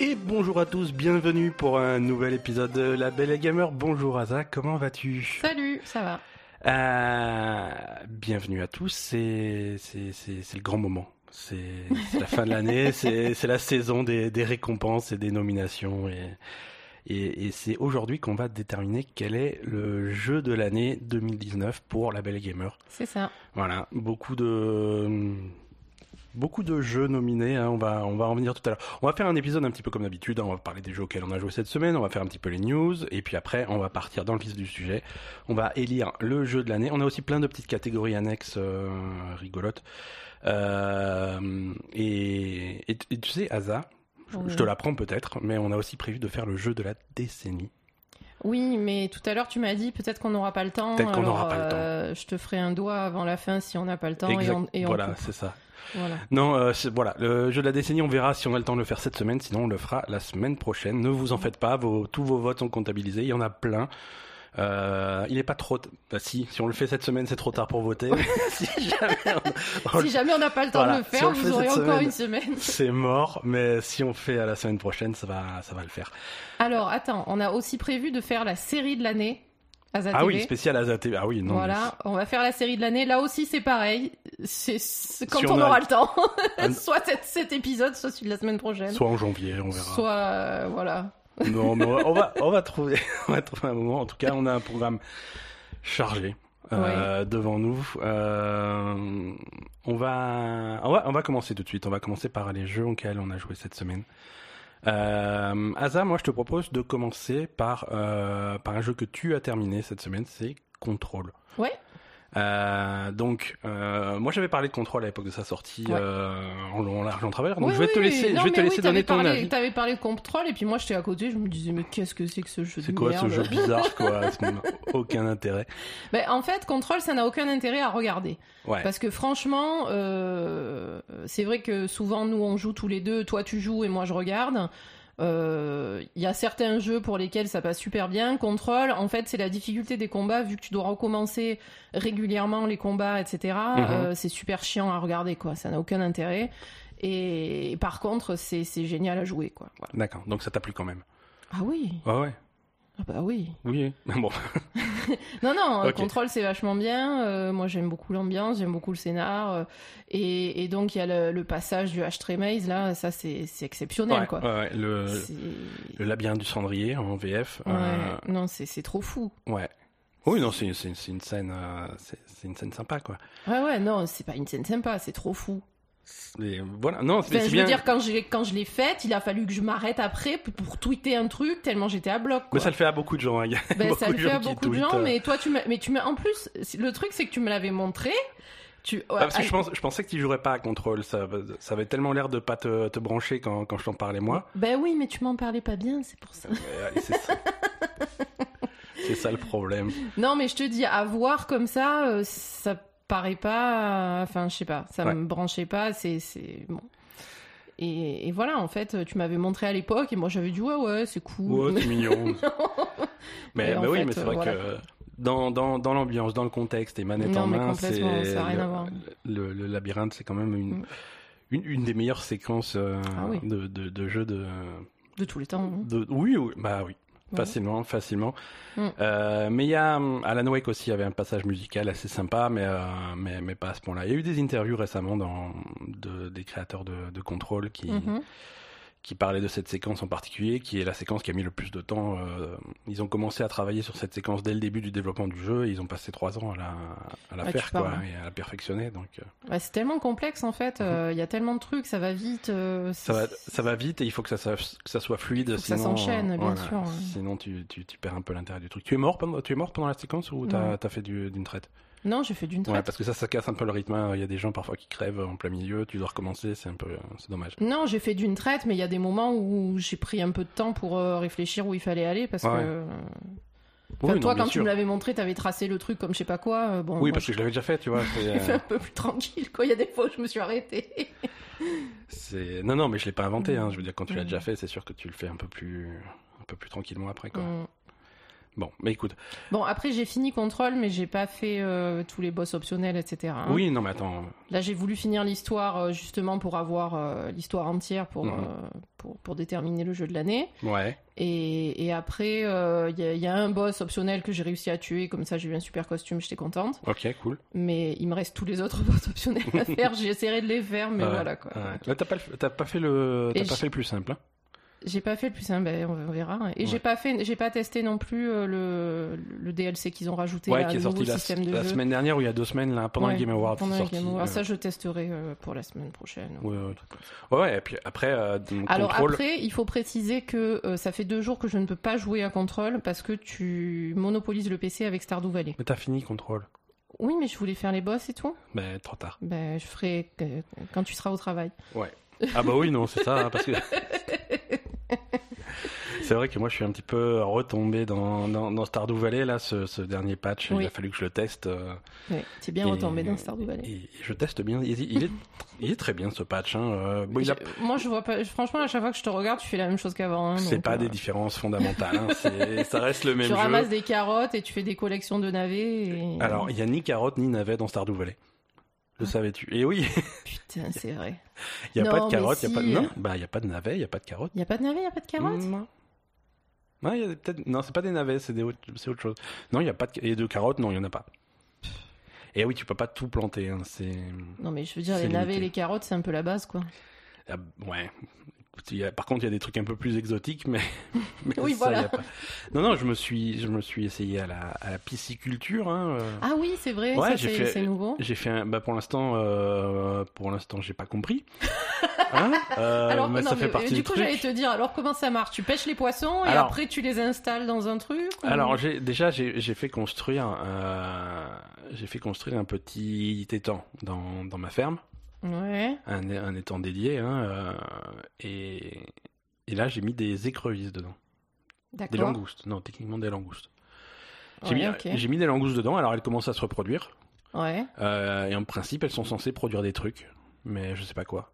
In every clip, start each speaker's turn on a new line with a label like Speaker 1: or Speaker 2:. Speaker 1: Et bonjour à tous, bienvenue pour un nouvel épisode de La Belle et Gamer. Bonjour Aza, comment vas-tu
Speaker 2: Salut, ça va.
Speaker 1: Euh, Bienvenue à tous, c'est c'est- c'est- c'est le grand moment. C'est c'est la fin de l'année, c'est c'est la saison des, des récompenses et des nominations. Et, et, et c'est aujourd'hui qu'on va déterminer quel est le jeu de l'année 2019 pour La Belle et Gamer.
Speaker 2: C'est ça.
Speaker 1: Voilà, beaucoup de beaucoup de jeux nominés. hein. On va on va en venir tout à l'heure. On va faire un épisode un petit peu comme d'habitude. hein. On va parler des jeux auxquels on a joué cette semaine. On va faire un petit peu les news et puis après on va partir dans le vif du sujet. On va élire le jeu de l'année. On a aussi plein de petites catégories annexes euh, rigolotes. Euh, et, et- et tu sais, Aza, je, je te l'apprends peut-être, mais on a aussi prévu de faire le jeu de la décennie.
Speaker 2: Oui, mais tout à l'heure tu m'as dit peut-être qu'on n'aura pas le temps.
Speaker 1: Peut-être qu'on
Speaker 2: alors,
Speaker 1: n'aura pas le temps.
Speaker 2: euh, je te ferai un doigt avant la fin si on n'a pas le temps
Speaker 1: Exact-
Speaker 2: et on, et on
Speaker 1: voilà,
Speaker 2: coupe.
Speaker 1: c'est ça.
Speaker 2: Voilà.
Speaker 1: Non, euh, c'est- voilà, le jeu de la décennie, on verra si on a le temps de le faire cette semaine, sinon on le fera la semaine prochaine. Ne vous en faites pas, vos, tous vos votes sont comptabilisés, il y en a plein. Euh, il n'est pas trop... t- bah, si, si on le fait cette semaine, c'est trop tard pour voter. si jamais on- on le
Speaker 2: Si jamais on n'a pas le temps
Speaker 1: Voilà,
Speaker 2: de le
Speaker 1: si
Speaker 2: faire,
Speaker 1: on le fait
Speaker 2: vous aurez
Speaker 1: cette
Speaker 2: encore
Speaker 1: semaine.
Speaker 2: une semaine.
Speaker 1: c'est mort, mais si on fait à la semaine prochaine, ça va, ça va le faire.
Speaker 2: Alors attends, on a aussi prévu de faire la série de l'année. à Zat
Speaker 1: Ah oui,
Speaker 2: TV.
Speaker 1: spécial Azate. Ah oui, non.
Speaker 2: voilà, on va faire la série de l'année. Là aussi, c'est pareil. C'est c'est quand
Speaker 1: Si
Speaker 2: on,
Speaker 1: on a-
Speaker 2: aura le temps.
Speaker 1: Un-
Speaker 2: soit cet, cet épisode, soit celui de la semaine prochaine.
Speaker 1: Soit en janvier, on verra.
Speaker 2: Soit, euh, voilà.
Speaker 1: Non, mais on va, on va, on va trouver, on va trouver un moment. En tout cas, on a un programme chargé euh, devant nous. Euh, on va, on va, on va commencer tout de suite. On va commencer par les jeux auxquels on a joué cette semaine. Euh, Asa, moi, je te propose de commencer par euh, par un jeu que tu as terminé cette semaine. C'est Control.
Speaker 2: Ouais.
Speaker 1: Euh, donc, euh, moi j'avais parlé de contrôle à l'époque de sa sortie
Speaker 2: Ouais.
Speaker 1: euh, en long, en large, en travers. Donc,
Speaker 2: Oui,
Speaker 1: je vais
Speaker 2: oui,
Speaker 1: te
Speaker 2: oui.
Speaker 1: laisser,
Speaker 2: Non,
Speaker 1: je vais te
Speaker 2: mais
Speaker 1: laisser
Speaker 2: oui,
Speaker 1: donner
Speaker 2: t'avais
Speaker 1: ton
Speaker 2: parlé-
Speaker 1: avis.
Speaker 2: T'avais parlé de contrôle et puis moi j'étais à côté, je me disais mais qu'est-ce que c'est que ce jeu
Speaker 1: C'est
Speaker 2: de
Speaker 1: quoi
Speaker 2: merde
Speaker 1: ce jeu bizarre quoi Ça n'a Aucun intérêt.
Speaker 2: Ben, en fait, contrôle, ça n'a aucun intérêt à regarder
Speaker 1: Ouais.
Speaker 2: parce que franchement, euh, c'est vrai que souvent nous on joue tous les deux, toi tu joues et moi je regarde. Euh, Il y a certains jeux pour lesquels ça passe super bien. Contrôle, en fait, c'est la difficulté des combats vu que tu dois recommencer régulièrement les combats, etc.
Speaker 1: Mhm.
Speaker 2: euh, c'est super chiant à regarder quoi, ça n'a aucun intérêt. Et, par contre, c'est c'est génial à jouer quoi. Voilà.
Speaker 1: D'accord. Donc ça t'a plu quand même.
Speaker 2: Ah oui.
Speaker 1: Ouais, ouais.
Speaker 2: Ah bah oui.
Speaker 1: Oui. Ah Bon.
Speaker 2: Non, non,
Speaker 1: Ok.
Speaker 2: Control, c'est vachement bien. Euh, moi, j'aime beaucoup l'ambiance, j'aime beaucoup le scénar. Euh, et, et donc, il y a le, le passage du Ashtray Maze, là, ça, c'est c'est exceptionnel,
Speaker 1: Ouais,
Speaker 2: quoi.
Speaker 1: ouais, ouais. Le,
Speaker 2: C'est-
Speaker 1: le labyrinthe du cendrier en VF.
Speaker 2: Ouais,
Speaker 1: euh,
Speaker 2: Non, c'est c'est trop fou.
Speaker 1: ouais. Oui, non, c'est c'est- c'est une scène, euh, c'est c'est une scène sympa quoi.
Speaker 2: Ouais, ouais, non, c'est pas une scène sympa, c'est trop fou.
Speaker 1: Mais voilà. Non, c'est
Speaker 2: Enfin,
Speaker 1: c'est
Speaker 2: je
Speaker 1: bien.
Speaker 2: veux dire, quand je, l'ai- quand je l'ai faite, il a fallu que je m'arrête après pour- pour tweeter un truc, tellement j'étais à bloc.
Speaker 1: Mais
Speaker 2: Quoi.
Speaker 1: ça le fait à beaucoup de gens. hein. Il y a
Speaker 2: Ben, ça
Speaker 1: beaucoup de
Speaker 2: le fait
Speaker 1: gens
Speaker 2: à
Speaker 1: qui
Speaker 2: beaucoup de
Speaker 1: tweetent,
Speaker 2: gens,
Speaker 1: euh,
Speaker 2: mais toi, tu m'as. Mais tu m'as. En plus, c'est- le truc, c'est que tu me l'avais montré. Tu...
Speaker 1: Ah, parce que je, pense, je pensais que tu jouerais pas à contrôle. Ça, ça avait tellement l'air de pas te, te brancher quand, quand je t'en parlais moi.
Speaker 2: Ben oui, mais tu m'en parlais pas bien, c'est pour ça.
Speaker 1: Euh, c'est ça. C'est ça le problème.
Speaker 2: Non, mais je te dis, à voir comme ça, euh, ça paraît pas. euh, Enfin, je sais pas, ça
Speaker 1: Ouais.
Speaker 2: me branchait pas, c'est. c'est- Bon. Et, et voilà, en fait, tu m'avais montré à l'époque, et moi j'avais dit, ouais, ouais, c'est cool.
Speaker 1: Ouais, c'est mignon. mais
Speaker 2: Et en
Speaker 1: mais oui,
Speaker 2: fait,
Speaker 1: mais c'est
Speaker 2: euh,
Speaker 1: vrai
Speaker 2: voilà.
Speaker 1: que dans, dans, dans l'ambiance, dans le contexte et manette
Speaker 2: Non,
Speaker 1: en
Speaker 2: mais
Speaker 1: main, c'est
Speaker 2: complètement, ça a rien
Speaker 1: le,
Speaker 2: à voir.
Speaker 1: le- le labyrinthe, c'est quand même une,
Speaker 2: Mm.
Speaker 1: une, une des meilleures séquences euh,
Speaker 2: Ah oui.
Speaker 1: de, de, de jeu de,
Speaker 2: De tous les temps. hein.
Speaker 1: de- Oui, oui, bah oui. Facilement, facilement.
Speaker 2: Mm.
Speaker 1: Euh, mais il y a hum, Alan Wake aussi avait un passage musical assez sympa, mais euh, mais, mais pas à ce point-là. Il y a eu des interviews récemment dans de, des créateurs de, de Control qui
Speaker 2: Mhm.
Speaker 1: qui parlait de cette séquence en particulier, qui est la séquence qui a mis le plus de temps. euh, ils ont commencé à travailler sur cette séquence dès le début du développement du jeu, et ils ont passé trois ans à la, à la
Speaker 2: Ouais, tu
Speaker 1: faire, quoi,
Speaker 2: parles, hein.
Speaker 1: et à la perfectionner. Donc euh,
Speaker 2: Ouais, c'est tellement complexe, en fait, euh, il y a tellement de trucs, ça va vite. euh,
Speaker 1: ça va,
Speaker 2: c'est-
Speaker 1: ça va vite, et il faut que ça, soit- que ça soit fluide.
Speaker 2: Faut que ça
Speaker 1: sinon,
Speaker 2: s'enchaîne,
Speaker 1: euh,
Speaker 2: bien sûr, hein.
Speaker 1: Sinon, tu, tu, tu perds un peu l'intérêt du truc. Tu es mort pendant, tu es mort pendant la séquence ou t'as
Speaker 2: Non.
Speaker 1: t'as fait du- d'une traite,
Speaker 2: Non, j'ai fait d'une
Speaker 1: Ouais,
Speaker 2: traite.
Speaker 1: parce que ça, ça casse un peu le rythme. hein. Il y a des gens parfois qui crèvent en plein milieu. Tu dois recommencer, c'est un peu, euh, c'est dommage.
Speaker 2: Non, j'ai fait d'une traite, mais il y a des moments où j'ai pris un peu de temps pour euh, réfléchir où il fallait aller, parce
Speaker 1: Ouais.
Speaker 2: que. euh, enfin,
Speaker 1: Oui, non,
Speaker 2: toi,
Speaker 1: bien
Speaker 2: quand tu
Speaker 1: sûr.
Speaker 2: me l'avais montré, t'avais tracé le truc comme je sais pas quoi. euh, bon,
Speaker 1: Oui,
Speaker 2: moi,
Speaker 1: parce que je l'avais déjà fait, tu vois. c'est,
Speaker 2: J'ai fait
Speaker 1: euh,
Speaker 2: un peu plus tranquille, quoi. Il y a des fois où je me suis arrêtée.
Speaker 1: C'est non non mais je l'ai pas inventé hein. je veux dire quand tu l'as
Speaker 2: Mm.
Speaker 1: déjà fait c'est sûr que tu le fais un peu plus un peu plus tranquillement après quoi.
Speaker 2: Mm.
Speaker 1: Bon, mais écoute.
Speaker 2: Bon, après, j'ai fini Control, mais j'ai pas fait euh, tous les boss optionnels, etc. hein.
Speaker 1: Oui, non, mais attends.
Speaker 2: Là, j'ai voulu finir l'histoire euh, justement pour avoir euh, l'histoire entière pour,
Speaker 1: Mhm.
Speaker 2: euh, pour, pour déterminer le jeu de l'année.
Speaker 1: Ouais.
Speaker 2: Et, et après, euh, il y, a- il y a un boss optionnel que j'ai réussi à tuer, comme ça j'ai eu un super costume, j'étais contente.
Speaker 1: Ok, cool.
Speaker 2: Mais il me reste tous les autres boss optionnels à faire, j'essaierai de les faire, mais
Speaker 1: Ouais,
Speaker 2: voilà quoi.
Speaker 1: Ouais. Là, Euh, t'as pas, le- t'as pas fait le, t'as
Speaker 2: Et
Speaker 1: pas
Speaker 2: j-
Speaker 1: fait le plus simple. hein.
Speaker 2: J'ai pas fait le plus simple, ben, on verra. Et
Speaker 1: Ouais.
Speaker 2: j'ai pas fait, j'ai pas testé non plus euh, le, le DLC qu'ils ont rajouté,
Speaker 1: Ouais,
Speaker 2: là,
Speaker 1: qui est
Speaker 2: le
Speaker 1: sorti
Speaker 2: nouveau
Speaker 1: la,
Speaker 2: système de
Speaker 1: la
Speaker 2: jeu.
Speaker 1: semaine dernière ou il y a deux semaines là, pendant
Speaker 2: Ouais,
Speaker 1: le Game Awards.
Speaker 2: pendant
Speaker 1: c'est
Speaker 2: le
Speaker 1: sorti,
Speaker 2: Game Awards.
Speaker 1: euh,
Speaker 2: Ça, je testerai euh, pour la semaine prochaine.
Speaker 1: Ouais, ouais. ouais, ouais, et puis après, euh, donc,
Speaker 2: Alors
Speaker 1: contrôle.
Speaker 2: après, il faut préciser que euh, ça fait deux jours que je ne peux pas jouer à Control parce que tu monopolises le PC avec Stardew Valley.
Speaker 1: Mais t'as fini contrôle.
Speaker 2: Oui, mais je voulais faire les boss et tout.
Speaker 1: Ben, trop tard.
Speaker 2: Ben, je ferai que- quand tu seras au travail.
Speaker 1: Ah bah oui, non, c'est ça, hein, parce que... C'est vrai que moi je suis un petit peu retombé dans, dans, dans Stardew Valley, là, ce, ce dernier patch,
Speaker 2: Oui.
Speaker 1: il a fallu que je le teste, euh,
Speaker 2: Ouais, t'es bien
Speaker 1: Et- euh,
Speaker 2: retombé dans Stardew Valley.
Speaker 1: et, et je teste bien, il, il est, il est très bien ce patch, hein. euh, bon, il a-
Speaker 2: Je- Moi, je vois pas. Franchement, à chaque fois que je te regarde, tu fais la même chose qu'avant. hein,
Speaker 1: c'est
Speaker 2: donc,
Speaker 1: pas
Speaker 2: euh,
Speaker 1: des différences fondamentales, hein, c'est- ça reste le même
Speaker 2: Tu
Speaker 1: jeu.
Speaker 2: ramasses des carottes et tu fais des collections de navets. Et...
Speaker 1: Alors, il y a ni carotte ni navet dans Stardew Valley. Le savais-tu Et oui,
Speaker 2: putain, c'est vrai.
Speaker 1: il n'y a
Speaker 2: Ah. Non,
Speaker 1: pas de
Speaker 2: mais
Speaker 1: carotte, il n'y a pas de...
Speaker 2: si. euh.
Speaker 1: Non, bah, il n'y a pas de navet, il n'y a pas de carotte.
Speaker 2: Il y a pas de navets, il y a pas de carottes.
Speaker 1: Mmh, Non. Non, il y a des- peut-être. Non, c'est pas des navets, c'est des autres- c'est autre chose. Non, il y a pas de et de carottes, non, il y en a pas. Et oui, tu peux pas tout planter. hein, c'est
Speaker 2: Non, mais je veux dire,
Speaker 1: C'est
Speaker 2: les navets et
Speaker 1: limité.
Speaker 2: les carottes, c'est un peu la base, quoi.
Speaker 1: ah, ouais. Il y a- par contre, il y a des trucs un peu plus exotiques, mais, mais
Speaker 2: Oui,
Speaker 1: ça,
Speaker 2: voilà.
Speaker 1: il y a pas. Non, non, je me suis, je me suis essayé à la, à la pisciculture. hein, euh.
Speaker 2: Ah oui, c'est vrai.
Speaker 1: Ouais,
Speaker 2: ça,
Speaker 1: j'ai
Speaker 2: c'est
Speaker 1: fait-
Speaker 2: c'est nouveau.
Speaker 1: J'ai fait un, bah pour l'instant, euh, pour l'instant, j'ai pas compris. Hein Euh,
Speaker 2: Alors,
Speaker 1: mais
Speaker 2: non,
Speaker 1: ça
Speaker 2: mais,
Speaker 1: fait
Speaker 2: euh,
Speaker 1: partie
Speaker 2: du
Speaker 1: du
Speaker 2: coup,
Speaker 1: truc.
Speaker 2: j'allais te dire, alors comment ça marche Tu pêches les poissons et
Speaker 1: Alors-
Speaker 2: après tu les installes dans un truc ou-
Speaker 1: Alors j'ai déjà j'ai j'ai fait construire euh, j'ai fait construire un petit étang dans, dans ma ferme
Speaker 2: Ouais.
Speaker 1: un, un étang dédié hein, euh, et et là j'ai mis des écrevisses dedans des
Speaker 2: D'accord.
Speaker 1: langoustes non techniquement des langoustes j'ai
Speaker 2: Ouais,
Speaker 1: mis
Speaker 2: ok.
Speaker 1: j'ai mis des langoustes dedans alors elles commencent à se reproduire
Speaker 2: Ouais.
Speaker 1: euh, et en principe elles sont censées produire des trucs mais je sais pas quoi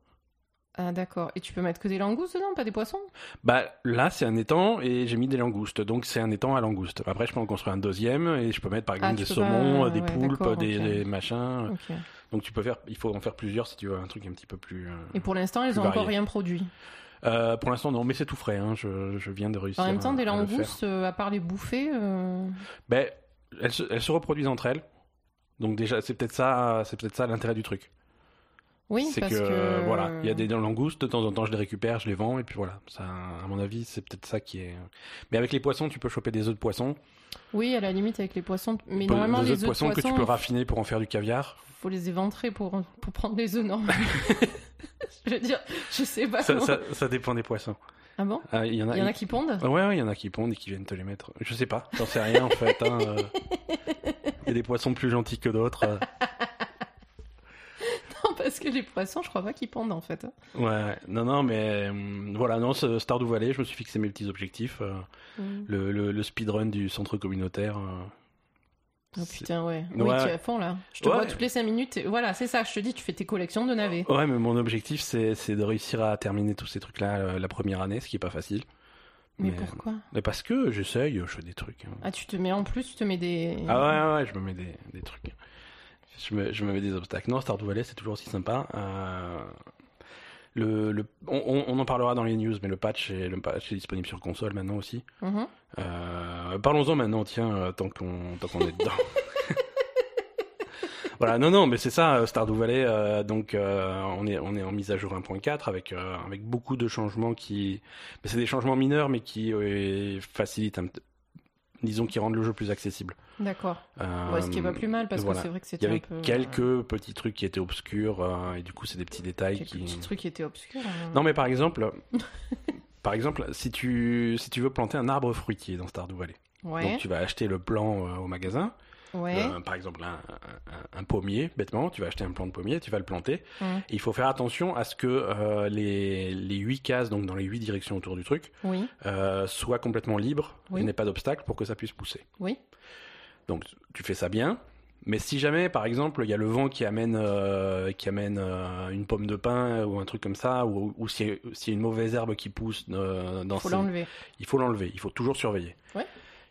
Speaker 2: Ah, d'accord. Et tu peux mettre que des langoustes dedans, pas des poissons
Speaker 1: bah là c'est un étang et j'ai mis des langoustes donc c'est un étang à langoustes après je peux en construire un deuxième et je peux mettre par exemple
Speaker 2: Ah, tu
Speaker 1: des
Speaker 2: peux
Speaker 1: saumons euh,
Speaker 2: pas-
Speaker 1: des
Speaker 2: ouais,
Speaker 1: poulpes
Speaker 2: d'accord,
Speaker 1: des,
Speaker 2: ok.
Speaker 1: des machins euh,
Speaker 2: Ok.
Speaker 1: Donc tu peux faire, il faut en faire plusieurs si tu veux un truc un petit peu plus. euh,
Speaker 2: Et pour l'instant, ils
Speaker 1: Plus
Speaker 2: ont encore
Speaker 1: varié.
Speaker 2: rien produit.
Speaker 1: euh, pour l'instant non, mais c'est tout frais. Hein, je, je viens de réussir.
Speaker 2: En même temps,
Speaker 1: à-
Speaker 2: des
Speaker 1: à le
Speaker 2: langoustes, euh, à part les bouffer. euh,
Speaker 1: faire. Ben, elles se, elles se reproduisent entre elles. Donc déjà, c'est peut-être ça, c'est peut-être ça l'intérêt du truc.
Speaker 2: Oui,
Speaker 1: c'est
Speaker 2: parce que.
Speaker 1: euh, voilà, il y a des langoustes de temps en temps, je les récupère, je les vends et puis voilà. Ça, à mon avis, c'est peut-être ça qui est. Mais avec les poissons, tu peux choper des œufs de poisson,
Speaker 2: Oui, à la limite, avec les poissons. Mais
Speaker 1: Peu-
Speaker 2: normalement,
Speaker 1: des
Speaker 2: les
Speaker 1: œufs de poisson que tu peux raffiner pour en faire du caviar.
Speaker 2: faut les éventrer pour, pour prendre les œufs normaux. je veux dire, je sais pas.
Speaker 1: Ça,
Speaker 2: comment-
Speaker 1: ça, ça dépend des poissons.
Speaker 2: Ah bon
Speaker 1: Ah, Il y en a,
Speaker 2: Il y en a qui pondent
Speaker 1: Bah Ouais, ouais, il y en a qui pondent et qui viennent te les mettre. Je sais pas, j'en sais rien en fait. hein, euh. Il y a des poissons plus gentils que d'autres. euh.
Speaker 2: Non, parce que les poissons, je crois pas qu'ils pondent en fait. hein.
Speaker 1: Ouais, ouais. non, non, mais hum, voilà, non, ce Stardew Valley, je me suis fixé mes petits objectifs. euh,
Speaker 2: Mm.
Speaker 1: le, le- le speedrun du centre communautaire. euh,
Speaker 2: Oh
Speaker 1: c'est-
Speaker 2: putain, ouais. Oui,
Speaker 1: Ouais.
Speaker 2: tu es à fond là. Je te
Speaker 1: Ouais. Oh,
Speaker 2: vois toutes les 5 minutes. et- Voilà, c'est ça, je te dis, tu fais tes collections de navets.
Speaker 1: Ouais, mais mon objectif, c'est c'est de réussir à terminer tous ces trucs-là euh, la première année, ce qui est pas facile.
Speaker 2: Mais pourquoi
Speaker 1: mais parce que j'essaye, je fais des trucs. hein.
Speaker 2: Ah, tu te mets en plus, tu te mets des.
Speaker 1: Ah ouais, ouais, ouais, je me mets des, des trucs. Je me, je me mets des obstacles. Non, Stardew Valley, c'est toujours aussi sympa. Euh, le, le, on- on, on en parlera dans les news, mais le patch est, le patch est disponible sur console maintenant aussi.
Speaker 2: Mhm.
Speaker 1: Euh, Parlons-en maintenant, tiens, euh, tant qu'on tant qu'on est dedans. voilà, non, non, mais c'est ça, euh, Stardew Valley. euh, donc, euh, on est on est en mise à jour 1.4 avec euh, avec beaucoup de changements qui, mais c'est des changements mineurs, mais qui euh, facilitent, un p- disons, qui rendent le jeu plus accessible.
Speaker 2: D'accord.
Speaker 1: Euh,
Speaker 2: Ouais, ce qui est pas plus mal parce
Speaker 1: voilà.
Speaker 2: que c'est vrai que
Speaker 1: Il y
Speaker 2: c'était
Speaker 1: avait
Speaker 2: un peu. euh,
Speaker 1: quelques petits trucs qui étaient obscurs euh, et du coup c'est des petits détails
Speaker 2: Quelques
Speaker 1: qui.
Speaker 2: petits trucs qui étaient obscurs. hein.
Speaker 1: Non mais par exemple, par exemple, si tu si tu veux planter un arbre fruitier dans Stardew Valley,
Speaker 2: Ouais,
Speaker 1: donc tu vas acheter le plan euh, au magasin,
Speaker 2: ouais.
Speaker 1: euh, par exemple un, un- un pommier, bêtement, tu vas acheter un plant de pommier, tu vas le planter.
Speaker 2: Mm.
Speaker 1: Et il faut faire attention à ce que euh, les les huit cases donc dans les huit directions autour du truc
Speaker 2: Oui,
Speaker 1: euh, soient complètement libres,
Speaker 2: Oui.
Speaker 1: et n'aient pas d'obstacle pour que ça puisse pousser.
Speaker 2: oui.
Speaker 1: Donc tu fais ça bien. Mais si jamais, par exemple, il y a le vent qui amène, euh, qui amène euh, une pomme de pin ou un truc comme ça, ou, ou s'il y, a- s'il y a une mauvaise herbe qui pousse euh, dans
Speaker 2: Faut
Speaker 1: ces-
Speaker 2: l'enlever.
Speaker 1: il faut l'enlever. Il faut toujours surveiller.
Speaker 2: Ouais.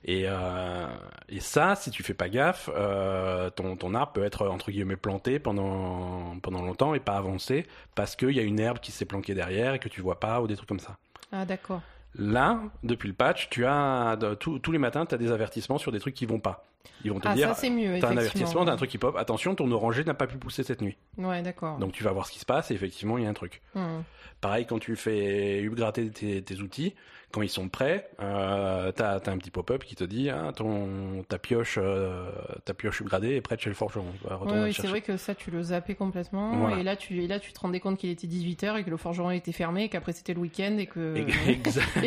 Speaker 1: Et, euh, et ça, si tu fais pas gaffe, euh, ton, ton arbre peut être entre guillemets planté pendant, pendant longtemps et pas avancé parce qu'il y a une herbe qui s'est planquée derrière et que tu vois pas ou des trucs comme ça.
Speaker 2: Ah, d'accord.
Speaker 1: Là, depuis le patch, tu as de- tous- tous les matins, tu as des avertissements sur des trucs qui vont pas. Ils vont te
Speaker 2: Ah,
Speaker 1: dire,
Speaker 2: ça, c'est mieux.
Speaker 1: t'as un
Speaker 2: effectivement.
Speaker 1: avertissement, t'as un truc qui pop, attention, ton oranger n'a pas pu pousser cette nuit.
Speaker 2: Ouais, d'accord.
Speaker 1: Donc tu vas voir ce qui se passe et effectivement, il y a un truc.
Speaker 2: Hmm.
Speaker 1: Pareil, quand tu fais upgrader tes, tes outils, quand ils sont prêts, euh, t'as t'as un petit pop-up qui te dit ah, ton, ta pioche euh, ta pioche upgradée est prête chez le forgeron. Tu vas
Speaker 2: Ouais,
Speaker 1: retourner
Speaker 2: ouais,
Speaker 1: le
Speaker 2: c'est
Speaker 1: chercher.
Speaker 2: vrai que ça, tu le zappais complètement.
Speaker 1: Voilà.
Speaker 2: Et, là, tu, et là, tu te rendais compte qu'il était 18h et que le forgeron était fermé et qu'après c'était le week-end et que. Et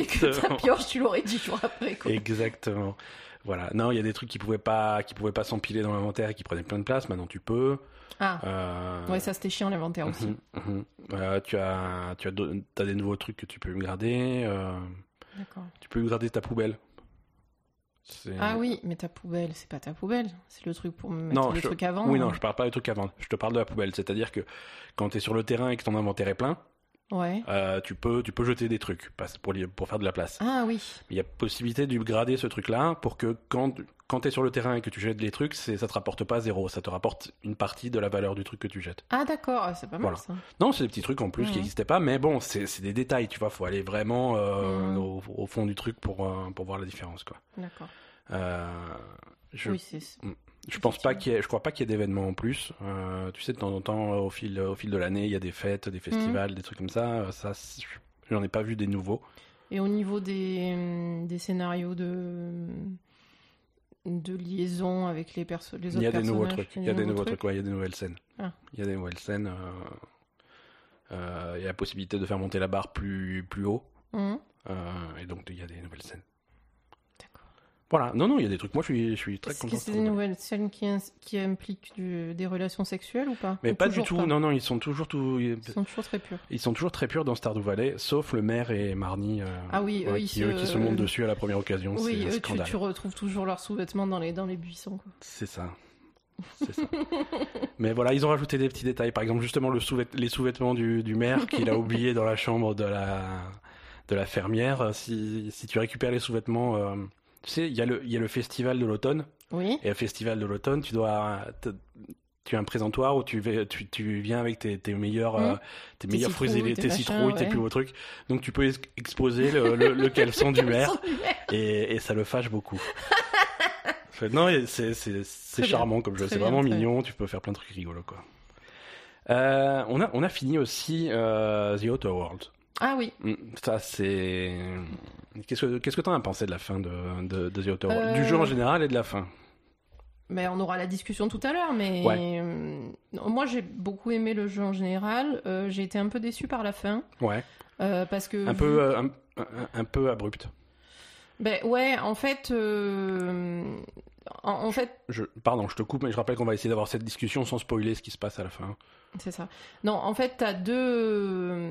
Speaker 2: que ta
Speaker 1: Exactement.
Speaker 2: pioche, tu l'aurais 10 jours après. Quoi.
Speaker 1: Exactement. Voilà. Non, il y a des trucs qui pouvaient pas qui pouvaient pas s'empiler dans l'inventaire, et qui prenaient plein de place. Maintenant, tu peux.
Speaker 2: Ah,
Speaker 1: Euh,
Speaker 2: ouais, ça c'était chiant l'inventaire aussi.
Speaker 1: mhm, mhm. Euh, tu as tu as, do- t'as des nouveaux trucs que tu peux upgrader. euh,
Speaker 2: D'accord.
Speaker 1: tu peux upgrader ta poubelle. C'est-
Speaker 2: Ah oui, mais ta poubelle, c'est pas ta poubelle. C'est le truc pour mettre
Speaker 1: Non,
Speaker 2: le
Speaker 1: je-
Speaker 2: truc avant. hein.
Speaker 1: Oui, non, je parle pas des trucs à vendre. Je te parle de la poubelle. C'est-à-dire que quand tu es sur le terrain et que ton inventaire est plein,
Speaker 2: Ouais.
Speaker 1: euh, tu, peux, tu peux jeter des trucs parce- pour, li- pour faire de la place.
Speaker 2: Ah oui.
Speaker 1: Il y a possibilité d'upgrader ce truc-là pour que quand, quand tu es sur le terrain et que tu jettes les trucs, c'est- ça te rapporte pas zéro. Ça te rapporte une partie de la valeur du truc que tu jettes.
Speaker 2: Ah d'accord, ah, c'est pas mal
Speaker 1: Voilà.
Speaker 2: ça.
Speaker 1: Non, c'est des petits trucs en plus
Speaker 2: Mhm.
Speaker 1: qui n'existaient pas, mais bon, c'est c'est des détails, tu vois. Faut aller vraiment euh,
Speaker 2: Mhm.
Speaker 1: au, au fond du truc pour, euh, pour voir la différence, quoi.
Speaker 2: D'accord.
Speaker 1: Euh, je
Speaker 2: Oui, c'est. c'est-
Speaker 1: Je pense pas qu'il y ait, je crois pas qu'il y ait d'événements en plus. Euh, tu sais, de temps en temps, euh, au fil, au fil de l'année, il y a des fêtes,
Speaker 2: Mhm.
Speaker 1: des festivals, des trucs comme ça. Euh, Ça, c'est- j'en ai pas vu des nouveaux.
Speaker 2: Et au niveau des, hum, des scénarios de de liaison avec les, perso... les autres
Speaker 1: Il y a des nouveaux
Speaker 2: personnages,
Speaker 1: trucs. Il y a des nouveaux trucs. ouais, il y a des nouvelles scènes.
Speaker 2: Ah.
Speaker 1: Il y a des nouvelles scènes. euh, euh, il y a la possibilité de faire monter la barre plus, plus haut.
Speaker 2: Hum.
Speaker 1: Euh, et donc, il y a des nouvelles scènes.
Speaker 2: D'accord.
Speaker 1: Voilà. Non, non, il y a des trucs. Moi, je suis, je suis très
Speaker 2: Est-ce
Speaker 1: content.
Speaker 2: que c'est des nouvelles scènes qui, ins- qui impliquent du- des relations sexuelles ou pas
Speaker 1: Mais
Speaker 2: Ou
Speaker 1: pas du
Speaker 2: toujours
Speaker 1: tout.
Speaker 2: pas
Speaker 1: Non, non, ils sont toujours tout.
Speaker 2: Ils sont toujours très purs.
Speaker 1: Ils sont toujours très purs dans Stardew Valley, sauf le maire et Marnie. euh,
Speaker 2: Ah oui, eux,
Speaker 1: ouais,
Speaker 2: ils
Speaker 1: qui,
Speaker 2: se-
Speaker 1: eux, qui se montent dessus à la première occasion.
Speaker 2: Oui,
Speaker 1: c'est un
Speaker 2: eux, tu,
Speaker 1: scandale.
Speaker 2: tu retrouves toujours leurs sous-vêtements dans les, dans les buissons. Quoi.
Speaker 1: C'est ça. C'est ça. Mais voilà, ils ont rajouté des petits détails. Par exemple, justement, le sous-vêt- les sous-vêtements du, du maire qu'il a oublié dans la chambre de la, de la fermière. Si, si tu récupères les sous-vêtements, euh, tu sais, il y, a le- il y a le festival de l'automne.
Speaker 2: Oui,
Speaker 1: Et le festival de l'automne, tu dois. t- Tu as un présentoir où tu, vais- tu, tu viens avec tes, tes meilleurs,
Speaker 2: Mhm.
Speaker 1: euh, tes
Speaker 2: Tes
Speaker 1: meilleurs fruits,
Speaker 2: citrouilles,
Speaker 1: et
Speaker 2: tes
Speaker 1: tes
Speaker 2: machins,
Speaker 1: citrouilles, tes
Speaker 2: ouais.
Speaker 1: plus beaux trucs. Donc tu peux ex- exposer le, le, le caleçon du maire et, et ça le fâche beaucoup. Fait, non, et c'est- c'est c'est
Speaker 2: Très bien.
Speaker 1: charmant comme jeu,
Speaker 2: Très
Speaker 1: c'est
Speaker 2: bien,
Speaker 1: vraiment
Speaker 2: très
Speaker 1: mignon, tu peux faire plein de trucs rigolos quoi. Euh, on, a, on a fini aussi euh, The Outer World.
Speaker 2: Ah oui,
Speaker 1: Mm, Ça, c'est. Qu'est-ce que qu'est-ce que t'en as pensé de la fin de, de, de The Outer World Du
Speaker 2: Euh,
Speaker 1: jeu en général et de la fin
Speaker 2: mais on aura la discussion tout à l'heure. Mais
Speaker 1: Ouais.
Speaker 2: euh, moi, j'ai beaucoup aimé le jeu en général. Euh, j'ai été un peu déçue par la fin.
Speaker 1: Ouais.
Speaker 2: euh, parce que
Speaker 1: un
Speaker 2: vu-
Speaker 1: peu euh, un, un- un peu abrupte.
Speaker 2: Ben ouais, en fait, euh, en, en fait,
Speaker 1: Je pardon, je te coupe mais je rappelle qu'on va essayer d'avoir cette discussion sans spoiler ce qui se passe à la fin.
Speaker 2: C'est ça. Non, en fait, tu as deux,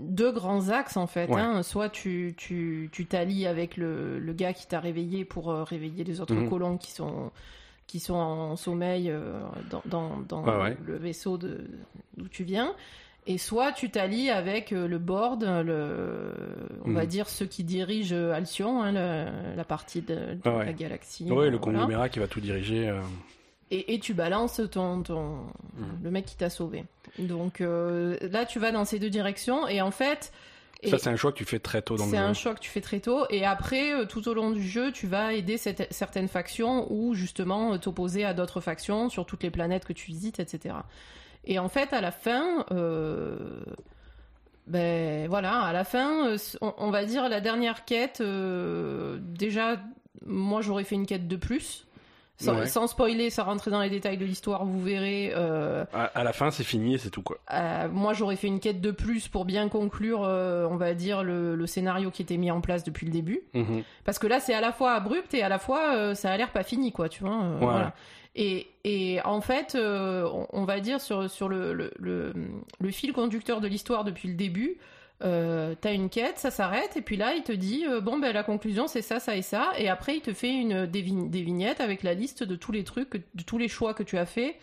Speaker 2: deux grands axes, en fait.
Speaker 1: Ouais.
Speaker 2: hein. Soit tu tu- tu t'allies avec le, le gars qui t'a réveillé pour euh, réveiller les autres
Speaker 1: Mhm.
Speaker 2: colons qui sont, qui sont en sommeil euh, dans, dans- dans
Speaker 1: Ouais, ouais.
Speaker 2: le vaisseau de- d'où tu viens. Et soit tu t'allies avec euh, le board, le, on va
Speaker 1: Mhm.
Speaker 2: dire ceux qui dirigent euh, Alcyon, hein, le- la partie de, de
Speaker 1: Ah ouais.
Speaker 2: la galaxie.
Speaker 1: ouais,
Speaker 2: euh,
Speaker 1: le
Speaker 2: voilà.
Speaker 1: conglomérat qui va tout diriger. euh,
Speaker 2: Et, et tu balances ton, ton
Speaker 1: Mhm.
Speaker 2: le mec qui t'a sauvé. Donc euh, là, tu vas dans ces deux directions et en fait, et
Speaker 1: Ça c'est un choix que tu fais très tôt dans le
Speaker 2: c'est
Speaker 1: jeu.
Speaker 2: un choix que tu fais très tôt. Et après, euh, tout au long du jeu, tu vas aider cette- certaines factions ou justement euh, t'opposer à d'autres factions sur toutes les planètes que tu visites, etc. Et en fait, à la fin, euh, ben voilà, à la fin, euh, on, on va dire la dernière quête. euh, déjà, moi, j'aurais fait une quête de plus. Sans,
Speaker 1: Ouais.
Speaker 2: sans spoiler, sans rentrer dans les détails de l'histoire, vous verrez. euh,
Speaker 1: À, à la fin, c'est fini et c'est tout quoi.
Speaker 2: euh, moi, j'aurais fait une quête de plus pour bien conclure, euh, on va dire, le, le scénario qui était mis en place depuis le début.
Speaker 1: Mhm.
Speaker 2: Parce que là, c'est à la fois abrupt et à la fois, euh, ça a l'air pas fini, quoi, tu vois. euh, voilà. Et, et en fait, euh, on, on va dire, sur, sur le, le, le, le fil conducteur de l'histoire depuis le début, euh, t'as une quête, ça s'arrête, et puis là, il te dit, euh, bon, ben, la conclusion, c'est ça, ça et ça. Et après, il te fait une, des, vign- des vignettes avec la liste de tous les trucs, que- de tous les choix que tu as fait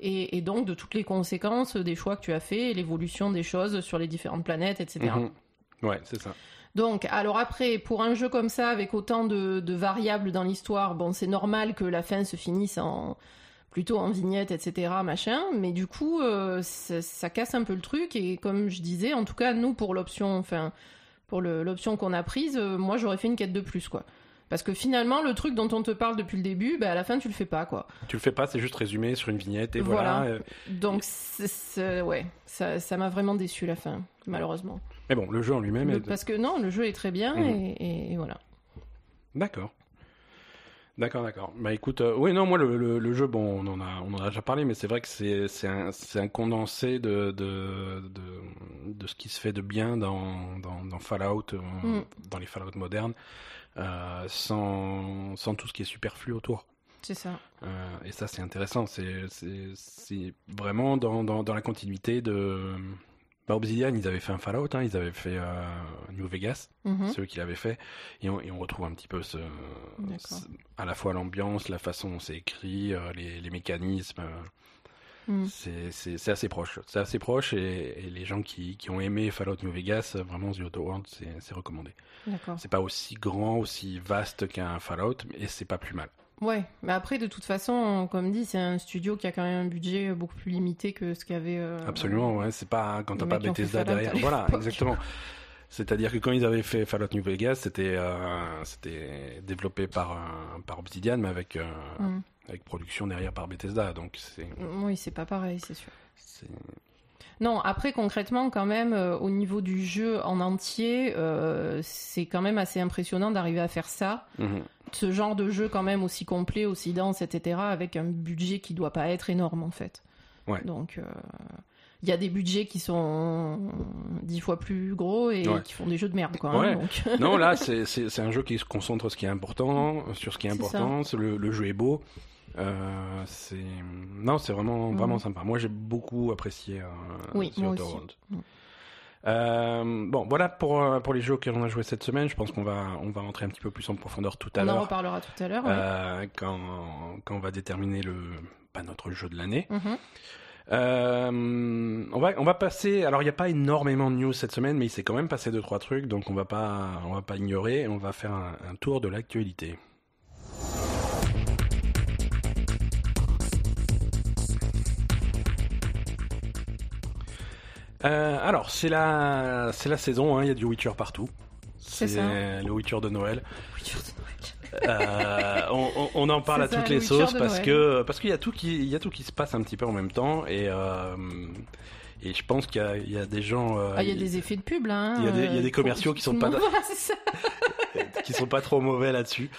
Speaker 2: et, et donc de toutes les conséquences des choix que tu as fait et l'évolution des choses sur les différentes planètes, etc.
Speaker 1: Mhm. Ouais, c'est ça.
Speaker 2: Donc, alors après, pour un jeu comme ça, avec autant de, de variables dans l'histoire, bon, c'est normal que la fin se finisse en plutôt en vignette, etc., machin, mais du coup, euh, ça, ça casse un peu le truc, et comme je disais, en tout cas, nous, pour l'option, enfin, pour le- l'option qu'on a prise, euh, moi, j'aurais fait une quête de plus, quoi. Parce que finalement, le truc dont on te parle depuis le début, bah, à la fin, tu le fais pas, quoi.
Speaker 1: Tu le fais pas, c'est juste résumé sur une vignette et voilà.
Speaker 2: Voilà.
Speaker 1: euh,
Speaker 2: Donc, c'est- c'est- ouais, ça ça m'a vraiment déçu la fin, malheureusement.
Speaker 1: Mais bon, le jeu en lui-même.
Speaker 2: Le-
Speaker 1: est-
Speaker 2: Parce que non, le jeu est très bien
Speaker 1: Mhm.
Speaker 2: et- et, et voilà.
Speaker 1: D'accord. D'accord, d'accord. Bah écoute, euh, oui, non, moi le, le- le jeu, bon, on en a, on en a déjà parlé, mais c'est vrai que c'est c'est un, c'est un condensé de, de, de, de ce qui se fait de bien dans, dans, dans Fallout, euh,
Speaker 2: Mm.
Speaker 1: dans les Fallout modernes, euh, sans, sans tout ce qui est superflu autour.
Speaker 2: C'est ça.
Speaker 1: Euh, et ça, c'est intéressant. C'est- C'est c'est vraiment dans, dans, dans la continuité de. Bah, Obsidian, ils avaient fait un Fallout, hein, ils avaient fait euh, New Vegas
Speaker 2: Mhm.
Speaker 1: ceux qui l'avaient fait. Et on, et on retrouve un petit peu ce,
Speaker 2: D'accord.
Speaker 1: ce- à la fois l'ambiance, la façon dont c'est écrit, euh, les, les mécanismes. euh,
Speaker 2: Mm.
Speaker 1: c'est- C'est c'est assez proche. C'est assez proche et, et les gens qui, qui ont aimé Fallout New Vegas, euh, vraiment The Outer World, c'est c'est recommandé.
Speaker 2: D'accord.
Speaker 1: C'est pas aussi grand, aussi vaste qu'un Fallout, et c'est pas plus mal.
Speaker 2: Ouais, mais après, de toute façon, comme dit, c'est un studio qui a quand même un budget beaucoup plus limité que ce qu'avait. euh,
Speaker 1: Absolument, ouais, c'est pas quand
Speaker 2: les
Speaker 1: t'as pas
Speaker 2: mecs qui ont fait
Speaker 1: Bethesda
Speaker 2: Fallout
Speaker 1: derrière.
Speaker 2: à
Speaker 1: Voilà,
Speaker 2: l'époque.
Speaker 1: exactement. C'est-à-dire que quand ils avaient fait Fallout New Vegas, c'était euh, c'était développé par euh, par Obsidian, mais avec euh,
Speaker 2: Mm.
Speaker 1: avec production derrière par Bethesda. Donc c'est
Speaker 2: Oui, c'est pas pareil, c'est sûr.
Speaker 1: c'est-
Speaker 2: Non, après, concrètement, quand même, euh, au niveau du jeu en entier, euh, c'est quand même assez impressionnant d'arriver à faire ça.
Speaker 1: Mhm.
Speaker 2: Ce genre de jeu, quand même, aussi complet, aussi dense, etc., avec un budget qui doit pas être énorme, en fait.
Speaker 1: Ouais.
Speaker 2: Donc. euh, Il y a des budgets qui sont dix fois plus gros et
Speaker 1: Ouais.
Speaker 2: qui font des jeux de merde, quoi. hein,
Speaker 1: Ouais.
Speaker 2: donc.
Speaker 1: non là c'est c'est c'est un jeu qui se concentre sur ce qui est important, sur ce qui est
Speaker 2: C'est ça.
Speaker 1: important. c'est Le, le jeu est beau. Euh, c'est non c'est vraiment
Speaker 2: Mhm.
Speaker 1: vraiment sympa. Moi j'ai beaucoup apprécié euh,
Speaker 2: Oui,
Speaker 1: The
Speaker 2: moi
Speaker 1: Outer
Speaker 2: aussi.
Speaker 1: World.
Speaker 2: Mhm.
Speaker 1: Euh, bon, voilà pour, euh, pour les jeux auxquels on a joué cette semaine. Je pense qu'on va, on va rentrer un petit peu plus en profondeur tout à
Speaker 2: On en
Speaker 1: l'heure
Speaker 2: reparlera tout à l'heure. ouais.
Speaker 1: euh, quand, quand on va déterminer le, pas notre jeu de l'année.
Speaker 2: Mhm.
Speaker 1: Euh, on, va, on va passer. Alors, il n'y a pas énormément de news cette semaine, mais il s'est quand même passé deux trois trucs, donc on va pas, on va pas ignorer. On va faire un, un tour de l'actualité. Euh, alors, c'est la, c'est la saison. hein, Il y a du Witcher partout.
Speaker 2: C'est
Speaker 1: C'est le Witcher de Noël.
Speaker 2: Witcher de Noël.
Speaker 1: Euh, on, on- on en parle à
Speaker 2: C'est ça,
Speaker 1: toutes
Speaker 2: le
Speaker 1: les
Speaker 2: Witcher
Speaker 1: sauces
Speaker 2: de
Speaker 1: parce
Speaker 2: Noël.
Speaker 1: que parce qu'il y a tout qui il y a tout qui se passe un petit peu en même temps et euh, et je pense qu'il y a, il y a des gens euh,
Speaker 2: Ah, il y a des effets de pub là. hein,
Speaker 1: il y a des- il y a
Speaker 2: euh,
Speaker 1: des commerciaux
Speaker 2: faut-
Speaker 1: qui sont pas-
Speaker 2: Voilà, c'est ça.
Speaker 1: qui sont pas trop mauvais là-dessus.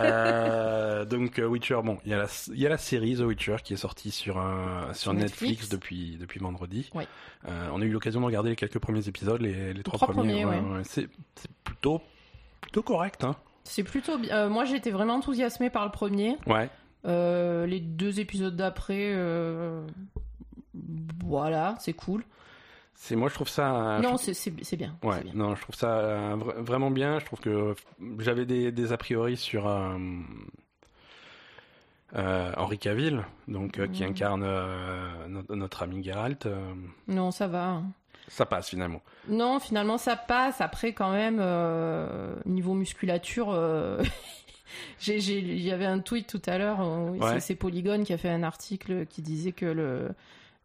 Speaker 1: Euh, donc euh, Witcher bon, il y a la il y a la série The Witcher qui est sortie sur euh, sur
Speaker 2: Sur
Speaker 1: Netflix,
Speaker 2: Netflix.
Speaker 1: depuis depuis vendredi.
Speaker 2: Ouais.
Speaker 1: Euh, on a eu l'occasion de regarder les quelques premiers épisodes les, les trois,
Speaker 2: trois
Speaker 1: premiers.
Speaker 2: premiers, ouais.
Speaker 1: c'est c'est plutôt plutôt correct hein.
Speaker 2: C'est plutôt bien. Euh, moi, j'étais vraiment enthousiasmée par le premier.
Speaker 1: Ouais.
Speaker 2: Euh, les deux épisodes d'après, euh, voilà, c'est cool.
Speaker 1: C'est moi Ah, je trouve ça
Speaker 2: non, c'est- c'est c'est bien.
Speaker 1: Ouais,
Speaker 2: c'est bien.
Speaker 1: non, je trouve ça euh, vra- vraiment bien. Je trouve que euh, j'avais des, des a priori sur euh, euh, Henri Cavill, donc euh, qui
Speaker 2: Mhm.
Speaker 1: incarne euh, no- notre ami Geralt. euh,
Speaker 2: Non, ça va. hein.
Speaker 1: ça passe finalement.
Speaker 2: Non, finalement, ça passe. Après, quand même, euh, niveau musculature, euh, j'ai- j'ai- il y avait un tweet tout à l'heure. où
Speaker 1: Ouais.
Speaker 2: c'est- C'est Polygon qui a fait un article qui disait que le,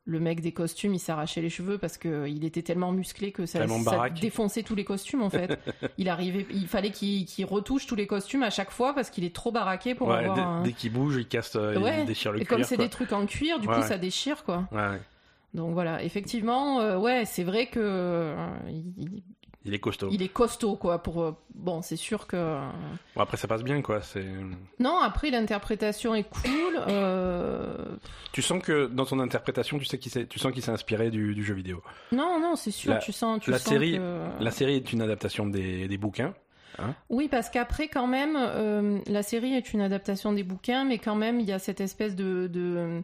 Speaker 2: le mec des costumes, il s'arrachait les cheveux parce que il était tellement musclé que ça,
Speaker 1: Tellement
Speaker 2: ça
Speaker 1: baraque.
Speaker 2: défonçait tous les costumes, en fait. il, arrivait, il fallait qu'il qu'il retouche tous les costumes à chaque fois parce qu'il est trop baraqué pour
Speaker 1: Ouais,
Speaker 2: avoir
Speaker 1: dès,
Speaker 2: un-
Speaker 1: dès qu'il bouge, il casse, euh,
Speaker 2: Ouais,
Speaker 1: il déchire le
Speaker 2: Et
Speaker 1: cuir.
Speaker 2: comme c'est
Speaker 1: quoi.
Speaker 2: des trucs en cuir, du
Speaker 1: Ouais,
Speaker 2: coup,
Speaker 1: ouais.
Speaker 2: ça déchire, quoi.
Speaker 1: Ouais, ouais.
Speaker 2: Donc voilà, effectivement, euh, ouais, c'est vrai que euh, il-
Speaker 1: il est costaud.
Speaker 2: il est costaud, quoi. Pour euh, bon, c'est sûr que euh.
Speaker 1: Bon, après, ça passe bien, quoi. C'est...
Speaker 2: non. Après, l'interprétation est cool. euh,
Speaker 1: Tu sens que dans son interprétation, tu sais qu'il s'est, tu sens qu'il s'est inspiré du, du jeu vidéo.
Speaker 2: Non, non, c'est sûr.
Speaker 1: La-
Speaker 2: tu sens, tu
Speaker 1: la
Speaker 2: sens
Speaker 1: série-
Speaker 2: que-
Speaker 1: La série est une adaptation des, des bouquins.
Speaker 2: Oui, parce qu'après, quand même, euh, la série est une adaptation des bouquins, mais quand même, il y a cette espèce de. de,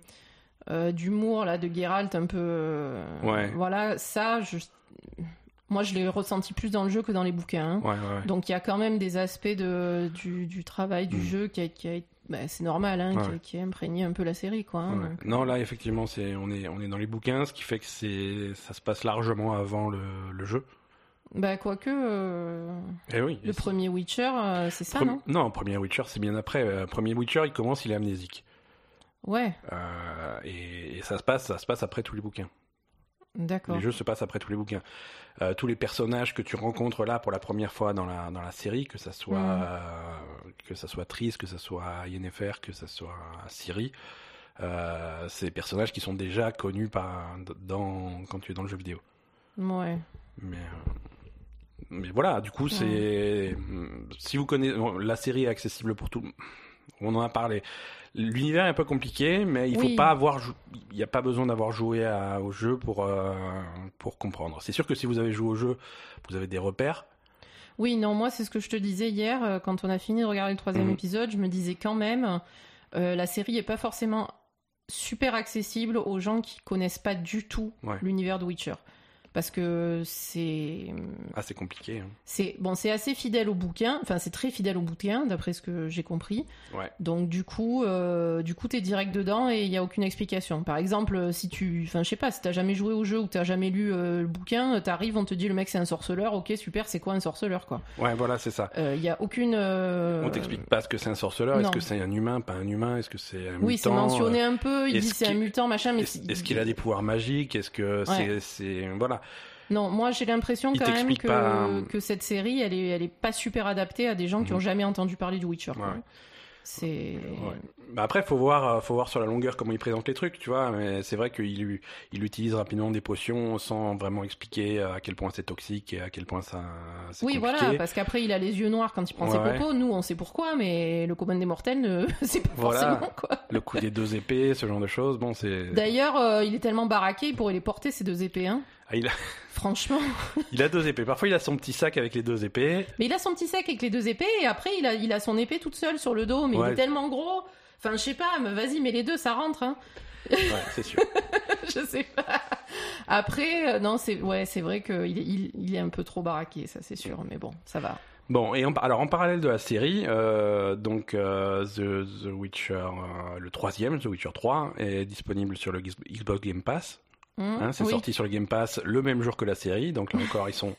Speaker 2: euh, d'humour là de Geralt un peu euh,
Speaker 1: Ouais.
Speaker 2: voilà ça je moi je l'ai ressenti plus dans le jeu que dans les bouquins hein.
Speaker 1: Ouais, ouais, ouais.
Speaker 2: Donc il y a quand même des aspects de, du, du travail du
Speaker 1: Mm.
Speaker 2: jeu qui, a- qui a- bah, c'est normal, hein, qui,
Speaker 1: Ouais.
Speaker 2: qui a imprégné un peu la série, quoi. hein,
Speaker 1: Ouais.
Speaker 2: donc.
Speaker 1: Non, là, effectivement, c'est on est on est dans les bouquins, ce qui fait que c'est ça se passe largement avant le, le jeu.
Speaker 2: Bah, quoique. euh,
Speaker 1: Eh oui.
Speaker 2: Le premier Witcher, euh, c'est ça,
Speaker 1: Premi-
Speaker 2: non
Speaker 1: non, premier Witcher, c'est bien après. Euh, Premier Witcher, il commence, il est amnésique.
Speaker 2: Ouais,
Speaker 1: Euh, et, et ça se passe, ça se passe après tous les bouquins.
Speaker 2: d'accord.
Speaker 1: Les jeux se passent après tous les bouquins. Euh, tous les personnages que tu rencontres là pour la première fois dans la dans la série, que ça soit
Speaker 2: Mhm.
Speaker 1: euh, que ça soit Triss, que ça soit Yennefer, que ça soit Ciri, euh, c'est des personnages qui sont déjà connus par dans quand tu es dans le jeu vidéo.
Speaker 2: Ouais.
Speaker 1: Mais, euh, mais voilà, du coup, c'est. Si vous connaissez. bon, La série est accessible pour tout. On en a parlé. L'univers est un peu compliqué, mais il faut
Speaker 2: Oui.
Speaker 1: pas avoir. jou- Il n'y a pas besoin d'avoir joué à- au jeu pour, euh, pour comprendre. C'est sûr que si vous avez joué au jeu, vous avez des repères.
Speaker 2: Oui, non, moi, c'est ce que je te disais hier, euh, quand on a fini de regarder le troisième
Speaker 1: Mhm.
Speaker 2: épisode, je me disais quand même, euh, la série est pas forcément super accessible aux gens qui connaissent pas du tout
Speaker 1: Ouais.
Speaker 2: l'univers de Witcher. Parce que c'est.
Speaker 1: Ah, c'est compliqué. hein.
Speaker 2: C'est bon, c'est assez fidèle au bouquin. Enfin, c'est très fidèle au bouquin, d'après ce que j'ai compris.
Speaker 1: Ouais.
Speaker 2: Donc du coup, euh, du coup, t'es direct dedans et il y a aucune explication. Par exemple, euh, si tu, enfin, je sais pas, si t'as jamais joué au jeu ou t'as jamais lu euh, le bouquin, t'arrives, on te dit le mec c'est un sorceleur. Ok, super, c'est quoi un sorceleur quoi
Speaker 1: Ouais, voilà, c'est ça.
Speaker 2: Il y a aucune. euh,
Speaker 1: On t'explique pas ce que c'est un sorceleur, est-ce
Speaker 2: non.
Speaker 1: que c'est un humain, pas un humain, est-ce que c'est un
Speaker 2: Oui, c'est
Speaker 1: mutant.
Speaker 2: mentionné un peu. Il
Speaker 1: est-ce
Speaker 2: dit c'est un
Speaker 1: qu'il-
Speaker 2: mutant machin,
Speaker 1: euh,
Speaker 2: mais
Speaker 1: Est-ce est-ce qu'il a des pouvoirs magiques Est-ce que c'est- c'est. Voilà.
Speaker 2: Non, moi j'ai l'impression
Speaker 1: Il
Speaker 2: quand même
Speaker 1: t'explique
Speaker 2: que,
Speaker 1: pas-
Speaker 2: que cette série, elle est, elle est pas super adaptée à des gens qui
Speaker 1: Mhm.
Speaker 2: ont jamais entendu parler du Witcher. quoi.
Speaker 1: Ouais.
Speaker 2: C'est.
Speaker 1: Ouais. Bah après, faut voir, euh, faut voir sur la longueur comment il présente les trucs, tu vois. Mais c'est vrai qu'il u- il utilise rapidement des potions sans vraiment expliquer euh, à quel point c'est toxique et à quel point ça. c'est
Speaker 2: Oui,
Speaker 1: compliqué.
Speaker 2: voilà, bah. parce qu'après il a les yeux noirs quand il prend
Speaker 1: Ouais.
Speaker 2: ses propos. Nous, on sait pourquoi, mais le commun des mortels, ne c'est pas
Speaker 1: Voilà. Euh.
Speaker 2: forcément quoi.
Speaker 1: Le coup des deux épées, ce genre de choses. Bon, c'est.
Speaker 2: D'ailleurs, euh, il est tellement baraqué, il pourrait les porter ces deux épées, hein.
Speaker 1: Ah, il, a,
Speaker 2: Franchement.
Speaker 1: il a deux épées. Parfois, il a son petit sac avec les deux épées.
Speaker 2: Mais il a son petit sac avec les deux épées, et après il a, il a son épée toute seule sur le dos, mais
Speaker 1: Ouais.
Speaker 2: il est tellement gros. Enfin, je sais pas, mais vas-y, mets les deux, ça rentre, hein.
Speaker 1: Ouais, c'est sûr.
Speaker 2: je sais pas. Après, euh, non, c'est ouais, c'est vrai qu'il est, il, il est un peu trop baraqué, ça c'est sûr, mais bon, ça va.
Speaker 1: Bon, et en, par- alors en parallèle de la série, euh, donc euh, The, The Witcher, euh, le troisième, The Witcher 3, est disponible sur le Gis- Xbox Game Pass.
Speaker 2: Hum,
Speaker 1: Hein, c'est
Speaker 2: oui.
Speaker 1: sorti sur le Game Pass le même jour que la série, donc là encore ils sont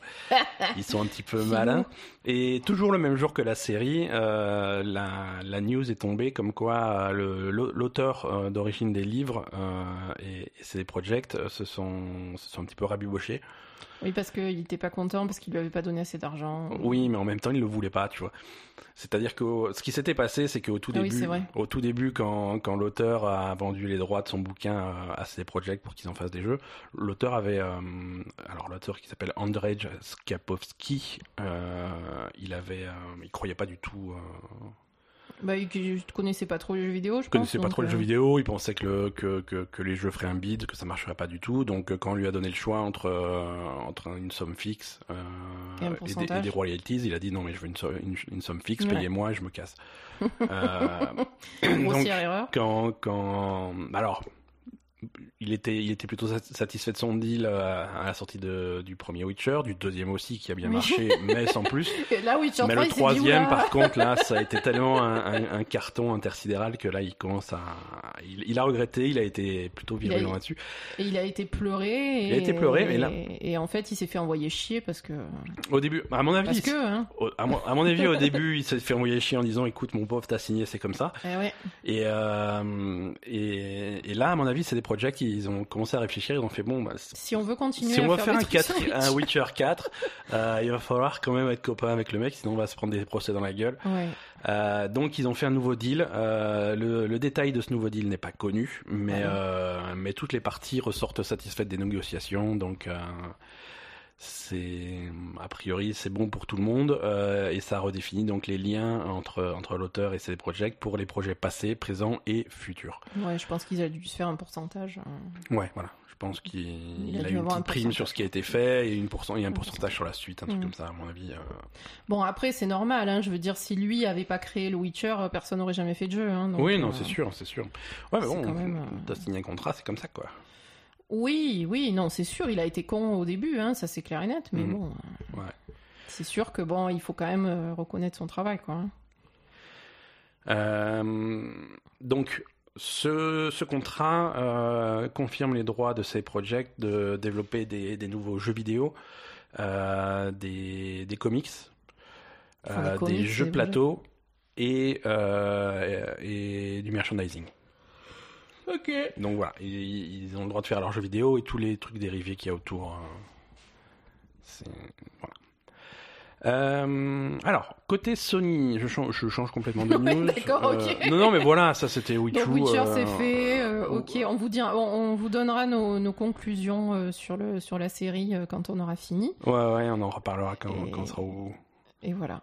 Speaker 1: ils sont un petit peu
Speaker 2: Filou.
Speaker 1: malins. Et toujours le même jour que la série, euh, la, la news est tombée comme quoi euh, le- l'au- l'auteur euh, d'origine des livres euh, et, et ses projects euh, se sont se sont un petit peu rabibochés.
Speaker 2: Oui, parce qu'il était pas content, parce qu'il lui avait pas donné assez d'argent.
Speaker 1: Oui, mais en même temps ils le voulaient pas, tu vois. C'est-à-dire que au- ce qui s'était passé, c'est qu'au tout
Speaker 2: Ah oui,
Speaker 1: début,
Speaker 2: c'est vrai.
Speaker 1: au tout début, quand, quand l'auteur a vendu les droits de son bouquin euh, à CD Projekt pour qu'ils en fassent des jeux, l'auteur avait, euh, alors l'auteur qui s'appelle Andrzej Skapowski, euh, il avait, euh, il croyait pas du tout, euh,
Speaker 2: Bah, il ne connaissait pas trop les jeux vidéo, je
Speaker 1: il connaissait
Speaker 2: pense,
Speaker 1: pas
Speaker 2: donc,
Speaker 1: trop les
Speaker 2: euh,
Speaker 1: jeux vidéo, il pensait que, le, que, que, que les jeux feraient un bid, que ça marcherait pas du tout. Donc euh, quand on lui a donné le choix entre, euh, entre une somme fixe euh,
Speaker 2: Et un
Speaker 1: et des- et,
Speaker 2: pourcentage.
Speaker 1: des royalties, il a dit non mais je veux une, so- une, une somme fixe,
Speaker 2: Ouais.
Speaker 1: payez-moi et je me casse. Euh, donc,
Speaker 2: Grossière erreur.
Speaker 1: quand, quand... Alors, il était, il était plutôt sat- satisfait de son deal euh, à la sortie de, du premier Witcher, du deuxième aussi qui a bien
Speaker 2: Oui.
Speaker 1: marché, mais sans plus.
Speaker 2: Et Là, Witcher 3,
Speaker 1: Mais le
Speaker 2: il s'est dit,
Speaker 1: troisième,
Speaker 2: oula.
Speaker 1: par contre, là, ça a été tellement un, un- un carton intersidéral que là, il commence à. Il, il a regretté, il a été plutôt
Speaker 2: Il a-
Speaker 1: virulent là-dessus.
Speaker 2: Et il a été pleuré. Et...
Speaker 1: Il a été pleuré, mais là-
Speaker 2: Et en fait, il s'est fait envoyer chier parce que.
Speaker 1: Au début, à mon avis,
Speaker 2: Parce que, hein.
Speaker 1: au- à, mon, à mon avis, au début, il s'est fait envoyer chier en disant "Écoute, mon pauvre, t'as signé, c'est comme ça."
Speaker 2: Eh ouais.
Speaker 1: Et, euh, et, et là, à mon avis, c'est des projets qu'ils ont commencé à réfléchir. Ils ont fait "Bon, bah, c'est-
Speaker 2: Si on veut continuer
Speaker 1: si
Speaker 2: à
Speaker 1: on va
Speaker 2: faire,
Speaker 1: faire un,
Speaker 2: des trucs sur
Speaker 1: quatre- un Witcher 4, euh, il va falloir quand même être copain avec le mec, sinon on va se prendre des procès dans la gueule."
Speaker 2: Ouais.
Speaker 1: Euh, donc ils ont fait un nouveau deal. Euh, le, le détail de ce nouveau deal n'est pas connu, mais,
Speaker 2: Ah oui.
Speaker 1: euh, mais toutes les parties ressortent satisfaites des négociations. Donc euh, c'est a priori c'est bon pour tout le monde euh, et ça redéfinit donc les liens entre entre l'auteur et ses projets pour les projets passés, présents et futurs.
Speaker 2: Ouais, je pense qu'ils auraient dû se faire un pourcentage. hein.
Speaker 1: Ouais, voilà. Je pense qu'il il
Speaker 2: Il a
Speaker 1: a
Speaker 2: dû
Speaker 1: eu une
Speaker 2: avoir
Speaker 1: petite
Speaker 2: un
Speaker 1: prime sur ce qui a été fait et, une pourcent- et un
Speaker 2: Un
Speaker 1: pourcentage sur la suite, un truc
Speaker 2: Mm.
Speaker 1: comme ça à mon avis. euh,
Speaker 2: Bon, après, c'est normal, hein. Je veux dire, si lui avait pas créé le Witcher, euh, personne n'aurait jamais fait de jeu, hein. donc,
Speaker 1: oui, non,
Speaker 2: euh,
Speaker 1: c'est sûr, c'est sûr. Ouais, mais
Speaker 2: c'est
Speaker 1: bon,
Speaker 2: quand même, euh,
Speaker 1: t'as signé un contrat, c'est comme ça quoi.
Speaker 2: Oui, oui, non, c'est sûr, il a été con au début, hein, ça c'est clair et net, mais
Speaker 1: Mhm.
Speaker 2: bon. euh,
Speaker 1: Ouais.
Speaker 2: C'est sûr que bon, il faut quand même euh, reconnaître son travail, quoi. hein.
Speaker 1: Euh, donc, ce, ce contrat euh, confirme les droits de ces projets de développer des, des nouveaux jeux vidéo euh, des, des comics,
Speaker 2: Enfin, des
Speaker 1: euh,
Speaker 2: comics,
Speaker 1: des jeux
Speaker 2: des
Speaker 1: plateaux et, euh, et, et du merchandising.
Speaker 2: Ok.
Speaker 1: Donc voilà, ils, ils ont le droit de faire leurs jeux vidéo et tous les trucs dérivés qu'il y a autour. hein. C'est- voilà. Euh, alors, côté Sony, je change, je change complètement de
Speaker 2: Ouais,
Speaker 1: news.
Speaker 2: d'accord, ok.
Speaker 1: Non, non, mais voilà, ça c'était Witcher.
Speaker 2: Donc Witcher
Speaker 1: euh, oh.
Speaker 2: c'est fait, euh, ok, on vous, dit, on, on vous donnera nos, nos conclusions euh, sur, le, sur la série euh, quand on aura fini.
Speaker 1: Ouais, ouais, on en reparlera quand,
Speaker 2: Et-
Speaker 1: quand on sera au.
Speaker 2: Et voilà.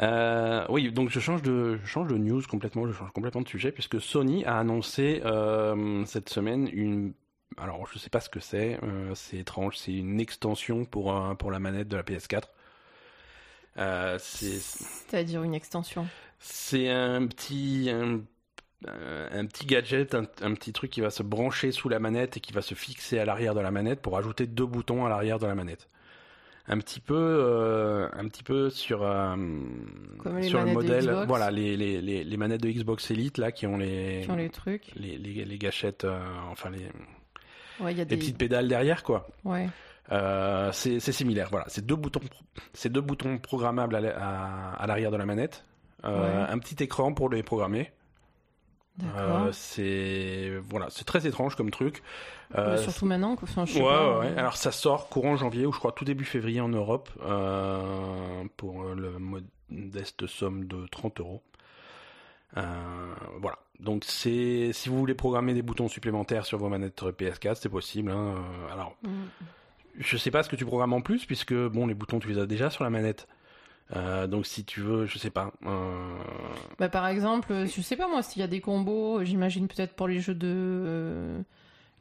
Speaker 1: Euh, oui, donc je change de je change de news complètement, je change complètement de sujet puisque Sony a annoncé euh, cette semaine une alors je sais pas ce que c'est, euh, c'est étrange, c'est une extension pour euh, pour la manette de la PS4. Euh, c'est
Speaker 2: C'est-à-dire une extension.
Speaker 1: c'est un petit un, euh, un petit gadget, un, un petit truc qui va se brancher sous la manette et qui va se fixer à l'arrière de la manette pour ajouter deux boutons à l'arrière de la manette. Un petit peu, euh, un petit peu sur euh,
Speaker 2: les
Speaker 1: sur le
Speaker 2: manettes de
Speaker 1: modèle,
Speaker 2: Xbox.
Speaker 1: voilà les, les, les, les manettes de Xbox Elite là qui ont les
Speaker 2: Sur les trucs.
Speaker 1: les, les- les gâchettes, euh, enfin les,
Speaker 2: Ouais, il y
Speaker 1: les
Speaker 2: a des.
Speaker 1: petites pédales derrière quoi.
Speaker 2: Ouais.
Speaker 1: Euh, c'est c'est similaire, voilà. C'est deux boutons, pro- c'est deux boutons programmables à la- à, à l'arrière de la manette, Euh,
Speaker 2: Ouais.
Speaker 1: un petit écran pour les programmer.
Speaker 2: D'accord.
Speaker 1: Euh, c'est voilà, c'est très étrange comme truc. Euh,
Speaker 2: Mais surtout maintenant, quoi. Enfin, je sais
Speaker 1: ouais,
Speaker 2: pas,
Speaker 1: ouais, ouais.
Speaker 2: euh,
Speaker 1: Alors ça sort courant janvier ou je crois tout début février en Europe euh, pour euh, le modeste somme de 30 euros. Euh, voilà. Donc c'est si vous voulez programmer des boutons supplémentaires sur vos manettes PS4, c'est possible. hein. Euh, Alors
Speaker 2: mm.
Speaker 1: je sais pas ce que tu programmes en plus, puisque bon, les boutons tu les as déjà sur la manette. Euh, donc si tu veux, je sais pas. euh,
Speaker 2: Bah, par exemple, euh, je sais pas moi s'il y a des combos, euh, j'imagine peut-être pour les jeux de euh,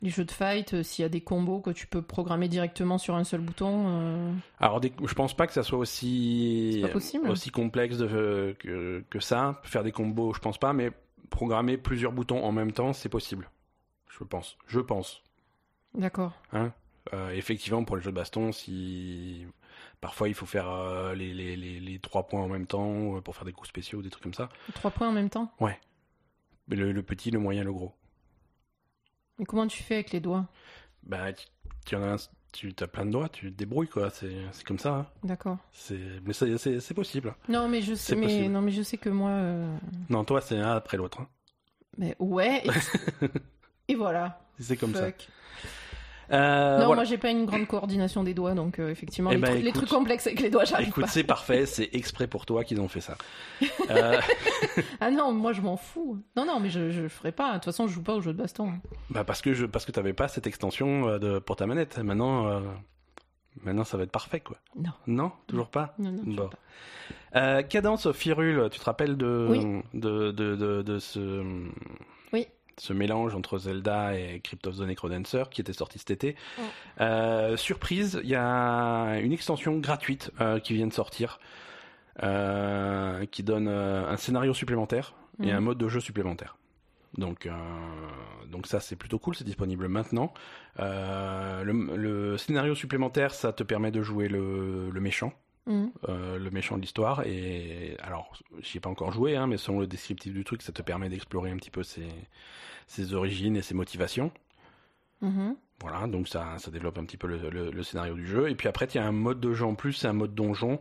Speaker 2: les jeux de fight, euh, s'il y a des combos que tu peux programmer directement sur un seul bouton. euh,
Speaker 1: Alors des- je pense pas que ça soit aussi
Speaker 2: C'est pas possible.
Speaker 1: euh, aussi complexe de- que, que ça. Faire des combos, je pense pas, mais programmer plusieurs boutons en même temps, c'est possible. Je pense. Je pense.
Speaker 2: D'accord.
Speaker 1: Euh, effectivement, pour les jeux de baston, si parfois il faut faire euh, les, les, les, les trois points en même temps euh, pour faire des coups spéciaux, des trucs comme ça.
Speaker 2: Trois points en même temps.
Speaker 1: Le- le petit, le moyen, le gros.
Speaker 2: Mais comment tu fais avec les doigts
Speaker 1: Bah, tu, tu en as, un- tu as plein de doigts, tu te débrouilles, quoi. C'est c'est comme ça. hein.
Speaker 2: D'accord.
Speaker 1: C'est- Mais c'est- c'est c'est possible.
Speaker 2: Non mais je
Speaker 1: C'est
Speaker 2: sais mais
Speaker 1: possible.
Speaker 2: non mais je sais que moi euh,
Speaker 1: Non, toi, c'est un après l'autre. hein.
Speaker 2: mais ouais et, et voilà.
Speaker 1: C'est comme
Speaker 2: Fuck.
Speaker 1: ça. Euh,
Speaker 2: non,
Speaker 1: voilà.
Speaker 2: moi j'ai pas une grande coordination des doigts donc euh, effectivement
Speaker 1: Eh
Speaker 2: les,
Speaker 1: ben,
Speaker 2: tru- les
Speaker 1: écoute.
Speaker 2: trucs complexes avec les doigts j'arrive
Speaker 1: Écoute,
Speaker 2: pas.
Speaker 1: c'est parfait, c'est exprès pour toi qu'ils ont fait ça. Euh,
Speaker 2: Ah non, moi je m'en fous. Non non, mais je je ferai pas. De toute façon, je joue pas aux jeux de baston. hein.
Speaker 1: bah parce que je parce que t'avais pas cette extension euh, de pour ta manette. Maintenant, euh, maintenant ça va être parfait quoi.
Speaker 2: Non.
Speaker 1: Non, toujours pas.
Speaker 2: Non non, je
Speaker 1: Bon.
Speaker 2: joue pas.
Speaker 1: Bah. Euh, Cadence Firule, tu te rappelles de
Speaker 2: Oui.
Speaker 1: de, de, de- de ce
Speaker 2: Oui.
Speaker 1: ce mélange entre Zelda et Crypt of the Necrodancer qui était sorti cet été.
Speaker 2: Oui.
Speaker 1: Euh, surprise, il y a une extension gratuite euh, qui vient de sortir, euh, qui donne euh, un scénario supplémentaire et
Speaker 2: Mhm.
Speaker 1: un mode de jeu supplémentaire. Donc, euh, donc ça c'est plutôt cool, c'est disponible maintenant. Euh, le, le scénario supplémentaire, ça te permet de jouer le, le méchant.
Speaker 2: Mhm.
Speaker 1: Euh, le méchant de l'histoire. Et alors, j'y ai pas encore joué, hein, mais selon le descriptif du truc, ça te permet d'explorer un petit peu ses, ses origines et ses motivations.
Speaker 2: Mhm.
Speaker 1: Voilà, donc ça, ça développe un petit peu le, le- le scénario du jeu. Et puis après, il y a un mode de jeu en plus, c'est un mode donjon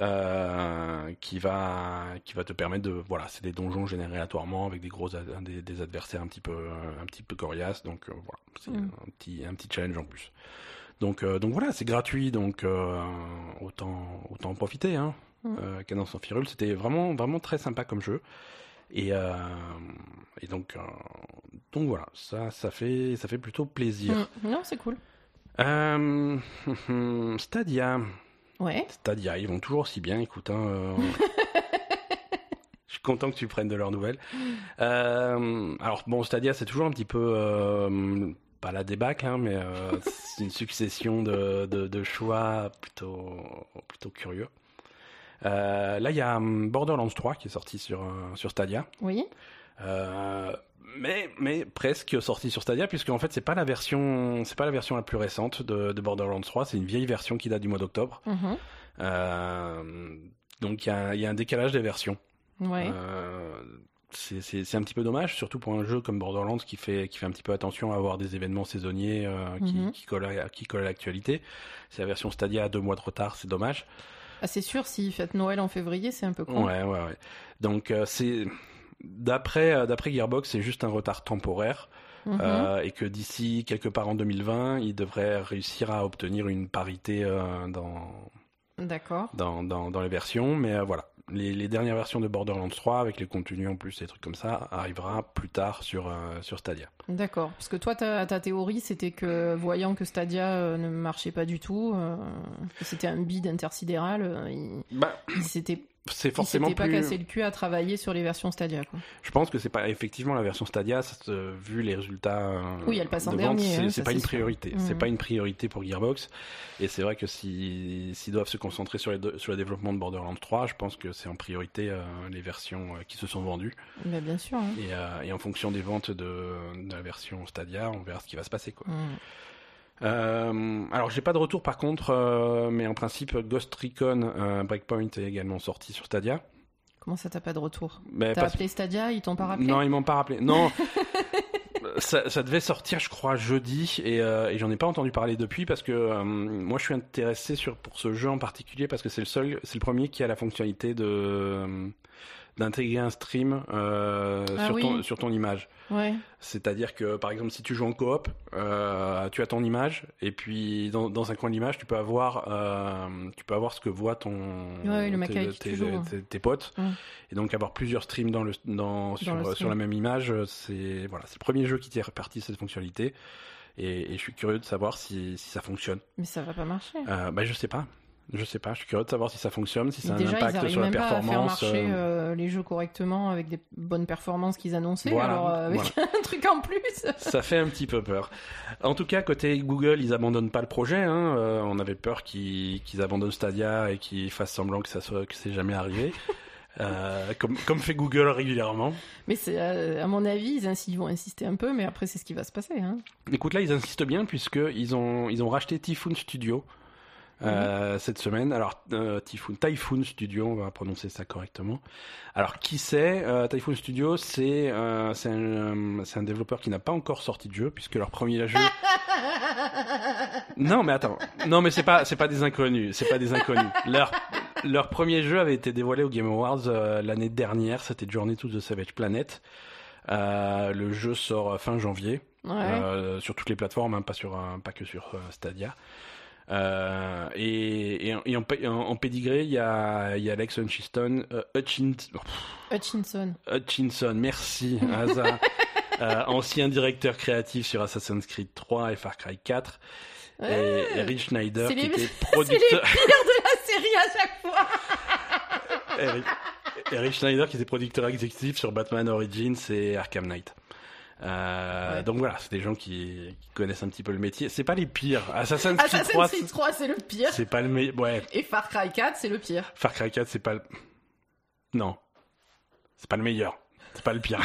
Speaker 1: euh, qui va qui va te permettre de voilà, c'est des donjons générés aléatoirement avec des gros ad- des, des adversaires un petit peu un petit peu coriaces. Donc euh, voilà, c'est
Speaker 2: Mm.
Speaker 1: un petit un petit challenge en plus. Donc euh, donc voilà, c'est gratuit, donc euh, autant autant en profiter. Hein.
Speaker 2: Mm.
Speaker 1: Euh, Cadence en firule, c'était vraiment vraiment très sympa comme jeu. Et, euh, et donc, euh, donc voilà, ça, ça fait, ça fait plutôt plaisir.
Speaker 2: Mm. Non, c'est cool.
Speaker 1: Euh, Stadia.
Speaker 2: Ouais.
Speaker 1: Stadia, ils vont toujours si bien, écoute. hein, euh, Je suis content que tu prennes de leurs nouvelles. Euh, alors bon, Stadia, c'est toujours un petit peu... euh, pas la débâcle, hein, mais euh, c'est une succession de, de- de choix plutôt, plutôt curieux. Euh, là, il y a hum, Borderlands 3 qui est sorti sur, euh, sur Stadia.
Speaker 2: Oui.
Speaker 1: Euh, mais, mais presque sorti sur Stadia, puisque en fait, c'est pas la version, c'est pas la version la plus récente de, de Borderlands 3. C'est une vieille version qui date du mois d'octobre.
Speaker 2: Mhm.
Speaker 1: Euh, donc il y a, il y a un décalage des versions.
Speaker 2: Ouais.
Speaker 1: Euh, c'est un petit peu dommage, surtout pour un jeu comme Borderlands qui fait, qui fait un petit peu attention à avoir des événements saisonniers euh, qui,
Speaker 2: Mhm.
Speaker 1: qui collent à, qui collent à l'actualité. C'est la version Stadia à deux mois de retard, c'est dommage.
Speaker 2: Ah, c'est sûr, si fête Noël en février, c'est un peu con.
Speaker 1: Ouais, ouais, ouais. Donc, euh, c'est. D'après euh, d'après Gearbox, c'est juste un retard temporaire
Speaker 2: Mhm.
Speaker 1: euh, et que d'ici quelque part en 2020, ils devraient réussir à obtenir une parité euh, dans,
Speaker 2: D'accord.
Speaker 1: dans, dans, dans les versions. Mais euh, voilà, les, les dernières versions de Borderlands 3 avec les contenus en plus et des trucs comme ça arrivera plus tard sur, euh, sur Stadia.
Speaker 2: D'accord. Parce que toi, ta, ta théorie, c'était que voyant que Stadia euh, ne marchait pas du tout, euh, que c'était un bid intersidéral, euh, il, il s'était
Speaker 1: c'est
Speaker 2: il
Speaker 1: Bah, forcément
Speaker 2: s'était pas
Speaker 1: plus-
Speaker 2: cassé le cul à travailler sur les versions Stadia. Quoi.
Speaker 1: Je pense que c'est pas effectivement la version Stadia, ça se- vu les résultats. euh,
Speaker 2: Oui, elle passe en
Speaker 1: de vente,
Speaker 2: dernier,
Speaker 1: C'est
Speaker 2: hein,
Speaker 1: c'est
Speaker 2: ça,
Speaker 1: pas
Speaker 2: c'est
Speaker 1: une
Speaker 2: sûr.
Speaker 1: priorité. C'est
Speaker 2: Mhm.
Speaker 1: pas une priorité pour Gearbox. Et c'est vrai que si- s'ils doivent se concentrer sur, les deux- sur le développement de Borderlands 3, je pense que c'est en priorité euh, les versions euh, qui se sont vendues.
Speaker 2: Bah, bien sûr. hein.
Speaker 1: Et, euh, et en fonction des ventes de, de la version Stadia, on verra ce qui va se passer. Quoi.
Speaker 2: Mm.
Speaker 1: Euh, alors j'ai pas de retour par contre, euh, mais en principe Ghost Recon euh, Breakpoint est également sorti sur Stadia.
Speaker 2: Comment ça, t'as pas de retour
Speaker 1: Mais
Speaker 2: T'as
Speaker 1: Eh, parce-
Speaker 2: appelé Stadia, ils t'ont pas rappelé
Speaker 1: Non, ils m'ont pas rappelé. Non, Euh, ça, ça devait sortir, je crois, jeudi, et, euh, et j'en ai pas entendu parler depuis parce que euh, moi, je suis intéressé sur pour ce jeu en particulier parce que c'est le seul, c'est le premier qui a la fonctionnalité de euh, d'intégrer un stream euh,
Speaker 2: Ah
Speaker 1: sur, ton,
Speaker 2: oui.
Speaker 1: sur ton image.
Speaker 2: Ouais.
Speaker 1: C'est-à-dire que, par exemple, si tu joues en coop, euh, tu as ton image, et puis dans, dans un coin de l'image, tu peux avoir, euh, tu peux avoir ce que voit ton
Speaker 2: Ouais, le mec
Speaker 1: tes,
Speaker 2: avec qui
Speaker 1: tes-
Speaker 2: tu joues, hein.
Speaker 1: tes- tes potes,
Speaker 2: Ouais.
Speaker 1: et donc avoir plusieurs streams dans le, dans, sur,
Speaker 2: le stream.
Speaker 1: sur la même image. C'est voilà, c'est le premier jeu qui t'est réparti cette fonctionnalité, et, et je suis curieux de savoir si, si ça fonctionne.
Speaker 2: Mais ça va pas marcher.
Speaker 1: Euh, bah, je sais pas, je sais pas. Je suis curieux de savoir si ça fonctionne, si ça a un
Speaker 2: Déjà, ils
Speaker 1: impact
Speaker 2: arrivent
Speaker 1: sur la
Speaker 2: même pas à faire
Speaker 1: performance.
Speaker 2: marcher
Speaker 1: euh,
Speaker 2: euh, les jeux correctement avec des bonnes performances qu'ils annonçaient.
Speaker 1: Voilà,
Speaker 2: alors, euh, avec un truc en plus.
Speaker 1: Ça fait un petit peu peur. En tout cas, côté Google, ils abandonnent pas le projet. hein. Euh, on avait peur qu'ils qu'ils abandonnent Stadia et qu'ils fassent semblant que ça soit que c'est jamais arrivé, Euh, comme comme fait Google régulièrement.
Speaker 2: Mais c'est, euh, à mon avis, ils, ins- ils vont insister un peu, mais après, c'est ce qui va se passer. hein.
Speaker 1: Écoute, là, ils insistent bien puisque ils ont ils ont racheté Typhoon Studio. euh, cette semaine, alors euh, Typhoon, Typhoon Studio, on va prononcer ça correctement. Alors qui c'est Euh, Typhoon Studio, c'est euh, c'est un, euh, c'est un développeur qui n'a pas encore sorti de jeu puisque leur premier jeu Non, mais attends. Non, mais c'est pas, c'est pas des inconnus. C'est pas des inconnus. Leur, leur premier jeu avait été dévoilé au Game Awards euh, l'année dernière. C'était Journey to the Savage Planet. Euh, le jeu sort euh, fin janvier
Speaker 2: Ouais.
Speaker 1: euh, sur toutes les plateformes, hein, pas sur, euh, pas que sur euh, Stadia. Euh, et, et en, et en pé- en- en pédigré, il y a, il y a Alex Hutchinson, euh, Hutchin-
Speaker 2: Hutchinson.
Speaker 1: Hutchinson, merci, Asa, Euh, ancien directeur créatif sur Assassin's Creed 3 et Far Cry 4,
Speaker 2: Ouais.
Speaker 1: et, et Rich Schneider,
Speaker 2: C'est
Speaker 1: qui
Speaker 2: les-
Speaker 1: était
Speaker 2: C'est les pires
Speaker 1: producteur,
Speaker 2: de la série à chaque fois.
Speaker 1: et Rich- et Rich Schneider, qui était producteur exécutif sur Batman Origins et Arkham Knight. Euh,
Speaker 2: Ouais.
Speaker 1: Donc voilà, c'est des gens qui, qui connaissent un petit peu le métier. C'est pas les pires. Assassin's Creed
Speaker 2: Assassin's
Speaker 1: 3,
Speaker 2: Creed 3, c'est le pire.
Speaker 1: c'est pas le meilleur. Ouais,
Speaker 2: Et Far Cry 4, c'est le pire.
Speaker 1: Far Cry 4, c'est pas le... Non. C'est pas le meilleur. C'est pas le pire.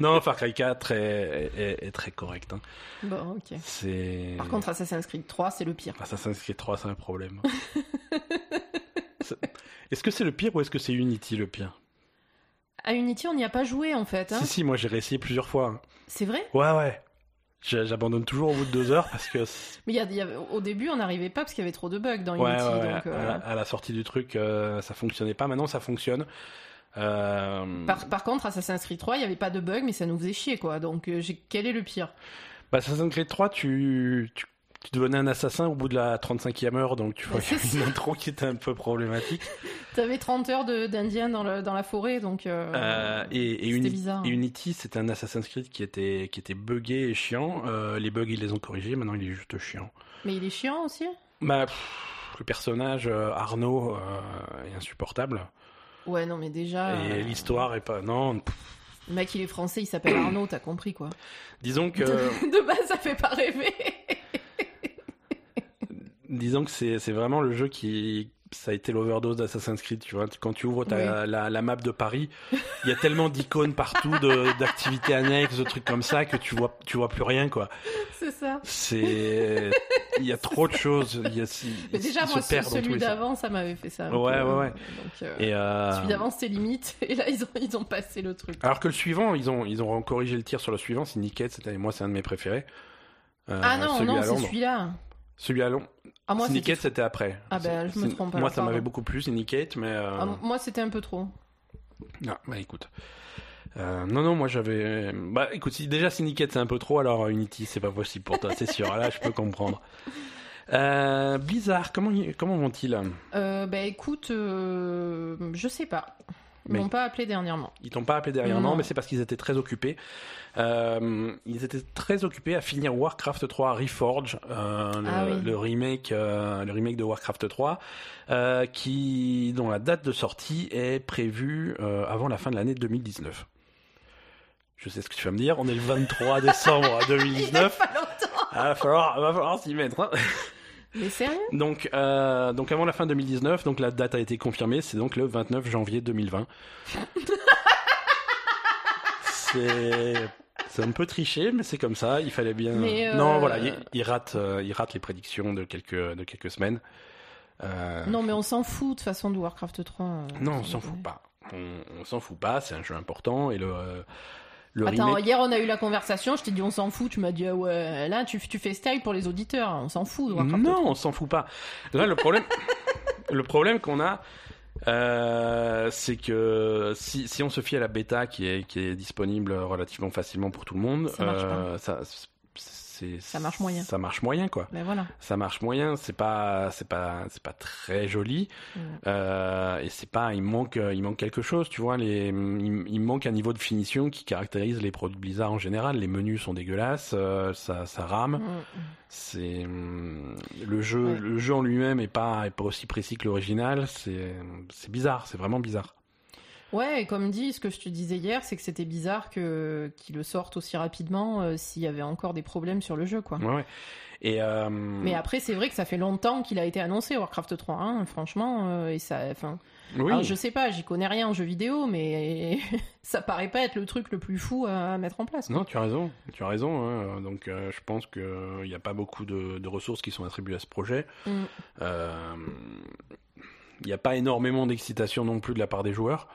Speaker 1: non, Far Cry 4 est, est- est très correct. hein.
Speaker 2: Bon, ok.
Speaker 1: C'est...
Speaker 2: Par contre, Assassin's Creed 3, c'est le pire.
Speaker 1: Assassin's Creed 3, c'est un problème. C'est- est-ce que c'est le pire ou est-ce que c'est Unity le pire
Speaker 2: À Unity, on n'y a pas joué en fait. hein.
Speaker 1: Si, si, moi j'ai réessayé plusieurs fois. hein.
Speaker 2: C'est vrai
Speaker 1: Ouais, ouais. Je- J'abandonne toujours au bout de deux heures parce que c'est-
Speaker 2: Mais il y a- il y a- au début, on n'arrivait pas parce qu'il y avait trop de bugs dans
Speaker 1: ouais,
Speaker 2: Unity.
Speaker 1: ouais, ouais, à,
Speaker 2: donc, euh,
Speaker 1: la, à la sortie du truc, euh, ça fonctionnait pas. Maintenant, ça fonctionne. Euh,
Speaker 2: Par, par contre, Assassin's Creed 3, il n'y avait pas de bug, mais ça nous faisait chier, quoi. Donc, euh, j'ai- quel est le pire
Speaker 1: Bah, Assassin's Creed 3, tu, tu, tu devenais un assassin au bout de la 35e heure, donc tu
Speaker 2: Bah,
Speaker 1: vois qu'il y
Speaker 2: c'est
Speaker 1: avait une intro qui était un peu problématique.
Speaker 2: T'avais 30 heures de- d'Indien dans, le- dans la forêt, donc... euh,
Speaker 1: Euh, et, et
Speaker 2: c'était
Speaker 1: Uni-
Speaker 2: bizarre. hein.
Speaker 1: et Unity, c'était un Assassin's Creed qui était, qui était buggé et chiant. Euh, les bugs, ils les ont corrigés, maintenant il est juste chiant.
Speaker 2: Mais il est chiant aussi
Speaker 1: Bah, pff, le personnage, euh, Arnaud, euh, est insupportable.
Speaker 2: Ouais, non, mais déjà...
Speaker 1: Et
Speaker 2: euh,
Speaker 1: l'histoire est pas. Non, pff.
Speaker 2: Le mec, il est français, il s'appelle Arnaud, t'as compris, quoi.
Speaker 1: disons que.
Speaker 2: De, de base, ça fait pas rêver
Speaker 1: Disons que c'est c'est vraiment le jeu qui ça a été l'overdose d'Assassin's Creed, tu vois. Tu- Quand tu ouvres ta- la, la map de Paris, il y a tellement d'icônes partout, de- d'activités annexes, de trucs comme ça que tu vois tu vois plus rien quoi.
Speaker 2: C'est ça
Speaker 1: C'est il y a trop de choses. Il y a, si-
Speaker 2: Mais déjà,
Speaker 1: se
Speaker 2: moi,
Speaker 1: perd dans tous
Speaker 2: celui
Speaker 1: les sens.
Speaker 2: d'avant, ça m'avait fait ça. un
Speaker 1: Ouais,
Speaker 2: peu,
Speaker 1: ouais,
Speaker 2: euh,
Speaker 1: ouais.
Speaker 2: donc, euh,
Speaker 1: Et euh,
Speaker 2: Celui d'avant, c'était limite. Et là, ils ont, ils ont passé le truc.
Speaker 1: alors que le suivant, ils ont ils ont corrigé le tir sur le suivant. C'est nickel. C'était moi, c'est un de mes préférés. Euh,
Speaker 2: ah non,
Speaker 1: celui
Speaker 2: non,
Speaker 1: à
Speaker 2: c'est
Speaker 1: Londres.
Speaker 2: celui-là.
Speaker 1: Celui à Londres.
Speaker 2: Ah, moi, c'était-
Speaker 1: Syndicate, c'était après.
Speaker 2: Ah ben,
Speaker 1: C'est-
Speaker 2: je me
Speaker 1: c'est-
Speaker 2: trompe,
Speaker 1: Moi,
Speaker 2: alors,
Speaker 1: ça m'avait
Speaker 2: pardon.
Speaker 1: beaucoup plu, Syndicate, mais. euh,
Speaker 2: ah, moi, c'était un peu trop.
Speaker 1: Non, bah écoute. Euh, non, non, moi j'avais. Bah écoute, si déjà Syndicate c'est un peu trop, alors euh, Unity c'est pas possible pour toi, c'est sûr. Là, je peux comprendre. Euh, Blizzard, comment, y- comment vont-ils
Speaker 2: Euh, bah écoute, euh, je sais pas. Ils
Speaker 1: Mais-
Speaker 2: m'ont pas appelé dernièrement.
Speaker 1: Ils t'ont pas appelé derrière, non,
Speaker 2: Non.
Speaker 1: mais c'est parce qu'ils étaient très occupés. Euh, ils étaient très occupés à finir Warcraft 3 Reforge, euh, le,
Speaker 2: Ah oui.
Speaker 1: le remake, euh, le remake de Warcraft 3, euh, qui dont la date de sortie est prévue euh, avant la fin de l'année 2019. Je sais ce que tu vas me dire. On est le 23 décembre
Speaker 2: Il a
Speaker 1: 2019.
Speaker 2: pas longtemps.
Speaker 1: Ah, va falloir, va falloir s'y mettre. hein.
Speaker 2: Mais sérieux
Speaker 1: Donc, euh, donc avant la fin 2019, donc la date a été confirmée, c'est donc le 29 janvier 2020. c'est c'est un peu triché, mais c'est comme ça. Il fallait bien.
Speaker 2: Mais, euh,
Speaker 1: Non, voilà, il, il rate, euh, il rate les prédictions de quelques de quelques semaines. Euh,
Speaker 2: Non, mais on s'en fout de toute façon de Warcraft 3. euh,
Speaker 1: non,
Speaker 2: sans
Speaker 1: on s'en
Speaker 2: déconner.
Speaker 1: fout pas. On, on s'en fout pas. C'est un jeu important et le euh, le
Speaker 2: Attends,
Speaker 1: remake-
Speaker 2: hier on a eu la conversation, je t'ai dit on s'en fout, tu m'as dit ah ouais, là tu, tu fais style pour les auditeurs, on s'en fout de Warcraft
Speaker 1: Non, on s'en fout pas. Là, le problème, le problème qu'on a, euh, c'est que si, si on se fie à la bêta qui est, qui est disponible relativement facilement pour tout le monde,
Speaker 2: Ça marche
Speaker 1: euh, ça, c'est-
Speaker 2: Ça marche moyen.
Speaker 1: Ça marche moyen, quoi.
Speaker 2: Mais voilà.
Speaker 1: Ça marche moyen. C'est pas, c'est pas, c'est pas très joli.
Speaker 2: Mm.
Speaker 1: Euh, et c'est pas, il manque, il manque quelque chose. Tu vois, les, il, il manque un niveau de finition qui caractérise les produits Blizzard en général. Les menus sont dégueulasses. euh, ça, ça rame.
Speaker 2: Mm.
Speaker 1: C'est hum, le jeu,
Speaker 2: Ouais.
Speaker 1: le jeu en lui-même est pas, est pas aussi précis que l'original. C'est, mm, c'est bizarre, c'est vraiment bizarre.
Speaker 2: Ouais, et comme dit, ce que je te disais hier, c'est que c'était bizarre que qu'ils le sortent aussi rapidement euh, s'il y avait encore des problèmes sur le jeu, quoi.
Speaker 1: Ouais, ouais. Et euh,
Speaker 2: Ah. Mais après, c'est vrai que ça fait longtemps qu'il a été annoncé Warcraft 3, hein, franchement, euh, et ça, enfin,
Speaker 1: oui,
Speaker 2: alors, je sais pas, j'y connais rien en jeu vidéo, mais ça paraît pas être le truc le plus fou à mettre en place. quoi.
Speaker 1: non, tu as raison, tu as raison. hein. Donc, euh, je pense que il n'y a pas beaucoup de, de ressources qui sont attribuées à ce projet.
Speaker 2: Mm.
Speaker 1: Euh, Il n'y a pas énormément d'excitation non plus de la part des joueurs.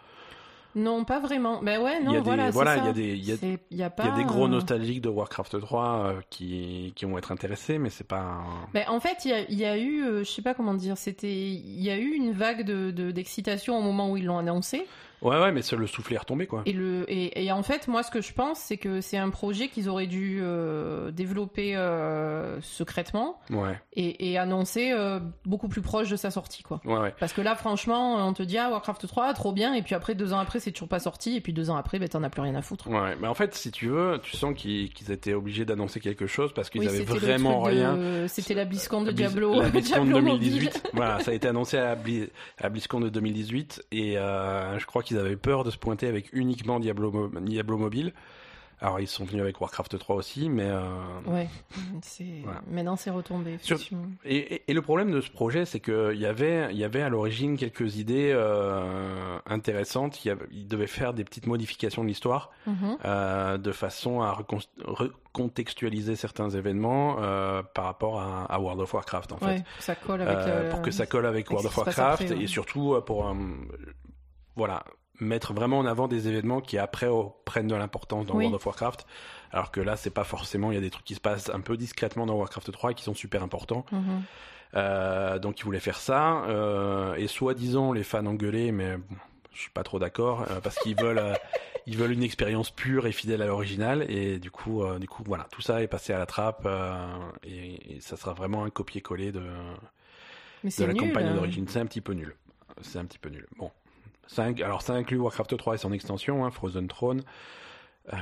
Speaker 2: Non, pas vraiment. Ben ouais,
Speaker 1: il y a
Speaker 2: non,
Speaker 1: des,
Speaker 2: voilà, c'est
Speaker 1: voilà, il y
Speaker 2: ça.
Speaker 1: a des, il y a-
Speaker 2: C'est- il y a
Speaker 1: il y a
Speaker 2: pas,
Speaker 1: des gros
Speaker 2: euh,
Speaker 1: nostalgiques de Warcraft 3 euh, qui, qui vont être intéressés, mais c'est pas. un-
Speaker 2: Ben, en fait, il y a, il y a eu, euh, je sais pas comment dire, c'était, il y a eu une vague de de- d'excitation au moment où ils l'ont annoncé.
Speaker 1: Ouais, ouais, mais c'est le soufflet est retombé quoi.
Speaker 2: Et le et, et en fait, moi, ce que je pense, c'est que c'est un projet qu'ils auraient dû euh, développer euh, secrètement
Speaker 1: Ouais,
Speaker 2: et, et annoncer euh, beaucoup plus proche de sa sortie, quoi.
Speaker 1: ouais, ouais.
Speaker 2: Parce que là, franchement, on te dit ah Warcraft 3, trop bien, et puis après deux ans après, c'est toujours pas sorti, et puis deux ans après, ben t'en as plus rien à foutre.
Speaker 1: Ouais, mais en fait, si tu veux, tu sens qu'ils qu'ils étaient obligés d'annoncer quelque chose parce qu'ils
Speaker 2: Oui,
Speaker 1: avaient
Speaker 2: c'était le
Speaker 1: vraiment
Speaker 2: truc de-
Speaker 1: rien.
Speaker 2: C'était la BlizzCon de
Speaker 1: Blizz-
Speaker 2: Diablo.
Speaker 1: la BlizzCon de
Speaker 2: Diablo mobile.
Speaker 1: 2018. voilà, ça a été annoncé à la, Blizz- à la BlizzCon de 2018 et euh, je crois qu'ils avaient peur de se pointer avec uniquement Diablo, Mo- Diablo Mobile. Alors ils sont venus avec Warcraft 3 aussi, mais euh,
Speaker 2: Ouais, c'est.
Speaker 1: Voilà.
Speaker 2: Maintenant, c'est retombé.
Speaker 1: Sur-
Speaker 2: effectivement.
Speaker 1: et, et- et le problème de ce projet, c'est que il y avait il y avait à l'origine quelques idées euh, intéressantes. Il y avait- Ils devaient faire des petites modifications de l'histoire.
Speaker 2: Mhm.
Speaker 1: euh, de façon à recon- recontextualiser certains événements euh, par rapport à, à World of Warcraft en fait.
Speaker 2: Ouais, ça colle avec.
Speaker 1: Euh,
Speaker 2: la- Mhm.
Speaker 1: pour que ça colle avec
Speaker 2: avec
Speaker 1: World
Speaker 2: ce
Speaker 1: of
Speaker 2: qui se passe
Speaker 1: Warcraft
Speaker 2: après, ouais.
Speaker 1: et surtout euh, pour euh, voilà mettre vraiment en avant des événements qui après oh, prennent de l'importance dans
Speaker 2: Oui.
Speaker 1: World of Warcraft alors que là c'est pas forcément il y a des trucs qui se passent un peu discrètement dans Warcraft 3 qui sont super importants
Speaker 2: Mhm.
Speaker 1: euh, donc ils voulaient faire ça euh, et soi-disant les fans engueulés, mais bon, je suis pas trop d'accord euh, parce qu'ils veulent euh, ils veulent une expérience pure et fidèle à l'original et du coup euh, du coup voilà tout ça est passé à la trappe euh, et, et ça sera vraiment un copier-coller de
Speaker 2: Mais
Speaker 1: de
Speaker 2: c'est
Speaker 1: la
Speaker 2: nul.
Speaker 1: campagne
Speaker 2: hein.
Speaker 1: d'origine. C'est un petit peu nul. C'est un petit peu nul. Bon. Ça inc- alors ça inclut Warcraft 3 et son extension, hein, Frozen Throne. Euh,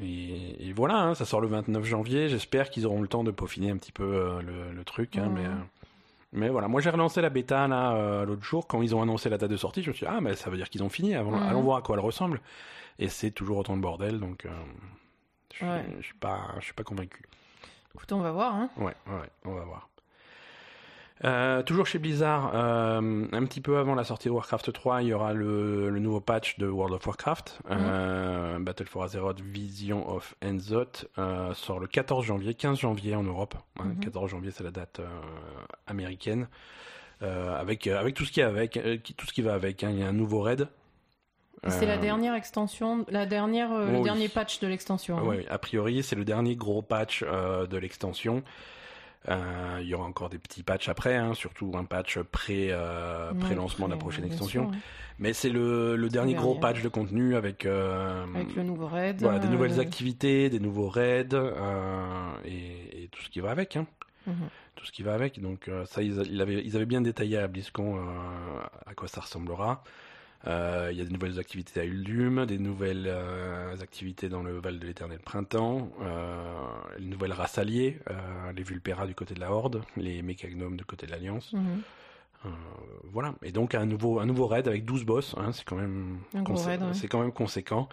Speaker 1: et, et voilà, hein, ça sort le 29 janvier. J'espère qu'ils auront le temps de peaufiner un petit peu euh, le, le truc. hein,
Speaker 2: Mhm.
Speaker 1: mais, euh, mais voilà, moi j'ai relancé la bêta là euh, l'autre jour quand ils ont annoncé la date de sortie. Je me suis dit, ah mais ça veut dire qu'ils ont fini. Avant,
Speaker 2: Mhm.
Speaker 1: Allons voir à quoi elle ressemble. Et c'est toujours autant de bordel, donc euh, je, suis-
Speaker 2: Ouais.
Speaker 1: je suis pas, je suis pas convaincu.
Speaker 2: Écoute, on va voir. Hein.
Speaker 1: Ouais, ouais, ouais, on va voir. Euh, toujours chez Blizzard, euh, un petit peu avant la sortie de Warcraft 3, il y aura le, le nouveau patch de World of Warcraft. Euh,
Speaker 2: Mhm.
Speaker 1: Battle for Azeroth Vision of Enzoth euh, sort le 14 janvier, 15 janvier en Europe. hein,
Speaker 2: Mhm.
Speaker 1: 14 janvier, c'est la date euh, américaine. Euh, avec, euh, avec tout ce qui, est avec, euh, qui- tout ce qui va avec. hein. Il y a un nouveau raid.
Speaker 2: C'est la
Speaker 1: Euh, oh
Speaker 2: dernière extension, la dernière, euh,
Speaker 1: oui.
Speaker 2: le dernier patch de l'extension. hein.
Speaker 1: Ah Ouais, ouais. a priori, c'est le dernier gros patch euh, de l'extension. Euh, Il y aura encore des petits patchs après, hein, surtout un patch pré, euh,
Speaker 2: Ouais,
Speaker 1: pré-lancement de la
Speaker 2: après,
Speaker 1: prochaine
Speaker 2: euh, bien
Speaker 1: extension.
Speaker 2: sûr, ouais.
Speaker 1: Mais c'est le, le dernier gros
Speaker 2: dernier.
Speaker 1: patch de contenu avec, euh,
Speaker 2: Avec le nouveau raid.
Speaker 1: voilà, des
Speaker 2: euh,
Speaker 1: nouvelles activités, des nouveaux raids euh, et, et tout ce qui va avec. hein.
Speaker 2: Mhm.
Speaker 1: Tout ce qui va avec. Donc euh, ça, ils, ils avaient, ils avaient bien détaillé à BlizzCon euh, à quoi ça ressemblera. Euh, Il y a des nouvelles activités à Uldum, des nouvelles euh, activités dans le Val de l'Éternel Printemps, euh, les nouvelles races alliées, euh, les Vulpera du côté de la Horde, les Mécagnomes du côté de l'Alliance.
Speaker 2: Mhm.
Speaker 1: Euh, voilà. Et donc un nouveau, un nouveau raid avec 12 boss, hein, c'est quand même,
Speaker 2: Un gros
Speaker 1: consé-
Speaker 2: raid, ouais.
Speaker 1: c'est quand même conséquent.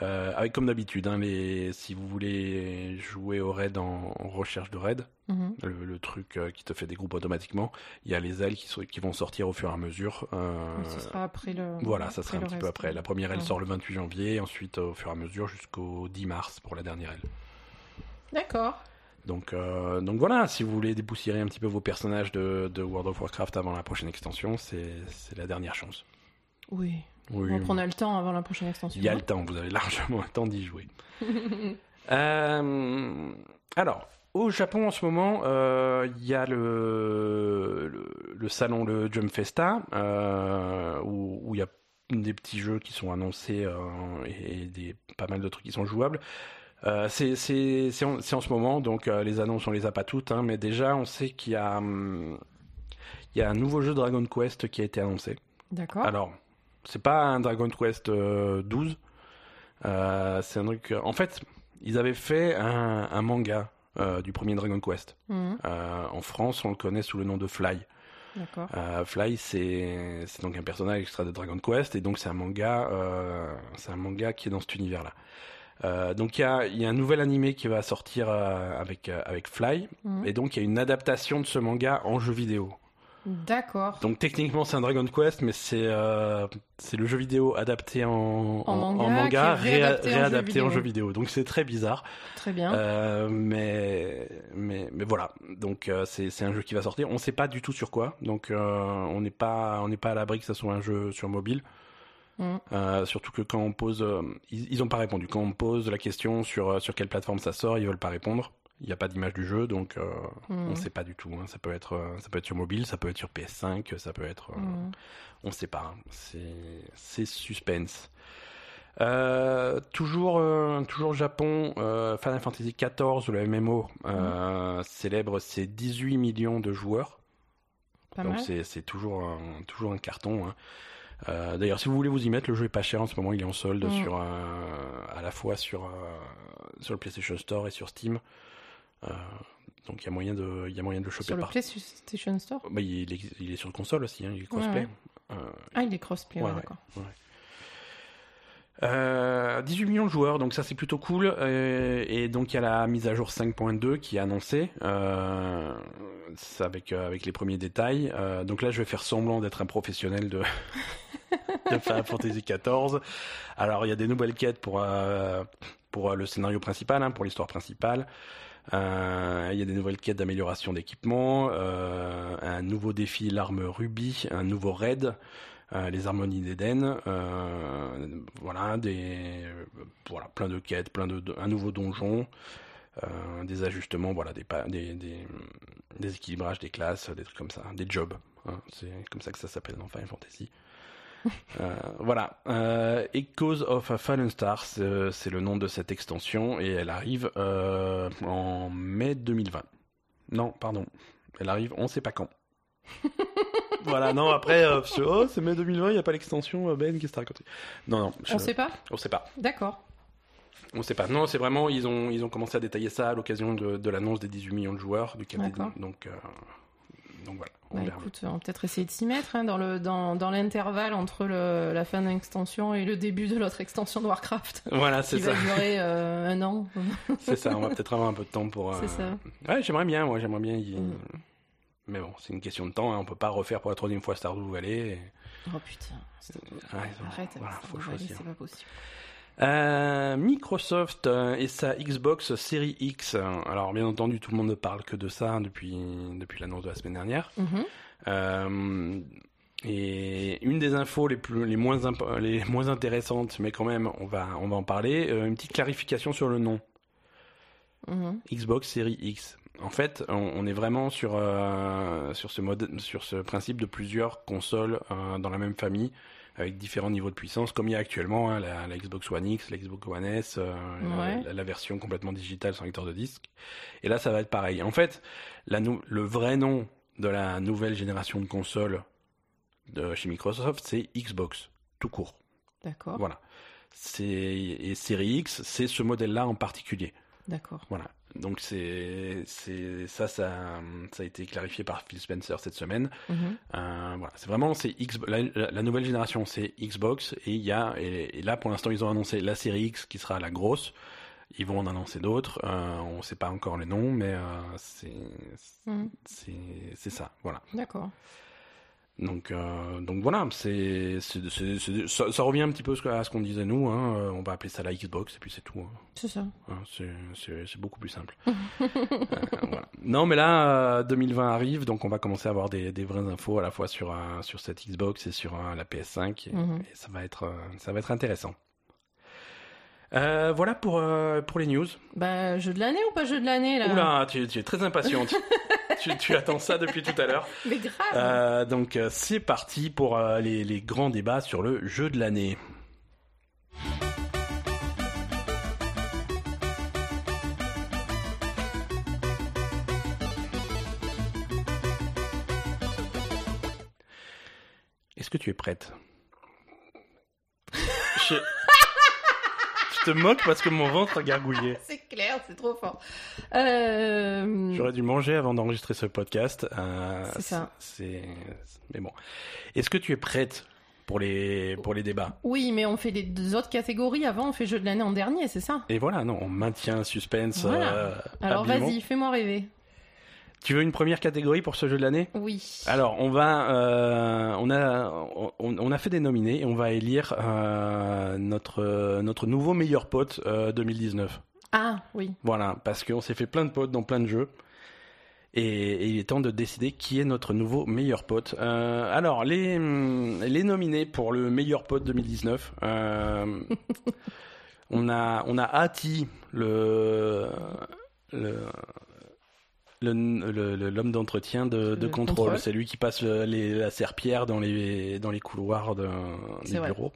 Speaker 1: Euh, avec comme d'habitude, hein, les, si vous voulez jouer au raid en, en recherche de raid,
Speaker 2: Mhm.
Speaker 1: le, le truc euh, qui te fait des groupes automatiquement, il y a les ailes qui, sont- qui vont sortir au fur et à mesure. euh,
Speaker 2: Mais ce sera après le.
Speaker 1: voilà, ça sera un
Speaker 2: le
Speaker 1: petit peu
Speaker 2: reste.
Speaker 1: après. La première aile
Speaker 2: Ouais.
Speaker 1: sort le 28 janvier, et ensuite euh, au fur et à mesure jusqu'au 10 mars pour la dernière aile.
Speaker 2: D'accord.
Speaker 1: Donc, euh, donc voilà, si vous voulez dépoussiérer un petit peu vos personnages de, de World of Warcraft avant la prochaine extension, c'est c'est la dernière chance.
Speaker 2: Oui.
Speaker 1: Oui,
Speaker 2: Donc on a le temps avant la prochaine extension.
Speaker 1: il y a le temps, vous avez largement le temps d'y jouer. Euh, alors, au Japon en ce moment, euh, il y a le, le, le salon, le Jump Festa, euh, où où il y a des petits jeux qui sont annoncés euh, et, et des, pas mal de trucs qui sont jouables. Euh, c'est c'est- c'est en, c'est en ce moment, donc euh, les annonces on les a pas toutes, hein, mais déjà on sait qu'il y, a, hum, il y a un nouveau jeu Dragon Quest qui a été annoncé.
Speaker 2: D'accord.
Speaker 1: Alors, c'est pas un Dragon Quest euh, 12. Euh, c'est un truc. En fait, ils avaient fait un, un manga euh, du premier Dragon Quest.
Speaker 2: Mhm.
Speaker 1: Euh, en France, on le connaît sous le nom de Fly.
Speaker 2: D'accord.
Speaker 1: Euh, Fly, c'est c'est donc un personnage extrait de Dragon Quest, et donc c'est un manga, euh, c'est un manga qui est dans cet univers-là. Euh, donc il y a, il y a un nouvel animé qui va sortir euh, avec euh, avec Fly,
Speaker 2: Mhm.
Speaker 1: et donc il y a une adaptation de ce manga en jeu vidéo.
Speaker 2: D'accord.
Speaker 1: Donc techniquement c'est un Dragon Quest, mais c'est euh, c'est le jeu vidéo adapté en, en-
Speaker 2: manga,
Speaker 1: en manga,
Speaker 2: qui est réadapté
Speaker 1: réa-
Speaker 2: en jeu
Speaker 1: réadapté en
Speaker 2: vidéo. Hein
Speaker 1: jeu vidéo. Donc c'est très bizarre,
Speaker 2: Très bien.
Speaker 1: Euh, mais mais mais voilà. Donc euh, c'est c'est un jeu qui va sortir. On sait pas du tout sur quoi. Donc euh, on n'est pas on n'est pas à l'abri que ça soit un jeu sur mobile.
Speaker 2: Mhm.
Speaker 1: Euh, surtout que quand on pose, euh, ils, ils ont pas répondu. Quand on pose la question sur euh, sur quelle plateforme ça sort, ils veulent pas répondre. Il n'y a pas d'image du jeu, donc euh, on
Speaker 2: Mhm.
Speaker 1: sait pas du tout. hein. Ça peut être euh, ça peut être sur mobile, ça peut être sur PS5, ça peut être euh,
Speaker 2: Mhm.
Speaker 1: on sait pas. hein. C'est- C'est suspense. Euh, toujours, euh, toujours Japon, euh, Final Fantasy XIV, le MMO,
Speaker 2: Mm.
Speaker 1: euh, célèbre ses 18 millions de joueurs.
Speaker 2: Pas
Speaker 1: Donc
Speaker 2: mal.
Speaker 1: c'est c'est toujours, un- toujours un carton. hein. Euh, D'ailleurs, si vous voulez vous y mettre, le jeu est pas cher en ce moment. Il est en solde
Speaker 2: Mm.
Speaker 1: sur, euh, à la fois sur, euh, sur le PlayStation Store et sur Steam. Euh, donc il y a moyen de, il y a moyen de le choper
Speaker 2: Sur le
Speaker 1: par-
Speaker 2: PlayStation Store.
Speaker 1: Bah, il, est, il est sur console aussi, hein, il est
Speaker 2: Ouais,
Speaker 1: crossplay.
Speaker 2: ouais.
Speaker 1: Euh,
Speaker 2: Ah, il est crossplay.
Speaker 1: Ouais,
Speaker 2: ouais,
Speaker 1: ouais.
Speaker 2: D'accord.
Speaker 1: Euh, 18 millions de joueurs, donc ça c'est plutôt cool. Euh, et donc il y a la mise à jour 5.2 qui est annoncée, euh, ça avec, euh, avec les premiers détails. Euh, donc là je vais faire semblant d'être un professionnel de, de Final Fantasy XIV. Alors il y a des nouvelles quêtes pour, euh, pour euh, le scénario principal, hein, pour l'histoire principale. Euh, il y a des nouvelles quêtes d'amélioration d'équipement, euh, un nouveau défi, l'arme rubis, un nouveau raid, euh, les harmonies d'Éden, euh, voilà, des, euh, voilà, plein de quêtes, plein de, de- un nouveau donjon, euh, des ajustements, voilà, des, pa- des, des, des équilibrages, des classes, des trucs comme ça, des jobs. hein, c'est comme ça que ça s'appelle dans Final Fantasy. Euh, voilà. Euh, Echoes of a Fallen Star, c'est euh, c'est le nom de cette extension et elle arrive euh, en mai 2020. Non, pardon. Elle arrive, on sait pas quand. voilà, non, après, euh, je- oh, c'est mai 2020, il n'y a pas l'extension, euh, Ben, qu'est-ce que t'as raconté Non, non, je-
Speaker 2: On sait pas.
Speaker 1: on sait pas.
Speaker 2: D'accord.
Speaker 1: On sait pas. Non, c'est vraiment, ils ont, ils ont commencé à détailler ça à l'occasion de, de l'annonce des 18 millions de joueurs du Cap des-
Speaker 2: D'accord.
Speaker 1: Donc, euh, donc voilà, on
Speaker 2: Bah,
Speaker 1: verra.
Speaker 2: écoute, on va peut-être essayer de s'y mettre hein, dans le dans, dans l'intervalle entre le- la fin d'une extension et le début de l'autre extension de Warcraft.
Speaker 1: Voilà, c'est
Speaker 2: Qui
Speaker 1: ça.
Speaker 2: va durer euh, un an.
Speaker 1: C'est ça, on va peut-être avoir un peu de temps pour. euh,
Speaker 2: C'est ça.
Speaker 1: Ouais, j'aimerais bien, moi, j'aimerais bien y...
Speaker 2: Mm.
Speaker 1: Mais bon, c'est une question de temps, hein, on peut pas refaire pour la troisième fois Stardew Valley. et-
Speaker 2: Oh putain. c'est-
Speaker 1: Ouais,
Speaker 2: Arrête,
Speaker 1: voilà,
Speaker 2: avec
Speaker 1: faut
Speaker 2: ça,
Speaker 1: choisir.
Speaker 2: c'est pas possible.
Speaker 1: Euh, Microsoft euh, et sa Xbox Series X. Alors bien entendu, tout le monde ne parle que de ça depuis depuis l'annonce de la semaine dernière.
Speaker 2: Mhm.
Speaker 1: Euh, et une des infos les plus les moins imp- les moins intéressantes, mais quand même, on va on va en parler. euh, une petite clarification sur le nom
Speaker 2: Mhm.
Speaker 1: Xbox Series X. En fait, on, on est vraiment sur euh, sur ce mode sur ce principe de plusieurs consoles euh, dans la même famille avec différents niveaux de puissance, comme il y a actuellement hein, la, la Xbox One X, la Xbox One S, euh, la-
Speaker 2: Ouais.
Speaker 1: la, la version complètement digitale sans lecteur de disque. Et là, ça va être pareil. En fait, la nou- le vrai nom de la nouvelle génération de consoles de chez Microsoft, c'est Xbox, tout court.
Speaker 2: D'accord.
Speaker 1: Voilà. C'est et Series X, c'est ce modèle-là en particulier.
Speaker 2: D'accord.
Speaker 1: Voilà. Donc c'est c'est ça ça ça a été clarifié par Phil Spencer cette semaine.
Speaker 2: Mhm.
Speaker 1: Euh, voilà, c'est vraiment c'est X la, la- la nouvelle génération, c'est Xbox et il y a et, et là pour l'instant ils ont annoncé la série X qui sera la grosse. Ils vont en annoncer d'autres. Euh, on sait pas encore les noms, mais euh, c'est
Speaker 2: Mhm.
Speaker 1: c'est c'est ça. Voilà.
Speaker 2: D'accord.
Speaker 1: Donc euh, donc voilà, c'est c'est c'est- c'est- ça, ça revient un petit peu à ce que- à ce qu'on disait nous. Hein. Euh, On va appeler ça la Xbox et puis c'est tout. hein.
Speaker 2: C'est ça.
Speaker 1: Hein, c'est- C'est c'est beaucoup plus simple. Euh, voilà. Non, mais là, euh, 2020 arrive, donc on va commencer à avoir des, des vraies infos à la fois sur, euh, sur cette Xbox et sur euh, la PS5. Et,
Speaker 2: Mhm.
Speaker 1: et ça, va être, euh, ça va être intéressant. Euh, voilà pour, euh, pour les news.
Speaker 2: Bah, jeu de l'année ou pas jeu de l'année là
Speaker 1: Oula, tu, tu es très impatiente. tu, tu attends ça depuis tout à l'heure.
Speaker 2: Mais grave
Speaker 1: Euh, donc euh, c'est parti pour euh, les, les grands débats sur le jeu de l'année. Est-ce que tu es prête Je... Je te moque parce que mon ventre a gargouillé.
Speaker 2: C'est clair, c'est trop fort. Euh,
Speaker 1: J'aurais dû manger avant d'enregistrer ce podcast. euh,
Speaker 2: C'est ça.
Speaker 1: c'est- c'est- Mais bon. Est-ce que tu es prête pour les, pour les débats
Speaker 2: Oui, mais on fait les deux autres catégories avant, on fait jeu de l'année en dernier, c'est ça
Speaker 1: Et voilà, non, on maintient un suspense.
Speaker 2: Voilà.
Speaker 1: euh,
Speaker 2: Alors
Speaker 1: habilement.
Speaker 2: vas-y, fais-moi rêver.
Speaker 1: Tu veux une première catégorie pour ce jeu de l'année
Speaker 2: Oui.
Speaker 1: alors on va, euh, on a, on, on a fait des nominés et on va élire euh, notre euh, notre nouveau meilleur pote euh, 2019.
Speaker 2: Ah, oui.
Speaker 1: Voilà, parce qu'on s'est fait plein de potes dans plein de jeux. Et, et il est temps de décider qui est notre nouveau meilleur pote. Euh, alors, les, hum, les nominés pour le meilleur pote 2019, euh, on a, on a Hati, le, le, le- le- le- l'homme d'entretien de, de
Speaker 2: Le
Speaker 1: contrôle.
Speaker 2: contrôle.
Speaker 1: C'est lui qui passe le- les- la serpillère dans les, dans les couloirs de,
Speaker 2: C'est
Speaker 1: des
Speaker 2: vrai.
Speaker 1: bureaux.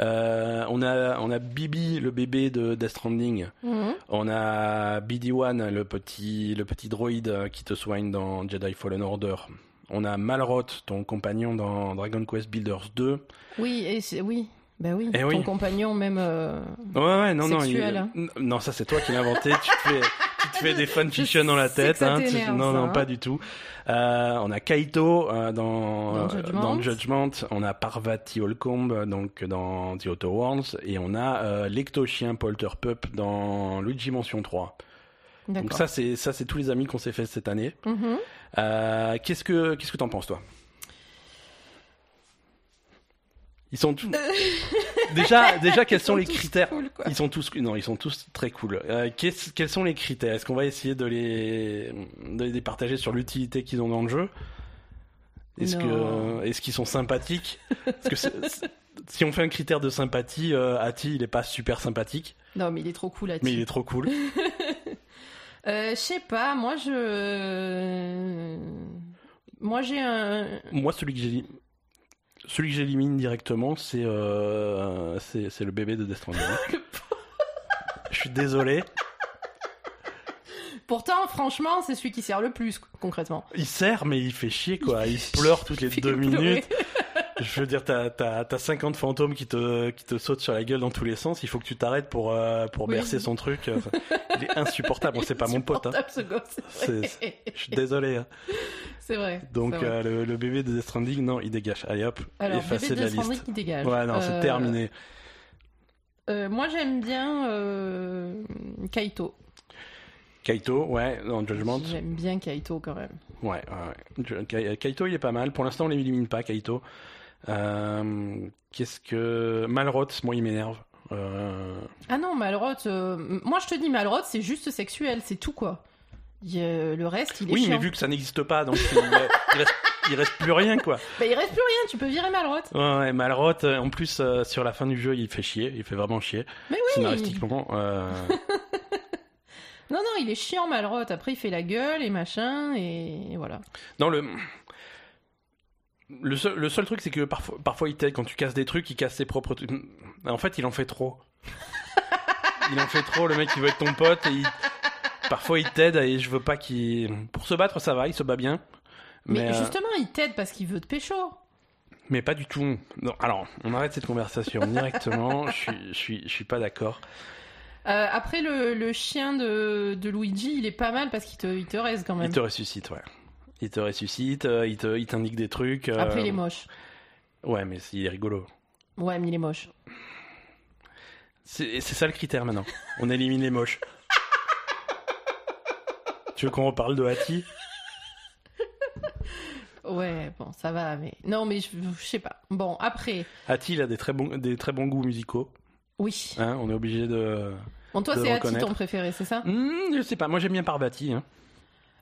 Speaker 1: Euh, on, a, on a Bibi, le bébé de Death Stranding.
Speaker 2: Mhm.
Speaker 1: On a BD1, le petit, le petit droïde euh, qui te soigne dans Jedi Fallen Order. On a Malroth, ton compagnon dans Dragon Quest Builders 2.
Speaker 2: Oui, et c'est- oui. Bah oui,
Speaker 1: Eh
Speaker 2: ton
Speaker 1: oui.
Speaker 2: compagnon même... euh,
Speaker 1: Ouais, ouais, non, non.
Speaker 2: Sexuel, hein.
Speaker 1: N- Non, ça c'est toi qui l'as inventé. tu te fais, tu te fais des fanfictions dans la
Speaker 2: sais que
Speaker 1: tête.
Speaker 2: ça
Speaker 1: hein, tu-
Speaker 2: t'énerve,
Speaker 1: non,
Speaker 2: ça,
Speaker 1: non,
Speaker 2: hein.
Speaker 1: pas du tout. Euh, on a Kaito euh, dans,
Speaker 2: Dans
Speaker 1: euh,
Speaker 2: Judgment.
Speaker 1: dans Judgment. On a Parvati Holcomb euh, donc dans The Auto Worlds. Et on a euh, l'ectochien Polterpup dans Luigi Mansion 3. Donc
Speaker 2: D'accord.
Speaker 1: ça c'est ça c'est tous les amis qu'on s'est fait cette année.
Speaker 2: Mhm.
Speaker 1: Euh, qu'est-ce que qu'est-ce que t'en penses toi Ils sont tous déjà déjà quels sont
Speaker 2: Euh. Ils
Speaker 1: les
Speaker 2: tous
Speaker 1: critères
Speaker 2: cool, quoi.
Speaker 1: Ils sont tous non ils sont tous très cool. Euh, qu'est-ce- quels sont les critères Est-ce qu'on va essayer de les de les partager sur l'utilité qu'ils ont dans le jeu Est-ce
Speaker 2: Non.
Speaker 1: que est-ce qu'ils sont sympathiques Parce que c'est- c'est- si on fait un critère de sympathie, euh, Ati il est pas super sympathique,
Speaker 2: Non, mais il est trop cool, Ati.
Speaker 1: mais il est trop cool.
Speaker 2: Euh, je sais pas, moi je... Moi j'ai un...
Speaker 1: Moi, celui que j'élimine, celui que j'élimine directement, c'est euh, c'est c'est le bébé de Death Stranding. Je suis désolé.
Speaker 2: Pourtant, franchement, c'est celui qui sert le plus, concrètement.
Speaker 1: Il sert, mais il fait chier quoi. Il pleure toutes les
Speaker 2: Il fait
Speaker 1: deux
Speaker 2: pleurer.
Speaker 1: minutes. Je veux dire, t'as t'as t'as 50 fantômes qui te qui te sautent sur la gueule dans tous les sens. Il faut que tu t'arrêtes pour euh, pour
Speaker 2: Oui.
Speaker 1: bercer son truc. Enfin, Il est insupportable. Bon, c'est pas mon pote. hein.
Speaker 2: Insupportable, ce gosse, c'est vrai.
Speaker 1: Je suis désolé. hein.
Speaker 2: C'est vrai.
Speaker 1: Donc
Speaker 2: c'est vrai.
Speaker 1: euh, le, le bébé de Death Stranding, non, il dégage. Allez hop,
Speaker 2: Alors,
Speaker 1: effacez
Speaker 2: bébé
Speaker 1: de la
Speaker 2: de Stranding
Speaker 1: liste.
Speaker 2: qui dégage.
Speaker 1: Ouais, non, c'est
Speaker 2: Euh,
Speaker 1: terminé.
Speaker 2: euh, moi, j'aime bien euh, Kaito.
Speaker 1: Kaito, ouais, dans Judgment.
Speaker 2: J'aime bien Kaito quand même.
Speaker 1: Ouais, ouais, ouais. Ka- Kaito, il est pas mal. Pour l'instant, on l'élimine pas, Kaito. Euh, Qu'est-ce que. Malroth, moi, il m'énerve. Euh,
Speaker 2: Ah non, Malroth, euh, moi je te dis, Malroth, c'est juste sexuel, c'est tout quoi. Il y a- euh, le reste, il est
Speaker 1: Oui,
Speaker 2: chiant.
Speaker 1: mais vu que ça n'existe pas, donc il, il reste, il reste plus rien, quoi.
Speaker 2: Bah, il reste plus rien, tu peux virer Malroth.
Speaker 1: Ouais, ouais, Malroth, euh, en plus, euh, sur la fin du jeu, il fait chier, il fait vraiment chier.
Speaker 2: Mais oui
Speaker 1: Scénaristiquement, euh,
Speaker 2: Non, non, il est chiant, Malroth. Après, il fait la gueule et machin, et voilà.
Speaker 1: Non, le. Le seul, le seul truc, c'est que parfois, parfois il t'aide quand tu casses des trucs, il casse ses propres trucs. En fait, il en fait trop. il en fait trop, le mec, il veut être ton pote et il- Parfois, il t'aide et je veux pas qu'il. Pour se battre, ça va, il se bat bien.
Speaker 2: Mais,
Speaker 1: Mais, euh,
Speaker 2: justement, il t'aide parce qu'il veut te pécho.
Speaker 1: mais pas du tout. Non, alors, on arrête cette conversation directement. Je suis, je suis, je suis pas d'accord.
Speaker 2: Euh, après, le, le chien de, de Luigi, il est pas mal parce qu'il te, il te reste quand
Speaker 1: Il
Speaker 2: même.
Speaker 1: te ressuscite, ouais. Il te ressuscite, euh, il te- il t'indique des trucs. euh,
Speaker 2: Après, il est moche.
Speaker 1: Ouais, mais c'est- il est rigolo.
Speaker 2: Ouais, mais il est moche.
Speaker 1: C'est c'est ça le critère maintenant. On élimine les moches. tu veux qu'on reparle de Hati
Speaker 2: Ouais, bon, ça va, mais. Non, mais je, je sais pas. Bon, après,
Speaker 1: Hati, il a des très bons, des très bons goûts musicaux.
Speaker 2: oui.
Speaker 1: hein, on est obligé de.
Speaker 2: Bon, toi,
Speaker 1: de
Speaker 2: c'est Hati
Speaker 1: reconnaître.
Speaker 2: ton préféré, c'est ça
Speaker 1: Hmm, je sais pas, moi j'aime bien Parvati. hein.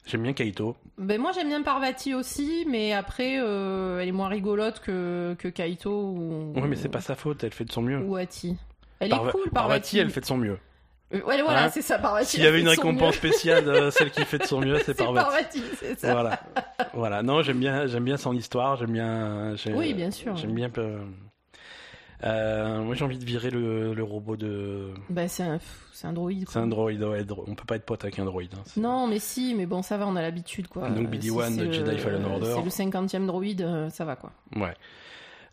Speaker 1: J'aime bien Kaito.
Speaker 2: Ben moi j'aime bien Parvati aussi, mais après euh, elle est moins rigolote que, que Kaito ou,
Speaker 1: Oui, mais c'est pas sa faute, elle fait de son mieux.
Speaker 2: ou Hati. Elle
Speaker 1: Parva-
Speaker 2: est cool Parvati.
Speaker 1: Parvati, elle fait de son mieux.
Speaker 2: Euh, ouais, voilà,
Speaker 1: Hein
Speaker 2: c'est ça Parvati.
Speaker 1: S'il
Speaker 2: elle
Speaker 1: y avait
Speaker 2: fait
Speaker 1: une
Speaker 2: de son
Speaker 1: récompense
Speaker 2: mieux.
Speaker 1: spéciale, euh, celle qui fait de son mieux, c'est
Speaker 2: c'est
Speaker 1: Parvati.
Speaker 2: Parvati, c'est ça.
Speaker 1: Voilà, voilà. Non, j'aime bien, j'aime bien son histoire, j'aime bien. j'ai-
Speaker 2: Oui, bien sûr.
Speaker 1: J'aime bien. euh, euh, moi, j'ai envie de virer le, le robot de.
Speaker 2: Ben c'est un pff, c'est un droïde. quoi.
Speaker 1: C'est un droïde, ouais, dro- on peut pas être pote avec un droïde. hein, c'est-
Speaker 2: Non, mais si, mais bon, ça va, on a l'habitude quoi.
Speaker 1: Donc, BD-1
Speaker 2: Si c'est
Speaker 1: de Jedi
Speaker 2: le-
Speaker 1: Fallen Order.
Speaker 2: C'est le cinquantième droïde, euh, ça va quoi.
Speaker 1: Ouais.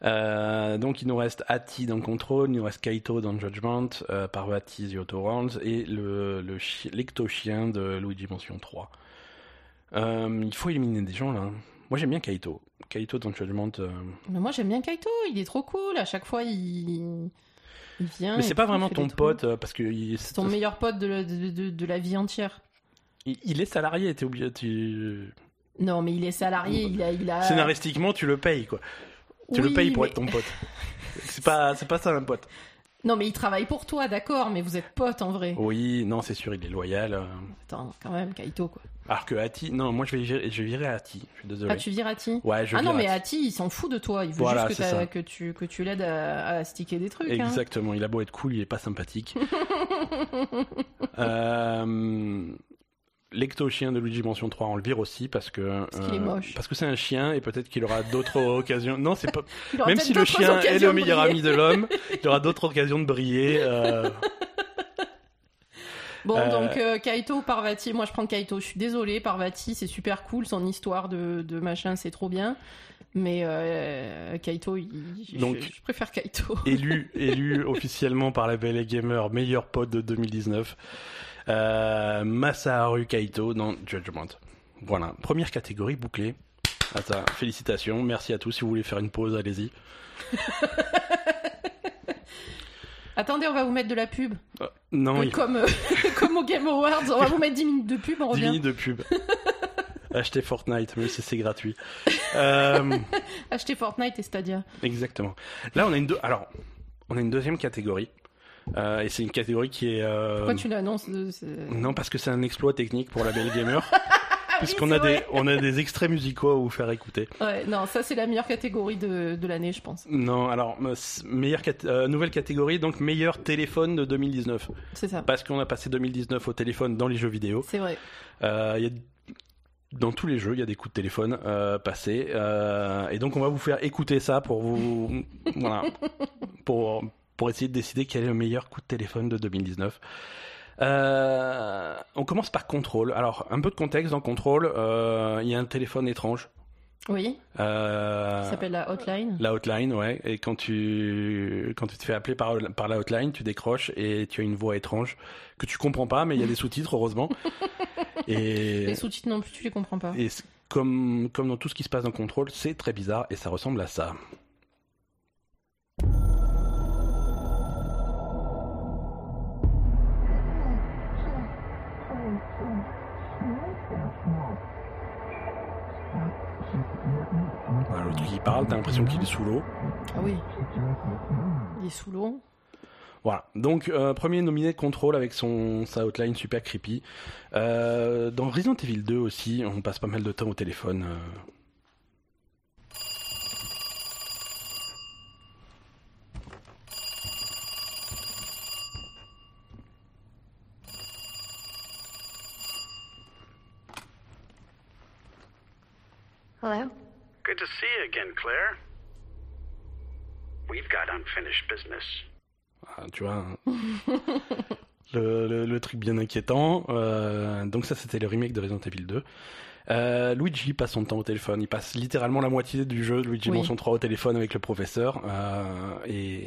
Speaker 1: Euh, donc il nous reste Ati dans Control, il nous reste Kaito dans Judgment, euh, Parvati The Autorans et le, le chi- l'ecto-chien de Luigi Mansion 3. Euh, il faut éliminer des gens là. hein. Moi j'aime bien Kaito. Kaito dans Judgment. euh,
Speaker 2: Mais moi j'aime bien Kaito, il est trop cool. À chaque fois il, Ah, il vient.
Speaker 1: Mais
Speaker 2: et
Speaker 1: c'est
Speaker 2: tout,
Speaker 1: pas
Speaker 2: il
Speaker 1: vraiment
Speaker 2: fait
Speaker 1: ton
Speaker 2: des trucs.
Speaker 1: pote euh, parce que il,
Speaker 2: C'est ton meilleur pote de la- de- de- de la vie entière.
Speaker 1: il- il est salarié, t'es obligé. tu-
Speaker 2: Non, mais il est salarié, il a, il a.
Speaker 1: Scénaristiquement tu le payes quoi. Tu
Speaker 2: Oui,
Speaker 1: le payes pour
Speaker 2: mais-
Speaker 1: être ton pote. c'est pas, c'est pas ça un pote.
Speaker 2: Non, mais il travaille pour toi, d'accord, mais vous êtes potes en vrai.
Speaker 1: Oui, non c'est sûr, il est loyal. euh.
Speaker 2: Attends, quand même, Kaito quoi.
Speaker 1: Alors que Hati, non, moi je vais gérer- je vais virer Hati, je suis désolé.
Speaker 2: Ah, tu vires Ati
Speaker 1: Ouais, je
Speaker 2: Ah non,
Speaker 1: vire
Speaker 2: mais
Speaker 1: Hati.
Speaker 2: Ati, il s'en fout de toi. Il veut
Speaker 1: Voilà,
Speaker 2: juste que,
Speaker 1: c'est
Speaker 2: t'as-
Speaker 1: ça.
Speaker 2: que tu, que tu l'aides à, à sticker des trucs. hein.
Speaker 1: Exactement, il a beau être cool, il est pas sympathique. euh, L'ecto-chien de Luigi Mansion 3, on le vire aussi parce que. euh,
Speaker 2: Parce qu'il est moche.
Speaker 1: Parce que c'est un chien et peut-être qu'il aura d'autres occasions. Non, c'est pas.
Speaker 2: Il aura
Speaker 1: Même
Speaker 2: peut-être
Speaker 1: si le
Speaker 2: d'autres
Speaker 1: chien est
Speaker 2: occasions
Speaker 1: le
Speaker 2: de
Speaker 1: meilleur
Speaker 2: briller.
Speaker 1: ami de l'homme, il aura d'autres occasions de briller. euh,
Speaker 2: Bon,
Speaker 1: Euh,
Speaker 2: donc euh, Kaito, Parvati, moi je prends Kaito, je suis désolée, Parvati c'est super cool, son histoire de, de machin c'est trop bien, mais euh, Kaito, il- je-
Speaker 1: Donc-
Speaker 2: je, préfère Kaito.
Speaker 1: élu, élu officiellement par la Belle et Gamer meilleur pote de 2019, euh, Masaharu Kaito dans Judgment. Voilà, première catégorie bouclée. Attends, félicitations, merci à tous. Si vous voulez faire une pause, allez-y.
Speaker 2: Attendez, on va vous mettre de la pub,
Speaker 1: Euh, non, il
Speaker 2: comme, euh, comme au Game Awards, on va vous mettre 10 minutes de pub, on
Speaker 1: 10
Speaker 2: revient.
Speaker 1: minutes de pub. Achetez Fortnite, même si c'est gratuit. Euh,
Speaker 2: Acheter Fortnite et Stadia.
Speaker 1: exactement. Là, on a une deux. Alors, on a une deuxième catégorie, Euh, et c'est une catégorie qui est. euh,
Speaker 2: Pourquoi tu l'annonces de... c'est-
Speaker 1: Non, parce que c'est un exploit technique pour la Belle Gamer.
Speaker 2: Ah oui,
Speaker 1: Puisqu'on
Speaker 2: c'est
Speaker 1: a, des,
Speaker 2: vrai.
Speaker 1: on a des extraits musicaux à vous faire écouter.
Speaker 2: Ouais, non, ça c'est la meilleure catégorie de, de l'année, je pense.
Speaker 1: Non, alors, me- s- meilleure cat- euh, nouvelle catégorie, donc meilleur téléphone de 2019.
Speaker 2: C'est ça.
Speaker 1: Parce qu'on a passé 2019 au téléphone dans les jeux vidéo.
Speaker 2: C'est vrai.
Speaker 1: Euh, il y a- dans tous les jeux, il y a des coups de téléphone euh, passés. euh, et donc, on va vous faire écouter ça pour vous. voilà. Pour, pour essayer de décider quel est le meilleur coup de téléphone de 2019. Euh, on commence par contrôle. Alors, un peu de contexte dans contrôle. euh, Il y a un téléphone étrange.
Speaker 2: Oui,
Speaker 1: Euh,
Speaker 2: ça s'appelle la hotline.
Speaker 1: La hotline, ouais. Et quand tu, quand tu te fais appeler par, par la hotline, tu décroches et tu as une voix étrange que tu comprends pas, mais il y a des sous-titres, heureusement. Et,
Speaker 2: Les sous-titres non plus, tu les comprends pas.
Speaker 1: et c'est- comme, comme dans tout ce qui se passe dans Control, c'est très bizarre et ça ressemble à ça.
Speaker 3: Home.
Speaker 1: Voilà, L'autre qui parle, t'as l'impression qu'il est sous l'eau.
Speaker 2: Ah oui. Il est sous l'eau.
Speaker 1: Voilà. Donc, euh, premier nominé de contrôle avec son, sa outline super creepy. Euh, dans Resident Evil 2 aussi, on passe pas mal de temps au téléphone. euh.
Speaker 3: Hello?
Speaker 4: Good to see you again, Claire. We've got unfinished business.
Speaker 1: Ah, tu vois. le, le- le truc bien inquiétant. Euh, donc ça, c'était le remake de Resident Evil 2. Euh, Luigi passe son temps au téléphone. Il passe littéralement la moitié du jeu, Luigi
Speaker 2: Oui.
Speaker 1: Mansion 3, au téléphone avec le professeur. Euh, et,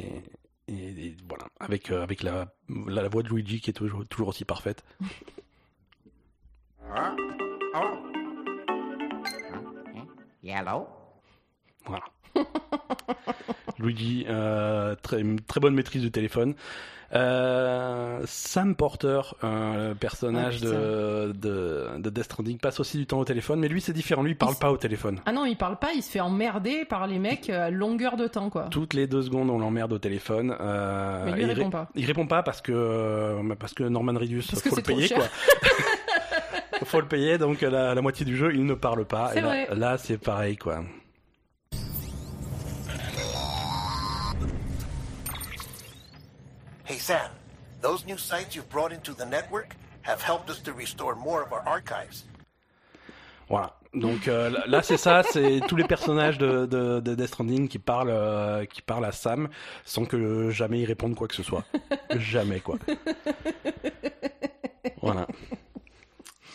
Speaker 1: et- et voilà, avec, euh, avec la, la, la voix de Luigi qui est toujours, toujours aussi parfaite.
Speaker 5: Yellow?
Speaker 1: Voilà. Luigi, euh, très, très bonne maîtrise du téléphone. Euh, Sam Porter, un personnage
Speaker 2: Ah, putain.
Speaker 1: de, de, de Death Stranding, passe aussi du temps au téléphone, mais lui c'est différent, lui il parle
Speaker 2: Il-
Speaker 1: pas au téléphone.
Speaker 2: Ah non, il parle pas, il se fait emmerder par les mecs euh, à longueur de temps, quoi.
Speaker 1: Toutes les deux secondes on l'emmerde au téléphone. euh,
Speaker 2: Mais lui,
Speaker 1: et
Speaker 2: il
Speaker 1: il, ré-
Speaker 2: répond pas.
Speaker 1: il répond pas parce que, euh, parce que Norman Reedus,
Speaker 2: Parce que
Speaker 1: faut le
Speaker 2: c'est trop
Speaker 1: payer
Speaker 2: cher.
Speaker 1: quoi. faut le payer, donc la, la moitié du jeu il ne parle pas.
Speaker 2: C'est
Speaker 1: Et là-
Speaker 2: vrai.
Speaker 1: là c'est pareil quoi.
Speaker 6: Hey, Sam, those new sites you've brought into the network have helped us to restore more of our archives.
Speaker 1: Voilà. Donc euh, là- là c'est ça, c'est tous les personnages de, de, de Death Stranding qui parlent, euh, qui parlent à Sam sans que euh, jamais il réponde quoi que ce soit. jamais quoi. Voilà.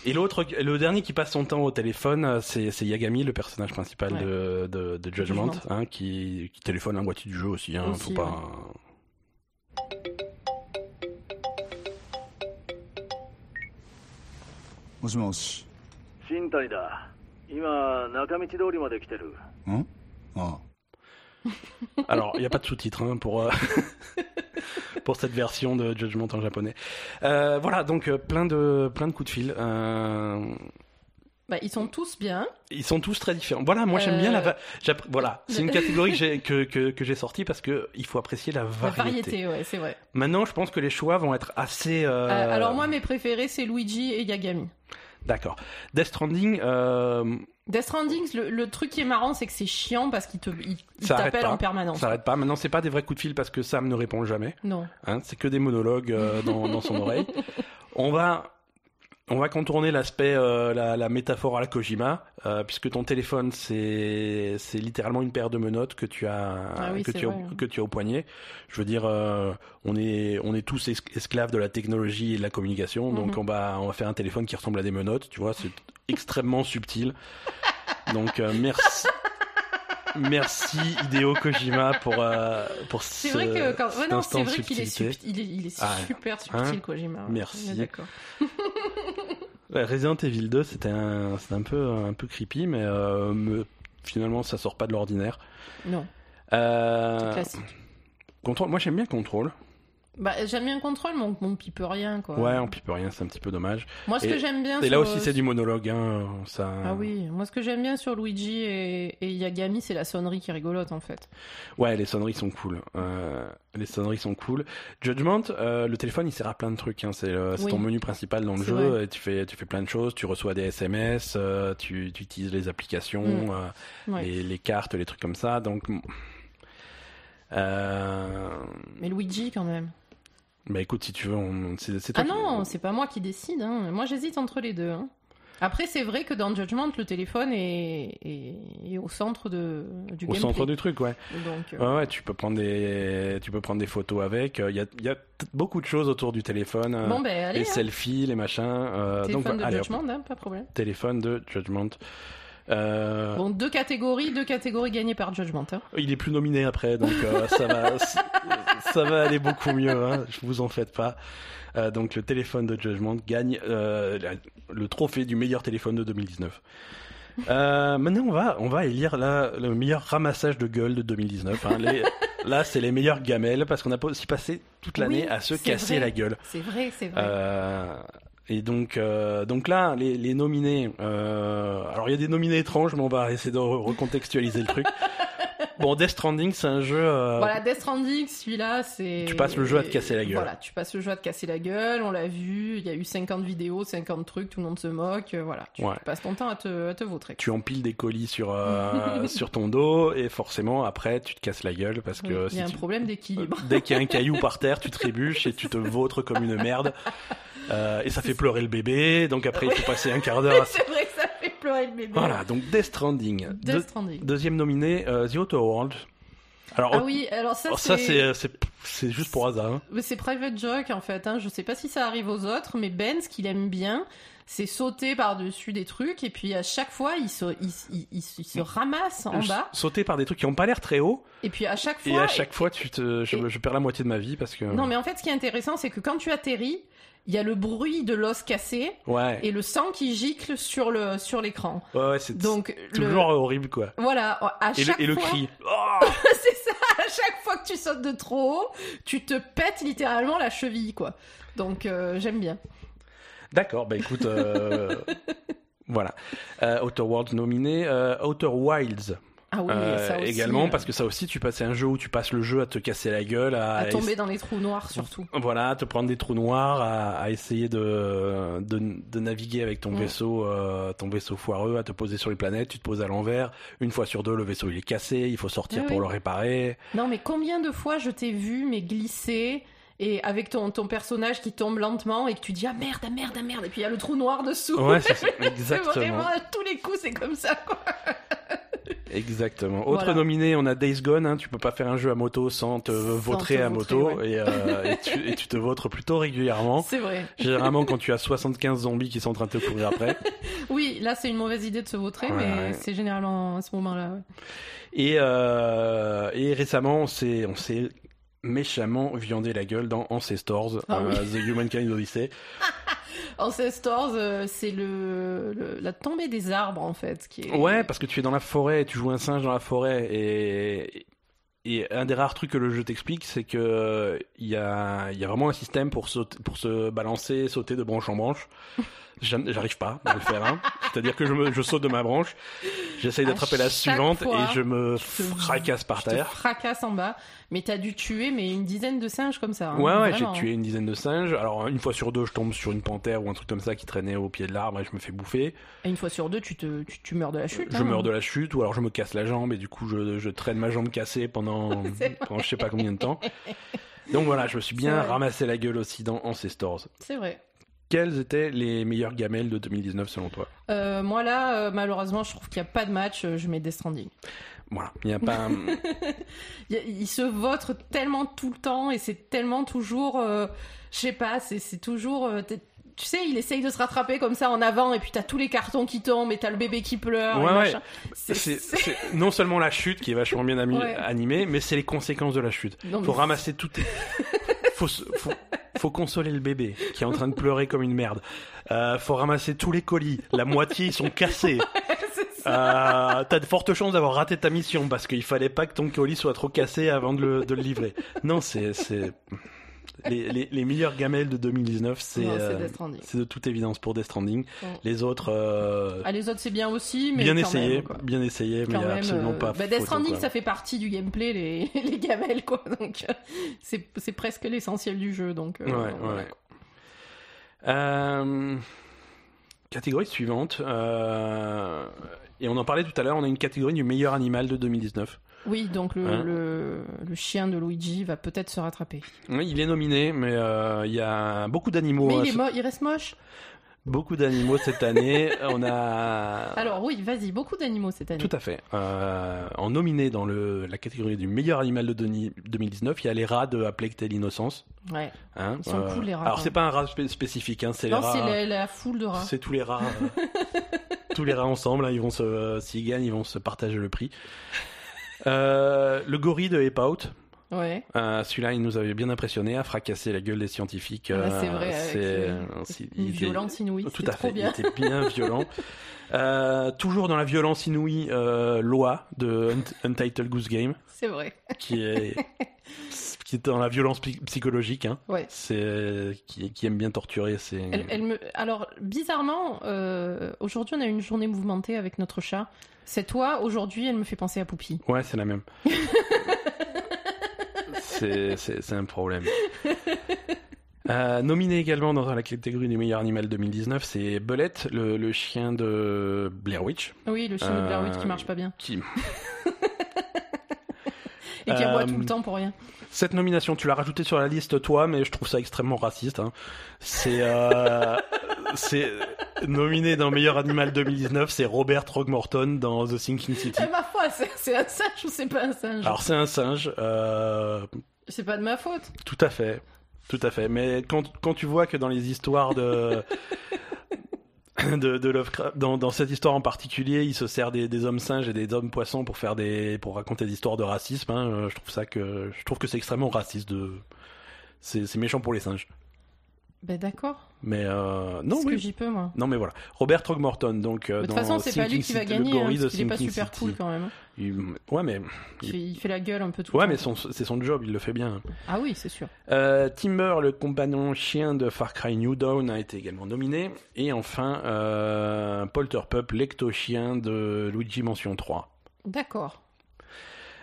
Speaker 1: Et l'autre, le dernier qui passe son temps au téléphone, euh, c'est c'est Yagami, le personnage principal
Speaker 2: Ouais.
Speaker 1: de, de, de Judgment,
Speaker 2: Judgment.
Speaker 1: hein, qui, qui téléphone la moitié du jeu aussi. Hein,
Speaker 2: Aussi,
Speaker 1: faut pas...
Speaker 7: 身体だ今中道通りまで来てる
Speaker 1: Alors, il n'y a pas de sous-titres hein, pour, euh, pour cette version de Judgment en japonais. Euh, voilà, donc euh, plein de, plein de coups de fil. Euh,
Speaker 2: Bah, ils sont tous bien.
Speaker 1: ils sont tous très différents. Voilà, moi j'aime
Speaker 2: Euh,
Speaker 1: bien la... va- j'appré- Voilà, c'est une catégorie que j'ai que, que, que j'ai sortie parce que il faut apprécier la
Speaker 2: La
Speaker 1: variété.
Speaker 2: variété, ouais, c'est vrai.
Speaker 1: Maintenant, je pense que les choix vont être assez... euh,
Speaker 2: Euh, alors moi, mes préférés, c'est Luigi et Yagami.
Speaker 1: D'accord. Death Stranding, euh,
Speaker 2: Death Stranding, le, le truc qui est marrant, c'est que c'est chiant parce qu'il te, il, il
Speaker 1: Ça arrête
Speaker 2: t'appelle
Speaker 1: pas.
Speaker 2: en permanence.
Speaker 1: ça arrête pas. Maintenant, c'est pas des vrais coups de fil parce que Sam ne répond jamais.
Speaker 2: Non.
Speaker 1: Hein, c'est que des monologues euh, dans, dans son oreille. On va, on va contourner l'aspect, euh, la, la métaphore à la Kojima, euh, puisque ton téléphone, c'est, c'est littéralement une paire de menottes que tu as,
Speaker 2: Ah oui,
Speaker 1: que,
Speaker 2: c'est
Speaker 1: tu as
Speaker 2: vrai.
Speaker 1: au, que tu as au poignet. Je veux dire, euh, on, est, on est tous es- esclaves de la technologie et de la communication, donc
Speaker 2: Mhm.
Speaker 1: on va, on va faire un téléphone qui ressemble à des menottes, tu vois, c'est extrêmement subtil. Donc euh, merci. Merci Hideo Kojima pour euh, pour
Speaker 2: C'est
Speaker 1: ce-
Speaker 2: vrai que quand... ouais,
Speaker 1: cet
Speaker 2: non,
Speaker 1: instant
Speaker 2: c'est
Speaker 1: de
Speaker 2: vrai qu'il est,
Speaker 1: subtilité.
Speaker 2: subtil, il est, il est
Speaker 1: Ah,
Speaker 2: super subtil,
Speaker 1: hein.
Speaker 2: Kojima. ouais.
Speaker 1: Merci.
Speaker 2: On est D'accord.
Speaker 1: Ouais, Resident Evil 2, c'était un, c'était un peu, un peu creepy, mais euh, me- finalement, ça sort pas de l'ordinaire.
Speaker 2: Non, c'est
Speaker 1: Euh,
Speaker 2: classique.
Speaker 1: contrôle, moi j'aime bien Contrôle.
Speaker 2: Bah, j'aime bien le contrôle, mais on, on pipe rien, quoi.
Speaker 1: Ouais, on pipe rien, c'est un petit peu dommage.
Speaker 2: Moi, ce
Speaker 1: Et-
Speaker 2: que j'aime bien.
Speaker 1: Et là
Speaker 2: sur-
Speaker 1: aussi, c'est du monologue, hein, ça.
Speaker 2: euh, Ah oui, moi ce que j'aime bien sur Luigi et, et Yagami, c'est la sonnerie qui est rigolote en fait.
Speaker 1: Ouais, les sonneries sont cool. Euh, les sonneries sont cool. Judgment, euh, le téléphone, il sert à plein de trucs. Hein. C'est euh, c'est
Speaker 2: Oui.
Speaker 1: ton menu principal dans le
Speaker 2: C'est
Speaker 1: jeu.
Speaker 2: vrai.
Speaker 1: Et tu fais, tu fais plein de choses. Tu reçois des SMS. euh, tu, tu utilises les applications,
Speaker 2: Mm.
Speaker 1: euh,
Speaker 2: Ouais.
Speaker 1: les, les cartes, les trucs comme ça. Donc, mm. euh...
Speaker 2: Mais Luigi quand même.
Speaker 1: bah écoute, si tu veux, on... c'est c'est toi.
Speaker 2: Ah
Speaker 1: qui-
Speaker 2: non, c'est pas moi qui décide. hein. Moi j'hésite entre les deux. hein. Après c'est vrai que dans Judgment, le téléphone est, est- est au centre de, du
Speaker 1: au
Speaker 2: gameplay.
Speaker 1: centre du truc, ouais.
Speaker 2: Donc, euh,
Speaker 1: Ouais, ouais, tu peux prendre des, tu peux prendre des photos avec. Il y a, y a t- beaucoup de choses autour du téléphone. euh,
Speaker 2: Bon ben allez,
Speaker 1: les
Speaker 2: hein.
Speaker 1: selfies, les machins. euh,
Speaker 2: téléphone
Speaker 1: donc,
Speaker 2: de
Speaker 1: allez, hop.
Speaker 2: Judgment, hein, pas de problème.
Speaker 1: téléphone de Judgment. Euh,
Speaker 2: Bon, deux catégories, deux catégories gagnées par Judgment. hein.
Speaker 1: Il est plus nominé après, donc euh, ça va, ça va aller beaucoup mieux. Hein, je vous en faites pas. Euh, donc le téléphone de Judgment gagne euh, la- le trophée du meilleur téléphone de 2019. Euh, maintenant on va, on va élire là le meilleur ramassage de gueule de 2019. hein. Les- là c'est les meilleures gamelles parce qu'on a aussi passé toute l'année
Speaker 2: Oui,
Speaker 1: à se
Speaker 2: c'est
Speaker 1: casser
Speaker 2: vrai.
Speaker 1: la gueule.
Speaker 2: C'est vrai, c'est vrai.
Speaker 1: Euh, Et donc, euh, donc là, les, les nominés. euh, alors, il y a des nominés étranges, mais on va essayer de re- recontextualiser le truc. Bon, Death Stranding, c'est un jeu. euh,
Speaker 2: Voilà, Death Stranding, celui-là, c'est.
Speaker 1: Tu passes le jeu à te casser la gueule.
Speaker 2: Voilà, tu passes le jeu à te casser la gueule, on l'a vu, il y a eu 50 vidéos, 50 trucs, tout le monde se moque, euh, voilà. Tu,
Speaker 1: Ouais.
Speaker 2: tu passes ton temps à te, à te vautrer.
Speaker 1: Tu empiles des colis sur euh, sur ton dos et forcément après tu te casses la gueule parce
Speaker 2: Oui,
Speaker 1: que
Speaker 2: il
Speaker 1: si
Speaker 2: y a un
Speaker 1: tu-
Speaker 2: problème d'équilibre.
Speaker 1: dès qu'il y a un caillou par terre, tu trébuches et tu te vautres comme une merde. Euh, et ça fait pleurer le bébé. Donc après, il faut passer un quart d'heure. à-
Speaker 2: c'est vrai que ça fait pleurer le bébé.
Speaker 1: Euh, Voilà. Donc Death Stranding.
Speaker 2: Death
Speaker 1: Deux-
Speaker 2: Stranding.
Speaker 1: Deuxième nominé, euh, The Outer World. Alors
Speaker 2: Ah oui, alors ça,
Speaker 1: alors Oh, ça c'est euh, c'est c'est juste pour hasard. hein.
Speaker 2: Mais c'est private joke en fait. Hein. Je sais pas si ça arrive aux autres, mais Ben, ce qu'il aime bien, c'est sauter par-dessus des trucs et puis à chaque fois, il se, il, il- il se- il se ramasse en bas.
Speaker 1: Sauter par des trucs qui ont pas l'air très hauts
Speaker 2: Et puis à chaque fois.
Speaker 1: et à chaque fois tu te je,
Speaker 2: et-
Speaker 1: je perds la moitié de ma vie parce que
Speaker 2: Non, mais en fait, ce qui est intéressant, c'est que quand tu atterris, il y a le bruit de l'os cassé
Speaker 1: ouais
Speaker 2: et le sang qui gicle sur le sur l'écran.
Speaker 1: ouais, ouais, c'est
Speaker 2: Donc
Speaker 1: c'est
Speaker 2: le,
Speaker 1: toujours horrible quoi.
Speaker 2: voilà, à
Speaker 1: Et le,
Speaker 2: chaque
Speaker 1: et le
Speaker 2: fois,
Speaker 1: cri. Oh
Speaker 2: c'est ça. À chaque fois que tu sautes de trop haut, tu te pètes littéralement la cheville, quoi. Donc euh, j'aime bien.
Speaker 1: D'accord, bah écoute, euh, voilà. Euh, Outer Worlds nominé, euh, Outer Wilds
Speaker 2: Ah oui,
Speaker 1: euh,
Speaker 2: ça aussi,
Speaker 1: également,
Speaker 2: euh,
Speaker 1: parce que ça aussi, tu passes un jeu où tu passes le jeu à te casser la gueule, à,
Speaker 2: à tomber dans les trous noirs surtout.
Speaker 1: voilà, à te prendre des trous noirs, à, à essayer de, de, de naviguer avec ton
Speaker 2: Mm.
Speaker 1: vaisseau, euh, ton vaisseau foireux, à te poser sur les planètes, tu te poses à l'envers. Une fois sur deux, le vaisseau il est cassé, il faut sortir
Speaker 2: Ah
Speaker 1: pour
Speaker 2: oui.
Speaker 1: le réparer.
Speaker 2: Non, mais combien de fois je t'ai vu mais glisser et avec ton, ton personnage qui tombe lentement et que tu dis ah merde, ah merde, ah merde, et puis il y a le trou noir dessous.
Speaker 1: Ouais, c'est ça,
Speaker 2: C'est vraiment
Speaker 1: exactement,
Speaker 2: à tous les coups, c'est comme ça. Quoi.
Speaker 1: exactement. Autre
Speaker 2: Voilà.
Speaker 1: nominé, on a Days Gone. Hein, tu peux pas faire un jeu à moto sans te
Speaker 2: Sans
Speaker 1: vautrer
Speaker 2: te
Speaker 1: à
Speaker 2: vautrer,
Speaker 1: moto et, euh, et tu, et tu te vautres plutôt régulièrement.
Speaker 2: C'est vrai.
Speaker 1: Généralement quand tu as 75 zombies qui sont en train de te courir après.
Speaker 2: Oui, là c'est une mauvaise idée de se vautrer,
Speaker 1: Ouais,
Speaker 2: mais
Speaker 1: ouais.
Speaker 2: c'est généralement à ce moment-là. ouais.
Speaker 1: Et, euh, et récemment, on s'est, on s'est méchamment viandé la gueule dans Ancestors,
Speaker 2: Ah
Speaker 1: euh,
Speaker 2: oui.
Speaker 1: The Humankind Odyssey.
Speaker 2: Ancestors, euh, c'est le, le- la tombée des arbres en fait, qui est.
Speaker 1: Ouais, parce que tu es dans la forêt, tu joues un singe dans la forêt, et, et un des rares trucs que le jeu t'explique, c'est que euh, il y a, il y a vraiment un système pour, sauter- pour se balancer, sauter de branche en branche. J'en- J'arrive pas à le faire. hein. C'est-à-dire que je, me- je saute de ma branche, j'essaye
Speaker 2: À
Speaker 1: d'attraper la
Speaker 2: chaque
Speaker 1: suivante
Speaker 2: fois,
Speaker 1: et je me
Speaker 2: tu te-
Speaker 1: fracasse par
Speaker 2: Tu te
Speaker 1: terre.
Speaker 2: fracasses en bas, mais t'as dû tuer mais une dizaine de singes comme ça. hein,
Speaker 1: Ouais, ouais, j'ai
Speaker 2: vraiment.
Speaker 1: tué une dizaine de singes. Alors, une fois sur deux, je tombe sur une panthère ou un truc comme ça qui traînait au pied de l'arbre et je me fais bouffer.
Speaker 2: Et une fois sur deux, tu, te, tu, tu meurs de la chute. hein.
Speaker 1: Je meurs de la chute ou alors je me casse la jambe et du coup, je, je traîne ma jambe cassée pendant,
Speaker 2: C'est vrai.
Speaker 1: pendant je sais pas combien de temps. Donc voilà, je me suis bien
Speaker 2: C'est vrai.
Speaker 1: ramassé la gueule aussi dans Ancestors.
Speaker 2: C'est vrai.
Speaker 1: Quelles étaient les meilleures gamelles de 2019 selon toi
Speaker 2: Euh, moi là, euh, malheureusement, je trouve qu'il n'y a pas de match, euh, je mets Death Stranding.
Speaker 1: Voilà, il n'y a pas. un-
Speaker 2: Il, y a- il se vote tellement tout le temps et c'est tellement toujours. euh, je sais pas, c'est c'est toujours. euh, t'es- tu sais, il essaye de se rattraper comme ça en avant et puis t'as tous les cartons qui tombent et t'as le bébé qui pleure.
Speaker 1: Ouais,
Speaker 2: et
Speaker 1: ouais.
Speaker 2: machin. C'est-
Speaker 1: c'est
Speaker 2: c'est-
Speaker 1: c'est non seulement la chute qui est vachement bien ami-
Speaker 2: Ouais.
Speaker 1: animée, mais c'est les conséquences de la chute.
Speaker 2: Non, mais
Speaker 1: Faut ramasser tout. tes- faut, se- faut, faut consoler le bébé qui est en train de pleurer comme une merde. Euh, faut ramasser tous les colis. La moitié ils sont cassés.
Speaker 2: c'est ça.
Speaker 1: Euh, T'as de fortes chances d'avoir raté ta mission parce qu'il fallait pas que ton colis soit trop cassé avant de le, de le livrer. Non, c'est c'est les, les, les meilleures gamelles de 2019, c'est
Speaker 2: Non, c'est
Speaker 1: euh,
Speaker 2: Death Stranding.
Speaker 1: c'est de toute évidence pour Death Stranding.
Speaker 2: Ouais.
Speaker 1: Les autres, euh,
Speaker 2: Ah, les autres, c'est bien aussi, mais.
Speaker 1: bien
Speaker 2: quand
Speaker 1: essayé,
Speaker 2: même, quoi.
Speaker 1: bien essayé, mais
Speaker 2: Quand même,
Speaker 1: absolument
Speaker 2: euh,
Speaker 1: pas.
Speaker 2: bah, Death
Speaker 1: photo,
Speaker 2: Stranding,
Speaker 1: quoi.
Speaker 2: ça fait partie du gameplay, les, les gamelles, quoi. Donc, euh, c'est c'est presque l'essentiel du jeu. Donc, euh,
Speaker 1: Ouais,
Speaker 2: voilà,
Speaker 1: ouais.
Speaker 2: quoi.
Speaker 1: Euh, catégorie suivante. euh, et on en parlait tout à l'heure, on a une catégorie du meilleur animal de 2019.
Speaker 2: Oui, donc le,
Speaker 1: Hein
Speaker 2: le, le chien de Luigi va peut-être se rattraper.
Speaker 1: Oui, Il est nominé, mais euh, il y a beaucoup d'animaux.
Speaker 2: Mais
Speaker 1: hein,
Speaker 2: il, est
Speaker 1: ce-
Speaker 2: mo- il reste moche.
Speaker 1: beaucoup d'animaux cette année. on a.
Speaker 2: Alors oui, vas-y, beaucoup d'animaux cette année.
Speaker 1: Tout à fait. Euh, en nominé dans le, la catégorie du meilleur animal de Denis- 2019, il y a les rats de A Plague Tale Innocence.
Speaker 2: Ouais.
Speaker 1: hein.
Speaker 2: Ils sont cool, les rats,
Speaker 1: Alors
Speaker 2: quand
Speaker 1: c'est
Speaker 2: même.
Speaker 1: pas un rat spé- spécifique, hein, c'est les
Speaker 2: Non,
Speaker 1: rats.
Speaker 2: c'est la, la foule de rats.
Speaker 1: C'est tous les rats. euh, tous les rats ensemble, hein, ils vont se, euh, s'ils gagnent, ils vont se partager le prix. Euh, le gorille de Ape Out.
Speaker 2: Ouais.
Speaker 1: Euh, Celui-là, il nous avait bien impressionné, a fracassé la gueule des scientifiques.
Speaker 2: Ah,
Speaker 1: euh,
Speaker 2: c'est vrai, avec
Speaker 1: euh, c'est- il
Speaker 2: Une
Speaker 1: était-
Speaker 2: violence inouïe.
Speaker 1: Tout
Speaker 2: c'est
Speaker 1: à
Speaker 2: trop
Speaker 1: fait,
Speaker 2: Bien.
Speaker 1: il était bien violent. Euh, toujours dans la violence inouïe, euh, Loa de Unt- Untitled Goose Game,
Speaker 2: C'est vrai.
Speaker 1: qui est qui est dans la violence psy- psychologique, hein.
Speaker 2: Ouais.
Speaker 1: C'est euh, qui, qui aime bien torturer. C'est
Speaker 2: Elle, elle me... Alors, bizarrement, euh, aujourd'hui, on a eu une journée mouvementée avec notre chat. C'est toi, aujourd'hui, elle me fait penser à Poupie.
Speaker 1: ouais, c'est la même. c'est c'est- c'est un problème. Euh, nominé également dans la catégorie du meilleur animal 2019, c'est Belette, le, le chien de Blair Witch.
Speaker 2: Oui, le chien de Blair Witch
Speaker 1: Euh,
Speaker 2: qui marche pas bien.
Speaker 1: Qui...
Speaker 2: Et qui aboie
Speaker 1: euh,
Speaker 2: tout le temps pour rien.
Speaker 1: Cette nomination, tu l'as rajoutée sur la liste, toi, mais je trouve ça extrêmement raciste. hein. C'est euh, c'est nominé dans meilleur animal 2019, c'est Robert Trogmorton dans The Sinking City.
Speaker 2: Eh, ma foi, c'est c'est un singe ou c'est pas un singe
Speaker 1: euh, Alors c'est un singe, euh,
Speaker 2: C'est pas de ma faute.
Speaker 1: tout à fait, tout à fait. Mais quand, quand tu vois que dans les histoires de de, de Lovecraft, dans, dans cette histoire en particulier, il se sert des, des hommes singes et des hommes poissons pour faire des pour raconter des histoires de racisme. hein, euh, je trouve ça que je trouve que c'est extrêmement raciste de c'est c'est méchant pour les singes.
Speaker 2: Ben d'accord.
Speaker 1: Mais euh,
Speaker 2: C'est
Speaker 1: non,
Speaker 2: ce que
Speaker 1: oui.
Speaker 2: j'y peux, moi.
Speaker 1: Non mais voilà, Robert Trogmorton donc euh,
Speaker 2: Mais De toute
Speaker 1: dans
Speaker 2: façon, c'est pas
Speaker 1: Sinking
Speaker 2: lui qui va
Speaker 1: City-
Speaker 2: gagner,
Speaker 1: le
Speaker 2: hein,
Speaker 1: gorille de
Speaker 2: parce qu'il est pas
Speaker 1: Sinking
Speaker 2: super
Speaker 1: City.
Speaker 2: cool quand même. hein.
Speaker 1: Il- Ouais mais
Speaker 2: Il fait, il fait la gueule un peu tout
Speaker 1: ouais
Speaker 2: le
Speaker 1: mais
Speaker 2: temps.
Speaker 1: son- c'est son job, il le fait bien.
Speaker 2: Ah oui, c'est sûr.
Speaker 1: Euh, Timber, le compagnon chien de Far Cry New Dawn, a été également nominé. Et enfin, euh, Polterpup, l'ecto-chien de Luigi Mansion 3.
Speaker 2: D'accord.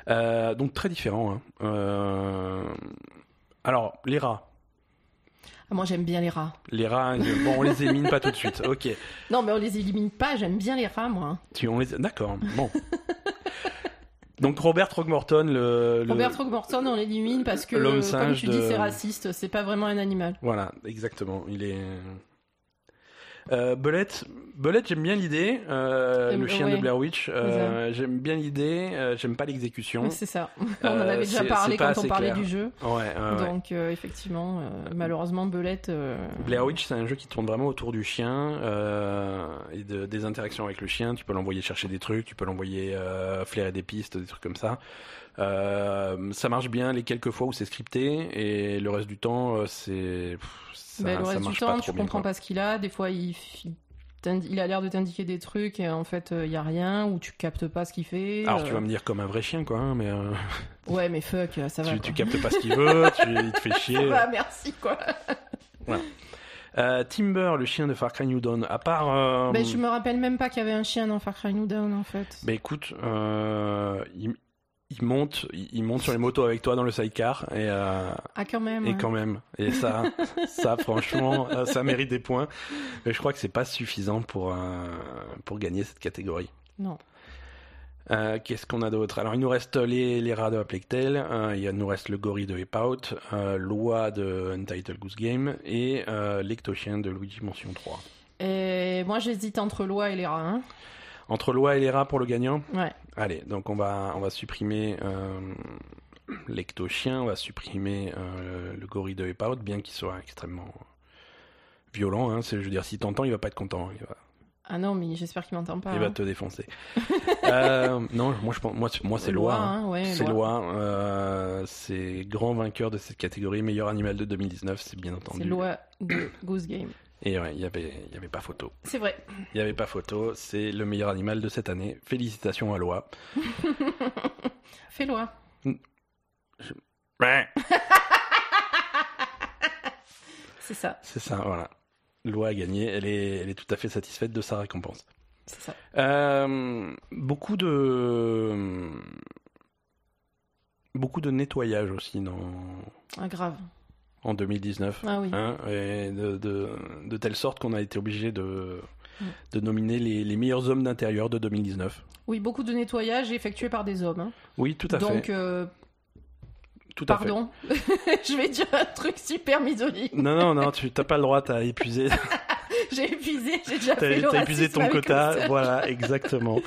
Speaker 1: Euh, donc très différent. hein. Euh, Alors, les rats.
Speaker 2: Ah, moi, j'aime bien les rats.
Speaker 1: Les rats, ils- bon, on les élimine pas tout de suite. Ok.
Speaker 2: Non, mais on les élimine pas, j'aime bien les rats, moi. hein.
Speaker 1: Tu, on les... D'accord, bon. Donc Robert Trogmorton, le... le-
Speaker 2: Robert Rockmorton, on l'élimine parce que,
Speaker 1: l'homme
Speaker 2: euh, comme
Speaker 1: singe
Speaker 2: tu
Speaker 1: de-
Speaker 2: dis, c'est raciste, c'est pas vraiment un animal.
Speaker 1: Voilà, exactement. Il est. Euh, Belette, Belette, j'aime bien l'idée. euh,
Speaker 2: Euh,
Speaker 1: le chien
Speaker 2: ouais.
Speaker 1: de Blair Witch, euh, j'aime bien l'idée. euh, j'aime pas l'exécution.
Speaker 2: C'est ça. on en
Speaker 1: Euh,
Speaker 2: avait déjà
Speaker 1: c'est-
Speaker 2: parlé
Speaker 1: c'est pas
Speaker 2: quand on
Speaker 1: assez
Speaker 2: parlait
Speaker 1: clair.
Speaker 2: du jeu.
Speaker 1: Ouais, ouais, ouais.
Speaker 2: Donc, euh, effectivement, euh, malheureusement, Belette. euh,
Speaker 1: Blair Witch, c'est un jeu qui tourne vraiment autour du chien euh, et de- des interactions avec le chien. Tu peux l'envoyer chercher des trucs, tu peux l'envoyer euh, flairer des pistes, des trucs comme ça. Euh, ça marche bien les quelques fois où c'est scripté et le reste du temps, euh, c'est. pff, Ça,
Speaker 2: Ben, le
Speaker 1: ça
Speaker 2: reste du
Speaker 1: marche
Speaker 2: temps,
Speaker 1: pas
Speaker 2: tu
Speaker 1: trop bien,
Speaker 2: comprends
Speaker 1: quoi.
Speaker 2: pas ce qu'il a. Des fois, il, il t'indi- il a l'air de t'indiquer des trucs et en fait, euh, il y a rien ou tu captes pas ce qu'il fait.
Speaker 1: Alors
Speaker 2: euh,
Speaker 1: tu vas me dire comme un vrai chien, quoi, hein, mais. euh,
Speaker 2: Ouais, mais fuck, ça va.
Speaker 1: tu,
Speaker 2: quoi.
Speaker 1: tu captes pas ce qu'il veut, tu, il te fait
Speaker 2: Ah, Ça
Speaker 1: chier.
Speaker 2: va, merci quoi.
Speaker 1: Ah, Euh, Timber, le chien de Far Cry New Dawn, à part. euh,
Speaker 2: Ben, je me rappelle même pas qu'il y avait un chien dans Far Cry New Dawn en fait.
Speaker 1: bah, écoute, euh, il, il monte, il, il monte sur les motos avec toi dans le sidecar et, euh,
Speaker 2: ah, quand même.
Speaker 1: et
Speaker 2: ouais.
Speaker 1: quand même. Et ça, ça franchement, euh, ça mérite des points. Mais je crois que c'est pas suffisant pour euh, pour gagner cette catégorie.
Speaker 2: Non.
Speaker 1: Euh, Qu'est-ce qu'on a d'autre Alors, il nous reste les, les rats de Aplectel, euh, il nous reste le gorille de Hep Out, euh, l'oie de Untitled Goose Game et euh, l'ectochien de Luigi Mansion 3.
Speaker 2: Et moi, j'hésite entre Loi et les rats. hein.
Speaker 1: Entre l'oie et les rats pour le gagnant
Speaker 2: Ouais.
Speaker 1: Allez, donc on va, on va supprimer euh, l'ectochien, on va supprimer euh, le gorille de Hep Out, bien qu'il soit extrêmement violent. hein. C'est- je veux dire, si t'entends, il va pas être content, hein. il va,
Speaker 2: Ah non, mais j'espère qu'il m'entend pas.
Speaker 1: il va
Speaker 2: hein.
Speaker 1: te défoncer. Euh, non, moi, je pense, moi, c'est- moi c'est l'oie.
Speaker 2: Loi,
Speaker 1: hein.
Speaker 2: hein, ouais,
Speaker 1: C'est
Speaker 2: Loi.
Speaker 1: Loa, euh, c'est grand vainqueur de cette catégorie, meilleur animal de 2019, c'est bien
Speaker 2: C'est
Speaker 1: entendu.
Speaker 2: Loi de Goose Game.
Speaker 1: Et ouais, il n'y avait, il y avait pas photo.
Speaker 2: C'est vrai.
Speaker 1: Il n'y avait pas photo, c'est le meilleur animal de cette année. Félicitations à Loa.
Speaker 2: Fais Loi.
Speaker 1: Ben.
Speaker 2: C'est ça.
Speaker 1: C'est ça, voilà. Loa a gagné, elle est, elle est tout à fait satisfaite de sa récompense.
Speaker 2: C'est ça.
Speaker 1: Euh, beaucoup de... Beaucoup de nettoyage aussi dans...
Speaker 2: Ah, grave.
Speaker 1: en 2019.
Speaker 2: Ah oui.
Speaker 1: Hein, et de, de- de telle sorte qu'on a été obligé de,
Speaker 2: Mm.
Speaker 1: de nominer les, les meilleurs hommes d'intérieur de 2019.
Speaker 2: Oui, beaucoup de nettoyage effectué par des hommes. hein.
Speaker 1: Oui, tout à
Speaker 2: Donc,
Speaker 1: fait.
Speaker 2: euh,
Speaker 1: Tout à fait.
Speaker 2: pardon, je vais dire un truc super misogyne.
Speaker 1: Non, non, non, tu t'as pas le droit, t'as épuisé,
Speaker 2: J'ai épuisé, j'ai déjà
Speaker 1: t'as,
Speaker 2: fait le
Speaker 1: t'as épuisé
Speaker 2: racisme
Speaker 1: ton
Speaker 2: avec
Speaker 1: quota.
Speaker 2: le seul.
Speaker 1: Voilà, exactement.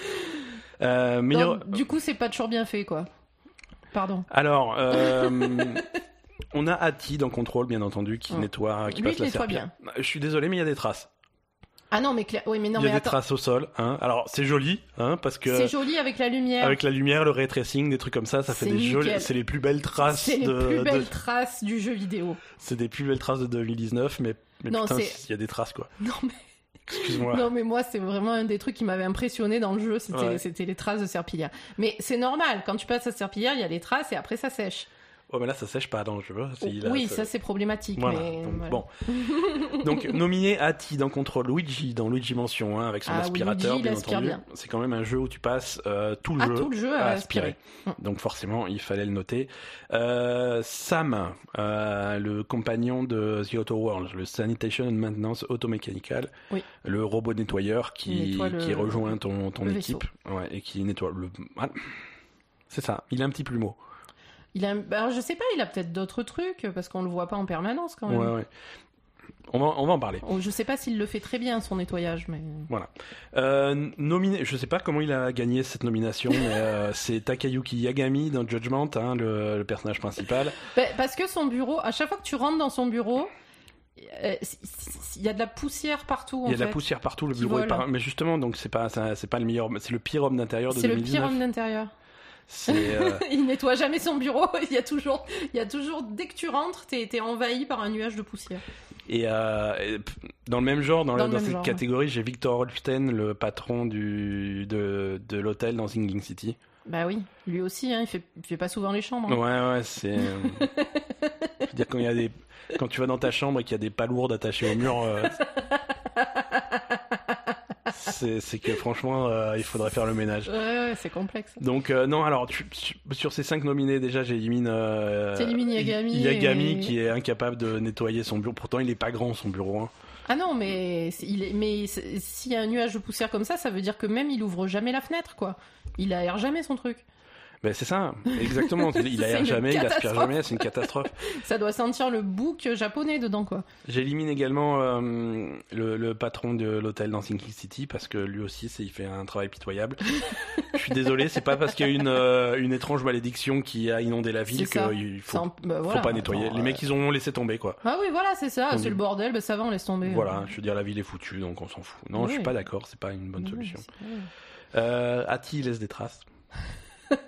Speaker 1: Euh,
Speaker 2: Donc,
Speaker 1: meilleur...
Speaker 2: Du coup, c'est pas toujours bien fait, quoi. Pardon.
Speaker 1: Alors, euh, on a Atti dans Contrôle, bien entendu, qui
Speaker 2: Mm.
Speaker 1: nettoie, qui
Speaker 2: Lui,
Speaker 1: passe
Speaker 2: il
Speaker 1: la Bah,
Speaker 2: nettoie
Speaker 1: serpillère. Je suis désolé, mais il y a des traces.
Speaker 2: Ah non, mais, cla- oui, mais, non,
Speaker 1: Il y a
Speaker 2: mais
Speaker 1: des
Speaker 2: attends.
Speaker 1: traces au sol. Hein. Alors c'est joli, hein, parce que
Speaker 2: C'est joli avec la lumière.
Speaker 1: avec la lumière, le ray tracing, des trucs comme ça, ça fait
Speaker 2: C'est
Speaker 1: des
Speaker 2: nickel.
Speaker 1: jolies. C'est les plus belles traces.
Speaker 2: C'est les
Speaker 1: de-
Speaker 2: plus
Speaker 1: de-
Speaker 2: belles traces du jeu vidéo.
Speaker 1: C'est des plus belles traces de 2019, mais, mais
Speaker 2: Non,
Speaker 1: putain,
Speaker 2: c'est-
Speaker 1: il y a des traces quoi.
Speaker 2: Non mais,
Speaker 1: Excuse-moi.
Speaker 2: non, mais moi, c'est vraiment un des trucs qui m'avait impressionné dans le jeu. C'était
Speaker 1: Ouais.
Speaker 2: c'était les traces de serpillière. Mais c'est normal. Quand tu passes à serpillière, il y a les traces et après, ça sèche.
Speaker 1: Oh, mais là, ça sèche pas dans le jeu. C'est- il a-
Speaker 2: oui,
Speaker 1: ça-
Speaker 2: ça, c'est problématique.
Speaker 1: Voilà.
Speaker 2: mais
Speaker 1: donc,
Speaker 2: voilà.
Speaker 1: Bon. Donc nominé Ati dans Control Luigi dans Luigi Mansion hein, avec son
Speaker 2: Ah oui,
Speaker 1: aspirateur
Speaker 2: Luigi, il
Speaker 1: bien
Speaker 2: aspire
Speaker 1: entendu.
Speaker 2: bien.
Speaker 1: C'est quand même un jeu où tu passes euh, tout le
Speaker 2: Ah,
Speaker 1: jeu
Speaker 2: tout le jeu à aspirer.
Speaker 1: Donc forcément, il fallait le noter. Euh, Sam, euh, le compagnon de The Auto World, le Sanitation and Maintenance Automechanical,
Speaker 2: Oui.
Speaker 1: le robot nettoyeur
Speaker 2: Il
Speaker 1: qui,
Speaker 2: nettoie le-
Speaker 1: qui rejoint ton, ton
Speaker 2: le vaisseau.
Speaker 1: équipe Ouais, et qui nettoie le. Ah, C'est ça. Il a un petit plumeau.
Speaker 2: Il a, bah, je sais pas, il a peut-être d'autres trucs parce qu'on le voit pas en permanence quand même.
Speaker 1: Ouais, ouais. On va, on va en parler.
Speaker 2: Oh, Je sais pas s'il le fait très bien son nettoyage, mais
Speaker 1: Euh, nominé, je sais pas comment il a gagné cette nomination, mais euh, c'est Takayuki Yagami dans Judgment, hein, le, le personnage principal.
Speaker 2: Bah, parce que son bureau, à chaque fois que tu rentres dans son bureau, euh, c- c- il y a de la poussière partout.
Speaker 1: Il y a
Speaker 2: en
Speaker 1: de la
Speaker 2: fait.
Speaker 1: poussière partout, le
Speaker 2: Qui
Speaker 1: bureau est
Speaker 2: vole.
Speaker 1: par- Mais justement, donc c'est pas, ça- c'est pas le meilleur, c'est le pire homme d'intérieur de
Speaker 2: C'est le pire
Speaker 1: 2019.
Speaker 2: homme d'intérieur.
Speaker 1: C'est euh,
Speaker 2: Il nettoie jamais son bureau. Il y a toujours, il y a toujours, dès que tu rentres, t'es t'es envahi par un nuage de poussière.
Speaker 1: et, euh, et p- dans le même genre, dans, le-
Speaker 2: Dans le
Speaker 1: dans
Speaker 2: même
Speaker 1: cette
Speaker 2: genre,
Speaker 1: catégorie, j'ai Victor Holstein, le patron du de, de l'hôtel dans Singing City.
Speaker 2: Bah oui, lui aussi, hein, il, fait, il fait pas souvent les chambres.
Speaker 1: Ouais,
Speaker 2: hein.
Speaker 1: ouais, c'est. euh, je veux dire quand il y a des, quand tu vas dans ta chambre et qu'il y a des palourdes attachées au mur. euh, C'est c'est que franchement, euh, il faudrait faire le ménage.
Speaker 2: Ouais, ouais, c'est complexe.
Speaker 1: Donc euh, non, alors tu- sur- sur ces cinq nominés déjà, j'élimine euh,
Speaker 2: T'élimines Yagami
Speaker 1: Yagami
Speaker 2: et-
Speaker 1: qui est incapable de nettoyer son bureau. Pourtant, il est pas grand son bureau. hein.
Speaker 2: Ah non, mais c'est- il est- mais c'est- s'il y a un nuage de poussière comme ça, ça veut dire que même il ouvre jamais la fenêtre, quoi. Il aère jamais son truc.
Speaker 1: Ben c'est ça, exactement. Il
Speaker 2: C'est
Speaker 1: aère
Speaker 2: une
Speaker 1: jamais, il aspire
Speaker 2: catastrophe.
Speaker 1: jamais, c'est une catastrophe.
Speaker 2: Ça doit sentir le bouc japonais dedans, quoi.
Speaker 1: J'élimine également euh, le, le patron de l'hôtel dans Sinking City parce que lui aussi, c'est, il fait un travail pitoyable. Je suis désolé, c'est pas parce qu'il y a une, euh, une étrange malédiction qui a inondé la ville
Speaker 2: C'est ça.
Speaker 1: qu'il faut,
Speaker 2: Sans- bah,
Speaker 1: faut
Speaker 2: voilà.
Speaker 1: pas nettoyer.
Speaker 2: Attends,
Speaker 1: Les
Speaker 2: euh,
Speaker 1: mecs, ils ont laissé tomber quoi.
Speaker 2: Ah oui, voilà, c'est ça,
Speaker 1: On dit-
Speaker 2: c'est le bordel, bah ça va, on laisse tomber.
Speaker 1: Voilà, je veux dire, la ville est foutue, donc on s'en fout. Non, je suis
Speaker 2: Ouais.
Speaker 1: pas d'accord, c'est pas une bonne
Speaker 2: Ouais,
Speaker 1: solution.
Speaker 2: c'est vrai.
Speaker 1: Euh, Ati laisse des traces.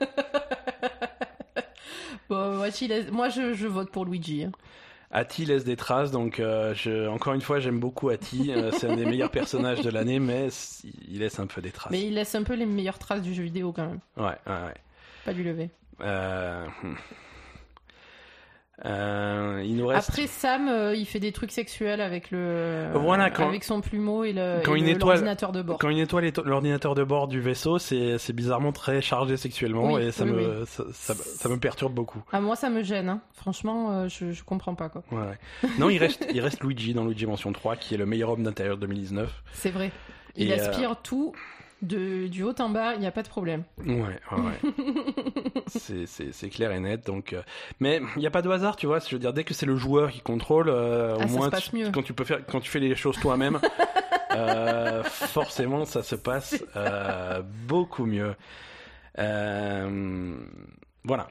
Speaker 2: Bon, ouais, tu laisses- moi, je, je vote pour Luigi. hein.
Speaker 1: Ati laisse des traces, donc euh, je, encore une fois, j'aime beaucoup Ati. euh, c'est un des meilleurs personnages de l'année, mais c- il laisse un peu des traces.
Speaker 2: Mais il laisse un peu les meilleures traces du jeu vidéo quand même.
Speaker 1: Ouais, ouais, ouais.
Speaker 2: Pas du lever.
Speaker 1: Euh, hmm. Euh, il nous reste.
Speaker 2: Après, Sam, euh, il fait des trucs sexuels avec le.
Speaker 1: Voilà, quand-
Speaker 2: Avec son plumeau et le.
Speaker 1: quand
Speaker 2: et
Speaker 1: une
Speaker 2: le-
Speaker 1: étoile-
Speaker 2: l'ordinateur de bord.
Speaker 1: Quand il nettoie l'éto- l'ordinateur de bord du vaisseau, c'est c'est bizarrement très chargé sexuellement
Speaker 2: Oui,
Speaker 1: et ça,
Speaker 2: oui,
Speaker 1: me, Ça, ça- ça me perturbe beaucoup.
Speaker 2: Ah, moi, ça me gêne. hein. Franchement, euh, je, je comprends pas, quoi.
Speaker 1: Ouais, ouais. Non, il reste, il reste Luigi dans Luigi Mansion 3, qui est le meilleur homme d'intérieur 2019.
Speaker 2: C'est vrai. Il
Speaker 1: Et, euh,
Speaker 2: aspire tout de, du haut en bas, il n'y a pas de problème.
Speaker 1: Ouais, ouais, ouais. c'est, c'est, c'est clair et net. Donc, euh, mais il n'y a pas de hasard, tu vois. Je veux dire, dès que c'est le joueur qui contrôle, euh, au
Speaker 2: Ah, ça
Speaker 1: moins
Speaker 2: se passe
Speaker 1: tu-
Speaker 2: mieux.
Speaker 1: quand tu peux faire, quand tu fais les choses toi-même, euh, forcément, ça se passe euh, beaucoup mieux. Euh, voilà.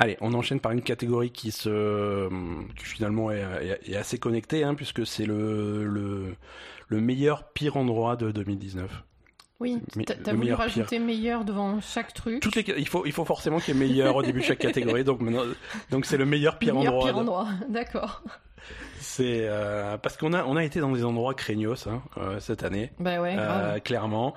Speaker 1: Allez, on enchaîne par une catégorie qui se, qui finalement est, est- est assez connectée, hein, puisque c'est le, le, le meilleur pire endroit de 2019.
Speaker 2: Oui,
Speaker 1: Mais-
Speaker 2: t'as- t'as
Speaker 1: le
Speaker 2: voulu
Speaker 1: meilleur pire.
Speaker 2: rajouter meilleur devant chaque truc.
Speaker 1: Toutes les ca- il faut il faut forcément qu'il y ait meilleur au début de chaque catégorie donc maintenant- donc c'est le meilleur pire
Speaker 2: meilleur
Speaker 1: endroit.
Speaker 2: pire endroit, d'accord.
Speaker 1: C'est euh, parce qu'on a on a été dans des endroits craignos hein, euh, cette année.
Speaker 2: Bah ouais,
Speaker 1: euh,
Speaker 2: grave.
Speaker 1: clairement,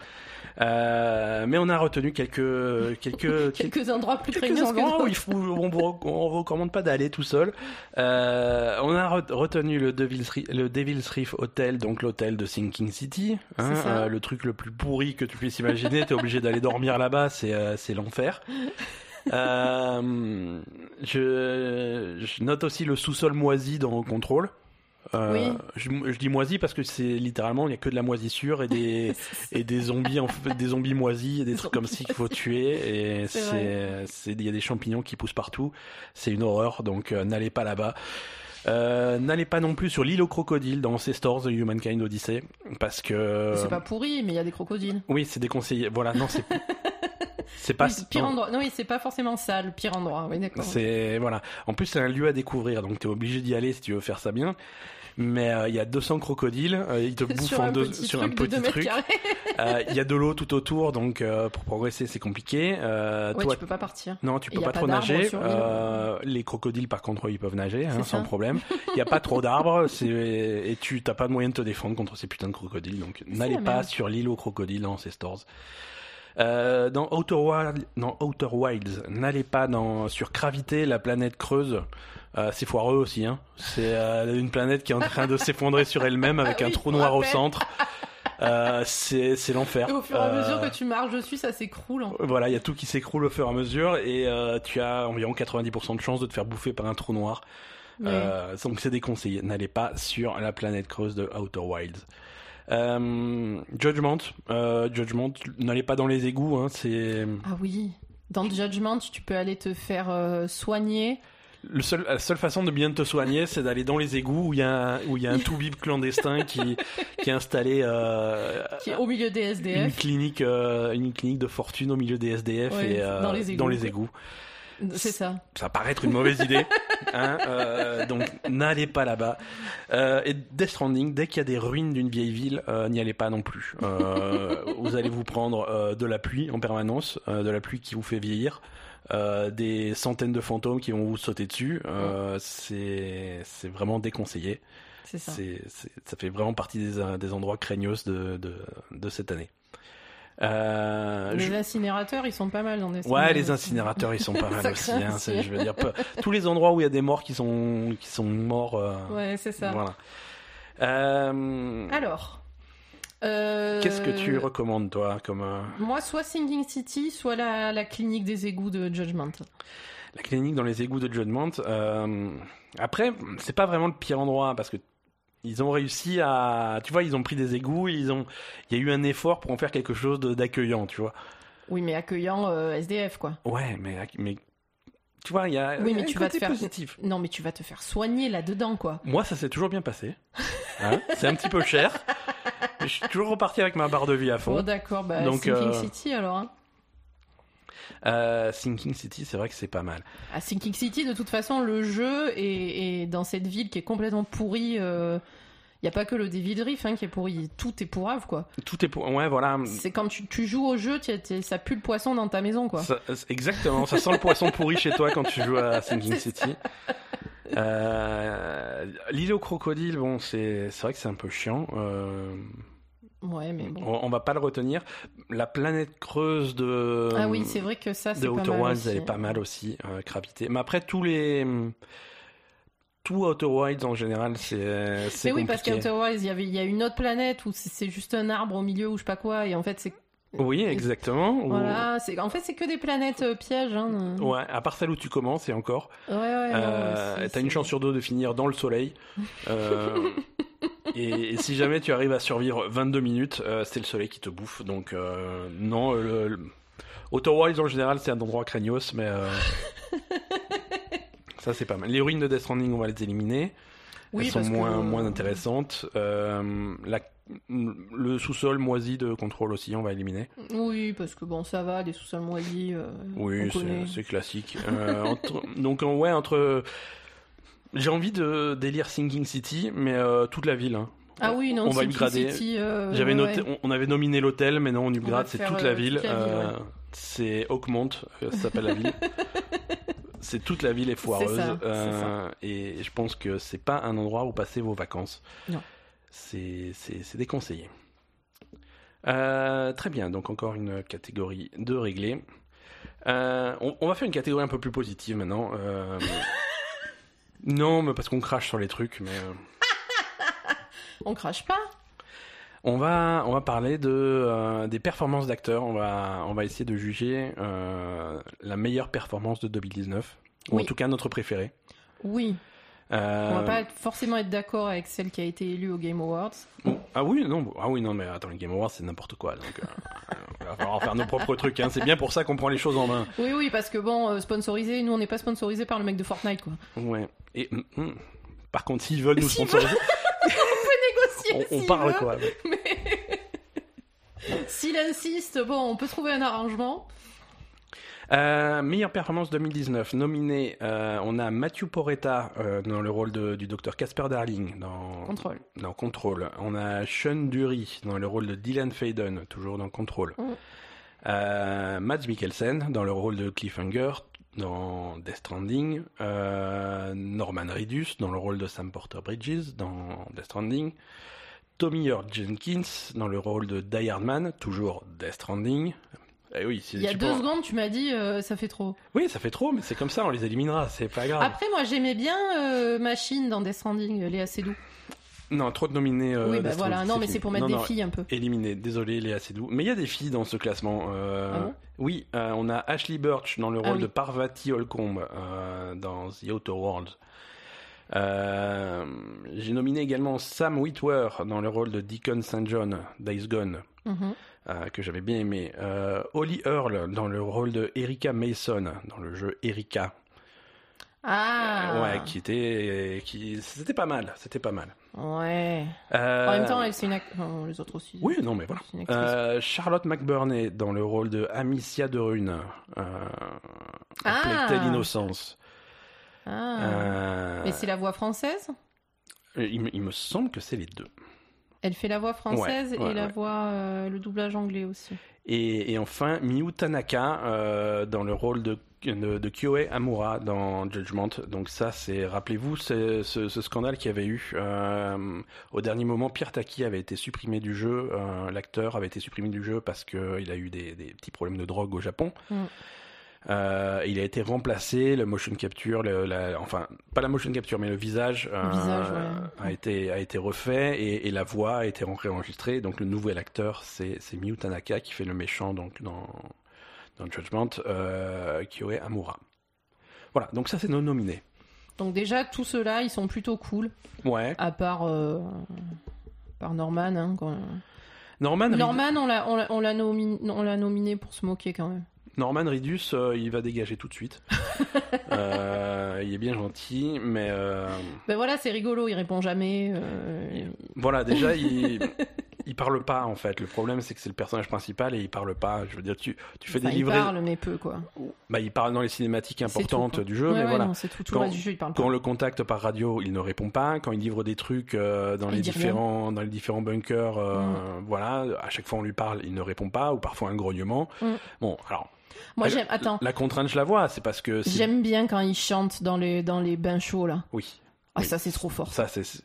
Speaker 1: Euh, mais on a retenu quelques quelques
Speaker 2: Quelques endroits plus
Speaker 1: quelques
Speaker 2: craignos que
Speaker 1: endroits où
Speaker 2: d'autres.
Speaker 1: Oh, il faut, on vous rec- on vous recommande pas d'aller tout seul. Euh, on a re- retenu le Devil's Reef, le Devil's Reef Hotel, donc l'hôtel de Sinking City, hein,
Speaker 2: C'est ça.
Speaker 1: euh, le truc le plus pourri que tu puisses imaginer. T'es obligé d'aller dormir là-bas, c'est euh, c'est l'enfer. Euh, je, je note aussi le sous-sol moisi dans Contrôle. Euh,
Speaker 2: Oui.
Speaker 1: je, je dis moisi parce que c'est littéralement il y a que de la moisissure et des et des zombies en fait, des zombies moisis et des
Speaker 2: Des
Speaker 1: trucs comme
Speaker 2: zombies
Speaker 1: ça qu'il faut tuer et
Speaker 2: C'est
Speaker 1: c'est c'est il y a des champignons qui poussent partout c'est une horreur donc euh, n'allez pas là-bas Euh, n'allez pas non plus sur l'île aux crocodiles dans Ancestors The Humankind Odyssey parce que euh,
Speaker 2: C'est pas pourri, mais il y a des crocodiles.
Speaker 1: oui c'est déconseillé voilà non c'est c'est pas
Speaker 2: Oui, pire
Speaker 1: non.
Speaker 2: endroit. Non, oui, c'est pas forcément ça, le pire endroit. Oui, d'accord.
Speaker 1: C'est voilà. En plus, c'est un lieu à découvrir, donc t'es obligé d'y aller si tu veux faire ça bien. Mais euh, il y a 200 crocodiles, euh, ils te bouffent
Speaker 2: sur
Speaker 1: en
Speaker 2: un
Speaker 1: deux,
Speaker 2: petit
Speaker 1: sur un
Speaker 2: truc
Speaker 1: petit
Speaker 2: de 2 mètres
Speaker 1: truc.
Speaker 2: carrés.
Speaker 1: Euh, Il y a de l'eau tout autour, donc euh, pour progresser c'est compliqué. Euh,
Speaker 2: Ouais,
Speaker 1: toi,
Speaker 2: tu peux pas partir.
Speaker 1: non, tu
Speaker 2: Et
Speaker 1: peux
Speaker 2: y a
Speaker 1: pas
Speaker 2: pas
Speaker 1: trop
Speaker 2: d'arbres
Speaker 1: nager.
Speaker 2: sur l'île.
Speaker 1: Euh, les crocodiles, par contre, ils peuvent nager hein,
Speaker 2: C'est
Speaker 1: sans
Speaker 2: ça.
Speaker 1: problème. Il n'y a pas trop d'arbres c'est- et tu t'as pas de moyen de te défendre contre ces putains de crocodiles. Donc n'allez
Speaker 2: la
Speaker 1: pas
Speaker 2: merde.
Speaker 1: sur l'île aux crocodiles dans Ancestors. Euh, dans Outer Wild- dans Outer Wilds, n'allez pas dans, sur Gravité, la planète creuse. Euh, c'est foireux aussi. Hein. C'est euh, une planète qui est en train de s'effondrer sur elle-même avec
Speaker 2: Ah
Speaker 1: un
Speaker 2: oui,
Speaker 1: trou
Speaker 2: je me
Speaker 1: noir au
Speaker 2: rappelle.
Speaker 1: centre. Euh, c'est c'est l'enfer.
Speaker 2: Et au fur et à
Speaker 1: Euh,
Speaker 2: mesure que tu marches dessus, ça s'écroule. en-
Speaker 1: voilà, il y a tout qui s'écroule au fur et à mesure et euh, tu as environ 90% de chances de te faire bouffer par un trou noir.
Speaker 2: Ouais.
Speaker 1: Euh, donc c'est déconseillé. N'allez pas sur la planète creuse de Outer Wilds. Euh, Judgment, euh, Judgment, n'allez pas dans les égouts. Hein, c'est
Speaker 2: Ah oui. Dans Judgment, tu peux aller te faire euh, soigner.
Speaker 1: le seul, la seule façon de bien te soigner, c'est d'aller dans les égouts où il y a un- où il y a un tout bib clandestin qui qui est installé euh,
Speaker 2: qui est au milieu des
Speaker 1: une
Speaker 2: SDF.
Speaker 1: clinique euh, une clinique de fortune au milieu des SDF
Speaker 2: Ouais,
Speaker 1: et euh,
Speaker 2: dans les égouts,
Speaker 1: dans les
Speaker 2: quoi.
Speaker 1: égouts.
Speaker 2: C'est ça.
Speaker 1: ça paraît être une mauvaise idée. hein, euh, donc n'allez pas là-bas. Euh, et Death Stranding, dès qu'il y a des ruines d'une vieille ville, euh, n'y allez pas non plus. Euh, vous allez vous prendre euh, de la pluie en permanence, euh, de la pluie qui vous fait vieillir. euh, des centaines de fantômes qui vont vous sauter dessus, Euh, c'est c'est vraiment déconseillé.
Speaker 2: C'est ça.
Speaker 1: C'est- c'est- ça fait vraiment partie des, euh, des endroits craignos de, de, de cette année. Euh,
Speaker 2: Les
Speaker 1: je-
Speaker 2: incinérateurs, ils sont pas mal dans des
Speaker 1: Ouais, les incinérateurs, ils sont pas mal
Speaker 2: Ça
Speaker 1: aussi.
Speaker 2: craint
Speaker 1: hein,
Speaker 2: aussi.
Speaker 1: c'est- je veux dire, peu- tous les endroits où il y a des morts qui sont qui sont morts. euh,
Speaker 2: Ouais, c'est ça.
Speaker 1: Voilà. Euh,
Speaker 2: Alors. euh,
Speaker 1: Qu'est-ce que tu recommandes toi comme euh,
Speaker 2: Moi, soit Singing City, soit la, la clinique des égouts de Judgment.
Speaker 1: la clinique dans les égouts de Judgment euh, Après, c'est pas vraiment le pire endroit parce que ils ont réussi à, tu vois, ils ont pris des égouts, ils ont, il y a eu un effort pour en faire quelque chose de- d'accueillant, tu vois.
Speaker 2: Oui, mais accueillant euh, SDF, quoi.
Speaker 1: Ouais, mais mais tu vois, il y a
Speaker 2: Oui, mais
Speaker 1: un
Speaker 2: tu vas te
Speaker 1: côté
Speaker 2: faire-
Speaker 1: positif.
Speaker 2: Non, mais tu vas te faire soigner là-dedans, quoi.
Speaker 1: Moi, ça s'est toujours bien passé. Hein c'est un petit peu cher. Je suis toujours reparti avec ma barre de vie à
Speaker 2: Oh,
Speaker 1: fond.
Speaker 2: d'accord, bah,
Speaker 1: Donc,
Speaker 2: Sinking
Speaker 1: euh,
Speaker 2: City, alors. Hein.
Speaker 1: Euh, Sinking City, c'est vrai que c'est pas mal.
Speaker 2: À Sinking Ah, City, de toute façon, le jeu est, est dans cette ville qui est complètement pourrie. Il n'y a pas que le Devil Reef hein, qui est pourri. Tout est pourrave, quoi.
Speaker 1: Tout est pour. Ouais, voilà.
Speaker 2: C'est quand tu, tu joues au jeu, tu- tu- ça pue le poisson dans ta maison, quoi.
Speaker 1: Ça- euh, exactement. Ça sent le poisson pourri chez toi quand tu joues à Sinking
Speaker 2: C'est
Speaker 1: City. Euh, L'île aux crocodiles, bon, c'est c'est vrai que c'est un peu chiant. Euh,
Speaker 2: Ouais, mais bon.
Speaker 1: on, on va pas le retenir. La planète creuse de.
Speaker 2: ah oui, c'est vrai que ça, c'est
Speaker 1: Euh, de
Speaker 2: pas
Speaker 1: Outer
Speaker 2: mal
Speaker 1: Wilds,
Speaker 2: aussi.
Speaker 1: elle est pas mal aussi, euh, Gravité. Mais après, tous les. hum, Tout Outer Wilds en général, c'est. euh, c'est
Speaker 2: Mais oui, parce
Speaker 1: compliqué.
Speaker 2: qu'Outer Wilds, il y avait- il y a une autre planète où c'est- c'est juste un arbre au milieu ou je sais pas quoi, et en fait, c'est
Speaker 1: Oui, exactement. Ou-
Speaker 2: voilà, c'est en fait c'est que des planètes euh, pièges. Hein.
Speaker 1: Ouais, à part celle où tu commences et encore.
Speaker 2: Ouais, ouais. Ah non,
Speaker 1: Euh,
Speaker 2: c'est-
Speaker 1: T'as une
Speaker 2: c'est-
Speaker 1: chance sur deux de finir dans le soleil. Euh, et, et si jamais tu arrives à survivre 22 minutes, euh, c'est le soleil qui te bouffe. Donc, euh, non, euh, le, le- Outer Wilds en général, c'est un endroit craignos, mais. euh, Ça, c'est pas mal. Les ruines de Death Stranding, on va les éliminer.
Speaker 2: Oui,
Speaker 1: Elles sont
Speaker 2: parce que-
Speaker 1: moins, moins intéressantes. Euh, la- le sous-sol moisi de contrôle aussi, on va éliminer.
Speaker 2: Mm. Oui, parce que bon, ça va, des sous-sols moisis. euh,
Speaker 1: Oui,
Speaker 2: on connaît.
Speaker 1: c'est- c'est classique. Euh, entre- donc en- ouais, entre j'ai envie de délire Sinking City, mais euh, toute la ville. hein.
Speaker 2: Ah oui, non,
Speaker 1: on va
Speaker 2: City
Speaker 1: upgrader.
Speaker 2: City, euh,
Speaker 1: J'avais
Speaker 2: ouais,
Speaker 1: noté,
Speaker 2: ouais.
Speaker 1: on, on avait nominé l'hôtel, mais non, on
Speaker 2: va
Speaker 1: upgrade, c'est
Speaker 2: faire,
Speaker 1: toute
Speaker 2: euh,
Speaker 1: la ville.
Speaker 2: toute la ville,
Speaker 1: Euh, C'est Oakmont, euh, ça s'appelle la ville. C'est toute la ville est foireuse.
Speaker 2: ça, c'est
Speaker 1: euh, et je pense que c'est pas un endroit où passer vos vacances.
Speaker 2: Non.
Speaker 1: C'est c'est- c'est déconseillé. Euh, très bien, donc encore une catégorie de réglée. Euh, on, on va faire une catégorie un peu plus positive maintenant. euh, non, mais parce qu'on crache sur les trucs, mais. euh,
Speaker 2: On crache pas.
Speaker 1: on va, on va parler de, euh, des performances d'acteurs. On va, on va essayer de juger euh, la meilleure performance de 2019, ou en
Speaker 2: Oui.
Speaker 1: tout cas notre préférée.
Speaker 2: Oui,
Speaker 1: Euh,
Speaker 2: on va pas être- forcément être d'accord avec celle qui a été élue au Game Awards.
Speaker 1: bon, ah oui, non, bon, ah oui, non, mais attends, les Game Awards, c'est n'importe quoi. Donc, euh, on va falloir faire nos propres trucs. hein. C'est bien pour ça qu'on prend les choses en main.
Speaker 2: Oui, oui, parce que bon, euh, sponsorisé, nous on n'est pas sponsorisé par le mec de Fortnite, quoi.
Speaker 1: Ouais. Et hum, hum. par contre, s'ils veulent nous
Speaker 2: S'ils
Speaker 1: sponsoriser,
Speaker 2: Négocier.
Speaker 1: on, on
Speaker 2: s'il
Speaker 1: parle
Speaker 2: veut.
Speaker 1: quoi.
Speaker 2: S'il insiste, bon, on peut trouver un arrangement.
Speaker 1: Euh, meilleure performance 2019, nominé, euh, on a Matthew Poretta euh, dans le rôle de- du docteur Casper Darling dans
Speaker 2: Contrôle.
Speaker 1: dans Control. On a Sean Dury dans le rôle de Dylan Faden, toujours dans Control.
Speaker 2: Mm.
Speaker 1: Euh, Mads Mikkelsen dans le rôle de Cliffhanger dans Death Stranding. Euh, Norman Reedus dans le rôle de Sam Porter Bridges dans Death Stranding. Tommy Earl Jenkins dans le rôle de Die Hard Man, toujours Death Stranding. Eh oui, c'est
Speaker 2: Il y a
Speaker 1: tu
Speaker 2: deux
Speaker 1: prends-
Speaker 2: secondes, tu m'as dit euh, ça fait trop.
Speaker 1: Oui, ça fait trop, mais c'est comme ça, on les éliminera, c'est pas grave.
Speaker 2: Après, moi, j'aimais bien euh, Machine dans Death Stranding, Léa Seydoux.
Speaker 1: Non, trop de nominés. euh,
Speaker 2: oui, bah
Speaker 1: Death
Speaker 2: voilà.
Speaker 1: Stranding,
Speaker 2: Non, mais
Speaker 1: fini.
Speaker 2: c'est pour mettre
Speaker 1: Non,
Speaker 2: des
Speaker 1: non,
Speaker 2: filles un peu.
Speaker 1: Éliminé, désolé Léa Seydoux. Mais il y a des filles dans ce classement. euh,
Speaker 2: Ah bon
Speaker 1: oui, euh, on a Ashley Birch dans le
Speaker 2: Ah
Speaker 1: rôle
Speaker 2: oui.
Speaker 1: de Parvati Holcomb euh, dans The Outer Worlds. Euh, J'ai nominé également Sam Witwer dans le rôle de Deacon St. John, Days Gone,
Speaker 2: Mhm.
Speaker 1: euh, que j'avais bien aimé. Euh, Holly Earl dans le rôle de Erika Mason dans le jeu Erika.
Speaker 2: Ah.
Speaker 1: Euh, ouais, qui était. Qui... C'était pas mal, c'était pas mal.
Speaker 2: Ah, Ouais.
Speaker 1: Euh,
Speaker 2: En même temps, elle, c'est une. act- non, les autres aussi.
Speaker 1: Oui, non, mais voilà.
Speaker 2: C'est une actrice.
Speaker 1: Euh, Charlotte McBurney dans le rôle de Amicia de Rune, euh,
Speaker 2: Ah.
Speaker 1: appelée Telle Innocence.
Speaker 2: Ah.
Speaker 1: Euh,
Speaker 2: Mais c'est la voix française
Speaker 1: il, me- il me semble que c'est les deux.
Speaker 2: Elle fait la voix française
Speaker 1: Ouais, ouais,
Speaker 2: et la
Speaker 1: ouais.
Speaker 2: voix, euh, le doublage anglais aussi.
Speaker 1: Et, et enfin, Miyu Tanaka euh, dans le rôle de, de, de Kyoe Amura dans Judgment. Donc ça, c'est, rappelez-vous, c'est- ce, ce scandale qu'il y avait eu. euh, au dernier moment, Pierre Taki avait été supprimé du jeu. euh, l'acteur avait été supprimé du jeu parce qu'il a eu des, des petits problèmes de drogue au Japon.
Speaker 2: Mm.
Speaker 1: Euh, il a été remplacé, le motion capture, le- la- enfin pas la motion capture, mais le visage, euh,
Speaker 2: visage, ouais.
Speaker 1: a été a été refait et, et la voix a été réenregistrée. Donc le nouvel acteur, c'est c'est Miyu Tanaka qui fait le méchant donc dans dans Judgment, euh, Kyoe Amura. Voilà, donc ça c'est nos nominés.
Speaker 2: Donc déjà, tous ceux-là, ils sont plutôt cool,
Speaker 1: Ouais.
Speaker 2: à part, euh, par Norman. hein, quand-
Speaker 1: Ah, Norman Reed-
Speaker 2: Norman, on l'a- on l'a- on l'a nomi- on l'a nominé pour se moquer quand même.
Speaker 1: Norman Reedus, euh, il va dégager tout de suite. Euh, il est bien gentil, mais euh,
Speaker 2: Ben voilà, c'est rigolo, il répond jamais. euh,
Speaker 1: Voilà, déjà, il, il parle pas en fait. Le problème, c'est que c'est le personnage principal et il parle pas. Je veux dire, tu, tu fais
Speaker 2: enfin,
Speaker 1: des
Speaker 2: il
Speaker 1: livrets.
Speaker 2: parle, mais peu, quoi.
Speaker 1: Bah, il parle dans les cinématiques
Speaker 2: C'est tout,
Speaker 1: importantes
Speaker 2: quoi.
Speaker 1: du jeu,
Speaker 2: Ouais,
Speaker 1: mais
Speaker 2: ouais,
Speaker 1: voilà.
Speaker 2: non, c'est tout, tout
Speaker 1: Quand-
Speaker 2: le reste du jeu, il parle
Speaker 1: Quand on
Speaker 2: pas.
Speaker 1: le contacte par radio, il ne répond pas. Quand il livre des trucs euh, dans,
Speaker 2: Il
Speaker 1: les
Speaker 2: dit rien. Mm.
Speaker 1: différents, dans les différents bunkers, euh, voilà, à chaque fois on lui parle, il ne répond pas, ou parfois un grognement.
Speaker 2: Mm.
Speaker 1: Bon, alors,
Speaker 2: Moi,
Speaker 1: elle-
Speaker 2: j'aime. Attends,
Speaker 1: la contrainte, je la vois, c'est parce que. c'est-
Speaker 2: j'aime bien quand il chante dans les, dans les bains chauds, là.
Speaker 1: Oui.
Speaker 2: Ah,
Speaker 1: Oui.
Speaker 2: ça, c'est trop fort.
Speaker 1: Ça, c'est c'est-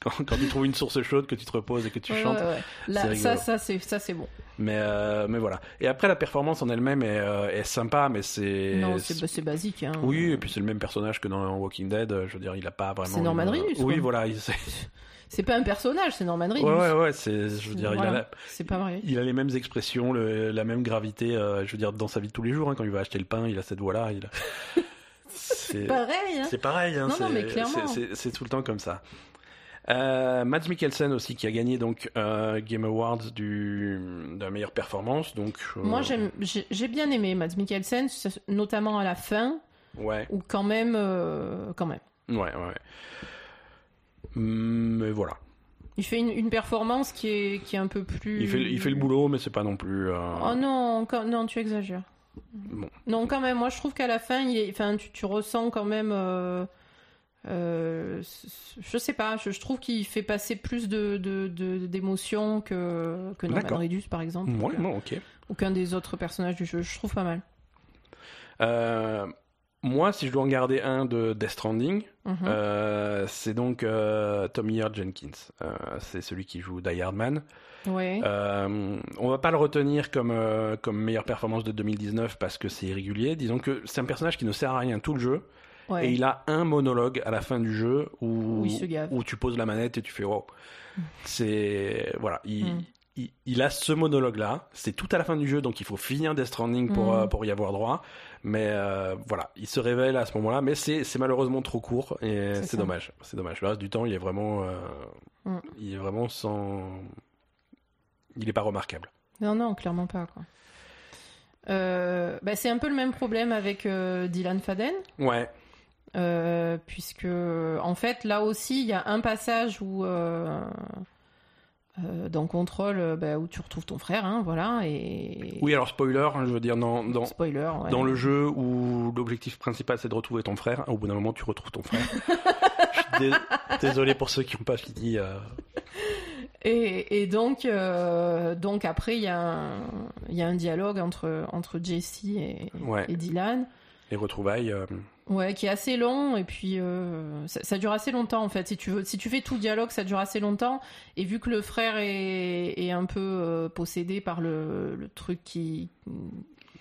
Speaker 1: quand, quand tu trouves une source chaude, que tu te reposes et que tu
Speaker 2: Ouais,
Speaker 1: chantes.
Speaker 2: ouais, ouais. Là,
Speaker 1: c'est
Speaker 2: ça,
Speaker 1: rigolo.
Speaker 2: ça, c'est, ça, c'est bon.
Speaker 1: Mais, euh, mais voilà. Et après, la performance en elle-même est, euh, est sympa, mais c'est.
Speaker 2: non, c'est, bah, c'est basique. Hein.
Speaker 1: euh, Oui, et puis c'est le même personnage que dans Walking Dead. euh, Je veux dire, il a pas vraiment.
Speaker 2: C'est Norman
Speaker 1: une-
Speaker 2: Reedus,
Speaker 1: Oui,
Speaker 2: quoi.
Speaker 1: voilà. Il... c'est-
Speaker 2: C'est pas un personnage, c'est Norman
Speaker 1: Ouais, ouais,
Speaker 2: Reedus.
Speaker 1: ouais. C'est, je veux dire, il, a
Speaker 2: Voilà.
Speaker 1: la-
Speaker 2: C'est pas vrai.
Speaker 1: il a les mêmes expressions, le- la même gravité. euh, je veux dire, dans sa vie de tous les jours, hein, quand il va acheter le pain, il a cette voix-là. Il a... c'est...
Speaker 2: Pareil, hein.
Speaker 1: c'est pareil. hein,
Speaker 2: Non, non,
Speaker 1: c'est-
Speaker 2: mais clairement.
Speaker 1: c'est- c'est- c'est tout le temps comme ça. Euh, Mads Mikkelsen aussi qui a gagné donc euh, Game Awards du de la meilleure performance donc euh,
Speaker 2: Moi, j'aime, j'ai, j'ai bien aimé Mads Mikkelsen, ça- notamment à la fin,
Speaker 1: ouais
Speaker 2: ou quand même, euh, quand même.
Speaker 1: ouais ouais, ouais. Mm, mais voilà
Speaker 2: Il fait une, une performance qui est, qui est un peu plus.
Speaker 1: Il fait, il fait le boulot, mais c'est pas non plus. euh,
Speaker 2: Mm. Oh non, quand- non, tu exagères.
Speaker 1: Bon.
Speaker 2: Non, quand même, moi je trouve qu'à la fin, il est, enfin, tu, tu ressens quand même. euh, euh, c- c- je sais pas, je, je trouve qu'il fait passer plus de, de, de- d'émotions que, que Norman
Speaker 1: D'accord.
Speaker 2: Reedus, par exemple,
Speaker 1: Ouais,
Speaker 2: ou que-
Speaker 1: non, ok.
Speaker 2: ou qu'un des autres personnages du jeu. Je trouve pas mal.
Speaker 1: Euh, moi, si je dois en garder un de Death Stranding,
Speaker 2: Mhm.
Speaker 1: euh, c'est donc euh, Tommy Earl Jenkins. Euh, c'est celui qui joue Die Hard Man.
Speaker 2: ouais.
Speaker 1: Euh, on va pas le retenir comme, euh, comme meilleure performance de 2019 parce que c'est irrégulier. Disons que c'est un personnage qui ne sert à rien tout le jeu.
Speaker 2: ouais.
Speaker 1: Et il a un monologue à la fin du jeu où,
Speaker 2: Où il se gave.
Speaker 1: où tu poses la manette et tu fais wow. C'est. Voilà. Il,
Speaker 2: Mm.
Speaker 1: il, il a ce monologue-là. C'est tout à la fin du jeu, donc il faut finir Death Stranding pour,
Speaker 2: Mm.
Speaker 1: euh, pour y avoir droit. Mais euh, voilà, il se révèle à ce moment-là. Mais c'est c'est malheureusement trop court et
Speaker 2: C'est
Speaker 1: c'est
Speaker 2: ça.
Speaker 1: dommage. C'est dommage. Le reste du temps, il est vraiment. euh,
Speaker 2: Mm.
Speaker 1: Il est vraiment sans. Il est pas remarquable.
Speaker 2: Non, non, clairement pas. Quoi. Euh, bah, c'est un peu le même problème avec euh, Dylan Faden,
Speaker 1: Ouais.
Speaker 2: euh, puisque en fait là aussi il y a un passage où euh, euh, dans Control, euh, bah, où tu retrouves ton frère, hein, voilà. Et
Speaker 1: Oui, alors spoiler, hein, je veux dire, dans, dans,
Speaker 2: spoiler. ouais.
Speaker 1: dans le jeu où l'objectif principal c'est de retrouver ton frère, au bout d'un moment tu retrouves ton frère. je suis dé- désolé pour ceux qui n'ont pas fini. euh,
Speaker 2: Et, et donc, euh, donc après, il y, a un- il y a un dialogue entre, entre Jessie et,
Speaker 1: Ouais.
Speaker 2: et Dylan,
Speaker 1: les retrouvailles. euh,
Speaker 2: ouais, qui est assez long, et puis euh, ça, ça dure assez longtemps en fait. Si tu, veux, si tu fais tout le dialogue, ça dure assez longtemps. Et vu que le frère est, est un peu euh, possédé par le, le truc qui,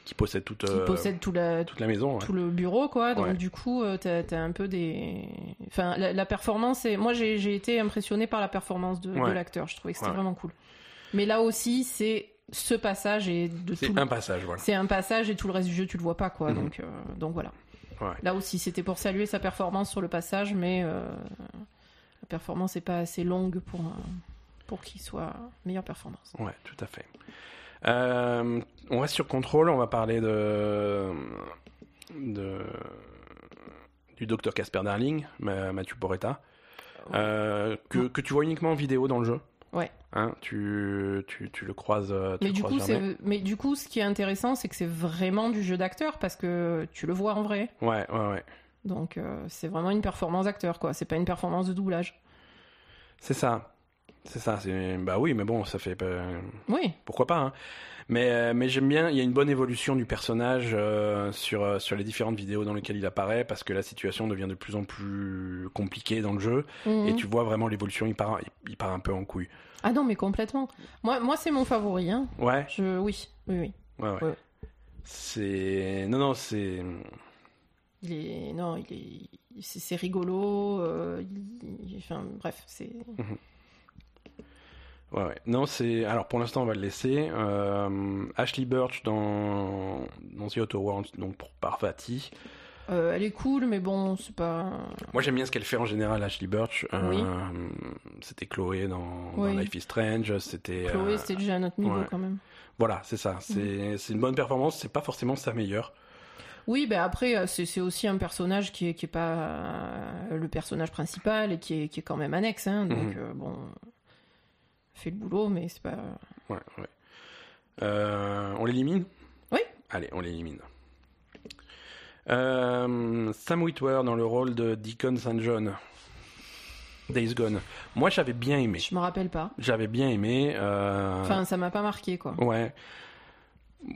Speaker 1: qui possèdent toute,
Speaker 2: qui
Speaker 1: euh,
Speaker 2: possède tout, la,
Speaker 1: toute la maison. ouais.
Speaker 2: tout le bureau, quoi. Donc,
Speaker 1: Ouais.
Speaker 2: du coup, euh, t'as t'as un peu des. Enfin, la, la performance, est... moi j'ai j'ai été impressionné par la performance de, de
Speaker 1: Ouais.
Speaker 2: l'acteur. Je trouvais que c'était
Speaker 1: Ouais.
Speaker 2: vraiment cool. Mais là aussi, c'est ce passage et de tout.
Speaker 1: C'est
Speaker 2: le-
Speaker 1: un passage, voilà.
Speaker 2: C'est un passage et tout le reste du jeu, tu le vois pas, quoi.
Speaker 1: Mhm.
Speaker 2: Donc, euh, donc voilà.
Speaker 1: Ouais.
Speaker 2: Là aussi, c'était pour saluer sa performance sur le passage, mais euh, la performance est pas assez longue pour, un- pour qu'il soit meilleure performance.
Speaker 1: Ouais, tout à fait. Euh, on reste sur contrôle, on va parler de, de du docteur Casper Darling, Ma- Mathieu Porretta, euh, que, que tu vois uniquement en vidéo dans le jeu.
Speaker 2: Ouais.
Speaker 1: Hein, tu, tu, tu le croises. euh, Tu
Speaker 2: Mais
Speaker 1: le
Speaker 2: du,
Speaker 1: croises
Speaker 2: coup,
Speaker 1: jamais.
Speaker 2: c'est- mais du coup, ce qui est intéressant, c'est que c'est vraiment du jeu d'acteur parce que tu le vois en vrai.
Speaker 1: Ouais, ouais, ouais.
Speaker 2: Donc euh, c'est vraiment une performance d'acteur, quoi. C'est pas une performance de doublage.
Speaker 1: C'est ça. C'est ça. c'est- Bah oui, mais bon, ça fait. pas-
Speaker 2: Oui,
Speaker 1: pourquoi pas hein. mais euh, mais j'aime bien il y a une bonne évolution du personnage euh, sur euh, sur les différentes vidéos dans lesquelles il apparaît parce que la situation devient de plus en plus compliquée dans le jeu et
Speaker 2: Mhm.
Speaker 1: tu vois vraiment l'évolution il part il, il part un peu en couille
Speaker 2: Ah non, mais complètement. Moi, moi c'est mon favori. Hein.
Speaker 1: ouais
Speaker 2: Je... Oui, oui, oui.
Speaker 1: ouais, ouais.
Speaker 2: Ouais.
Speaker 1: c'est non non c'est
Speaker 2: Il est... Non, il est... C'est c'est rigolo. euh, il- il- Enfin, bref, c'est...
Speaker 1: ouais, ouais. non c'est alors pour l'instant on va le laisser Euh, Ashley Birch dans dans The Outer Worlds donc pour Parvati
Speaker 2: euh, elle est cool, mais bon, c'est pas...
Speaker 1: Moi j'aime bien ce qu'elle fait en général, Ashley Birch. Euh,
Speaker 2: Oui.
Speaker 1: C'était Chloé dans,
Speaker 2: Oui.
Speaker 1: dans Life is Strange. C'était
Speaker 2: Chloé, Mhm.
Speaker 1: euh,
Speaker 2: c'était déjà à notre niveau,
Speaker 1: ouais.
Speaker 2: quand même.
Speaker 1: voilà, c'est ça. C'est c'est une bonne performance. C'est pas forcément sa meilleure.
Speaker 2: Oui, ben après, euh, c'est c'est aussi un personnage qui est, qui est pas euh, le personnage principal et qui est, qui est quand même annexe. Hein,
Speaker 1: Mhm.
Speaker 2: donc, euh, bon... elle Fait le boulot, mais c'est pas...
Speaker 1: Ouais, ouais. Euh, on l'élimine.
Speaker 2: Oui.
Speaker 1: Allez, on l'élimine. Euh, Sam Witwer dans le rôle de Deacon St. John. Days Gone. Moi j'avais bien aimé.
Speaker 2: Je me rappelle pas.
Speaker 1: J'avais bien aimé. euh,
Speaker 2: Enfin, ça m'a pas marqué, quoi.
Speaker 1: ouais.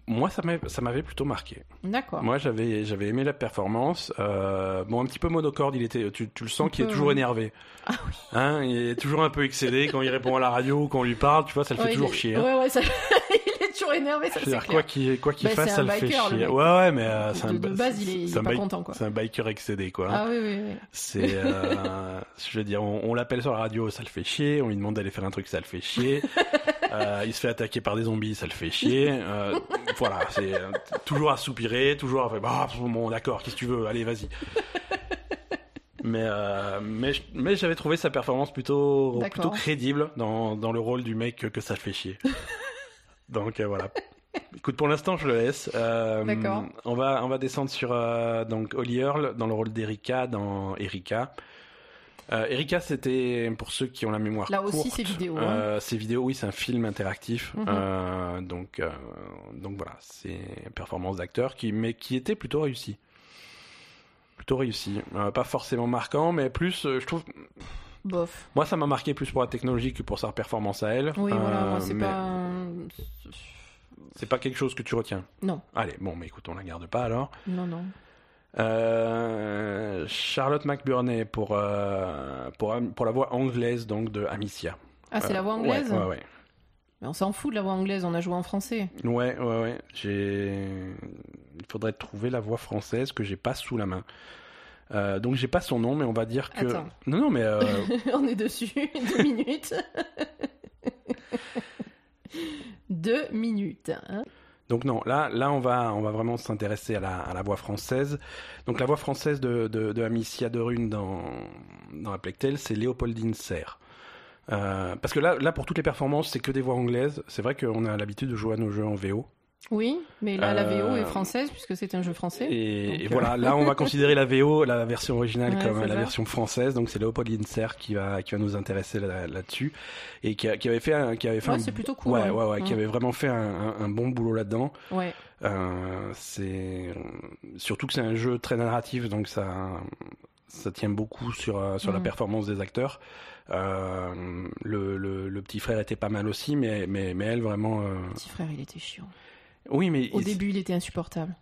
Speaker 1: Moi ça m'avait- ça m'avait plutôt marqué.
Speaker 2: D'accord.
Speaker 1: Moi, j'avais j'avais aimé la performance. Euh, bon, un petit peu monocorde, il était. Tu, tu le sens
Speaker 2: Un
Speaker 1: qu'il est
Speaker 2: peu,
Speaker 1: toujours
Speaker 2: ouais.
Speaker 1: énervé.
Speaker 2: Ah
Speaker 1: Hein, il est toujours un peu excédé quand il répond à la radio ou quand on lui parle. Tu vois, ça le
Speaker 2: Ouais,
Speaker 1: fait
Speaker 2: il
Speaker 1: toujours
Speaker 2: est-
Speaker 1: chier. hein.
Speaker 2: Ouais, ouais, ça- il est toujours énervé, ça
Speaker 1: Je
Speaker 2: c'est
Speaker 1: veux dire,
Speaker 2: clair.
Speaker 1: quoi qu'il quoi qu'il
Speaker 2: Bah,
Speaker 1: fasse,
Speaker 2: c'est
Speaker 1: ça
Speaker 2: un
Speaker 1: le fait
Speaker 2: biker, le
Speaker 1: chier.
Speaker 2: mec.
Speaker 1: Ouais, ouais, mais euh, c'est
Speaker 2: de,
Speaker 1: un
Speaker 2: de base, il est, il
Speaker 1: c'est
Speaker 2: est
Speaker 1: un
Speaker 2: pas
Speaker 1: bike-
Speaker 2: content, quoi.
Speaker 1: c'est un biker excédé, quoi.
Speaker 2: Ah oui, oui, oui.
Speaker 1: C'est, euh, je veux dire, on, on l'appelle sur la radio, ça le fait chier. On lui demande d'aller faire un truc, ça le fait chier. Euh, il se fait attaquer par des zombies, ça le fait chier. Euh, voilà, c'est euh, t- toujours à soupirer, toujours à faire, bah, pff, bon, d'accord, qu'est-ce que tu veux, allez, vas-y. Mais, euh, mais, je- mais j'avais trouvé sa performance plutôt,
Speaker 2: D'accord.
Speaker 1: plutôt crédible dans, dans le rôle du mec que, que ça le fait chier. Donc euh, voilà. Écoute, pour l'instant, je le laisse. Euh,
Speaker 2: D'accord.
Speaker 1: On va, on va descendre sur euh, donc Holly Earl dans le rôle d'Erika dans Erika. Euh, Erika, c'était pour ceux qui ont la mémoire
Speaker 2: Là aussi,
Speaker 1: courte.
Speaker 2: c'est vidéo, hein.
Speaker 1: Euh, c'est vidéo, oui, c'est un film interactif.
Speaker 2: Mhm.
Speaker 1: Euh, donc, euh, donc voilà, c'est une performance d'acteur qui, mais qui était plutôt réussie. Plutôt réussie. Euh, pas forcément marquant, mais plus, euh, je trouve.
Speaker 2: Bof.
Speaker 1: Moi, ça m'a marqué plus pour la technologie que pour sa performance à elle.
Speaker 2: Oui, voilà,
Speaker 1: Euh,
Speaker 2: moi c'est
Speaker 1: mais-
Speaker 2: pas. un-
Speaker 1: c'est pas quelque chose que tu retiens.
Speaker 2: Non.
Speaker 1: Allez, bon, mais écoute, on la garde pas alors.
Speaker 2: Non, non.
Speaker 1: Euh, Charlotte McBurney pour, euh, pour, pour la voix anglaise donc de Amicia.
Speaker 2: Ah, c'est
Speaker 1: Euh,
Speaker 2: la voix anglaise
Speaker 1: Ouais, ouais,
Speaker 2: Mais on s'en fout de la voix anglaise, on a joué en français.
Speaker 1: ouais. ouais, ouais, ouais. J'ai... Il faudrait trouver la voix française que j'ai pas sous la main. Euh, donc j'ai pas son nom, mais on va dire que...
Speaker 2: Attends.
Speaker 1: Non, non, mais... euh,
Speaker 2: on est dessus, deux minutes. deux minutes. hein.
Speaker 1: donc non, là, là on, va, on va vraiment s'intéresser à la, à la voix française. Donc la voix française de, de, de Amicia de Rune dans, dans la Plectel, c'est Léopoldine Serre. Euh, parce que là, là, pour toutes les performances, c'est que des voix anglaises. C'est vrai qu'on a l'habitude de jouer à nos jeux en VO.
Speaker 2: Oui, mais là, la VO
Speaker 1: Euh,
Speaker 2: est française puisque c'est un jeu français.
Speaker 1: Et, et
Speaker 2: Donc,
Speaker 1: voilà,
Speaker 2: euh.
Speaker 1: là on va considérer la VO, la version originale
Speaker 2: Ouais,
Speaker 1: comme
Speaker 2: c'est
Speaker 1: la
Speaker 2: ça.
Speaker 1: version française, donc c'est Léopold Linzer qui va qui va nous intéresser là- là-dessus et qui, a- qui avait fait un, qui avait fait
Speaker 2: Ouais,
Speaker 1: un-
Speaker 2: c'est plutôt cool,
Speaker 1: ouais
Speaker 2: hein.
Speaker 1: ouais, ouais, qui
Speaker 2: Mm.
Speaker 1: avait vraiment fait un, un- un bon boulot là-dedans.
Speaker 2: Ouais.
Speaker 1: Euh, c'est surtout que c'est un jeu très narratif, donc ça ça tient beaucoup sur euh, sur la
Speaker 2: Mhm.
Speaker 1: performance des acteurs. Euh, le, le le petit frère était pas mal aussi, mais mais mais elle vraiment. euh,
Speaker 2: Petit frère, il était chiant.
Speaker 1: Oui, mais
Speaker 2: Au
Speaker 1: il-
Speaker 2: début, il était insupportable.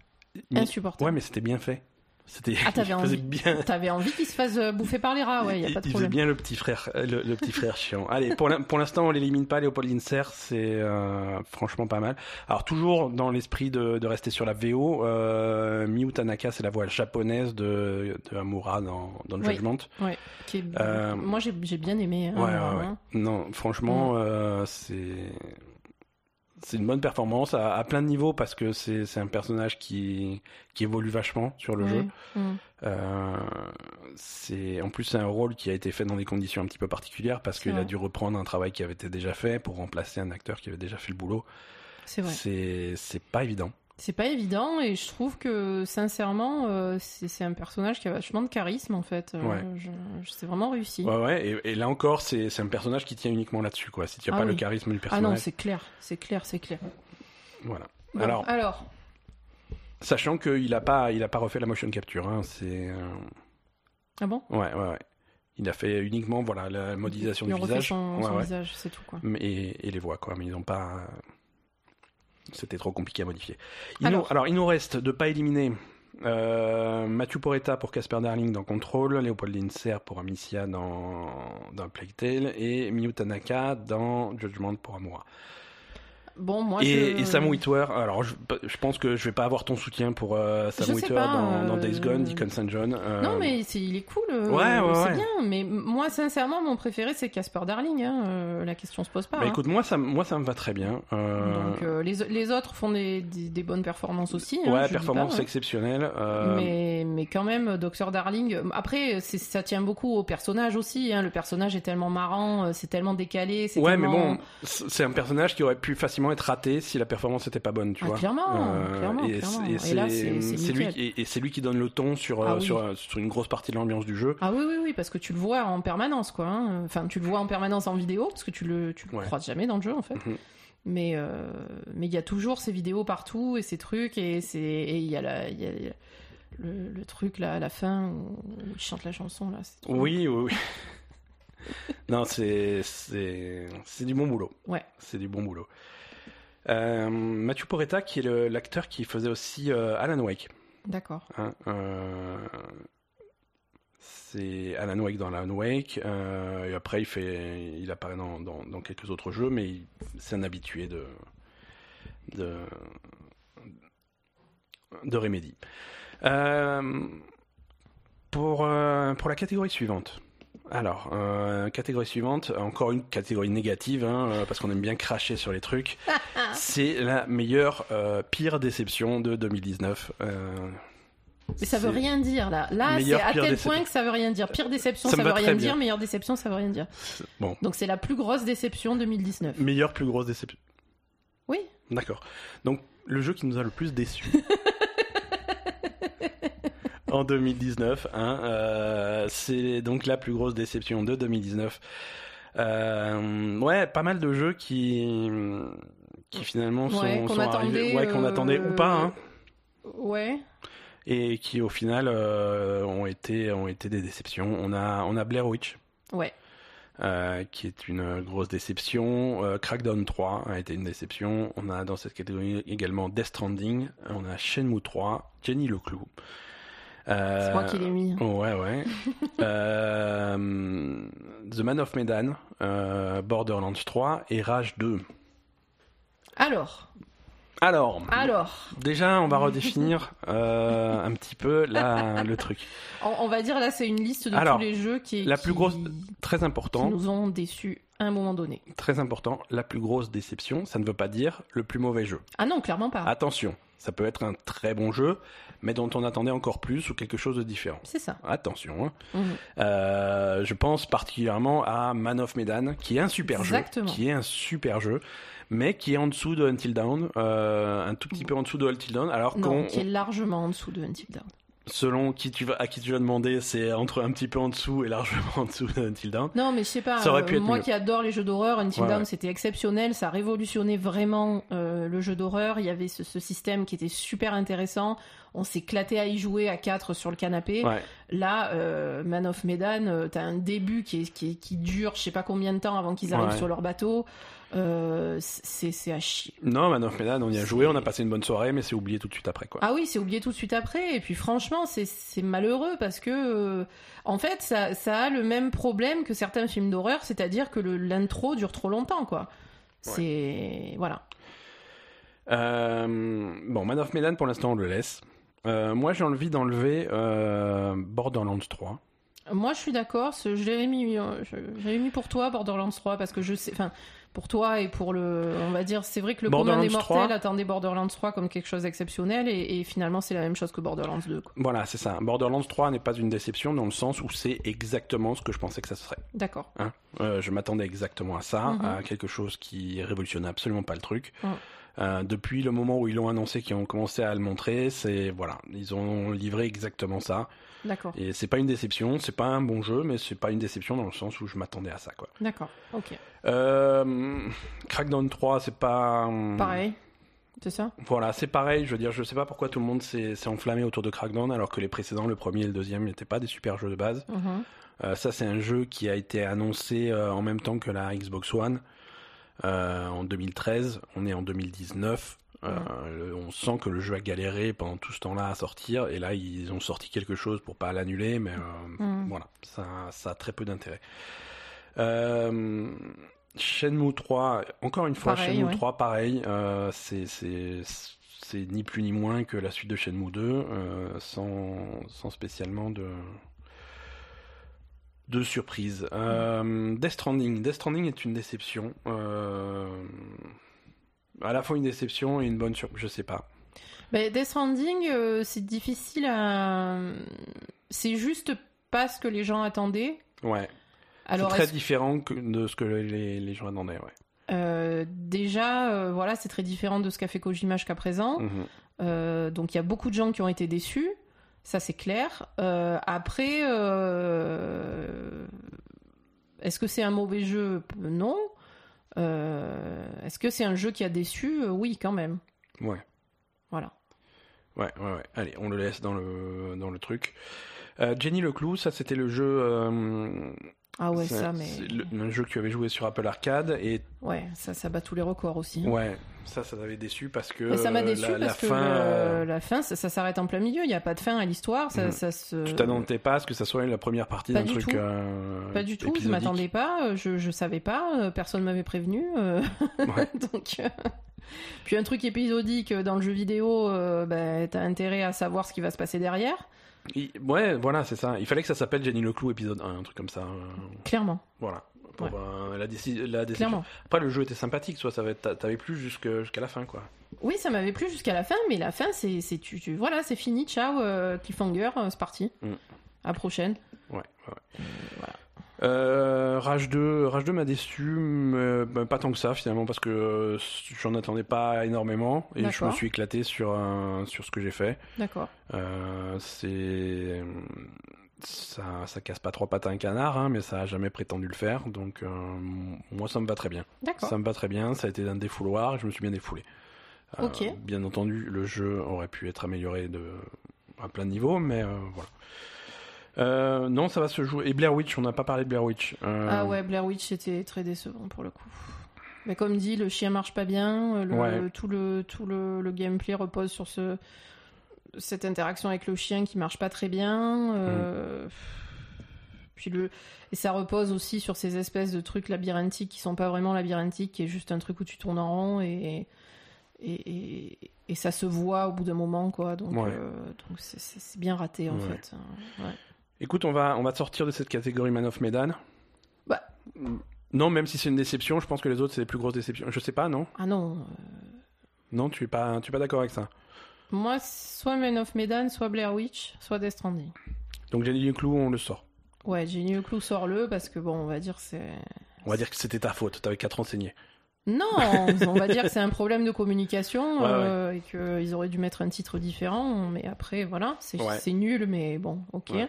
Speaker 1: mais-
Speaker 2: Insupportable.
Speaker 1: ouais, mais c'était bien fait. C'était
Speaker 2: Ah, t'avais
Speaker 1: il faisait
Speaker 2: envie.
Speaker 1: bien
Speaker 2: T'avais envie qu'il se fasse euh, bouffer par les rats, ouais, y a
Speaker 1: il,
Speaker 2: pas de
Speaker 1: il faisait
Speaker 2: problème.
Speaker 1: bien le petit frère, euh, le, le petit frère chiant. Allez, pour l'in- pour l'instant, on l'élimine pas. Léopold Linser, c'est euh, franchement pas mal. Alors toujours dans l'esprit de, de rester sur la VO, euh, Miyu Tanaka, c'est la voix japonaise de, de Amura dans, dans le
Speaker 2: Oui.
Speaker 1: Judgment.
Speaker 2: Qui est-
Speaker 1: Euh,
Speaker 2: Moi, j'ai j'ai bien aimé. hein,
Speaker 1: Ouais, ouais,
Speaker 2: euh,
Speaker 1: ouais.
Speaker 2: hein.
Speaker 1: Non,
Speaker 2: Mm.
Speaker 1: franchement, euh, c'est c'est une bonne performance à, à plein de niveaux parce que c'est c'est un personnage qui qui évolue vachement sur le
Speaker 2: Ouais.
Speaker 1: jeu.
Speaker 2: Mm.
Speaker 1: Euh, c'est en plus c'est un rôle qui a été fait dans des conditions un petit peu particulières parce
Speaker 2: C'est
Speaker 1: qu'il a
Speaker 2: vrai.
Speaker 1: dû reprendre un travail qui avait été déjà fait pour remplacer un acteur qui avait déjà fait le boulot.
Speaker 2: C'est vrai.
Speaker 1: C'est c'est pas évident.
Speaker 2: C'est pas évident et je trouve que sincèrement, euh, c'est c'est un personnage qui a vachement de charisme en fait. Euh,
Speaker 1: Ouais.
Speaker 2: je, je- c'est vraiment réussi.
Speaker 1: Ouais ouais et, et là encore c'est c'est un personnage qui tient uniquement là-dessus quoi. Si tu as
Speaker 2: Ah
Speaker 1: pas le
Speaker 2: oui.
Speaker 1: charisme du
Speaker 2: ah non,
Speaker 1: personnage,
Speaker 2: c'est clair, c'est clair, c'est clair.
Speaker 1: voilà.
Speaker 2: Bon,
Speaker 1: Alors
Speaker 2: alors,
Speaker 1: sachant qu'il a pas il a pas refait la motion capture hein, c'est euh,
Speaker 2: ah bon
Speaker 1: ouais ouais ouais. Il a fait uniquement voilà la modélisation
Speaker 2: Il
Speaker 1: du
Speaker 2: en refait
Speaker 1: visage.
Speaker 2: son,
Speaker 1: Ouais,
Speaker 2: son
Speaker 1: ouais.
Speaker 2: visage, c'est tout quoi.
Speaker 1: Mais- et, les voix quoi mais ils n'ont pas c'était trop compliqué à modifier il
Speaker 2: Alors.
Speaker 1: nous, alors il nous reste de pas éliminer euh, Mathieu Poretta pour Casper Darling dans Control Léopold Linser pour Amicia dans, dans Plague Tale et Miyu Tanaka dans Judgment pour Amura
Speaker 2: Bon, moi
Speaker 1: et,
Speaker 2: je...
Speaker 1: et Sam Witwer alors je, je pense que je vais pas avoir ton soutien pour euh,
Speaker 2: Je
Speaker 1: Sam
Speaker 2: sais
Speaker 1: Witwer
Speaker 2: pas,
Speaker 1: dans, dans Days
Speaker 2: euh,
Speaker 1: Gone Deacon St. John euh,
Speaker 2: Non mais c'est- il est cool, euh,
Speaker 1: Ouais, ouais,
Speaker 2: c'est
Speaker 1: ouais.
Speaker 2: bien. Mais moi sincèrement, mon préféré c'est Casper Darling. hein, euh, la question se pose pas.
Speaker 1: bah,
Speaker 2: hein.
Speaker 1: écoute moi ça, m- moi ça me va très bien euh,
Speaker 2: Donc euh, les, les autres font des, des- des bonnes performances aussi. hein, je
Speaker 1: ouais
Speaker 2: dis
Speaker 1: performance
Speaker 2: pas, hein.
Speaker 1: exceptionnelle euh,
Speaker 2: Mais, mais quand même, Docteur Darling. euh, Après, c'est- ça tient beaucoup au personnage aussi. hein. Le personnage est tellement marrant, euh, c'est tellement décalé. c'est
Speaker 1: Ouais, mais
Speaker 2: tellement-
Speaker 1: bon, c- c'est un personnage qui aurait pu facilement être raté si la performance n'était pas bonne, tu
Speaker 2: Ah,
Speaker 1: vois. euh,
Speaker 2: clairement, clairement,
Speaker 1: et
Speaker 2: clairement.
Speaker 1: c'est-
Speaker 2: Et là, c'est- c'est
Speaker 1: c'est lui,
Speaker 2: nickel.
Speaker 1: qui- et, et c'est lui qui donne le ton sur,
Speaker 2: Ah
Speaker 1: euh,
Speaker 2: oui.
Speaker 1: sur, euh, sur une grosse partie de l'ambiance du jeu.
Speaker 2: Ah oui, oui, oui, parce que tu le vois en permanence, quoi. hein. Enfin, tu le vois en permanence en vidéo, parce que tu le, tu le
Speaker 1: Ouais.
Speaker 2: croises jamais dans le jeu, en fait.
Speaker 1: Mhm.
Speaker 2: Mais euh, mais il y a toujours ces vidéos partout et ces trucs et c'est et il y a la il y a le, le truc là à la fin où, où il chante la chanson là. c'est trop
Speaker 1: Oui, oui, oui. non, c'est c'est c'est du bon boulot.
Speaker 2: Ouais.
Speaker 1: C'est du bon boulot. Euh, Mathieu Poretta, qui est le- l'acteur qui faisait aussi euh, Alan Wake.
Speaker 2: bien. D'accord.
Speaker 1: Hein, euh, c'est Alan Wake dans Alan Wake. euh, et après, il, fait, il apparaît dans, dans- dans quelques autres jeux, mais il- c'est un habitué de, de, de Remedy. Euh, pour, euh, pour la catégorie suivante. Alors, euh, catégorie suivante, encore une catégorie négative, hein, euh, parce qu'on aime bien cracher sur les trucs. C'est la meilleure, euh, pire déception de 2019. euh,
Speaker 2: Mais ça veut
Speaker 1: c'est-
Speaker 2: rien dire là. Là, c'est
Speaker 1: Meilleure,
Speaker 2: à
Speaker 1: pire
Speaker 2: tel
Speaker 1: déception.
Speaker 2: point que ça veut rien dire. Pire déception,
Speaker 1: Ça
Speaker 2: ça,
Speaker 1: me
Speaker 2: veut
Speaker 1: va très
Speaker 2: rien
Speaker 1: bien.
Speaker 2: dire. Meilleure déception, ça veut rien dire.
Speaker 1: c'est- Bon,
Speaker 2: Donc c'est la plus grosse déception 2019.
Speaker 1: meilleure plus grosse déception.
Speaker 2: Oui.
Speaker 1: D'accord. Donc, le jeu qui nous a le plus déçus. en 2019, hein, euh, c'est donc la plus grosse déception de 2019. Euh, ouais, pas mal de jeux qui qui finalement sont,
Speaker 2: Ouais, qu'on
Speaker 1: sont arrivés,
Speaker 2: attendait,
Speaker 1: ouais, qu'on
Speaker 2: euh,
Speaker 1: attendait ou pas, hein,
Speaker 2: Ouais.
Speaker 1: et qui au final euh, ont été ont été des déceptions. On a on a Blair Witch.
Speaker 2: Ouais.
Speaker 1: euh, qui est une grosse déception. Euh, Crackdown 3 a été une déception. On a dans cette catégorie également Death Stranding. On a Shenmue 3, Jenny Leclou. Euh,
Speaker 2: C'est moi qui l'ai mis.
Speaker 1: Ouais, ouais. Euh, The Man of Medan, euh, Borderlands 3 et Rage 2.
Speaker 2: Alors,
Speaker 1: Alors,
Speaker 2: alors,
Speaker 1: déjà, on va redéfinir euh, un petit peu la, le truc.
Speaker 2: on, on va dire là, c'est une liste de
Speaker 1: Alors,
Speaker 2: tous les jeux qui est
Speaker 1: la plus
Speaker 2: qui-
Speaker 1: grosse-
Speaker 2: qui
Speaker 1: Très important.
Speaker 2: nous ont déçus à un moment donné.
Speaker 1: Très important, la plus grosse déception, ça ne veut pas dire le plus mauvais jeu.
Speaker 2: Ah non, clairement pas.
Speaker 1: Attention, ça peut être un très bon jeu, mais dont on attendait encore plus ou quelque chose de différent.
Speaker 2: C'est ça.
Speaker 1: Attention, hein.
Speaker 2: Mhm.
Speaker 1: Euh, je pense particulièrement à Man of Medan, qui est un super
Speaker 2: Exactement.
Speaker 1: jeu, qui est un super jeu, mais qui est en dessous de Until Dawn, euh, un tout petit peu en dessous de Until Dawn, alors
Speaker 2: Non,
Speaker 1: qu'on,
Speaker 2: qui est largement en dessous de Until Dawn.
Speaker 1: selon qui tu vas, à qui tu vas demander, c'est entre un petit peu en dessous et largement en dessous de Until Dawn.
Speaker 2: Non, mais je sais pas.
Speaker 1: Ça aurait pu
Speaker 2: euh,
Speaker 1: être
Speaker 2: moi
Speaker 1: mieux.
Speaker 2: qui adore les jeux d'horreur, Until
Speaker 1: Ouais,
Speaker 2: Dawn
Speaker 1: ouais.
Speaker 2: c'était exceptionnel, ça révolutionnait vraiment euh, le jeu d'horreur. Il y avait ce, ce système qui était super intéressant. On s'éclatait à y jouer à quatre sur le canapé.
Speaker 1: Ouais.
Speaker 2: Là, euh, Man of Medan, euh, t'as un début qui, est- qui, est- qui dure je sais pas combien de temps avant qu'ils arrivent
Speaker 1: Ouais.
Speaker 2: sur leur bateau. Euh, c'est c'est à chier.
Speaker 1: Non, Man of Medan, on y a joué, on a passé une bonne soirée, mais c'est oublié tout de suite après, quoi.
Speaker 2: Ah oui, c'est oublié tout de suite après. Et puis franchement, c'est- c'est malheureux parce que, euh, en fait, ça, ça a le même problème que certains films d'horreur, c'est-à-dire que le- l'intro dure trop longtemps, quoi. C'est voilà.
Speaker 1: Euh, bon, Man of Medan, pour l'instant, on le laisse. Euh, moi, j'ai envie d'enlever euh, Borderlands 3.
Speaker 2: Moi, je suis d'accord. ce- Je l'avais mis, euh, je- j'avais mis pour toi Borderlands 3 parce que je sais, enfin, pour toi et pour le, on va dire, c'est vrai que le commun des
Speaker 1: Borderlands 3.
Speaker 2: mortels attendait Borderlands 3 comme quelque chose d'exceptionnel et, et finalement, c'est la même chose que Borderlands 2. quoi.
Speaker 1: Voilà, c'est ça. Borderlands 3 n'est pas une déception dans le sens où c'est exactement ce que je pensais que ça serait.
Speaker 2: D'accord.
Speaker 1: hein. Euh, je m'attendais exactement à ça,
Speaker 2: Mhm.
Speaker 1: à quelque chose qui révolutionnait absolument pas le truc.
Speaker 2: Ouais.
Speaker 1: Euh, depuis le moment où ils l'ont annoncé, qu'ils ont commencé à le montrer, c'est voilà, ils ont livré exactement ça.
Speaker 2: D'accord.
Speaker 1: Et c'est pas une déception, c'est pas un bon jeu, mais c'est pas une déception dans le sens où je m'attendais à ça, quoi.
Speaker 2: D'accord. Ok.
Speaker 1: Euh, Crackdown 3, c'est pas. hum,
Speaker 2: Pareil. C'est ça.
Speaker 1: Voilà, c'est pareil. Je veux dire, je sais pas pourquoi tout le monde s'est s'est enflammé autour de Crackdown, alors que les précédents, le premier et le deuxième, n'étaient pas des super jeux de base.
Speaker 2: Mhm.
Speaker 1: Euh, ça, c'est un jeu qui a été annoncé euh, en même temps que la Xbox One euh, en 2013. On est en 2019. Euh, le- on sent que le jeu a galéré pendant tout ce temps-là à sortir. Et là, ils ont sorti quelque chose pour pas l'annuler, mais euh,
Speaker 2: Mm.
Speaker 1: voilà, ça, ça a très peu d'intérêt. Euh, Shenmue 3, encore une fois,
Speaker 2: Pareil,
Speaker 1: Shenmue
Speaker 2: ouais.
Speaker 1: 3, pareil, euh, c'est- c'est c'est ni plus ni moins que la suite de Shenmue 2, euh, sans, sans spécialement de, de surprise. Euh, Death Stranding. Death Stranding est une déception. Euh, à la fois une déception et une bonne surprise, je sais pas.
Speaker 2: Ben, Death Stranding, euh, c'est difficile à. C'est juste pas ce que les gens attendaient.
Speaker 1: Ouais, c'est
Speaker 2: Alors,
Speaker 1: très
Speaker 2: est-ce-
Speaker 1: différent que- de ce que les, les gens attendaient, ouais.
Speaker 2: euh, déjà, euh, voilà, c'est très différent de ce qu'a fait Kojima jusqu'à présent.
Speaker 1: Mhm.
Speaker 2: Euh, donc, il y a beaucoup de gens qui ont été déçus. Ça, c'est clair. Euh, après, euh, est-ce que c'est un mauvais jeu Non. Euh, est-ce que c'est un jeu qui a déçu Euh, Oui, quand même.
Speaker 1: Ouais.
Speaker 2: Voilà.
Speaker 1: Ouais, ouais, ouais. Allez, on le laisse dans le, dans le truc. Euh, Jenny Leclou, ça c'était le jeu. euh,
Speaker 2: Ah ouais,
Speaker 1: c'est-
Speaker 2: ça, mais.
Speaker 1: c'est le, le jeu que tu avais joué sur Apple Arcade. Et
Speaker 2: Ouais, ça, ça bat tous les records aussi.
Speaker 1: ouais, ça, ça t'avait déçu parce que.
Speaker 2: Mais ça m'a
Speaker 1: euh,
Speaker 2: déçu
Speaker 1: la, la
Speaker 2: parce que
Speaker 1: fin.
Speaker 2: le-
Speaker 1: euh,
Speaker 2: la fin, ça, ça s'arrête en plein milieu. Il n'y a pas de fin à l'histoire. Ça,
Speaker 1: Mhm.
Speaker 2: ça se...
Speaker 1: Tu t'attendais pas à ce que ça soit la première partie
Speaker 2: Pas
Speaker 1: d'un
Speaker 2: du
Speaker 1: truc.
Speaker 2: tout.
Speaker 1: euh,
Speaker 2: Pas du tout. Je
Speaker 1: épisodique.
Speaker 2: m'attendais pas. euh, Je, je savais pas. euh, Personne m'avait prévenu. euh,
Speaker 1: Ouais.
Speaker 2: Donc. euh, Puis un truc épisodique euh, dans le jeu vidéo, euh, ben, t'as intérêt à savoir ce qui va se passer derrière,
Speaker 1: Il- Ouais, voilà, c'est ça. Il fallait que ça s'appelle Jenny Leclou épisode 1, un truc comme ça. euh,
Speaker 2: clairement,
Speaker 1: Voilà. Pour,
Speaker 2: Ouais.
Speaker 1: euh, la, déci- la décision.
Speaker 2: clairement.
Speaker 1: Après, le jeu était sympathique, soit ça va être- t'a- t'avais plus jusque- jusqu'à la fin, quoi.
Speaker 2: Oui, ça m'avait plu jusqu'à la fin, mais la fin, c'est, c'est tu, tu- voilà, c'est fini, ciao, euh, cliffhanger, euh, c'est parti.
Speaker 1: Mhm.
Speaker 2: À prochaine.
Speaker 1: Ouais, ouais, ouais. Euh, Rage 2, Rage 2 m'a déçu, mais, bah, pas tant que ça finalement, parce que euh, j'en attendais pas énormément et je me
Speaker 2: D'accord.
Speaker 1: suis éclaté sur, un- sur ce que j'ai fait.
Speaker 2: D'accord.
Speaker 1: Euh, c'est. Ça, ça casse pas trois pattes à un canard, hein, mais ça a jamais prétendu le faire, donc euh, moi ça me va très bien.
Speaker 2: D'accord.
Speaker 1: Ça me va très bien, ça a été un défouloir, je me suis bien défoulé. Euh,
Speaker 2: Ok.
Speaker 1: Bien entendu, le jeu aurait pu être amélioré de... à plein de niveaux, mais euh, voilà. Euh, non, ça va se jouer. Et Blair Witch, on n'a pas parlé de Blair Witch. Euh,
Speaker 2: Ah ouais, Blair Witch c'était très décevant pour le coup. Mais comme dit, le chien marche pas bien, euh, le,
Speaker 1: Ouais.
Speaker 2: le- tout le tout le, le gameplay repose sur ce cette interaction avec le chien qui marche pas très bien. euh,
Speaker 1: Mm.
Speaker 2: Puis le et ça repose aussi sur ces espèces de trucs labyrinthiques qui sont pas vraiment labyrinthiques, qui est juste un truc où tu tournes en rond et et, et, et ça se voit au bout d'un moment quoi. Donc
Speaker 1: Ouais.
Speaker 2: euh, donc c'est- c'est c'est bien raté en
Speaker 1: Ouais.
Speaker 2: fait. Ouais.
Speaker 1: Écoute, on va, on va sortir de cette catégorie Man of Medan.
Speaker 2: Bah.
Speaker 1: Non, même si c'est une déception, je pense que les autres, c'est les plus grosses déceptions. Je sais pas, non
Speaker 2: Ah non. euh,
Speaker 1: Non, tu es pas, tu es pas d'accord avec ça.
Speaker 2: Moi, soit Man of Medan, soit Blair Witch, soit Death Stranding.
Speaker 1: Donc Jenny Duclou, on le sort.
Speaker 2: Ouais, Jenny Leclou sort le parce que bon, on va dire c'est.
Speaker 1: On va dire que c'était ta faute, t'avais qu'à te renseigner.
Speaker 2: Non, on va dire que c'est un problème de communication
Speaker 1: Ouais, ouais.
Speaker 2: euh, et qu'ils auraient dû mettre un titre différent. Mais après, voilà, c'est
Speaker 1: Ouais.
Speaker 2: c'est nul, mais bon, ok.
Speaker 1: Ouais.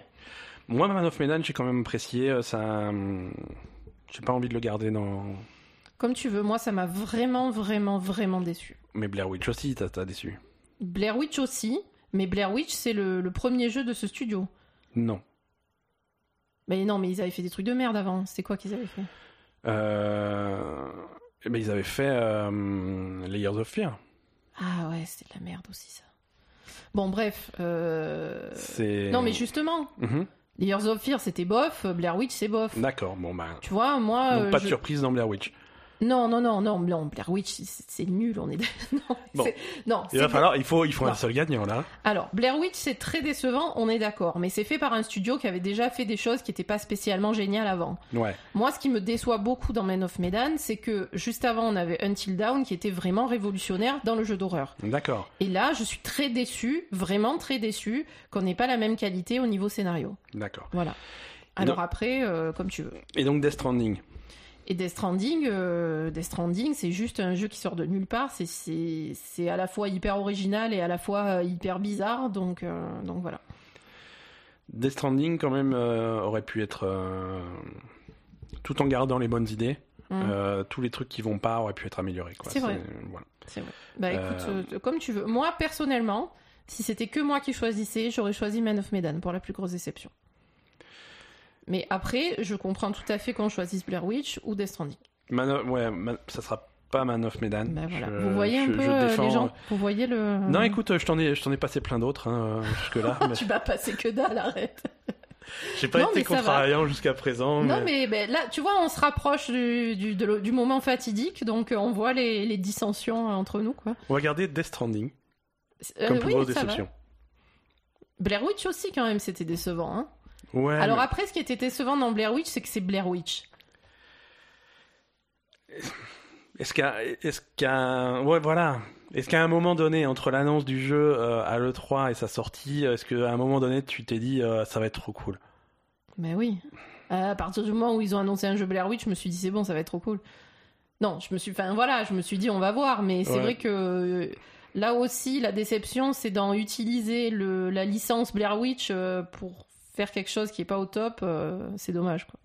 Speaker 1: Moi, Man of Medan, j'ai quand même apprécié. euh, Ça, hum, j'ai pas envie de le garder dans.
Speaker 2: Comme tu veux, moi, ça m'a vraiment, vraiment, vraiment déçu.
Speaker 1: Mais Blair Witch aussi, t'as t'as déçu.
Speaker 2: Blair Witch aussi, mais Blair Witch, c'est le, le premier jeu de ce studio.
Speaker 1: Non.
Speaker 2: Mais non, mais ils avaient fait des trucs de merde avant. C'est quoi qu'ils avaient fait
Speaker 1: Euh... eh ben, ils avaient fait euh, Layers of Fear.
Speaker 2: Ah ouais, c'est de la merde aussi, ça. Bon, bref. euh,
Speaker 1: C'est.
Speaker 2: Non, mais justement,
Speaker 1: Mhm.
Speaker 2: Layers of Fear, c'était bof. Blair Witch, c'est bof.
Speaker 1: D'accord, bon bah.
Speaker 2: Tu vois, moi.
Speaker 1: Donc,
Speaker 2: euh,
Speaker 1: pas de
Speaker 2: je-
Speaker 1: surprise dans Blair Witch.
Speaker 2: Non, non, non, non, non, Blair Witch, c'est c'est nul, on est. non,
Speaker 1: Bon.
Speaker 2: c'est- non
Speaker 1: Il va
Speaker 2: c'est- Bah.
Speaker 1: falloir, il faut, il faut un
Speaker 2: Non.
Speaker 1: seul gagnant là.
Speaker 2: Alors, Blair Witch, c'est très décevant, on est d'accord, mais c'est fait par un studio qui avait déjà fait des choses qui n'étaient pas spécialement géniales avant.
Speaker 1: Ouais.
Speaker 2: Moi, ce qui me déçoit beaucoup dans Man of Medan, c'est que juste avant, on avait Until Dawn qui était vraiment révolutionnaire dans le jeu d'horreur.
Speaker 1: D'accord.
Speaker 2: Et là, je suis très déçue, vraiment très déçue, qu'on n'ait pas la même qualité au niveau scénario.
Speaker 1: D'accord.
Speaker 2: Voilà. Alors
Speaker 1: Non.
Speaker 2: après, euh, comme tu veux.
Speaker 1: Et donc Death Stranding.
Speaker 2: Et Death Stranding, euh, Death Stranding, c'est juste un jeu qui sort de nulle part. C'est- C'est c'est à la fois hyper original et à la fois euh, hyper bizarre. Donc, euh, donc voilà.
Speaker 1: Death Stranding quand même euh, aurait pu être euh, tout en gardant les bonnes idées.
Speaker 2: Mm.
Speaker 1: euh, tous les trucs qui vont pas auraient pu être améliorés. quoi.
Speaker 2: C'est vrai.
Speaker 1: voilà.
Speaker 2: Bah écoute,
Speaker 1: Euh,
Speaker 2: euh, comme tu veux. Moi, personnellement, si c'était que moi qui choisissais, j'aurais choisi Man of Medan pour la plus grosse déception. Mais après, je comprends tout à fait qu'on choisisse Blair Witch ou Death Stranding.
Speaker 1: Man of- ouais, Man- ça sera pas Man of Medan.
Speaker 2: Bah, voilà.
Speaker 1: Je-
Speaker 2: Vous voyez un
Speaker 1: je-
Speaker 2: peu
Speaker 1: je
Speaker 2: euh,
Speaker 1: défends-
Speaker 2: les gens Vous voyez le.
Speaker 1: Non, écoute, euh, je t'en ai, je t'en ai passé plein d'autres hein, euh, jusque-là. mais
Speaker 2: Mhm. Tu vas passer que dalle, arrête.
Speaker 1: J'ai pas
Speaker 2: Non,
Speaker 1: été
Speaker 2: mais ça va.
Speaker 1: contrariant jusqu'à présent.
Speaker 2: Non, mais ben, là, tu vois, on se rapproche du, du, de le- du moment fatidique, donc euh, on voit les, les dissensions euh, entre nous, quoi.
Speaker 1: On va garder Death Stranding
Speaker 2: Euh,
Speaker 1: comme plus
Speaker 2: oui,
Speaker 1: grosse
Speaker 2: ça va.
Speaker 1: déception.
Speaker 2: Blair Witch aussi, quand même, c'était décevant. hein.
Speaker 1: Ouais.
Speaker 2: Alors
Speaker 1: Ah, mais-
Speaker 2: après, ce qui était décevant dans Blair Witch, c'est que c'est Blair Witch.
Speaker 1: Est-ce qu'à, est-ce qu'à, ouais, voilà. Est-ce qu'à un moment donné, entre l'annonce du jeu euh, à l'E3 et sa sortie, euh, est-ce qu'à un moment donné, tu t'es dit, euh, ça va être trop cool
Speaker 2: Mais oui. Euh, à partir du moment où ils ont annoncé un jeu Blair Witch, je me suis dit c'est bon, ça va être trop cool. Non, je me suis, enfin voilà, je me suis dit on va voir, mais c'est
Speaker 1: Ouais.
Speaker 2: vrai que euh, là aussi la déception, c'est d'en utiliser le, la licence Blair Witch euh, pour faire quelque chose qui est pas au top, euh, c'est dommage quoi.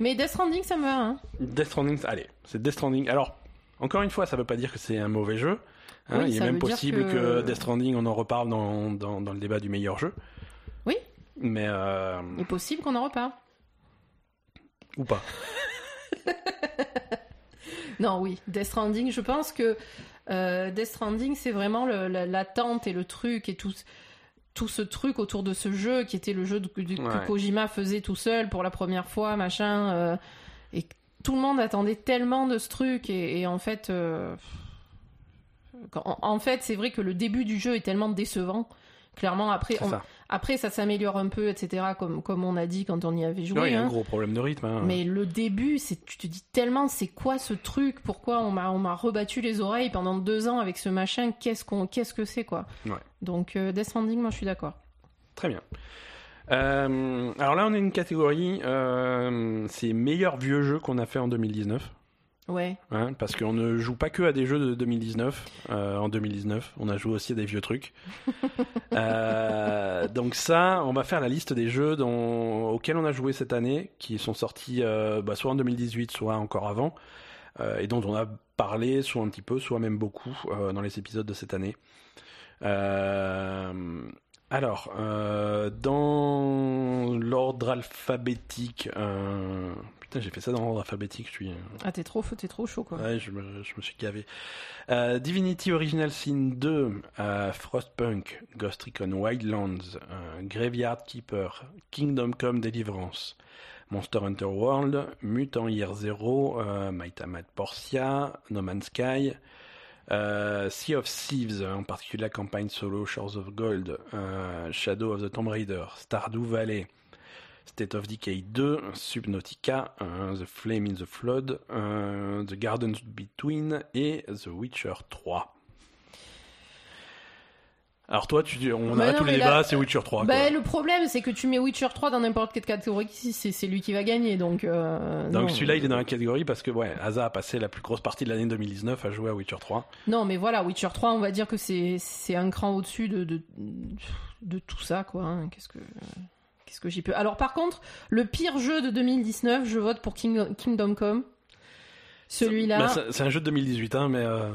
Speaker 2: Mais Death Stranding, ça me va. Hein.
Speaker 1: Death Stranding, allez, c'est Death Stranding. Alors, encore une fois, ça veut pas dire que c'est un mauvais jeu. hein.
Speaker 2: Oui,
Speaker 1: Il est
Speaker 2: ça
Speaker 1: même
Speaker 2: veut dire
Speaker 1: possible que...
Speaker 2: que-
Speaker 1: Death Stranding, on en reparle dans, dans, dans le débat du meilleur jeu.
Speaker 2: Oui.
Speaker 1: Mais, euh,
Speaker 2: Il est possible qu'on en reparle.
Speaker 1: ou pas.
Speaker 2: Non, oui, Death Stranding, je pense que euh, Death Stranding, c'est vraiment le- la- l'attente et le truc et tout, ce- tout ce truc autour de ce jeu qui était le jeu de- de-
Speaker 1: Ouais.
Speaker 2: que Kojima faisait tout seul pour la première fois, machin. euh, et que tout le monde attendait tellement de ce truc et, et en fait. euh, quand- en, en fait, c'est vrai que le début du jeu est tellement décevant. Clairement, après,
Speaker 1: C'est
Speaker 2: on-
Speaker 1: ça.
Speaker 2: après ça s'améliore un peu, etc., comme, comme on a dit quand on y avait joué.
Speaker 1: Non, il y a
Speaker 2: hein.
Speaker 1: un gros problème de rythme. hein.
Speaker 2: Mais le début, c'est tu te dis tellement c'est quoi ce truc Pourquoi on m'a on m'a rebattu les oreilles pendant deux ans avec ce machin Qu'est-ce qu'on qu'est-ce que c'est quoi
Speaker 1: Ouais.
Speaker 2: Donc euh, Death Stranding, moi je suis d'accord.
Speaker 1: Très bien. Euh, alors là, on a une catégorie, euh, c'est meilleur vieux jeu qu'on a fait en 2019.
Speaker 2: Ouais.
Speaker 1: hein, parce qu'on ne joue pas que à des jeux de 2019. euh, en 2019, on a joué aussi à des vieux trucs. Euh, donc ça, on va faire la liste des jeux dont- auxquels on a joué cette année, qui sont sortis euh, bah, soit en 2018, soit encore avant, euh, et dont on a parlé soit un petit peu, soit même beaucoup euh, dans les épisodes de cette année. Euh, alors, euh, dans l'ordre alphabétique, euh, putain, j'ai fait ça dans l'ordre alphabétique, je suis. euh,
Speaker 2: Ah t'es trop fou, t'es trop chaud quoi.
Speaker 1: Ouais, je me, je me suis gavé. Euh, Divinity Original Sin 2, euh, Frostpunk, Ghost Recon Wildlands, euh, Graveyard Keeper, Kingdom Come Deliverance, Monster Hunter World, Mutant Year Zero, euh, Might and Might Portia, No Man's Sky, euh, Sea of Thieves, hein, en particulier la campagne solo Shores of Gold, euh, Shadow of the Tomb Raider, Stardew Valley, State of Decay 2, Subnautica, euh, The Flame in the Flood, euh, The Gardens Between et The Witcher 3. Alors toi, tu, on
Speaker 2: Bah
Speaker 1: a
Speaker 2: non,
Speaker 1: tous les
Speaker 2: mais
Speaker 1: débats,
Speaker 2: là-
Speaker 1: c'est Witcher 3.
Speaker 2: Bah,
Speaker 1: quoi.
Speaker 2: le problème, c'est que tu mets Witcher 3 dans n'importe quelle catégorie, c'est c'est lui qui va gagner. Donc, euh, non.
Speaker 1: Donc celui-là, il est dans la catégorie parce que ouais, Asa a passé la plus grosse partie de l'année 2019 à jouer à Witcher 3.
Speaker 2: Non, mais voilà, Witcher 3, on va dire que c'est c'est un cran au-dessus de, de, de tout ça, quoi. hein. Qu'est-ce que. Qu'est-ce que j'y peux Alors par contre, le pire jeu de 2019, je vote pour King- Kingdom Come. Celui-là,
Speaker 1: Bah, c'est- c'est un jeu de 2018, hein, mais euh,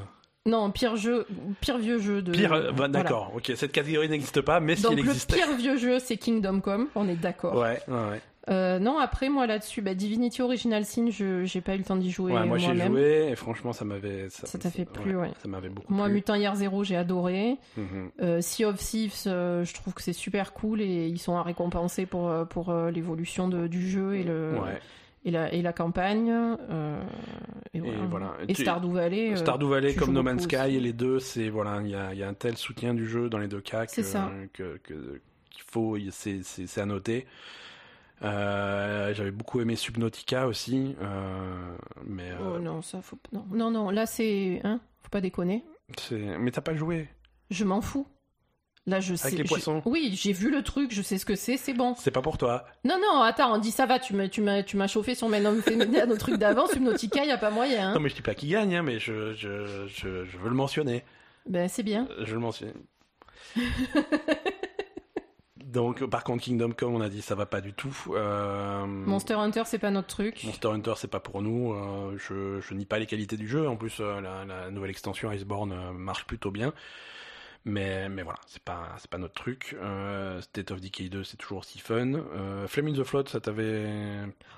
Speaker 2: non, pire jeu, pire vieux jeu de.
Speaker 1: pire. euh, bah,
Speaker 2: Voilà.
Speaker 1: D'accord. Ok, cette catégorie n'existe pas, mais
Speaker 2: Donc
Speaker 1: s'il
Speaker 2: le
Speaker 1: existait.
Speaker 2: pire vieux jeu, c'est Kingdom Come, on est d'accord.
Speaker 1: Ouais, ouais, ouais.
Speaker 2: Euh, non, après moi là-dessus, bah, Divinity Original Sin, je j'ai pas eu le temps d'y jouer
Speaker 1: Ouais, moi j'ai
Speaker 2: moi-même.
Speaker 1: joué et franchement ça m'avait.
Speaker 2: Ça t'a fait plus, ouais.
Speaker 1: Ça m'avait beaucoup
Speaker 2: Moi,
Speaker 1: plu.
Speaker 2: Mutant Year Zero, j'ai adoré.
Speaker 1: Mhm.
Speaker 2: Euh, sea of Thieves, euh, je trouve que c'est super cool et ils sont à récompenser pour, euh, pour euh, l'évolution de- du jeu et, le,
Speaker 1: Ouais.
Speaker 2: et, la, et la campagne. euh, et voilà.
Speaker 1: Et voilà.
Speaker 2: Et
Speaker 1: Tu-
Speaker 2: Stardew Valley. euh,
Speaker 1: Stardew Valley
Speaker 2: tu
Speaker 1: comme
Speaker 2: joues
Speaker 1: No Man's
Speaker 2: beaucoup
Speaker 1: Sky,
Speaker 2: aussi.
Speaker 1: et les deux, c'est voilà, il y a, il y a un tel soutien du jeu dans les deux cas que
Speaker 2: C'est ça.
Speaker 1: que- que- qu'il faut, il- c'est c'est- c'est à noter. Euh, J'avais beaucoup aimé Subnautica aussi, euh, mais euh,
Speaker 2: Oh non, ça, faut. p- Non, non, non là, c'est. Hein faut pas déconner.
Speaker 1: c'est- mais t'as pas joué.
Speaker 2: Je m'en fous. Là, je sais.
Speaker 1: les
Speaker 2: je-
Speaker 1: poissons.
Speaker 2: Oui, j'ai vu le truc, je sais ce que c'est, c'est bon.
Speaker 1: C'est pas pour toi.
Speaker 2: Non, non, attends, on dit ça va, tu m'as, tu m'as, tu m'as chauffé sur mes noms féminins, nos trucs d'avant, Subnautica, y a pas moyen. hein.
Speaker 1: Non mais je dis pas qu'il gagne, hein, mais je, je, je, je veux le mentionner.
Speaker 2: Ben, c'est bien.
Speaker 1: Euh, Je le mentionne. Donc, par contre, Kingdom Come, on a dit ça va pas du tout. Euh,
Speaker 2: Monster Hunter, c'est pas notre truc.
Speaker 1: Monster Hunter, c'est pas pour nous. Euh, je, je nie pas les qualités du jeu. En plus, euh, la, la nouvelle extension Iceborne euh, marche plutôt bien. Mais, mais voilà, c'est pas, c'est pas notre truc. Euh, State of Decay 2, c'est toujours aussi fun. Euh, Flame in the Flood, ça t'avait.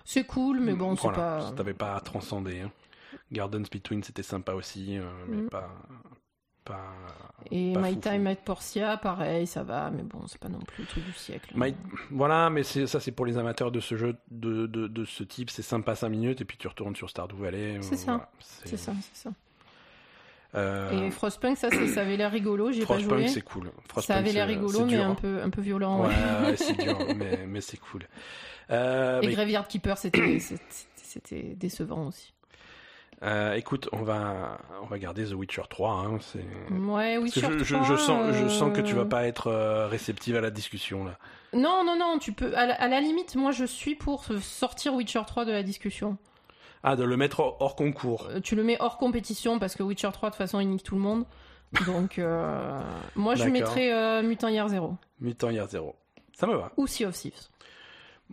Speaker 2: C'est cool, mais bon,
Speaker 1: Voilà, Ça
Speaker 2: c'est pas.
Speaker 1: t'avait pas transcendé. hein. Gardens Between, c'était sympa aussi. euh, mais
Speaker 2: Mm.
Speaker 1: pas. pas...
Speaker 2: Et
Speaker 1: pas
Speaker 2: My
Speaker 1: foufou.
Speaker 2: Time at Portia, pareil, ça va, mais bon, c'est pas non plus le truc du siècle.
Speaker 1: My- Voilà, mais c'est ça, c'est pour les amateurs de ce jeu, de, de, de ce type. C'est sympa 5 minutes et puis tu retournes sur Stardew Valley. euh,
Speaker 2: C'est ça.
Speaker 1: voilà,
Speaker 2: C'est ça, c'est ça.
Speaker 1: Euh,
Speaker 2: Et Frostpunk, ça, c'est- ça avait l'air rigolo, j'ai pas
Speaker 1: Frostpunk,
Speaker 2: joué.
Speaker 1: c'est cool. Frostpunk,
Speaker 2: ça avait l'air
Speaker 1: c'est-
Speaker 2: rigolo,
Speaker 1: c'est
Speaker 2: mais
Speaker 1: dur,
Speaker 2: un
Speaker 1: hein.
Speaker 2: peu, un peu violent.
Speaker 1: Ouais,
Speaker 2: ouais.
Speaker 1: ouais, c'est dur, mais, mais c'est cool. Euh,
Speaker 2: Et
Speaker 1: mais-
Speaker 2: Graveyard Keeper, c'était, c'était- c'était décevant aussi.
Speaker 1: euh, écoute, on va, on va garder The Witcher 3. hein, c'est-
Speaker 2: Ouais,
Speaker 1: Parce que
Speaker 2: Mm. Witcher
Speaker 1: je, je-
Speaker 2: 3,
Speaker 1: je sens, je sens que tu vas
Speaker 2: euh,
Speaker 1: pas être euh, réceptive à la discussion là.
Speaker 2: Non, non, non, tu peux. À la, à la limite, moi, je suis pour sortir Witcher 3 de la discussion.
Speaker 1: Ah, de le mettre hors, hors concours.
Speaker 2: Euh, Tu le mets hors compétition parce que Witcher 3, de toute façon, il nique tout le monde. Donc, euh, moi, je
Speaker 1: D'accord.
Speaker 2: mettrais euh, Mutant Year Zero
Speaker 1: Mutant Year Zero. Ça me va.
Speaker 2: ou Sea of Thieves.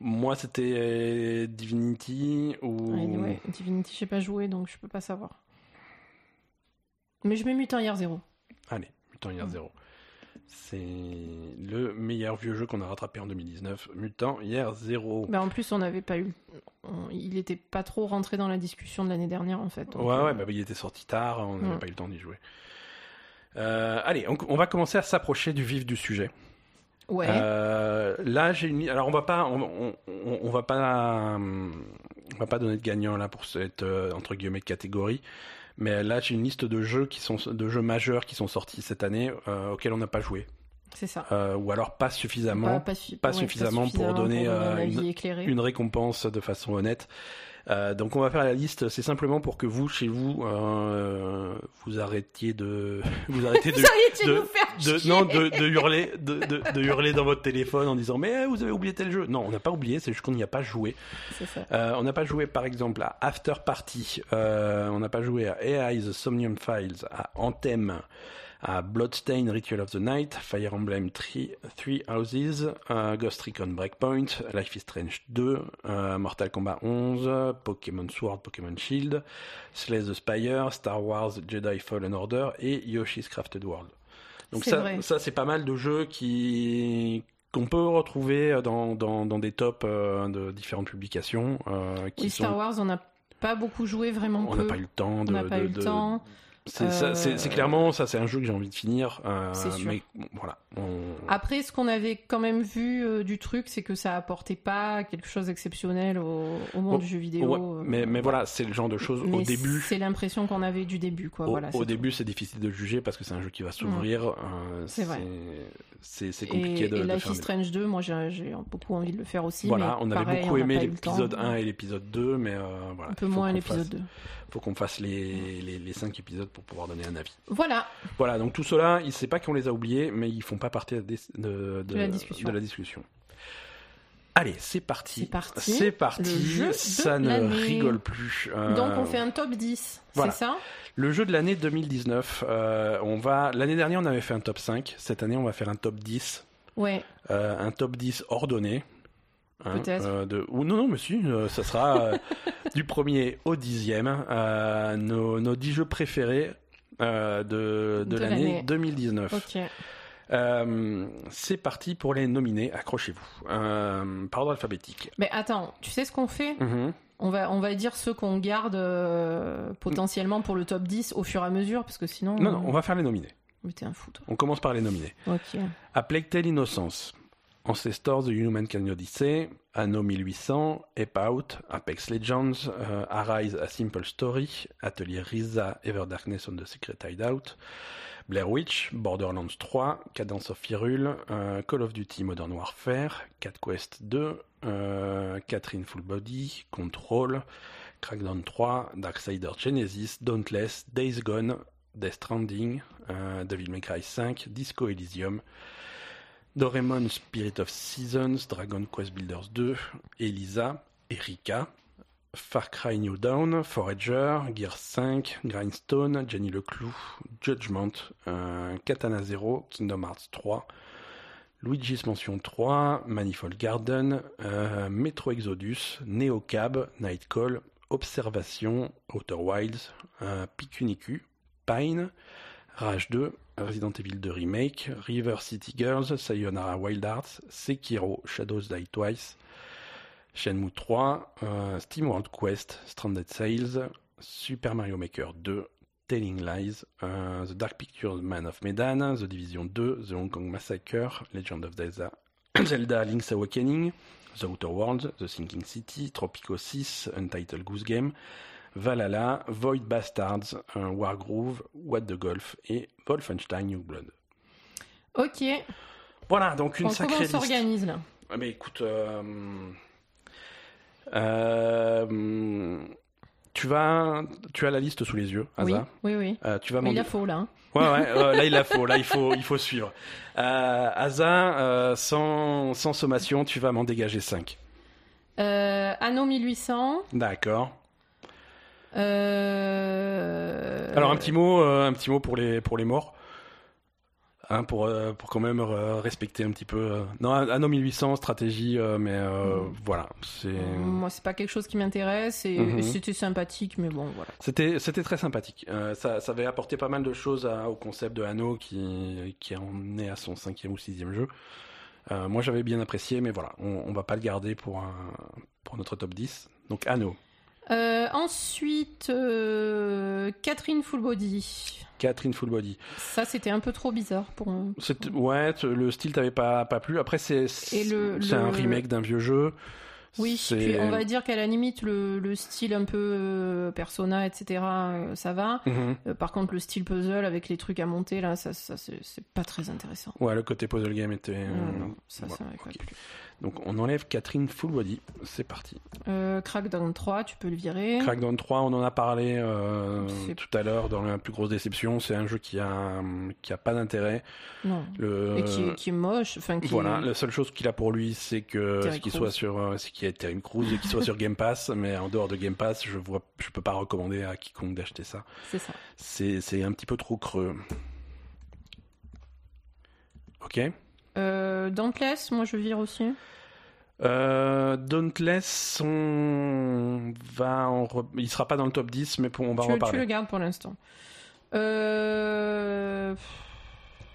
Speaker 1: Moi, c'était euh, Divinity ou.
Speaker 2: Anyway, Divinity, j'ai pas joué, donc je peux pas savoir. Mais je mets Mutant Year Zero.
Speaker 1: Allez, Mutant Year
Speaker 2: Mm.
Speaker 1: Zero. C'est le meilleur vieux jeu qu'on a rattrapé en 2019. Mutant Year Zero.
Speaker 2: Bah, en plus, on n'avait pas eu. on- il était pas trop rentré dans la discussion de l'année dernière, en fait. donc,
Speaker 1: ouais,
Speaker 2: euh,
Speaker 1: ouais, bah, il était sorti tard, on n'avait
Speaker 2: Mm.
Speaker 1: pas eu le temps d'y jouer. Euh, allez, on, on va commencer à s'approcher du vif du sujet.
Speaker 2: ouais.
Speaker 1: Euh, là, j'ai une. Alors, on va pas, on, on- on- on va pas, hum, on va pas donner de gagnant là pour cette euh, entre guillemets catégorie. Mais là, j'ai une liste de jeux qui sont de jeux majeurs qui sont sortis cette année euh, auxquels on n'a pas joué
Speaker 2: c'est ça.
Speaker 1: Euh, ou alors pas suffisamment.
Speaker 2: su-
Speaker 1: pas
Speaker 2: ouais,
Speaker 1: suffisamment pour donner,
Speaker 2: un
Speaker 1: euh,
Speaker 2: avis
Speaker 1: une-
Speaker 2: éclairé.
Speaker 1: une récompense de façon honnête. Euh, donc on va faire la liste, c'est simplement pour que vous, chez vous, euh, vous arrêtiez de... Vous arrêtez de...
Speaker 2: Vous arrêtez de
Speaker 1: de-
Speaker 2: nous faire
Speaker 1: de-
Speaker 2: chier.
Speaker 1: non, de, de hurler, de, de- de hurler dans votre téléphone en disant mais eh, vous avez oublié tel jeu. Non, on n'a pas oublié, c'est juste qu'on n'y a pas joué.
Speaker 2: C'est ça.
Speaker 1: Euh, on n'a pas joué par exemple à After Party, euh, on n'a pas joué à AI The Somnium Files, à Anthem, à Bloodstain Ritual of the Night, Fire Emblem Three, Three Houses, euh, Ghost Recon Breakpoint, Life is Strange 2, euh, Mortal Kombat 11, Pokémon Sword, Pokémon Shield, Slay the Spire, Star Wars Jedi Fallen Order et Yoshi's Crafted World. Donc
Speaker 2: C'est
Speaker 1: ça,
Speaker 2: vrai.
Speaker 1: ça c'est pas mal de jeux qui qu'on peut retrouver euh, dans, dans, dans des tops euh, de différentes publications euh, qui
Speaker 2: Oui,
Speaker 1: sont
Speaker 2: Star Wars, on n'a pas beaucoup joué, vraiment
Speaker 1: on
Speaker 2: peu.
Speaker 1: n'a pas eu le temps
Speaker 2: on
Speaker 1: de,
Speaker 2: n'a pas
Speaker 1: de-
Speaker 2: eu le
Speaker 1: de-
Speaker 2: temps.
Speaker 1: C'est ça, c'est- c'est
Speaker 2: Euh,
Speaker 1: clairement ça, c'est un jeu que j'ai envie de finir. euh,
Speaker 2: C'est sûr. Ah,
Speaker 1: Mais bon, voilà. on-
Speaker 2: Après, ce qu'on avait quand même vu euh, du truc, c'est que ça apportait pas quelque chose d'exceptionnel au, au monde
Speaker 1: Oh,
Speaker 2: du jeu vidéo.
Speaker 1: Ouais,
Speaker 2: euh,
Speaker 1: mais, mais voilà, c'est le genre de choses au
Speaker 2: mais
Speaker 1: début.
Speaker 2: C'est l'impression qu'on avait du début, quoi.
Speaker 1: au,
Speaker 2: voilà,
Speaker 1: au
Speaker 2: c'est Mm.
Speaker 1: début, c'est difficile de juger parce que c'est un jeu qui va s'ouvrir. euh,
Speaker 2: C'est vrai.
Speaker 1: C'est c'est
Speaker 2: tout.
Speaker 1: compliqué
Speaker 2: et,
Speaker 1: de,
Speaker 2: et
Speaker 1: de
Speaker 2: Life
Speaker 1: faire
Speaker 2: is
Speaker 1: des-
Speaker 2: Strange 2, moi j'ai j'ai beaucoup envie de le faire aussi.
Speaker 1: Voilà,
Speaker 2: mais
Speaker 1: on avait
Speaker 2: pareil,
Speaker 1: beaucoup
Speaker 2: on n'a
Speaker 1: aimé
Speaker 2: pas eu le temps.
Speaker 1: l'épisode 1 et l'épisode 2, mais euh, voilà.
Speaker 2: Un peu
Speaker 1: il faut
Speaker 2: moins
Speaker 1: qu'on
Speaker 2: l'épisode
Speaker 1: fasse-
Speaker 2: 2.
Speaker 1: faut qu'on fasse les, les, les 5 épisodes pour pouvoir donner un avis.
Speaker 2: Voilà,
Speaker 1: Voilà, donc tout cela, il sait pas qu'on les a oubliés, mais ils font pas partie de, de- de-
Speaker 2: De la discussion.
Speaker 1: de la discussion. Allez, c'est parti.
Speaker 2: C'est parti.
Speaker 1: C'est parti.
Speaker 2: Le jeu de
Speaker 1: Ça ne
Speaker 2: l'année.
Speaker 1: rigole plus. Euh,
Speaker 2: donc on fait un top 10,
Speaker 1: voilà.
Speaker 2: c'est ça
Speaker 1: Le jeu de l'année 2019. euh, on va. L'année dernière, on avait fait un top 5. Cette année, on va faire un top 10.
Speaker 2: Ouais,
Speaker 1: euh, un top 10 ordonné. hein,
Speaker 2: Peut-être.
Speaker 1: euh, de... ou non, non, monsieur, ça sera euh, du premier au dixième. euh, nos, nos 10 jeux préférés euh, de, de
Speaker 2: De
Speaker 1: l'année
Speaker 2: l'année.
Speaker 1: 2019.
Speaker 2: ok.
Speaker 1: Euh, c'est parti pour les nominés. Accrochez-vous. Euh, par ordre alphabétique.
Speaker 2: Mais attends, tu sais ce qu'on fait
Speaker 1: Mhm.
Speaker 2: on va, on va dire ceux qu'on garde euh, potentiellement pour le top 10 au fur et à mesure, parce que sinon.
Speaker 1: Non, non, on va faire les nominés.
Speaker 2: Mais t'es un fou, toi.
Speaker 1: On commence par les nominés.
Speaker 2: Ok.
Speaker 1: A Plague Tale Innocence, Ancestors The Human Can Odyssey, Anno 1800, Ep Out, Apex Legends, euh, Arise A Simple Story, Atelier Risa, Ever Darkness on the Secret Hideout, Blair Witch, Borderlands 3, Cadence of Hyrule, euh, Call of Duty Modern Warfare, Cat Quest 2, euh, Catherine Full Body, Control, Crackdown 3, Darksider Genesis, Dauntless, Days Gone, Death Stranding, euh, Devil May Cry 5, Disco Elysium, Doraemon Spirit of Seasons, Dragon Quest Builders 2, Elisa, Erika, Far Cry New Dawn, Forager, Gear 5, Grindstone, Jenny Leclou, Judgment, euh, Katana Zero, Kingdom Hearts 3, Luigi's Mansion 3, Manifold Garden, euh, Metro Exodus, Neo Cab, Nightcall, Observation, Outer Wilds, euh, Picunicu, Pine, Rage 2, Resident Evil 2 Remake, River City Girls, Sayonara Wild Hearts, Sekiro, Shadows Die Twice, Shenmue 3, euh, Steam World Quest, Stranded Sales, Super Mario Maker 2, Telling Lies, euh, The Dark Pictures Man of Medan, The Division 2, The Hong Kong Massacre, Legend of Zelda, Zelda Link's Awakening, The Outer Worlds, The Sinking City, Tropico 6, Untitled Goose Game, Valhalla, Void Bastards, euh, Wargroove, What the Golf et Wolfenstein New Blood.
Speaker 2: Ok.
Speaker 1: Voilà, donc une
Speaker 2: Bon, comment
Speaker 1: sacrée
Speaker 2: on
Speaker 1: liste.
Speaker 2: s'organise là
Speaker 1: Ah, Mais écoute, euh, euh, tu vas, tu as la liste sous les yeux,
Speaker 2: Oui,
Speaker 1: Asa.
Speaker 2: oui, oui.
Speaker 1: Euh, tu vas
Speaker 2: Mais
Speaker 1: m'en
Speaker 2: il a
Speaker 1: dire.
Speaker 2: faux là. hein.
Speaker 1: Ouais, ouais, euh, là il la faut, là il faut, il faut suivre. Euh, Asa, euh, sans, sans sommation, tu vas m'en dégager 5.
Speaker 2: Euh, Anno 1800.
Speaker 1: D'accord.
Speaker 2: euh,
Speaker 1: Alors un petit mot, euh, un petit mot pour les pour les morts, Hein, pour euh, pour quand même euh, respecter un petit peu. euh, Non, Anno 1800 stratégie, euh, mais euh, voilà, c'est
Speaker 2: Moi, c'est pas quelque chose qui m'intéresse et
Speaker 1: Mhm.
Speaker 2: et c'était sympathique, mais bon, voilà.
Speaker 1: c'était c'était très sympathique. Euh, ça ça avait apporté pas mal de choses à- au concept de Anno qui qui en est à son cinquième ou sixième jeu. Euh, moi j'avais bien apprécié, mais voilà, on, on va pas le garder pour un pour notre top 10. Donc Anno,
Speaker 2: Euh, ensuite, euh, Catherine Fullbody.
Speaker 1: Catherine Full Body.
Speaker 2: Ça, c'était un peu trop bizarre pour. un-
Speaker 1: C'est- Ouais, t- le style t'avait pas, pas plu. Après, c'est
Speaker 2: Et le-
Speaker 1: c'est un
Speaker 2: le-
Speaker 1: remake d'un vieux jeu.
Speaker 2: Oui,
Speaker 1: C'est-
Speaker 2: puis on va dire qu'à la limite, le, le style un peu euh, persona, etc., euh, ça va.
Speaker 1: Mhm.
Speaker 2: Euh, par contre, le style puzzle avec les trucs à monter, là, ça, ça c'est c'est pas très intéressant.
Speaker 1: Ouais, le côté puzzle game était.
Speaker 2: Non,
Speaker 1: euh,
Speaker 2: non, ça,
Speaker 1: voilà,
Speaker 2: ça m'avait pas
Speaker 1: ok.
Speaker 2: plu.
Speaker 1: Donc, on enlève Catherine Full Body. C'est parti.
Speaker 2: Euh, Crackdown 3, tu peux le virer.
Speaker 1: Crackdown 3, on en a parlé euh,
Speaker 2: C'est-
Speaker 1: tout à l'heure dans la plus grosse déception. C'est un jeu qui a, hum, qui a pas d'intérêt.
Speaker 2: Non.
Speaker 1: Le...
Speaker 2: Et qui, est- qui est moche. Enfin, qui...
Speaker 1: Euh, Voilà, la seule chose qu'il a pour lui, c'est que
Speaker 2: Terry
Speaker 1: ce qu'il
Speaker 2: Crews.
Speaker 1: soit sur, euh, c'est qu'il y ait Terry Crews et qu'il soit sur Game Pass, mais en dehors de Game Pass, je vois, je peux pas recommander à quiconque d'acheter ça.
Speaker 2: C'est ça.
Speaker 1: C'est c'est un petit peu trop creux. Ok.
Speaker 2: Euh, Dauntless, moi je vire aussi.
Speaker 1: Euh, Dauntless, on va en re- il sera pas dans le top 10, mais pour- on va en
Speaker 2: tu, tu le
Speaker 1: reparler.
Speaker 2: gardes pour l'instant. Euh...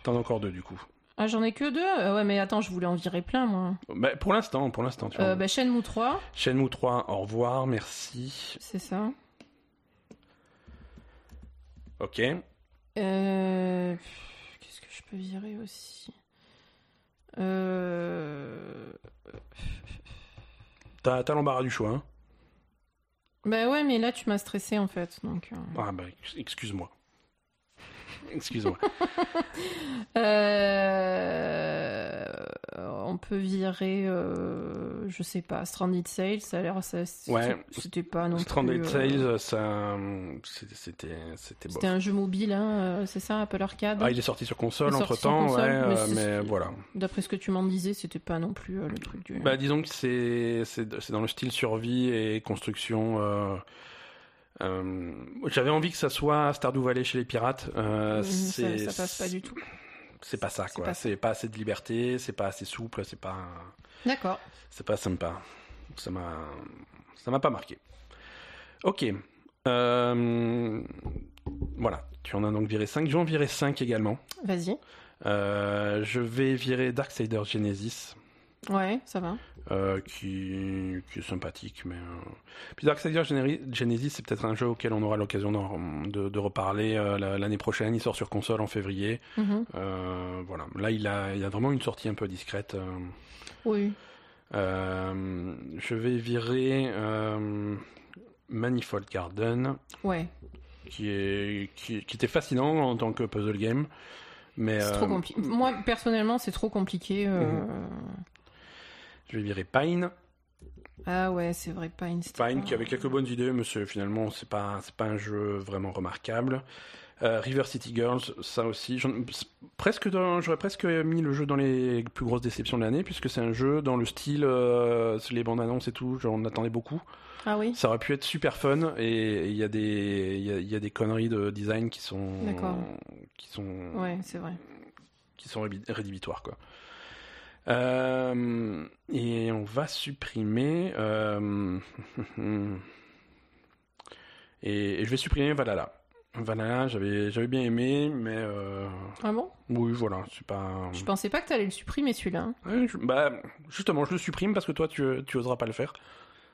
Speaker 1: T'en as encore deux du coup.
Speaker 2: Ah, j'en ai que deux Ah Ouais, mais attends, je voulais en virer plein, moi.
Speaker 1: Bah, pour l'instant, pour l'instant. tu
Speaker 2: Euh,
Speaker 1: vois.
Speaker 2: bah, Shenmue 3,
Speaker 1: Shenmue 3, au revoir, merci.
Speaker 2: c'est ça.
Speaker 1: Ok.
Speaker 2: Euh, pff, Qu'est-ce que je peux virer aussi euh...
Speaker 1: T'as t'as l'embarras du choix. hein.
Speaker 2: Bah ouais, mais là tu m'as stressé en fait. Donc, euh.
Speaker 1: Ah bah, ex- excuse-moi. Excuse-moi.
Speaker 2: Euh, on peut virer, euh, je sais pas, Stranded Sales. Ça a l'air, ça, c'était-
Speaker 1: Ouais.
Speaker 2: c'était pas non
Speaker 1: Stranded
Speaker 2: plus. euh,
Speaker 1: Sales, ça, hum, c'était- c'était, c'était bon.
Speaker 2: C'était un jeu mobile, hein, euh, c'est ça, Apple Arcade.
Speaker 1: Ah, il est sorti sur console
Speaker 2: Il est
Speaker 1: entre
Speaker 2: sorti sur
Speaker 1: temps, ouais,
Speaker 2: console, mais
Speaker 1: euh,
Speaker 2: c'est-
Speaker 1: mais voilà.
Speaker 2: D'après ce que tu m'en disais, c'était pas non plus euh, le truc du.
Speaker 1: Bah, disons que c'est c'est c'est dans le style survie et construction. euh, euh, J'avais envie que ça soit Stardew Valley chez les pirates. euh,
Speaker 2: Mm, ça,
Speaker 1: c'est
Speaker 2: ça passe pas du tout.
Speaker 1: C'est pas ça
Speaker 2: C'est
Speaker 1: quoi.
Speaker 2: pas
Speaker 1: C'est pas assez de liberté. C'est pas assez souple. C'est pas
Speaker 2: D'accord.
Speaker 1: c'est pas sympa. Ça m'a ça m'a pas marqué. Ok. Euh, Voilà, tu en as donc viré 5. Je vais en virer 5 également.
Speaker 2: Vas-y.
Speaker 1: Euh, je vais virer Darksiders Genesis.
Speaker 2: Ouais, ça va.
Speaker 1: euh, qui, qui est sympathique. Mais, euh. Puis Darksiders Generi- Genesis, c'est peut-être un jeu auquel on aura l'occasion d'en- de, de reparler euh, la- l'année prochaine. Il sort sur console en février.
Speaker 2: Mhm.
Speaker 1: Euh, voilà. Là, il a, il a vraiment une sortie un peu discrète. euh.
Speaker 2: Oui.
Speaker 1: Euh, je vais virer euh, Manifold Garden,
Speaker 2: Ouais.
Speaker 1: qui, est, qui, qui était fascinant en tant que puzzle game. mais
Speaker 2: C'est
Speaker 1: euh,
Speaker 2: trop compliqué. Moi, personnellement, c'est trop compliqué. euh,
Speaker 1: Mhm. Je vais virer Pine.
Speaker 2: Ah ouais, c'est vrai, Pine. c'était
Speaker 1: Pine
Speaker 2: pas-
Speaker 1: qui avait quelques bonnes idées, mais c'est- finalement c'est pas c'est pas un jeu vraiment remarquable. Euh, River City Girls, ça aussi, j'en- presque dans- j'aurais presque mis le jeu dans les plus grosses déceptions de l'année puisque c'est un jeu dans le style euh, les bandes annonces et tout, j'en attendais beaucoup.
Speaker 2: Ah oui.
Speaker 1: Ça aurait pu être super fun et il y a des il y a- il y, a des conneries de design qui sont
Speaker 2: D'accord.
Speaker 1: qui sont
Speaker 2: Ouais, c'est vrai.
Speaker 1: qui sont rébi- rédhibitoires quoi. Euh, et on va supprimer euh, et, et je vais supprimer Valhalla. Valhalla, j'avais j'avais bien aimé, mais euh,
Speaker 2: Ah bon
Speaker 1: oui voilà, c'est pas.
Speaker 2: Je pensais pas que t'allais le supprimer celui-là. hein.
Speaker 1: Ouais, je- bah justement, je le supprime parce que toi tu tu oseras pas le faire.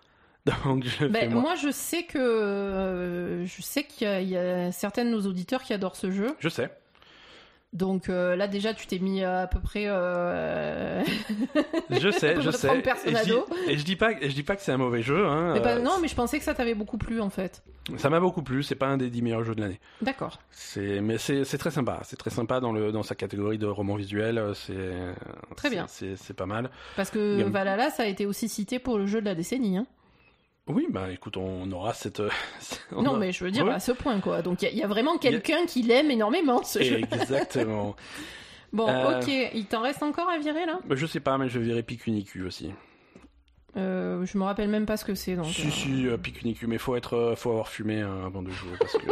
Speaker 1: Donc je le
Speaker 2: Ben,
Speaker 1: fais moi.
Speaker 2: moi. je sais que euh, je sais qu'il y, a- il y a certains de nos auditeurs qui adorent ce jeu.
Speaker 1: Je sais.
Speaker 2: Donc euh, là déjà, tu t'es mis à, peu près. euh,
Speaker 1: Je
Speaker 2: On
Speaker 1: sais,
Speaker 2: peut
Speaker 1: je
Speaker 2: pas
Speaker 1: sais.
Speaker 2: prendre
Speaker 1: Et
Speaker 2: personne
Speaker 1: je,
Speaker 2: à
Speaker 1: dis,
Speaker 2: dos.
Speaker 1: et je dis pas, et je dis pas que c'est un mauvais jeu. hein,
Speaker 2: Eh ben,
Speaker 1: euh,
Speaker 2: non, mais je pensais que ça t'avait beaucoup plu en fait.
Speaker 1: Ça m'a beaucoup plu. C'est pas un des 10 meilleurs jeux de l'année.
Speaker 2: D'accord.
Speaker 1: C'est mais c'est c'est très sympa, c'est très sympa dans le dans sa catégorie de roman visuel, euh, c'est
Speaker 2: Très
Speaker 1: c'est-
Speaker 2: bien.
Speaker 1: c'est c'est pas mal.
Speaker 2: Parce que
Speaker 1: Gamme.
Speaker 2: Valhalla, ça a été aussi cité pour le jeu de la décennie. hein.
Speaker 1: Oui, bah écoute, on aura cette euh, on
Speaker 2: Non,
Speaker 1: aura-
Speaker 2: mais je veux dire
Speaker 1: Ouais.
Speaker 2: à ce point quoi. Donc il y a- il y, a vraiment
Speaker 1: Il y a-
Speaker 2: quelqu'un qui l'aime énormément ce jeu.
Speaker 1: exactement.
Speaker 2: Bon,
Speaker 1: Euh.
Speaker 2: ok. Il t'en reste encore à virer là
Speaker 1: Bah, je sais pas, mais je verrai Picunicu aussi.
Speaker 2: Euh, Je me rappelle même pas ce que c'est. Donc. euh.
Speaker 1: Si si euh, Picunicu, mais faut être euh, faut avoir fumé euh, avant de jouer parce que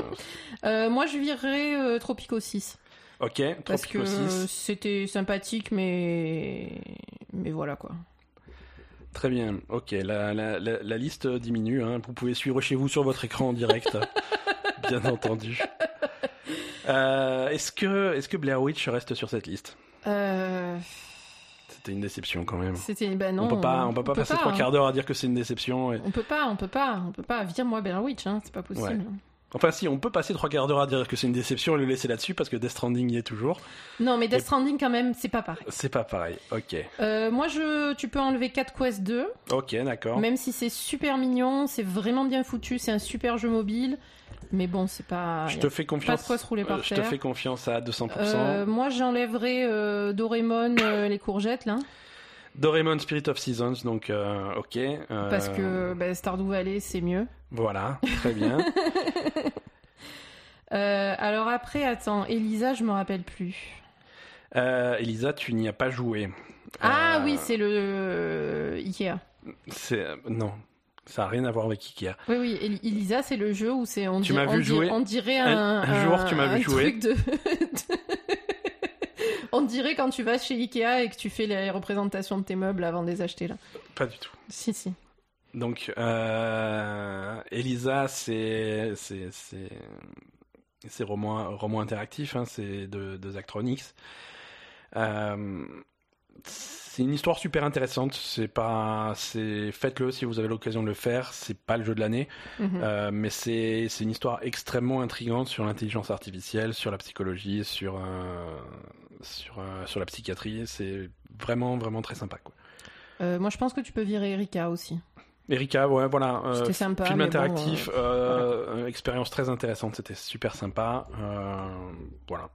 Speaker 2: Euh, moi, je virerais euh, Tropico 6.
Speaker 1: OK,
Speaker 2: Parce que
Speaker 1: Tropico 6.
Speaker 2: c'était sympathique, mais mais voilà quoi. euh,
Speaker 1: Très bien. OK, la la la, la liste diminue hein. Vous pouvez suivre chez vous sur votre écran en direct. bien entendu. Euh, est-ce que est-ce que Blair Witch reste sur cette liste
Speaker 2: Euh,
Speaker 1: C'était une déception quand même.
Speaker 2: c'était bah non.
Speaker 1: on peut pas, on peut pas passer trois
Speaker 2: hein.
Speaker 1: quarts d'heure à dire que c'est une déception. et-
Speaker 2: On peut pas, on peut pas, on peut pas. Vire-moi Blair Witch, hein, c'est pas possible.
Speaker 1: Enfin, si, on peut passer trois quarts d'heure à dire que c'est une déception et le laisser là-dessus parce que Death Stranding y est toujours.
Speaker 2: Non, mais
Speaker 1: Et-
Speaker 2: Death Stranding quand même, c'est pas pareil.
Speaker 1: C'est pas pareil. Ok.
Speaker 2: Euh, moi, je, tu peux enlever 4 Quest 2,
Speaker 1: Ok, d'accord.
Speaker 2: même si c'est super mignon, c'est vraiment bien foutu, c'est un super jeu mobile, mais bon, c'est pas.
Speaker 1: je
Speaker 2: y a
Speaker 1: te fais confiance.
Speaker 2: pas de quoi se rouler par
Speaker 1: Euh, Je te
Speaker 2: terre.
Speaker 1: fais confiance à 200%.
Speaker 2: Euh, moi, j'enlèverais euh, Doraemon, euh, les courgettes là,
Speaker 1: Doraemon Spirit of Seasons, donc euh, ok. euh,
Speaker 2: parce que bah, Stardew Valley, c'est mieux.
Speaker 1: Voilà, très bien.
Speaker 2: Euh, alors après, attends, Elisa, je me rappelle plus.
Speaker 1: Euh, Elisa, tu n'y as pas joué.
Speaker 2: Ah
Speaker 1: Euh,
Speaker 2: oui, c'est le euh, Ikea.
Speaker 1: c'est. euh, Non. Ça n'a rien à voir avec Ikea.
Speaker 2: Oui, oui, El- Elisa, c'est le jeu où c'est on,
Speaker 1: Tu
Speaker 2: dirait-
Speaker 1: m'as
Speaker 2: on
Speaker 1: vu
Speaker 2: dirait-
Speaker 1: jouer.
Speaker 2: on dirait
Speaker 1: Un-
Speaker 2: un,
Speaker 1: un jour, tu m'as
Speaker 2: un
Speaker 1: vu jouer.
Speaker 2: truc de- de- on dirait quand tu vas chez Ikea et que tu fais les représentations de tes meubles avant de les acheter là.
Speaker 1: Pas du tout.
Speaker 2: Si si.
Speaker 1: Donc, euh, Elisa, c'est c'est c'est c'est roman roman interactif, hein, c'est de de Zachtronics. Euh, c'est une histoire super intéressante. C'est pas, c'est faites-le si vous avez l'occasion de le faire. C'est pas le jeu de l'année,
Speaker 2: Mhm.
Speaker 1: euh, mais c'est c'est une histoire extrêmement intrigante sur l'intelligence artificielle, sur la psychologie, sur euh, sur euh, sur la psychiatrie. C'est vraiment vraiment très sympa. Quoi.
Speaker 2: Euh, moi, je pense que tu peux virer Erika aussi.
Speaker 1: Erika, ouais, voilà. euh,
Speaker 2: C'était sympa.
Speaker 1: Film
Speaker 2: mais bon,
Speaker 1: interactif,
Speaker 2: euh,
Speaker 1: euh, euh, expérience très intéressante, c'était super sympa. euh, voilà.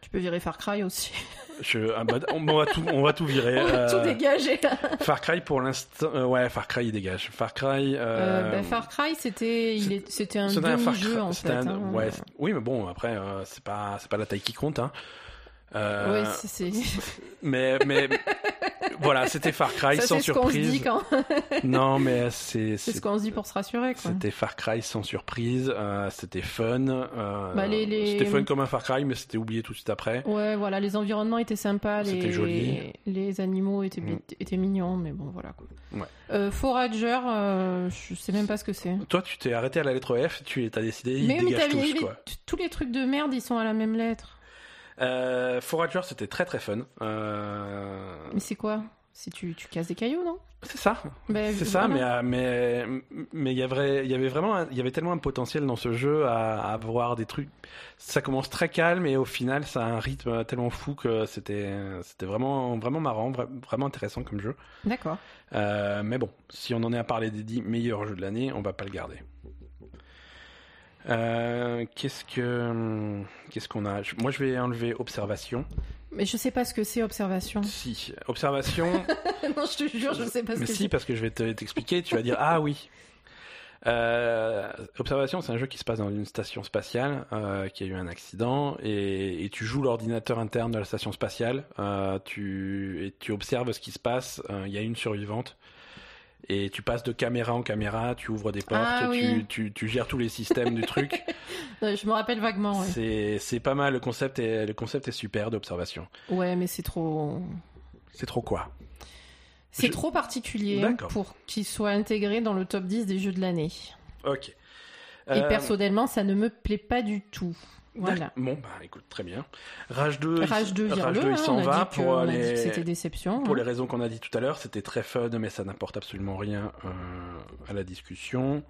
Speaker 2: tu peux virer Far Cry aussi.
Speaker 1: Je, ah bah, on, on va tout, on va tout virer.
Speaker 2: On va
Speaker 1: euh,
Speaker 2: tout dégager. là.
Speaker 1: Far Cry pour l'instant, euh, ouais, Far Cry il dégage. Far Cry. euh,
Speaker 2: Euh, bah, Far Cry, c'était, il
Speaker 1: c'est-
Speaker 2: est- c'était un
Speaker 1: c'était un Far Cry-
Speaker 2: demi-jeu en fait.
Speaker 1: c'était un-
Speaker 2: hein.
Speaker 1: ouais, c'est- oui, mais bon, après, euh, c'est pas, c'est pas la taille qui compte. Hein. Euh,
Speaker 2: Ouais, c'est- c'est-
Speaker 1: mais, mais voilà, c'était Far Cry
Speaker 2: ça,
Speaker 1: sans
Speaker 2: c'est ce qu'on se dit
Speaker 1: surprise.
Speaker 2: quand.
Speaker 1: Non, mais c'est,
Speaker 2: C'est ce qu'on se dit pour se rassurer. Quoi.
Speaker 1: C'était Far Cry sans surprise, euh, c'était fun. euh,
Speaker 2: Bah, les- les-
Speaker 1: C'était fun comme un Far Cry, mais c'était oublié tout de suite après.
Speaker 2: Ouais, voilà, les environnements étaient sympas, les,
Speaker 1: C'était joli.
Speaker 2: les animaux étaient,
Speaker 1: Mm.
Speaker 2: étaient mignons, mais bon, voilà. Quoi.
Speaker 1: Ouais.
Speaker 2: Euh, Forager, euh, je sais même pas ce que c'est.
Speaker 1: Toi, tu t'es arrêté à la lettre F, tu as décidé, ils
Speaker 2: mais
Speaker 1: dégagent
Speaker 2: t'as vu,
Speaker 1: tous.
Speaker 2: les-
Speaker 1: Quoi.
Speaker 2: tous les trucs de merde, ils sont à la même lettre.
Speaker 1: Euh, Forager, c'était très très fun. Euh,
Speaker 2: Mais c'est quoi Si tu, tu casses des cailloux, non
Speaker 1: C'est ça,
Speaker 2: Ben,
Speaker 1: c'est ça,
Speaker 2: voilà.
Speaker 1: mais euh, mais mais il y, a vrai- il y avait vraiment, un- il y avait tellement un potentiel dans ce jeu à, à avoir des trucs. Ça commence très calme et au final, ça a un rythme tellement fou que c'était c'était vraiment vraiment marrant, vra- vraiment intéressant comme jeu.
Speaker 2: D'accord.
Speaker 1: Euh, mais bon, si on en est à parler des 10 meilleurs jeux de l'année, on va pas le garder. Euh, qu'est-ce que qu'est-ce qu'on a Je- Moi, je vais enlever observation.
Speaker 2: Mais je sais pas ce que c'est observation.
Speaker 1: Si observation,
Speaker 2: non, je te jure, je sais pas ce
Speaker 1: mais
Speaker 2: que
Speaker 1: si parce que je vais te- t'expliquer. Tu vas dire ah oui. Euh, observation, c'est un jeu qui se passe dans une station spatiale euh, qui a eu un accident et, et tu joues l'ordinateur interne de la station spatiale. euh, tu et tu observes ce qui se passe. Euh, Il y a une survivante. Et tu passes de caméra en caméra, tu ouvres des portes,
Speaker 2: Ah
Speaker 1: tu-
Speaker 2: oui.
Speaker 1: tu, tu gères tous les systèmes du truc.
Speaker 2: c'est. Euh, Je me rappelle vaguement. Ouais,
Speaker 1: C'est c'est pas mal, le concept est, le concept est super d'observation.
Speaker 2: Ouais, mais c'est trop.
Speaker 1: C'est trop quoi
Speaker 2: C'est
Speaker 1: Je-
Speaker 2: trop particulier
Speaker 1: D'accord.
Speaker 2: pour qu'il soit intégré dans le top 10 des jeux de l'année.
Speaker 1: Ok.
Speaker 2: Et
Speaker 1: Euh,
Speaker 2: personnellement, ça ne me plaît pas du tout.
Speaker 1: d'ac-
Speaker 2: Voilà.
Speaker 1: Bon, bah écoute, très bien. Rage 2, Euh, il-
Speaker 2: Rage 2,
Speaker 1: Rage
Speaker 2: vire-le.
Speaker 1: 2, il
Speaker 2: hein,
Speaker 1: s'en
Speaker 2: on a
Speaker 1: va
Speaker 2: dit que,
Speaker 1: pour,
Speaker 2: on a dit
Speaker 1: les,
Speaker 2: que c'était déception.
Speaker 1: pour
Speaker 2: hein.
Speaker 1: les raisons qu'on a dit tout à l'heure. C'était très fun, mais ça n'apporte absolument rien euh, à la discussion.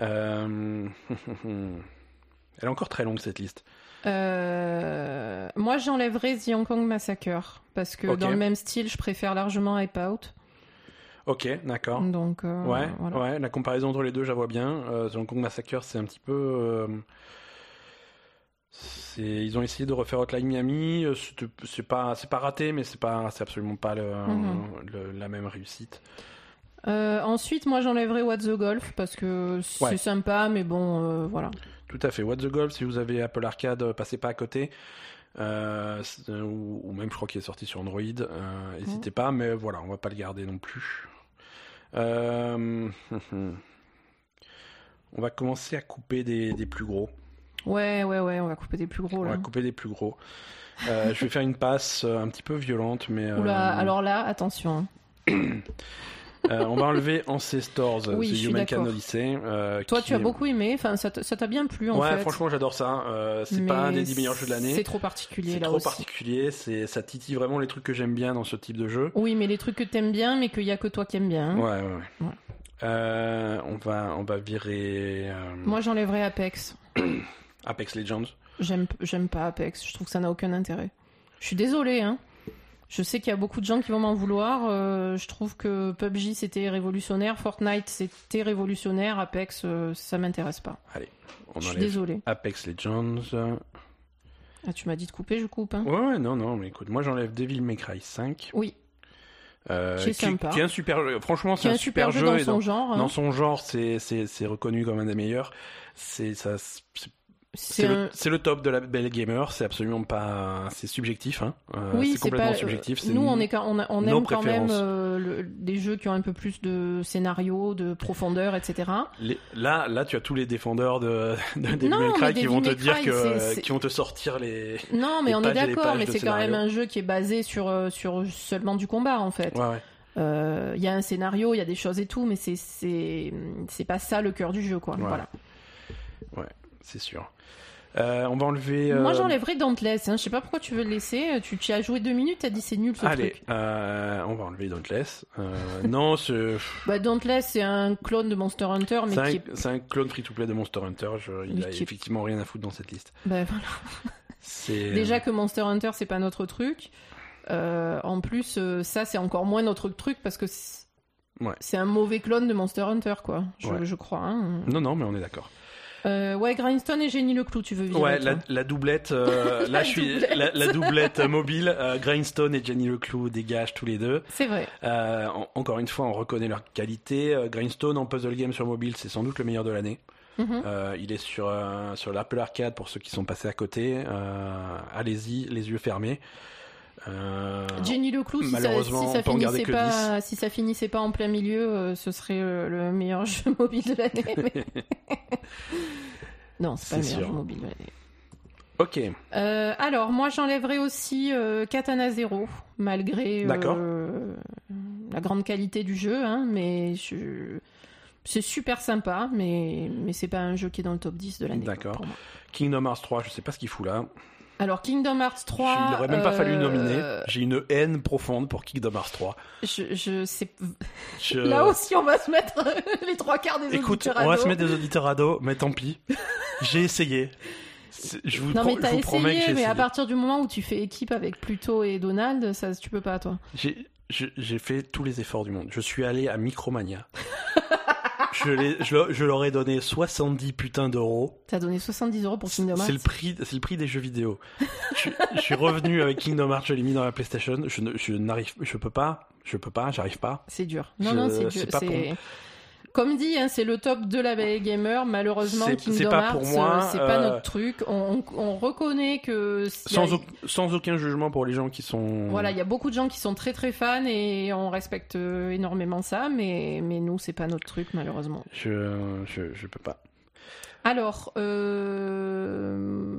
Speaker 1: Euh, Elle est encore très longue cette liste.
Speaker 2: Euh, Moi, j'enlèverais The Hong Kong Massacre. Parce que
Speaker 1: Ok.
Speaker 2: dans le même style, je préfère largement Hype Out.
Speaker 1: Ok, d'accord.
Speaker 2: Donc, euh,
Speaker 1: Ah. Ouais,
Speaker 2: voilà.
Speaker 1: ouais, la comparaison entre les deux, je la vois bien. Euh, The Hong Kong Massacre, c'est un petit peu. euh, c'est- ils ont essayé de refaire Hotline Miami. euh, C'est c'est pas, c'est pas raté, mais c'est pas, c'est absolument pas le-
Speaker 2: Mhm.
Speaker 1: le- la même réussite.
Speaker 2: Euh, ensuite, moi, j'enlèverais What the Golf. Parce que c'est
Speaker 1: Ouais.
Speaker 2: sympa, mais bon, euh, voilà.
Speaker 1: Tout à fait. What the Golf, si vous avez Apple Arcade, euh, passez pas à côté. Euh, c'est- ou, ou même, je crois qu'il est sorti sur Android. Euh, N'hésitez
Speaker 2: Mhm.
Speaker 1: pas, mais voilà, on va pas le garder non plus. Euh, on va commencer à couper des- des plus gros.
Speaker 2: Ouais, ouais, ouais, on va couper des plus gros
Speaker 1: On
Speaker 2: là.
Speaker 1: va couper des plus gros. Euh, je vais faire une passe euh, un petit peu violente, mais euh,
Speaker 2: Oula, alors là, attention. hein.
Speaker 1: euh, on va enlever Ancestors, euh,
Speaker 2: Oui, je
Speaker 1: The
Speaker 2: suis
Speaker 1: Human
Speaker 2: d'accord.
Speaker 1: Canodyssey. euh,
Speaker 2: Toi,
Speaker 1: qui-
Speaker 2: tu as beaucoup aimé, enfin, ça t- ça t'a bien plu en
Speaker 1: ouais,
Speaker 2: fait.
Speaker 1: franchement, j'adore ça. Euh, c'est
Speaker 2: Mais
Speaker 1: pas un des 10 meilleurs jeux de l'année.
Speaker 2: C'est trop particulier
Speaker 1: C'est
Speaker 2: là
Speaker 1: trop
Speaker 2: aussi.
Speaker 1: particulier. C'est ça titille vraiment les trucs que j'aime bien dans ce type de jeu.
Speaker 2: Oui, mais les trucs que t'aimes bien, mais qu'il y a que toi qui aimes bien. hein.
Speaker 1: Ouais, ouais. ouais.
Speaker 2: Ouais.
Speaker 1: Euh, on va on va virer euh,
Speaker 2: Moi, j'enlèverais Apex.
Speaker 1: Apex Legends.
Speaker 2: J'aime, j'aime pas Apex. Je trouve que ça n'a aucun intérêt. Je suis désolée. Hein. Je sais qu'il y a beaucoup de gens qui vont m'en vouloir. euh, je trouve que PUBG c'était révolutionnaire, Fortnite c'était révolutionnaire, Apex euh, ça m'intéresse pas.
Speaker 1: On
Speaker 2: je suis
Speaker 1: enlève
Speaker 2: désolée. Mmh.
Speaker 1: Apex Legends.
Speaker 2: Ah, tu m'as dit de couper, je coupe. hein.
Speaker 1: Ouais, ouais, non, non, mais écoute, moi j'enlève Devil May Cry 5.
Speaker 2: Oui,
Speaker 1: Euh,
Speaker 2: Qui est sympa.
Speaker 1: qui est un super jeu. Franchement,
Speaker 2: qui
Speaker 1: c'est
Speaker 2: est
Speaker 1: un,
Speaker 2: un super jeu dans
Speaker 1: et
Speaker 2: son
Speaker 1: dans,
Speaker 2: genre. hein.
Speaker 1: dans son genre, c'est c'est c'est reconnu comme un des meilleurs. C'est ça, c'est
Speaker 2: c'est
Speaker 1: c'est le,
Speaker 2: un...
Speaker 1: c'est le top de la belle gamer. C'est absolument pas, c'est subjectif. Hein. Euh,
Speaker 2: Oui,
Speaker 1: c'est complètement
Speaker 2: pas-
Speaker 1: subjectif.
Speaker 2: euh,
Speaker 1: c'est
Speaker 2: Nous,
Speaker 1: une-
Speaker 2: on, est, quand- on, a- on
Speaker 1: nos
Speaker 2: aime quand même
Speaker 1: préférences.
Speaker 2: euh, le- des jeux qui ont un peu plus de scénario, de profondeur, etc.
Speaker 1: les- là, là, tu as tous les défendeurs de, de Devil
Speaker 2: Non,
Speaker 1: May
Speaker 2: mais
Speaker 1: Cry qui
Speaker 2: Devil
Speaker 1: vont
Speaker 2: May
Speaker 1: te dire
Speaker 2: Cry,
Speaker 1: que, euh,
Speaker 2: c'est- c'est-
Speaker 1: qui vont te sortir les.
Speaker 2: Non, mais
Speaker 1: Les
Speaker 2: on est
Speaker 1: pages et les
Speaker 2: d'accord,
Speaker 1: pages
Speaker 2: mais
Speaker 1: de
Speaker 2: c'est quand
Speaker 1: scénario.
Speaker 2: même un jeu qui est basé sur, euh, sur seulement du combat, en fait.
Speaker 1: Ouais, ouais.
Speaker 2: Euh, Il y a un scénario, il y a des choses et tout, mais c'est- c'est c'est pas ça le cœur du jeu, quoi.
Speaker 1: Ouais.
Speaker 2: Voilà.
Speaker 1: Ouais, c'est sûr. Euh, on va enlever.
Speaker 2: Moi
Speaker 1: euh,
Speaker 2: j'enlèverais Dauntless, hein. je sais pas pourquoi tu veux le laisser, Euh, tu, tu y as joué deux minutes, t'as dit c'est nul ce
Speaker 1: Allez,
Speaker 2: truc.
Speaker 1: euh, on va enlever Dauntless. Euh, non, ce-
Speaker 2: Bah Dauntless c'est un clone de Monster Hunter Oh, mais
Speaker 1: c'est un,
Speaker 2: qui est...
Speaker 1: c'est un clone free-to-play de Monster Hunter. je- il
Speaker 2: Mais
Speaker 1: a
Speaker 2: qui est-
Speaker 1: effectivement rien à foutre dans cette liste.
Speaker 2: bah, voilà.
Speaker 1: C'est
Speaker 2: Déjà que Monster Hunter c'est pas notre truc, Euh, en plus euh, ça c'est encore moins notre truc parce que c'est
Speaker 1: Ouais.
Speaker 2: c'est un mauvais clone de Monster Hunter quoi, je,
Speaker 1: Ouais.
Speaker 2: je crois. hein.
Speaker 1: Non, non, mais on est d'accord.
Speaker 2: Euh, ouais Grindstone et Génie Leclou tu veux virer
Speaker 1: Ouais,
Speaker 2: toi.
Speaker 1: la, la doublette. euh, là,
Speaker 2: La
Speaker 1: je suis
Speaker 2: doublette.
Speaker 1: la, la doublette mobile. euh, Grindstone et Jenny Leclou dégagent tous les deux.
Speaker 2: C'est vrai.
Speaker 1: Euh, en- encore une fois, on reconnaît leur qualité. Euh, Grindstone en puzzle game sur mobile, c'est sans doute le meilleur de l'année.
Speaker 2: Mhm.
Speaker 1: Euh, il est sur, euh, sur l'Apple Arcade pour ceux qui sont passés à côté. Euh, Allez-y, les yeux fermés. Euh,
Speaker 2: Jenny Leclou, si ça,
Speaker 1: malheureusement,
Speaker 2: si
Speaker 1: on
Speaker 2: ça
Speaker 1: peut en garder
Speaker 2: finissait
Speaker 1: que le
Speaker 2: pas, si ça finissait pas en plein milieu, euh, ce serait euh, le meilleur jeu mobile de l'année. mais- non, c'est pas le
Speaker 1: C'est
Speaker 2: meilleur
Speaker 1: sûr.
Speaker 2: jeu mobile de l'année.
Speaker 1: ok,
Speaker 2: Euh, alors, moi, j'enlèverais aussi euh, Katana Zero, malgré euh,
Speaker 1: D'accord.
Speaker 2: la grande qualité du jeu, hein, mais je- c'est super sympa, mais mais c'est pas un jeu qui est dans le top 10 de l'année.
Speaker 1: D'accord.
Speaker 2: pour moi.
Speaker 1: Kingdom Hearts 3, je sais pas ce qu'il fout là.
Speaker 2: Alors, Kingdom Hearts 3.
Speaker 1: il aurait même pas
Speaker 2: euh,
Speaker 1: fallu le nominer. J'ai une haine profonde pour Kingdom Hearts 3.
Speaker 2: Je, je sais.
Speaker 1: Je-
Speaker 2: Là aussi, on va se mettre les trois quarts des
Speaker 1: Euh. Écoute,
Speaker 2: auditeurs
Speaker 1: on va
Speaker 2: ados.
Speaker 1: se mettre des auditeurs à dos, mais tant pis. J'ai essayé. C'est- Je vous,
Speaker 2: Non
Speaker 1: pro-
Speaker 2: mais
Speaker 1: je
Speaker 2: t'as
Speaker 1: vous promets que j'ai
Speaker 2: essayé, mais
Speaker 1: essayé.
Speaker 2: à partir du moment où tu fais équipe avec Pluto et Donald, ça tu peux pas toi.
Speaker 1: J'ai- je- J'ai fait tous les efforts du monde. Je suis allé à Micromania. je, l'ai- je le- je leur ai donné 70 putains d'euros.
Speaker 2: T'as donné 70 euros pour Kingdom Hearts.
Speaker 1: C'est le prix, c'est le prix des jeux vidéo. je, je suis revenu avec Kingdom Hearts, je l'ai mis dans la PlayStation. Je ne- je n'arrive, je peux pas, je peux pas, j'arrive pas.
Speaker 2: C'est dur. Non
Speaker 1: Je-
Speaker 2: non c'est dur.
Speaker 1: c'est pas pour-
Speaker 2: c'est- Comme dit, hein, c'est le top de la BA gamer. Malheureusement,
Speaker 1: C'est-
Speaker 2: Kingdom
Speaker 1: c'est pas
Speaker 2: Hearts,
Speaker 1: pour moi,
Speaker 2: euh, c'est pas
Speaker 1: euh,
Speaker 2: notre truc. On, on- on reconnaît que s'il y a-
Speaker 1: Sans, au- sans aucun jugement pour les gens qui sont.
Speaker 2: voilà, il y a beaucoup de gens qui sont très très fans et on respecte euh, énormément ça, mais mais nous c'est pas notre truc malheureusement.
Speaker 1: Je, je, je peux pas.
Speaker 2: Alors, euh...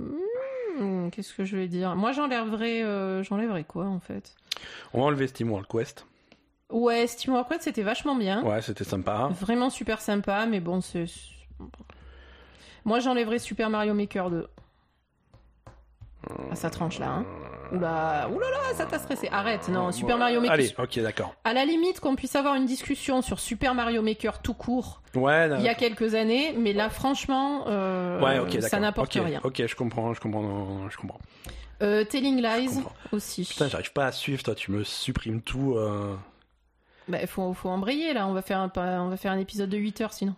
Speaker 2: hmm, qu'est-ce que je vais dire Moi, j'enlèverais, euh, j'enlèverais quoi en fait
Speaker 1: On va enlever Steam World Quest.
Speaker 2: Ouais, Steam World Quest, c'était vachement bien,
Speaker 1: Ouais, c'était sympa.
Speaker 2: vraiment super sympa, mais bon, c'est. Moi, j'enlèverais Super Mario Maker 2. Ah, ça tranche là. Hein. Oula, oulala, ça t'a stressé. Arrête, non, Super
Speaker 1: Ouais.
Speaker 2: Mario Maker.
Speaker 1: Allez, ok, d'accord.
Speaker 2: À la limite, qu'on puisse avoir une discussion sur Super Mario Maker tout court
Speaker 1: Ouais.
Speaker 2: il y a quelques années, mais là, franchement, euh,
Speaker 1: Ah, Ouais, ok,
Speaker 2: ça
Speaker 1: d'accord.
Speaker 2: n'apporte
Speaker 1: Ok,
Speaker 2: rien.
Speaker 1: Ok, je comprends, je comprends, non, non, je comprends.
Speaker 2: Euh, Telling
Speaker 1: Je
Speaker 2: Lies
Speaker 1: comprends.
Speaker 2: aussi.
Speaker 1: Putain, j'arrive pas à suivre, toi, tu me supprimes tout. euh.
Speaker 2: Bah, faut, faut embrayer là, on va faire un, on va faire un épisode de 8 heures sinon.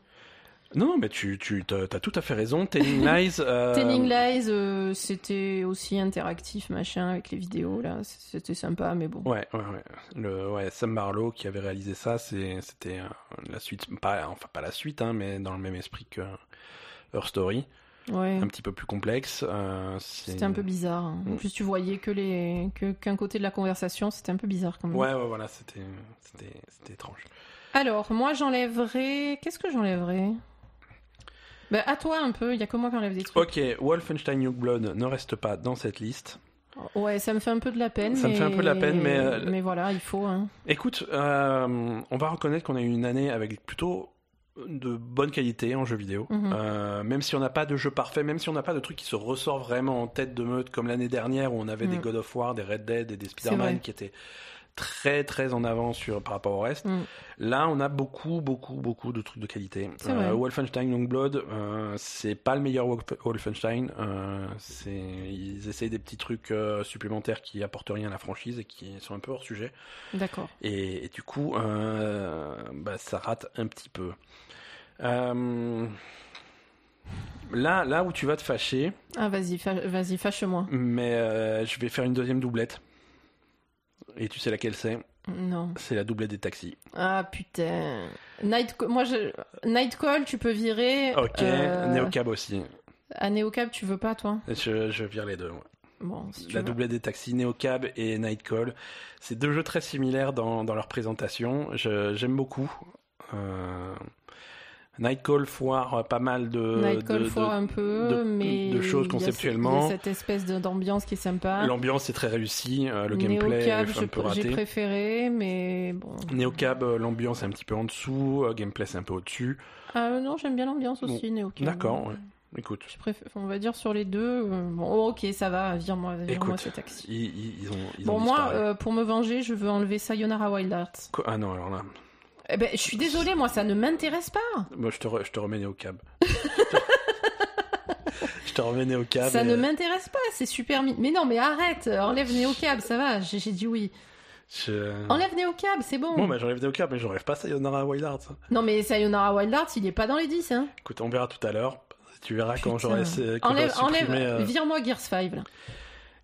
Speaker 1: Non, non, mais tu, tu t'as t'as tout à fait raison. Telling Lies. euh,
Speaker 2: Telling Lies, euh, c'était aussi interactif machin avec les vidéos là, C- c'était sympa mais bon.
Speaker 1: Ouais, ouais, ouais. Le, ouais, Sam Barlow qui avait réalisé ça, c'est- c'était euh, la suite, pas, enfin pas la suite, hein, mais dans le même esprit que Her Story,
Speaker 2: Ouais,
Speaker 1: un petit peu plus complexe. euh, c'est-
Speaker 2: Mm. c'était un peu bizarre. hein. En
Speaker 1: Mm.
Speaker 2: plus tu voyais que les que qu'un côté de la conversation, c'était un peu bizarre quand même.
Speaker 1: Ouais, ouais, voilà, c'était c'était- c'était étrange.
Speaker 2: Alors moi j'enlèverais, qu'est-ce que j'enlèverais Bah à toi un peu, il y a que moi qui enlève des trucs.
Speaker 1: Ok, Wolfenstein New Blood ne reste pas dans cette liste.
Speaker 2: Oh, Ouais, ça me fait un peu de la peine.
Speaker 1: Ça me
Speaker 2: mais-
Speaker 1: fait un peu de la peine, mais, euh,
Speaker 2: mais voilà, il faut. Hein.
Speaker 1: Écoute, euh, on va reconnaître qu'on a eu une année avec plutôt de bonne qualité en jeux vidéo.
Speaker 2: Mhm.
Speaker 1: Euh, même si on n'a pas de jeu parfait, même si on n'a pas de truc qui se ressort vraiment en tête de meute comme l'année dernière où on avait des
Speaker 2: Mm.
Speaker 1: God of War, des Red Dead et des
Speaker 2: vrai.
Speaker 1: Spider-Man qui étaient très très en avant sur, par rapport au reste.
Speaker 2: Mm.
Speaker 1: Là, on a beaucoup beaucoup beaucoup de trucs de qualité. Euh,
Speaker 2: C'est vrai.
Speaker 1: Wolfenstein Youngblood, euh, c'est pas le meilleur Wolf- Wolfenstein. Euh, c'est- ils essayent des petits trucs euh, supplémentaires qui apportent rien à la franchise et qui sont un peu hors sujet.
Speaker 2: D'accord.
Speaker 1: Et, et du coup, euh, bah, ça rate un petit peu. Euh, là, là où tu vas te fâcher,
Speaker 2: Ah vas-y, fa- vas-y, fâche-moi.
Speaker 1: mais euh, je vais faire une deuxième doublette. Et tu sais laquelle c'est
Speaker 2: Non.
Speaker 1: C'est la doublette des taxis.
Speaker 2: Ah putain. Night, moi je Night Call, tu peux virer.
Speaker 1: Ok,
Speaker 2: Euh,
Speaker 1: Neocab aussi.
Speaker 2: À Neocab, tu veux pas toi
Speaker 1: Je, je vire les deux. moi.
Speaker 2: Bon, si tu
Speaker 1: la
Speaker 2: veux.
Speaker 1: doublette des taxis, Neocab et Nightcall. C'est deux jeux très similaires dans, dans leur présentation. Je- J'aime beaucoup. Euh, Nightcall foire pas mal de,
Speaker 2: Nightcall
Speaker 1: euh, de- de-
Speaker 2: foire un peu,
Speaker 1: de-
Speaker 2: mais
Speaker 1: de choses
Speaker 2: il y a ce-
Speaker 1: conceptuellement.
Speaker 2: il y a cette espèce de- d'ambiance qui est sympa.
Speaker 1: L'ambiance est très réussie, euh, le gameplay
Speaker 2: Neocab,
Speaker 1: est
Speaker 2: je-
Speaker 1: un peu
Speaker 2: Ah. j'ai
Speaker 1: raté.
Speaker 2: préféré, mais bon.
Speaker 1: Neocab, euh, l'ambiance est un petit peu en dessous, euh, gameplay c'est un peu au-dessus.
Speaker 2: Ah non, j'aime bien l'ambiance aussi Neocab.
Speaker 1: D'accord, ouais. Écoute,
Speaker 2: Je préfère, on va dire sur les deux. euh, bon, oh, ok, ça va, vire-moi vire
Speaker 1: Écoute,
Speaker 2: cet axe.
Speaker 1: ils, ils- ils ont. Ils
Speaker 2: Bon,
Speaker 1: ont
Speaker 2: moi,
Speaker 1: disparu.
Speaker 2: euh, pour me venger, je veux enlever Sayonara Wild Hearts.
Speaker 1: Quoi ah non, alors là,
Speaker 2: Eh ben, je suis désolée, moi, ça ne m'intéresse pas.
Speaker 1: moi je te, re- je te remets né au cab. je te remets né au cab.
Speaker 2: ça
Speaker 1: et- euh,
Speaker 2: ne m'intéresse pas, c'est super. mi- Mais non, mais arrête, enlève Neocab, ça va, j'ai j'ai dit oui.
Speaker 1: je-
Speaker 2: Enlève Neocab, c'est bon.
Speaker 1: Bon, bah j'enlève né au cab, mais j'enlève pas Sayonara Wild Hearts.
Speaker 2: Non, mais Sayonara Wild Hearts, il est pas dans les 10, hein.
Speaker 1: Écoute, on verra tout à l'heure. Tu verras quand
Speaker 2: Putain.
Speaker 1: j'aurai essayé- quand j'aurai
Speaker 2: Enlève,
Speaker 1: supprimé
Speaker 2: enlève,
Speaker 1: euh,
Speaker 2: vire-moi Gears 5, là.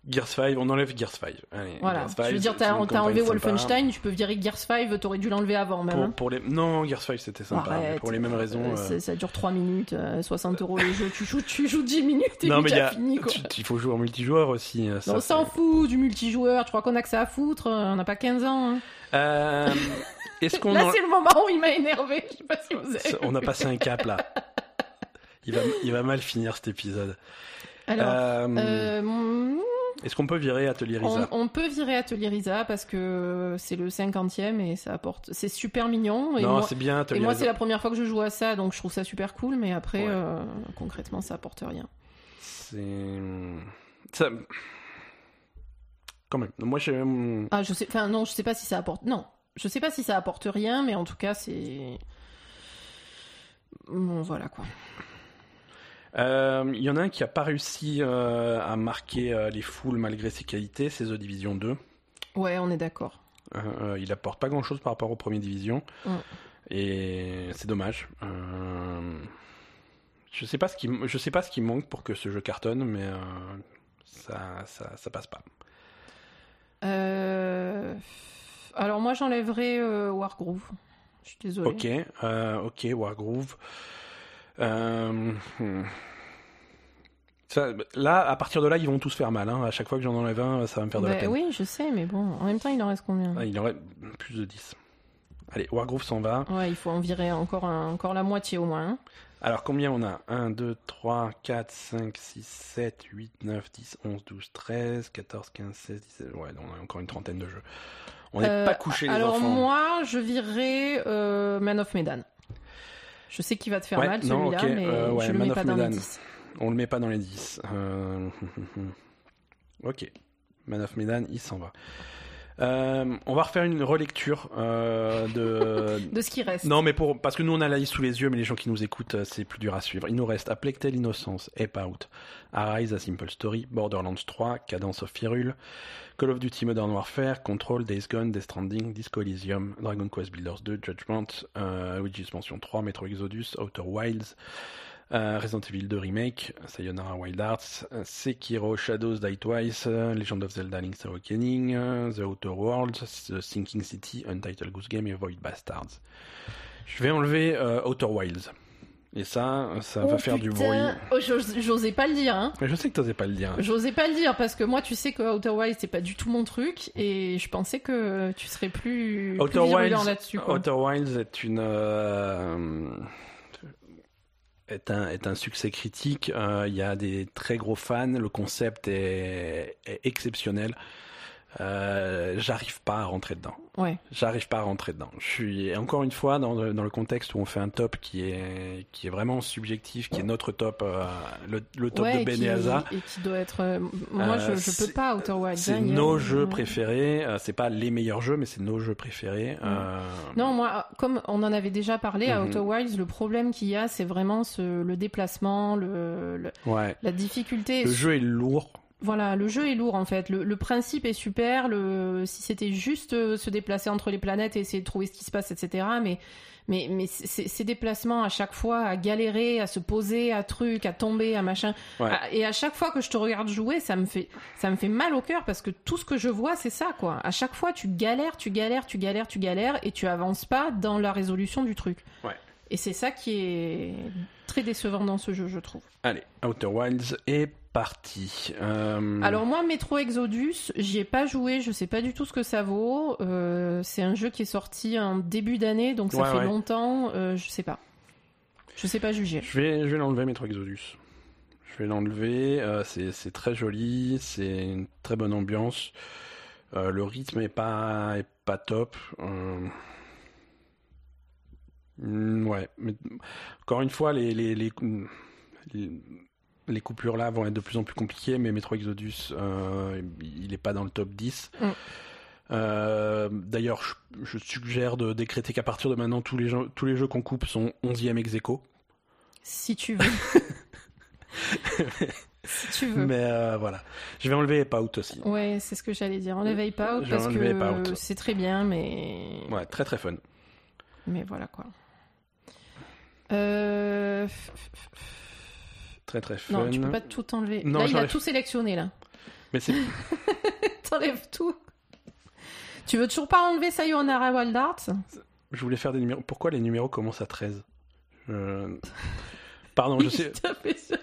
Speaker 1: Gears 5. On enlève Gears 5. Allez,
Speaker 2: Voilà.
Speaker 1: Gears 5,
Speaker 2: Je veux dire,
Speaker 1: c'est
Speaker 2: t'as
Speaker 1: une
Speaker 2: t'as
Speaker 1: campagne
Speaker 2: enlevé
Speaker 1: sympa.
Speaker 2: Wolfenstein, tu peux virer Gears 5, t'aurais dû l'enlever avant même.
Speaker 1: Pour,
Speaker 2: hein.
Speaker 1: pour les... Non, Gears 5 c'était sympa. mais
Speaker 2: Arrête.
Speaker 1: pour les mêmes raisons.
Speaker 2: Euh,
Speaker 1: euh,
Speaker 2: c'est- Ça dure 3 minutes, euh, 60 euros le jeu, tu joues, tu joues 10 minutes et
Speaker 1: Non, mais
Speaker 2: puis
Speaker 1: il y
Speaker 2: t'as
Speaker 1: a-
Speaker 2: fini, quoi.
Speaker 1: tu- il faut jouer en multijoueur aussi. euh, ça,
Speaker 2: on s'en
Speaker 1: c'est-
Speaker 2: fout du multijoueur, je crois qu'on a que ça à foutre, euh, on n'a pas 15 ans. hein.
Speaker 1: Euh, Est-ce qu'on
Speaker 2: Là,
Speaker 1: en-
Speaker 2: c'est le moment où il m'a énervé, je sais pas si vous avez.
Speaker 1: on a
Speaker 2: vu.
Speaker 1: passé un cap là. Il va, il va mal finir cet épisode.
Speaker 2: Alors,
Speaker 1: Euh,
Speaker 2: euh, mm,
Speaker 1: Est-ce qu'on peut virer Atelier
Speaker 2: on,
Speaker 1: Risa
Speaker 2: on peut virer Atelier Risa parce que c'est le 50e et ça apporte. C'est super mignon. Et
Speaker 1: Non,
Speaker 2: moi-
Speaker 1: c'est bien
Speaker 2: Et
Speaker 1: Atelier
Speaker 2: moi, c'est
Speaker 1: Risa.
Speaker 2: la première fois que je joue à ça, donc je trouve ça super cool, mais après,
Speaker 1: Ouais.
Speaker 2: euh, concrètement, ça apporte rien.
Speaker 1: C'est- ça- Quand même. Moi, euh, je...
Speaker 2: Ah, je sais, enfin, non, je sais pas si ça apporte. Non, je sais pas si ça apporte rien, mais en tout cas, c'est. Bon, voilà quoi.
Speaker 1: Euh, il y en a un qui a pas réussi euh, à marquer euh, les foules malgré ses qualités, c'est The Division 2.
Speaker 2: Ouais, on est d'accord.
Speaker 1: Euh, euh, il apporte pas grand chose par rapport aux premières divisions.
Speaker 2: Mm.
Speaker 1: Et c'est dommage. Euh, Je sais pas ce qui, je sais pas ce qui manque pour que ce jeu cartonne, mais euh, ça, ça, ça passe pas.
Speaker 2: Euh, Alors, moi, j'enlèverai euh, Wargroove. Je suis désolée.
Speaker 1: Ok, euh, ok, Wargroove. Euh, hmm. Ça, là, à partir de là, ils vont tous faire mal. hein. À chaque fois que j'en enlève un, ça va me faire de la
Speaker 2: Bah
Speaker 1: peine.
Speaker 2: oui, je sais, mais bon, en même temps, il en reste combien
Speaker 1: Ah, il aurait plus de 10. Allez, Wargroove s'en va.
Speaker 2: Ouais, il faut en virer encore, un- encore la moitié au moins. hein.
Speaker 1: Alors combien on a 1, 2, 3, 4, 5, 6, 7, 8, 9, 10, 11, 12, 13, 14, 15, 16, 17. Ouais, on a encore une trentaine de jeux. On n'est
Speaker 2: Euh,
Speaker 1: pas couché les
Speaker 2: Alors
Speaker 1: enfants.
Speaker 2: moi, je virerais euh, Man of Medan. Je sais qu'il va te faire
Speaker 1: Ouais,
Speaker 2: mal
Speaker 1: non,
Speaker 2: celui-là,
Speaker 1: ok,
Speaker 2: mais
Speaker 1: euh, ouais,
Speaker 2: je le
Speaker 1: Man
Speaker 2: mets
Speaker 1: of
Speaker 2: pas dans les
Speaker 1: Medan.
Speaker 2: 10.
Speaker 1: On le met pas dans les 10. Euh, ok. Man of Medan, il s'en va. Euh, on va refaire une relecture euh, de,
Speaker 2: De ce qui reste.
Speaker 1: Non, mais pour parce que nous on a la liste sous les yeux, mais les gens qui nous écoutent, euh, c'est plus dur à suivre. Il nous reste A Plague Tale Innocence, Ape Out, Arise, A Simple Story, Borderlands 3, Cadence of Hyrule, Call of Duty Modern Warfare, Control, Days Gone, Death Stranding, Disco Elysium, Dragon Quest Builders 2, Judgment, euh, Luigi's Mansion 3, Metro Exodus, Outer Wilds, euh, Resident Evil 2 Remake, Sayonara Wild Hearts, euh, Sekiro Shadows Die Twice, euh, Legend of Zelda Link's Awakening, euh, The Outer Worlds, The Sinking City, Untitled Goose Game et Void Bastards. Je vais enlever euh, Outer Wilds. Et ça, ça va
Speaker 2: Oh,
Speaker 1: faire du
Speaker 2: putain.
Speaker 1: bruit.
Speaker 2: Oh, j'os- J'osais pas le dire, hein.
Speaker 1: Mais je sais que t'osais pas le dire.
Speaker 2: J'osais pas le dire parce que moi, tu sais que Outer Wilds c'est pas du tout mon truc et je pensais que tu serais plus,
Speaker 1: Outer
Speaker 2: plus virulent
Speaker 1: Wilds-
Speaker 2: là-dessus. quoi.
Speaker 1: Ah, Outer Wilds est une euh, est un est un succès critique. Euh, Il y a des très gros fans. Le concept est, est exceptionnel. Euh, J'arrive pas à rentrer dedans.
Speaker 2: Ouais.
Speaker 1: J'arrive pas à rentrer dedans. Je suis encore une fois dans le, dans le contexte où on fait un top qui est qui est vraiment subjectif, qui est notre top, euh, le, le top
Speaker 2: Ouais,
Speaker 1: de Ben
Speaker 2: et qui-
Speaker 1: Benehaza.
Speaker 2: Et qui doit être. euh, moi,
Speaker 1: Euh,
Speaker 2: je, je peux
Speaker 1: c'est-
Speaker 2: pas Outer Wilds. hein,
Speaker 1: C'est
Speaker 2: il y a-
Speaker 1: nos jeux préférés. Euh, c'est pas les meilleurs jeux, mais c'est nos jeux préférés. Euh,
Speaker 2: Non, moi, comme on en avait déjà parlé à
Speaker 1: Mhm.
Speaker 2: Outer Wilds, le problème qu'il y a, c'est vraiment ce, le déplacement, le, le-
Speaker 1: Ouais.
Speaker 2: la difficulté.
Speaker 1: Le jeu est lourd.
Speaker 2: Voilà, le jeu est lourd en fait. Le, le principe est super. Le, si c'était juste euh, se déplacer entre les planètes et essayer de trouver ce qui se passe, etc. Mais, mais, mais c- c- ces déplacements à chaque fois, à galérer, à se poser, à truc, à tomber, à machin.
Speaker 1: Ouais.
Speaker 2: À- et à chaque fois que je te regarde jouer, ça me fait, ça me fait mal au cœur parce que tout ce que je vois, c'est ça quoi. À chaque fois, tu galères, tu galères, tu galères, tu galères et tu avances pas dans la résolution du truc.
Speaker 1: Ouais.
Speaker 2: Et c'est ça qui est très décevant dans ce jeu, je trouve.
Speaker 1: Allez, Outer Wilds est parti. Euh,
Speaker 2: Alors moi, Metro Exodus, j'y ai pas joué, je sais pas du tout ce que ça vaut. Euh, c'est un jeu qui est sorti en début d'année, donc ça
Speaker 1: Ouais,
Speaker 2: fait
Speaker 1: ouais.
Speaker 2: longtemps, euh, je sais pas. Je sais pas juger.
Speaker 1: je vais, je vais l'enlever, Metro Exodus. Je vais l'enlever. euh, c'est c'est très joli, c'est une très bonne ambiance. Euh, le rythme est pas, est pas top. Euh, mm, Ouais, mais encore une fois, les, les, les- les coupures là vont être de plus en plus compliquées, mais Metro Exodus, euh, il n'est pas dans le top 10.
Speaker 2: Mm.
Speaker 1: Euh, D'ailleurs, je, je suggère de décréter qu'à partir de maintenant, tous les jeux, tous les jeux qu'on coupe sont 11e ex aequo.
Speaker 2: Si tu veux. si tu veux.
Speaker 1: Mais euh, voilà. Je vais enlever Ape Out aussi.
Speaker 2: Ouais, c'est ce que j'allais dire. Enlève Ape Out
Speaker 1: J'ai
Speaker 2: parce
Speaker 1: enlevé Ape
Speaker 2: que
Speaker 1: Out.
Speaker 2: c'est très bien, mais.
Speaker 1: Ouais, très très fun.
Speaker 2: Mais voilà quoi. Euh...
Speaker 1: Très très fun.
Speaker 2: Non, tu peux pas tout enlever.
Speaker 1: Non,
Speaker 2: là, il a
Speaker 1: j'enlève.
Speaker 2: tout sélectionné là.
Speaker 1: Mais c'est
Speaker 2: T'enlèves tout. Tu veux toujours pas enlever Sayonara Wild Arts
Speaker 1: Je voulais faire des numéros. Pourquoi les numéros commencent à 13 Je- Pardon, je sais,
Speaker 2: Tout à fait sûr.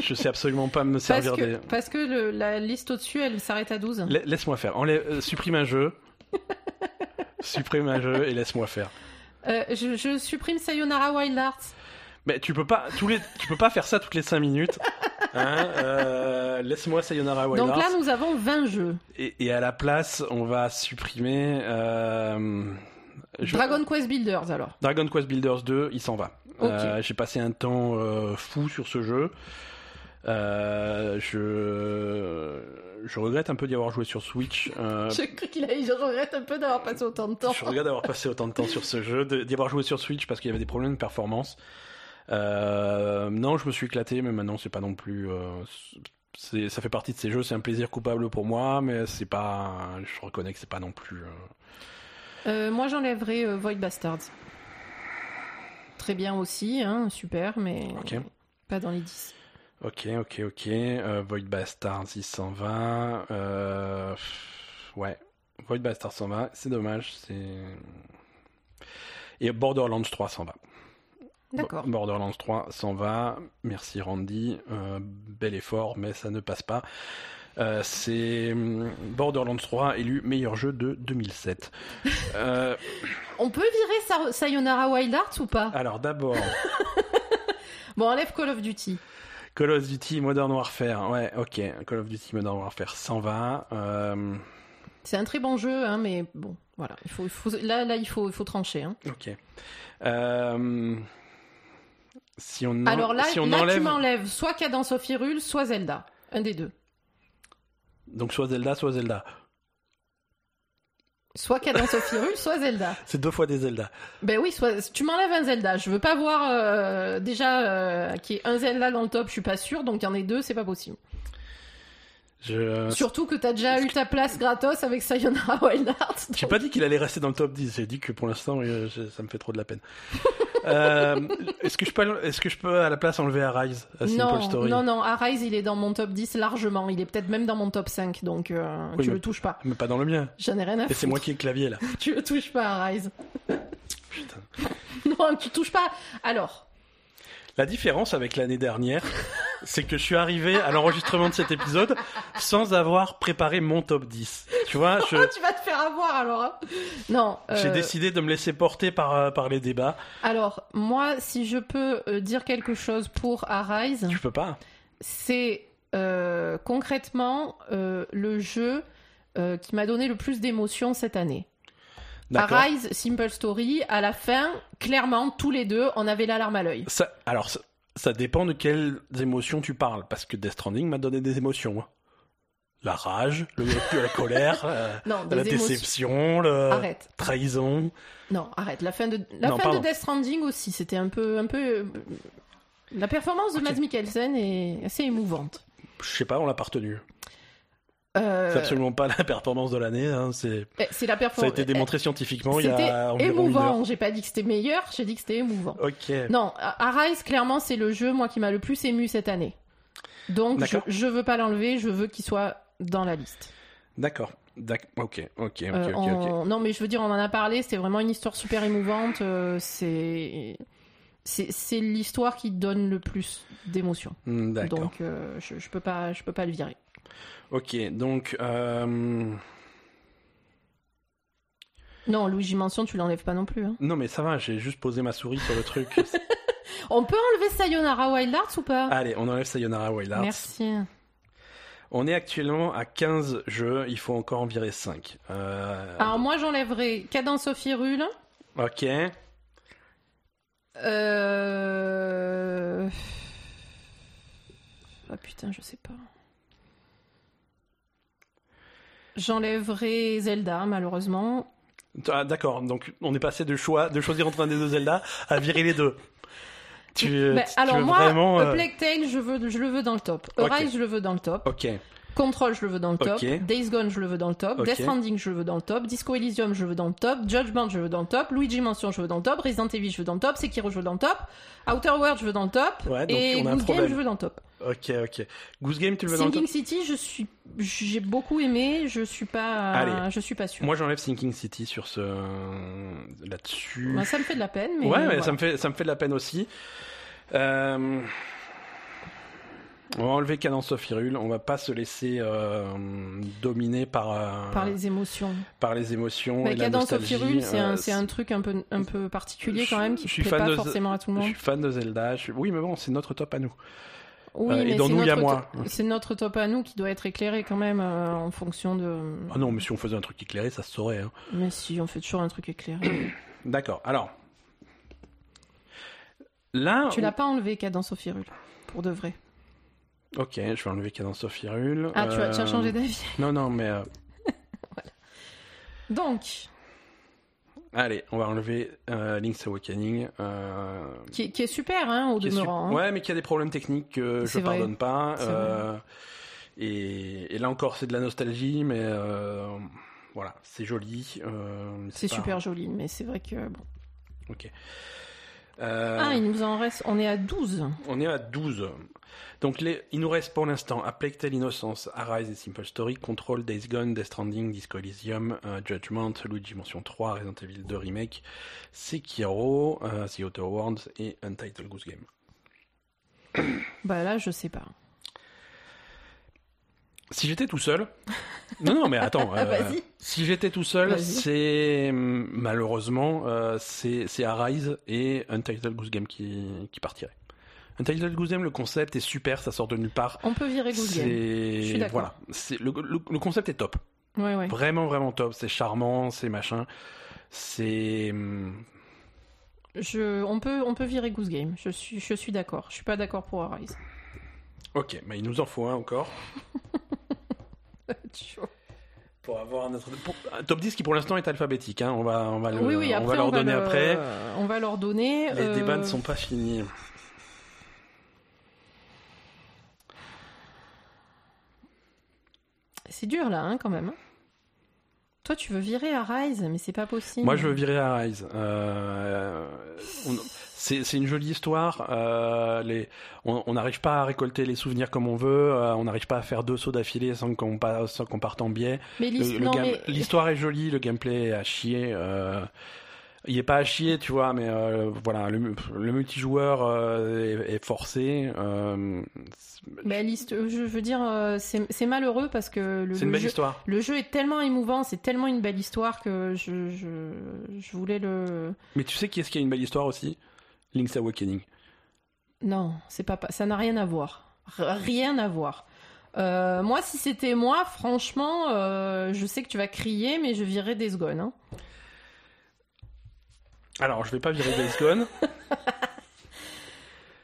Speaker 1: je sais absolument pas me
Speaker 2: Parce
Speaker 1: servir
Speaker 2: que,
Speaker 1: des.
Speaker 2: parce que le- la liste au-dessus, elle s'arrête à 12.
Speaker 1: La- Laisse-moi faire. Enlève- euh, supprime un jeu. supprime un jeu et laisse-moi faire.
Speaker 2: Euh, je, je supprime Sayonara Wild Arts.
Speaker 1: Mais tu peux pas, tous les, tu peux pas faire ça toutes les 5 minutes. Hein, euh, laisse-moi Sayonara Wild
Speaker 2: Donc là,
Speaker 1: Hearts.
Speaker 2: nous avons 20 jeux.
Speaker 1: Et, et à la place, on va supprimer. euh, je-
Speaker 2: Dragon Quest Builders, alors.
Speaker 1: Dragon Quest Builders 2, il s'en va.
Speaker 2: Ok.
Speaker 1: Euh, J'ai passé un temps euh, fou sur ce jeu. Euh, je... je regrette un peu d'y avoir joué sur Switch. Euh,
Speaker 2: Je, crois qu'il a- je regrette un peu d'avoir passé autant de temps.
Speaker 1: je regrette d'avoir passé autant de temps sur ce jeu, de- d'y avoir joué sur Switch parce qu'il y avait des problèmes de performance. Euh, non, je me suis éclaté, mais maintenant c'est pas non plus. euh, c'est- ça fait partie de ces jeux, c'est un plaisir coupable pour moi, mais c'est pas. Je reconnais que c'est pas non plus. euh,
Speaker 2: Euh, moi, j'enlèverai euh, Void Bastards. Très bien aussi, hein, super, mais
Speaker 1: Ok.
Speaker 2: pas dans les 10.
Speaker 1: Ok, ok, ok. Euh, Void Bastard 620. Euh... pff, Ouais. Void Bastard 120, c'est dommage. c'est... Et Borderlands 3 s'en va.
Speaker 2: D'accord.
Speaker 1: Bo- Borderlands 3 s'en va. Merci Randy. Euh, bel effort, mais ça ne passe pas. Euh, c'est hum, Borderlands 3 élu meilleur jeu de 2007. Euh,
Speaker 2: On peut virer Sa- Sayonara Wild Arts ou pas
Speaker 1: alors d'abord,
Speaker 2: Bon, enlève Call of Duty.
Speaker 1: Call of Duty Modern Warfare. Ouais, ok. Call of Duty Modern Warfare s'en va. Euh,
Speaker 2: C'est un très bon jeu, hein, mais bon, voilà. Il faut, il faut- là, là, il faut, il faut trancher. hein.
Speaker 1: Ok. Euh, si on, en-
Speaker 2: Alors là,
Speaker 1: si on
Speaker 2: là tu
Speaker 1: enlève,
Speaker 2: m'enlèves soit Cadence of Hyrule, soit Zelda. Un des deux.
Speaker 1: donc soit Zelda, soit Zelda.
Speaker 2: Soit Cadence of Hyrule, soit Zelda.
Speaker 1: C'est deux fois des Zelda.
Speaker 2: Ben oui, soit, tu m'enlèves un Zelda. Je veux pas voir euh, déjà qui qu'il y ait un Zelda dans le top, je suis pas sûre. Donc il y en a deux, c'est pas possible.
Speaker 1: Je
Speaker 2: Surtout que t'as déjà eu ta place gratos avec Sayonara Wild Arts.
Speaker 1: j'ai pas dit qu'il allait rester dans le top 10. J'ai dit que pour l'instant, euh, je- ça me fait trop de la peine. Euh, est-ce que je peux, est-ce que je peux à la place enlever Arise à Simple
Speaker 2: non,
Speaker 1: Story
Speaker 2: non, non, Arise, il est dans mon top 10 largement. Il est peut-être même dans mon top 5, donc euh,
Speaker 1: Oui,
Speaker 2: tu
Speaker 1: mais-
Speaker 2: le touches pas.
Speaker 1: Mais pas dans le mien.
Speaker 2: J'en ai rien à
Speaker 1: Et
Speaker 2: foutre.
Speaker 1: c'est moi qui ai le clavier là.
Speaker 2: Tu le touches pas, Arise.
Speaker 1: Putain.
Speaker 2: Non, tu touches pas. Alors,
Speaker 1: La différence avec l'année dernière, c'est que je suis arrivé à l'enregistrement de cet épisode sans avoir préparé mon top 10. Tu vois, je,
Speaker 2: Oh, tu vas te faire avoir alors. hein. Non.
Speaker 1: J'ai
Speaker 2: euh,
Speaker 1: décidé de me laisser porter par, euh, par les débats.
Speaker 2: Alors, moi, si je peux euh, dire quelque chose pour Arise,
Speaker 1: Tu peux pas.
Speaker 2: c'est euh, concrètement euh, le jeu euh, qui m'a donné le plus d'émotions cette année.
Speaker 1: D'accord.
Speaker 2: Arise, Simple Story, à la fin, clairement, tous les deux, on avait la larme à l'œil.
Speaker 1: Ça- alors, ça, ça dépend de quelles émotions tu parles, parce que Death Stranding m'a donné des émotions. hein. La rage, le- la colère, euh,
Speaker 2: Non,
Speaker 1: la
Speaker 2: des émotions.
Speaker 1: déception, la
Speaker 2: Arrête.
Speaker 1: trahison.
Speaker 2: Non, arrête. La fin de, la
Speaker 1: Non,
Speaker 2: fin
Speaker 1: pardon.
Speaker 2: de Death Stranding aussi, c'était un peu, un peu. euh, La performance de
Speaker 1: Ok.
Speaker 2: Mads Mikkelsen est assez émouvante.
Speaker 1: Je sais pas, on l'a pas retenu.
Speaker 2: Euh,
Speaker 1: C'est absolument pas la performance de l'année. hein, c'est-
Speaker 2: eh, C'est la
Speaker 1: Ça a
Speaker 2: performance.
Speaker 1: été démontré scientifiquement il y
Speaker 2: C'était
Speaker 1: a environ une heure.
Speaker 2: émouvant. J'ai pas dit que c'était meilleur, j'ai dit que c'était émouvant.
Speaker 1: Ok.
Speaker 2: Non, Arise, clairement, c'est le jeu, moi, qui m'a le plus ému cette année. Donc, je,
Speaker 1: D'accord.
Speaker 2: je veux pas l'enlever, je veux qu'il soit dans la liste.
Speaker 1: D'accord. D'ac- Ok, ok, ok,
Speaker 2: Euh,
Speaker 1: ok, ok.
Speaker 2: on- Non, mais je veux dire, on en a parlé, c'était vraiment une histoire super émouvante. euh, c'est. C'est c'est l'histoire qui donne le plus d'émotion.
Speaker 1: Hmm, D'accord.
Speaker 2: Donc euh, je, je peux pas je peux pas le virer.
Speaker 1: Ok, donc. euh,
Speaker 2: Non, Luigi Mansion, tu l'enlèves pas non plus. hein.
Speaker 1: Non, mais ça va, j'ai juste posé ma souris sur le truc.
Speaker 2: On peut enlever Sayonara Wild Arts ou pas
Speaker 1: Allez, on enlève Sayonara Wild Arts. Euh.
Speaker 2: Merci.
Speaker 1: On est actuellement à 15 jeux, il faut encore en virer Euh, 5.
Speaker 2: Alors moi j'enlèverai Cadence of Hyrule,
Speaker 1: Ok.
Speaker 2: Euh... Ah putain, je sais pas. J'enlèverai Zelda, malheureusement.
Speaker 1: Ah, D'accord, donc on est passé de choix de choisir entre un des deux Zelda à virer les deux. Tu, euh,
Speaker 2: Ben,
Speaker 1: tu- tu
Speaker 2: alors
Speaker 1: veux
Speaker 2: moi,
Speaker 1: vraiment.
Speaker 2: A
Speaker 1: euh,
Speaker 2: Plague Tale, je, veux, je le veux dans le top.
Speaker 1: Ok.
Speaker 2: Arise, je le veux dans le top.
Speaker 1: Ok,
Speaker 2: Control, je le veux dans le top.
Speaker 1: Ok.
Speaker 2: Days Gone, je le veux dans le top.
Speaker 1: Ok.
Speaker 2: Death Stranding, je le veux dans le top. Disco Elysium, je le veux dans le top. Judgment, je le veux dans le top. Luigi Mansion, je le veux dans le top. Resident Evil, je le veux dans le top. Sekiro, je le veux dans le top. Outer World, je le veux dans le top.
Speaker 1: Ouais, donc
Speaker 2: Et
Speaker 1: on a un
Speaker 2: Good Game,
Speaker 1: problème.
Speaker 2: je veux dans le top.
Speaker 1: ok, ok. Goose Game, tu le veux dans le top
Speaker 2: Sinking City, je suis, j'ai beaucoup aimé. Je suis pas,
Speaker 1: Allez.
Speaker 2: je suis pas sûr.
Speaker 1: Moi, j'enlève Thinking City sur ce là-dessus.
Speaker 2: Bah, ça me fait de la peine, mais
Speaker 1: ouais, ouais,
Speaker 2: voilà.
Speaker 1: ça me fait ça me fait de la peine aussi. Euh, On va enlever Cadence of Hyrule, on va pas se laisser euh, dominer par euh,
Speaker 2: par les émotions.
Speaker 1: par les émotions
Speaker 2: Bah,
Speaker 1: et la
Speaker 2: Cadence of
Speaker 1: nostalgie.
Speaker 2: Hyrule, c'est
Speaker 1: Euh,
Speaker 2: un, c'est un truc un peu, un peu particulier
Speaker 1: je-
Speaker 2: quand même qui
Speaker 1: je suis
Speaker 2: plaît
Speaker 1: fan
Speaker 2: pas
Speaker 1: de-
Speaker 2: forcément à tout le
Speaker 1: Je
Speaker 2: monde.
Speaker 1: suis fan de Zelda. je suis- Oui, mais bon, c'est notre top à nous.
Speaker 2: Oui,
Speaker 1: Euh, et
Speaker 2: mais
Speaker 1: dans
Speaker 2: c'est
Speaker 1: nous, il y a
Speaker 2: notre
Speaker 1: moi.
Speaker 2: to- C'est notre top à nous qui doit être éclairé quand même euh, en fonction de.
Speaker 1: Ah non, mais si on faisait un truc éclairé, ça se saurait. hein.
Speaker 2: Mais si, on fait toujours un truc éclairé.
Speaker 1: D'accord. Alors là,
Speaker 2: tu l'as pas enlevé, Cadence of Hyrule, pour de vrai.
Speaker 1: ok, je vais enlever Cadence of Hyrule.
Speaker 2: Ah, tu, as, tu as
Speaker 1: Euh,
Speaker 2: changé d'avis.
Speaker 1: Non, non, mais euh,
Speaker 2: Donc,
Speaker 1: Allez, on va enlever euh, Link's Awakening. euh,
Speaker 2: qui, est- qui est super, hein, au
Speaker 1: qui est
Speaker 2: demeurant.
Speaker 1: sup-
Speaker 2: hein.
Speaker 1: Ouais, mais qui a des problèmes techniques que je
Speaker 2: C'est vrai.
Speaker 1: pardonne pas.
Speaker 2: C'est
Speaker 1: euh, et, et là encore, c'est de la nostalgie, mais euh, voilà, c'est joli. euh,
Speaker 2: C'est
Speaker 1: pas-
Speaker 2: super joli, mais c'est vrai que. Bon.
Speaker 1: Euh,
Speaker 2: Ah, il nous en reste. On est à 12.
Speaker 1: On est à 12. Donc les, il nous reste pour l'instant à Plague Tale Innocence, Arise et Simple Story, Control, Days Gone, Death Stranding, Disco Elysium, euh, Judgment, Luigi Mansion 3, Resident Evil 2 Remake, Sekiro, euh, The Outer Worlds et Untitled Goose Game.
Speaker 2: Bah là, je sais pas.
Speaker 1: Si j'étais tout seul. Non, non, mais attends. euh,
Speaker 2: Vas-y.
Speaker 1: si j'étais tout seul,
Speaker 2: Vas-y.
Speaker 1: c'est. hum, Malheureusement, euh, c'est c'est Arise et Untitled Goose Game qui, qui partiraient. Untitled Goose Game, le concept est super, ça sort de nulle part.
Speaker 2: On peut virer Good Game. Je suis
Speaker 1: C'est.
Speaker 2: d'accord.
Speaker 1: Voilà. C'est- Le, le- le concept est top.
Speaker 2: Ouais, ouais.
Speaker 1: Vraiment, vraiment top. C'est charmant, c'est machin. C'est. hum,
Speaker 2: Je, on peut, on peut virer Goose Game. Je suis, je suis d'accord. Je suis pas d'accord pour Arise.
Speaker 1: Ok, mais il nous en faut un encore. Euh, Pour avoir notre. pour- un top 10 qui pour l'instant est alphabétique. hein. On, va, on va le-
Speaker 2: oui, oui. Après,
Speaker 1: on va leur donner
Speaker 2: le-
Speaker 1: après.
Speaker 2: On va leur donner.
Speaker 1: Les
Speaker 2: euh,
Speaker 1: débats ne sont pas finis.
Speaker 2: C'est dur là, hein, quand même. Toi, tu veux virer Arise, mais c'est pas possible.
Speaker 1: Moi, je veux virer Arise. Euh, on- c'est c'est une jolie histoire. euh, les- on on n'arrive pas à récolter les souvenirs comme on veut. euh, on n'arrive pas à faire deux sauts d'affilée sans qu'on pa- sans qu'on parte en biais.
Speaker 2: Mais l'his-
Speaker 1: Le- le
Speaker 2: non,
Speaker 1: game-
Speaker 2: mais
Speaker 1: L'histoire est jolie, le gameplay est à chier. euh, il est pas à chier, tu vois, mais euh, voilà, le, le multijoueur euh, est, est forcé. euh, c'est
Speaker 2: mais l'hist- euh, je veux dire, euh, c'est c'est malheureux parce que le,
Speaker 1: c'est une
Speaker 2: le
Speaker 1: belle
Speaker 2: jeu,
Speaker 1: histoire.
Speaker 2: le jeu est tellement émouvant, c'est tellement une belle histoire que je, je, je voulais le.
Speaker 1: Mais tu sais qui est-ce qui a une belle histoire aussi Link's Awakening.
Speaker 2: Non, c'est pas, ça n'a rien à voir. R- rien à voir. Euh, moi, si c'était moi, franchement, euh, je sais que tu vas crier, mais je virais des Gone. hein.
Speaker 1: Alors, je vais pas virer Days Gone.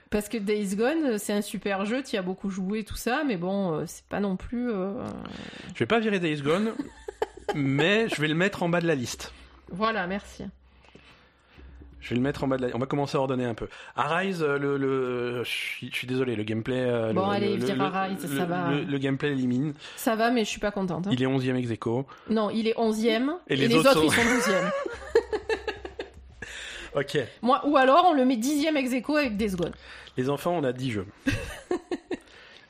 Speaker 2: Parce que Days Gone, euh, c'est un super jeu, tu as beaucoup joué, tout ça, mais bon, euh, c'est pas non plus. euh,
Speaker 1: Je vais pas virer Days Gone, mais je vais le mettre en bas de la liste.
Speaker 2: Voilà, merci.
Speaker 1: Je vais le mettre en bas de la. On va commencer à ordonner un peu. Arise, euh, le, le... Je, suis, je suis désolé, le gameplay. euh,
Speaker 2: Bon,
Speaker 1: le,
Speaker 2: allez,
Speaker 1: le,
Speaker 2: vire
Speaker 1: le-
Speaker 2: Arise,
Speaker 1: le-
Speaker 2: ça va.
Speaker 1: Le, le gameplay élimine.
Speaker 2: Ça va, mais je suis pas contente. hein.
Speaker 1: Il est 11ème ex aequo.
Speaker 2: Non, il est 11ème.
Speaker 1: Et
Speaker 2: Et
Speaker 1: les
Speaker 2: les,
Speaker 1: autres
Speaker 2: autres,
Speaker 1: sont-
Speaker 2: ils sont 12e.
Speaker 1: Ok.
Speaker 2: Moi, ou alors, on le met 10ème ex aequo avec Days Gone.
Speaker 1: Les enfants, on a 10 jeux.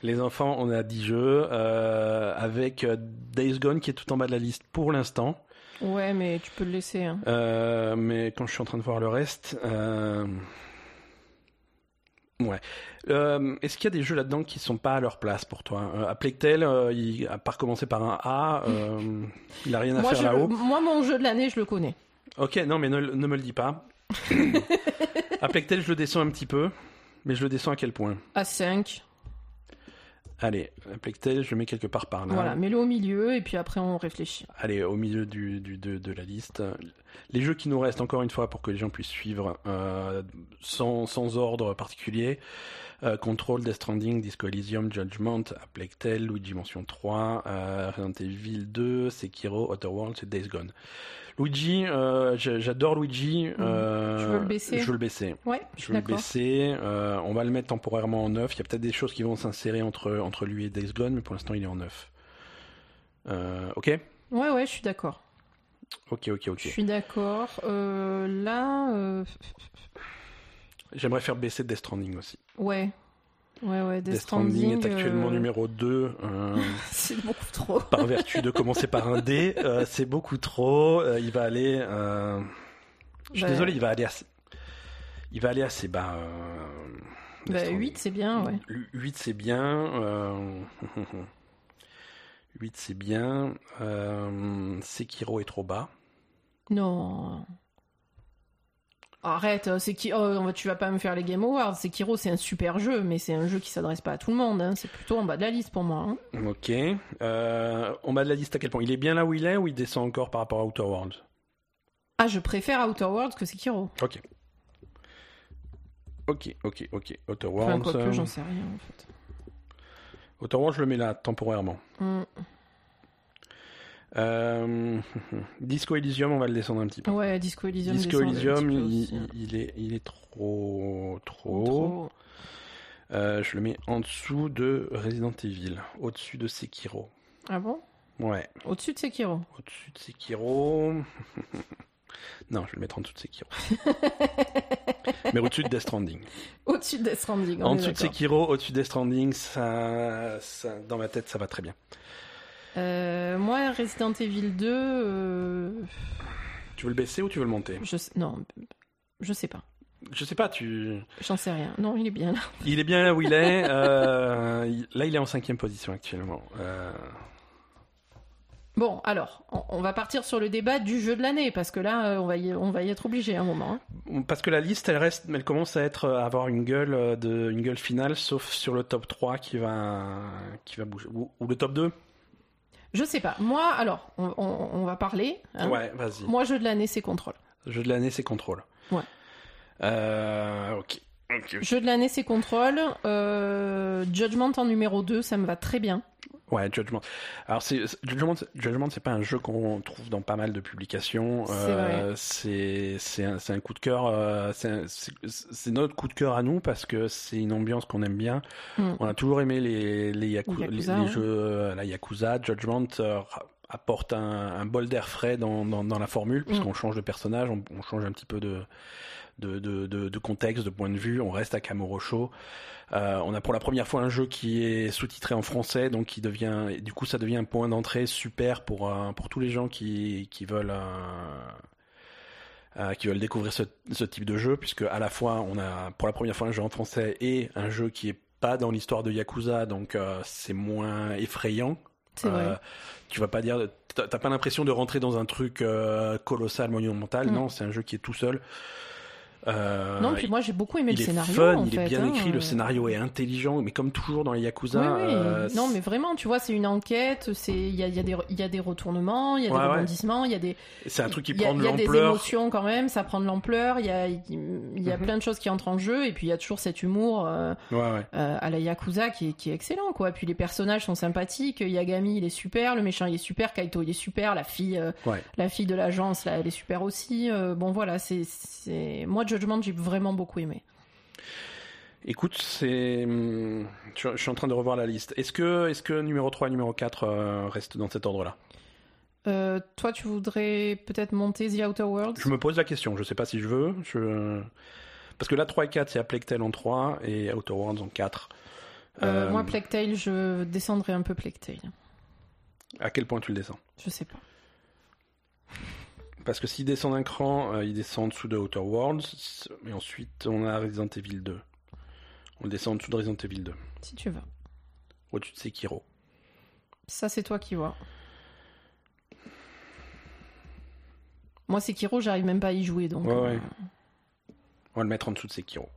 Speaker 1: Les enfants, on a 10 jeux. euh, avec euh, Days Gone qui est tout en bas de la liste pour l'instant.
Speaker 2: Ouais, mais tu peux le laisser. hein.
Speaker 1: Euh, mais quand je suis en train de voir le reste. euh, Ouais. Euh, Est-ce qu'il y a des jeux là-dedans qui sont pas à leur place pour toi euh, À Plague Tale, euh, il, à part commencer par un A, euh, il a rien à
Speaker 2: Moi,
Speaker 1: faire
Speaker 2: je-
Speaker 1: là-haut.
Speaker 2: moi, mon jeu de l'année, je le connais.
Speaker 1: Ok, non, mais ne, le- ne me le dis pas. à Plague Tale, je le descends un petit peu, mais je le descends à quel point
Speaker 2: À 5.
Speaker 1: Allez, la Plextel, je mets quelque part par là.
Speaker 2: Voilà, mets-le au milieu et puis après on réfléchit.
Speaker 1: Allez, au milieu du, du- de, de la liste. Les jeux qui nous restent, encore une fois, pour que les gens puissent suivre euh, sans, sans ordre particulier. Euh, Control, Death Stranding, Disco Elysium, Judgment, Aplectel, Luigi Mansion 3, euh, Resident Evil 2, Sekiro, Outer Worlds et Days Gone. Luigi, euh, j'a- j'adore Luigi. euh,
Speaker 2: Tu Mhm. veux le baisser
Speaker 1: Je veux le baisser.
Speaker 2: Ouais, je
Speaker 1: Je
Speaker 2: suis
Speaker 1: vais le
Speaker 2: d'accord.
Speaker 1: baisser. euh, on va le mettre temporairement en neuf. Il y a peut-être des choses qui vont s'insérer entre, entre lui et Days Gone, mais pour l'instant, il est en neuf. Euh, ok
Speaker 2: Ouais, ouais, je suis d'accord.
Speaker 1: Ok, ok,
Speaker 2: Je
Speaker 1: ok.
Speaker 2: suis d'accord. Euh, là, euh,
Speaker 1: J'aimerais faire baisser Death Stranding aussi.
Speaker 2: ouais. Ouais, ouais, Death,
Speaker 1: Death Stranding est
Speaker 2: euh,
Speaker 1: actuellement numéro 2. euh,
Speaker 2: C'est beaucoup trop.
Speaker 1: par vertu de commencer par un D, euh, c'est beaucoup trop. euh, il va aller. euh, Je suis
Speaker 2: Bah,
Speaker 1: désolé, il va aller assez. Il va aller assez bas. euh, Death
Speaker 2: Bah,
Speaker 1: Stranding.
Speaker 2: 8, c'est bien, ouais.
Speaker 1: 8 c'est bien. euh, 8 c'est bien. euh, Sekiro est trop bas.
Speaker 2: Non. Arrête, euh, c'est qui oh, on va- tu vas pas me faire les Game Awards. C'est Kiro, c'est un super jeu, mais c'est un jeu qui s'adresse pas à tout le monde. hein. C'est plutôt en bas de la liste pour moi. hein.
Speaker 1: Ok. Euh, on bat de la liste à quel point Il est bien là où il est ou il descend encore par rapport à Outer Worlds
Speaker 2: Ah, je préfère Outer Worlds que Sekiro.
Speaker 1: Ok. Ok, ok, ok. Outer
Speaker 2: Enfin,
Speaker 1: Worlds.
Speaker 2: quoi que,
Speaker 1: euh,
Speaker 2: j'en sais rien en fait.
Speaker 1: Outer Worlds, je le mets là temporairement.
Speaker 2: Mm.
Speaker 1: Euh, Disco Elysium, on va le descendre un petit peu.
Speaker 2: Ouais, Disco Elysium.
Speaker 1: Disco
Speaker 2: descend un petit
Speaker 1: Elysium,
Speaker 2: peu
Speaker 1: il,
Speaker 2: aussi,
Speaker 1: il-
Speaker 2: hein.
Speaker 1: oh. il est, il est trop, trop.
Speaker 2: Trop.
Speaker 1: Euh, je le mets en dessous de Resident Evil, au-dessus de Sekiro.
Speaker 2: Ah bon
Speaker 1: Ouais,
Speaker 2: Au-dessus de Sekiro.
Speaker 1: au-dessus de Sekiro. non, je vais le mettre en dessous de Sekiro. Mais au-dessus de Death Stranding.
Speaker 2: Au-dessus de Death Stranding. on
Speaker 1: En
Speaker 2: est
Speaker 1: dessous de
Speaker 2: d'accord.
Speaker 1: Sekiro, au-dessus de Death Stranding, ça, ça- dans ma tête, ça va très bien.
Speaker 2: Euh, moi, Resident Evil 2, euh,
Speaker 1: Tu veux le baisser ou tu veux le monter
Speaker 2: je sais- non, je sais pas.
Speaker 1: Je sais pas, tu.
Speaker 2: J'en sais rien. Non, il est bien là.
Speaker 1: Il est bien là où il est. euh, il- là, il est en cinquième position actuellement. Euh,
Speaker 2: Bon, alors, on, on va partir sur le débat du jeu de l'année parce que là, euh, on va y, on va y être obligé à un moment. hein.
Speaker 1: parce que la liste, elle reste, elle commence à être, à avoir une gueule euh, de, une gueule finale, sauf sur le top 3 qui va, qui va bouger, ou, ou le top 2.
Speaker 2: Je sais pas. Moi, alors, on, on- on va parler. hein.
Speaker 1: ouais, vas-y.
Speaker 2: Moi, jeu de l'année, c'est Control.
Speaker 1: Jeu de l'année, c'est contrôle.
Speaker 2: Ouais.
Speaker 1: Euh, ok. Ok.
Speaker 2: Jeu de l'année, c'est Control. Euh, Judgment en numéro 2, ça me va très bien.
Speaker 1: Ouais, Judgment. Alors, c'est, c'est- Judgment, c'est- Judgment, c'est pas un jeu qu'on trouve dans pas mal de publications.
Speaker 2: C'est
Speaker 1: Euh, c'est, c'est, un, c'est un coup de cœur. euh, c'est, un- c'est, c'est notre coup de cœur à nous parce que c'est une ambiance qu'on aime bien.
Speaker 2: Mm.
Speaker 1: On a toujours aimé les, les, Yaku-
Speaker 2: Les
Speaker 1: les,
Speaker 2: Yakuza,
Speaker 1: les
Speaker 2: ouais.
Speaker 1: jeux, euh, la Yakuza. Judgment euh, ra- apporte un, un bol d'air frais dans, dans, dans la formule
Speaker 2: Mm.
Speaker 1: puisqu'on change de personnage, on, on change un petit peu de, de, de, de, de contexte, de point de vue. On reste à Kamurocho. Euh, on a pour la première fois un jeu qui est sous-titré en français, donc qui devient, et du coup, ça devient un point d'entrée super pour euh, pour tous les gens qui qui veulent. euh, euh, qui veulent découvrir ce, ce type de jeu, puisque à la fois on a pour la première fois un jeu en français et un jeu qui est pas dans l'histoire de Yakuza, donc euh, c'est moins effrayant.
Speaker 2: C'est
Speaker 1: Euh,
Speaker 2: vrai.
Speaker 1: tu vas pas dire, t'as t'as pas l'impression de rentrer dans un truc euh, colossal, monumental.
Speaker 2: Mm.
Speaker 1: Non, c'est un jeu qui est tout seul. Euh,
Speaker 2: non, puis moi, j'ai beaucoup aimé
Speaker 1: il
Speaker 2: le
Speaker 1: est
Speaker 2: scénario.
Speaker 1: fun,
Speaker 2: en
Speaker 1: il est
Speaker 2: fait,
Speaker 1: bien
Speaker 2: hein.
Speaker 1: écrit,
Speaker 2: Euh,
Speaker 1: le scénario est intelligent, mais comme toujours dans les Yakuza.
Speaker 2: Oui, oui.
Speaker 1: euh,
Speaker 2: non, mais vraiment, tu vois, c'est une enquête, c'est il y a, il y a des il y a des retournements, il y a
Speaker 1: Ouais,
Speaker 2: des
Speaker 1: ouais.
Speaker 2: rebondissements, il y a des
Speaker 1: C'est un truc qui
Speaker 2: il y a-
Speaker 1: prend de
Speaker 2: il y a des
Speaker 1: l'ampleur.
Speaker 2: émotions quand même, ça prend de l'ampleur, il y a il y a
Speaker 1: Mhm.
Speaker 2: plein de choses qui entrent en jeu et puis il y a toujours cet humour euh,
Speaker 1: Ouais, ouais.
Speaker 2: euh, à la Yakuza qui est, qui est excellent quoi. Puis les personnages sont sympathiques, Yagami il est super, le méchant il est super, Kaito il est super, la fille euh,
Speaker 1: Ouais.
Speaker 2: la fille de l'agence là elle est super aussi. Euh, bon voilà, c'est c'est moi Judgment j'ai vraiment beaucoup aimé.
Speaker 1: Écoute, c'est. hum, Je, je suis en train de revoir la liste. Est-ce que, est-ce que numéro 3 et numéro 4 euh, restent dans cet ordre-là
Speaker 2: Euh, toi tu voudrais peut-être monter The Outer Worlds
Speaker 1: Je me pose la question. Je sais pas si je veux. Je... Parce que là, 3 et 4, c'est Aplectel en 3 et Outer Worlds en 4.
Speaker 2: Euh,
Speaker 1: Euh,
Speaker 2: Moi, Plectail, je descendrai un peu Plectail.
Speaker 1: à quel point tu le descends
Speaker 2: Je sais pas.
Speaker 1: Parce que s'il descend d'un cran, euh, il descend en dessous de Outer Worlds. Et ensuite, on a Resident Evil 2. On le descend en dessous de Resident Evil 2.
Speaker 2: Si tu veux.
Speaker 1: Au-dessus de Sekiro.
Speaker 2: Ça, c'est toi qui vois. Moi, Sekiro, j'arrive même pas à y jouer, donc.
Speaker 1: Ouais,
Speaker 2: euh,
Speaker 1: ouais. On va le mettre en dessous de Sekiro.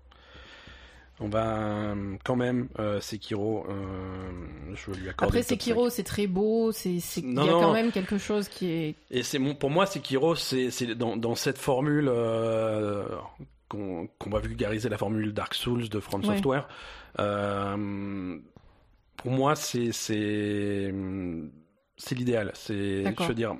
Speaker 1: On va euh, quand même euh, Sekiro. euh, je lui accorde.
Speaker 2: Après,
Speaker 1: le top
Speaker 2: Sekiro, c'est très beau, c'est, c'est- il y a
Speaker 1: Non, non.
Speaker 2: quand même quelque chose qui est.
Speaker 1: Et c'est mon, pour moi, Sekiro, c'est c'est dans, dans cette formule euh, qu'on qu'on va vulgariser la formule Dark Souls de From
Speaker 2: Ouais.
Speaker 1: Software. Euh, pour moi, c'est c'est euh, c'est l'idéal. C'est
Speaker 2: D'accord.
Speaker 1: je veux dire.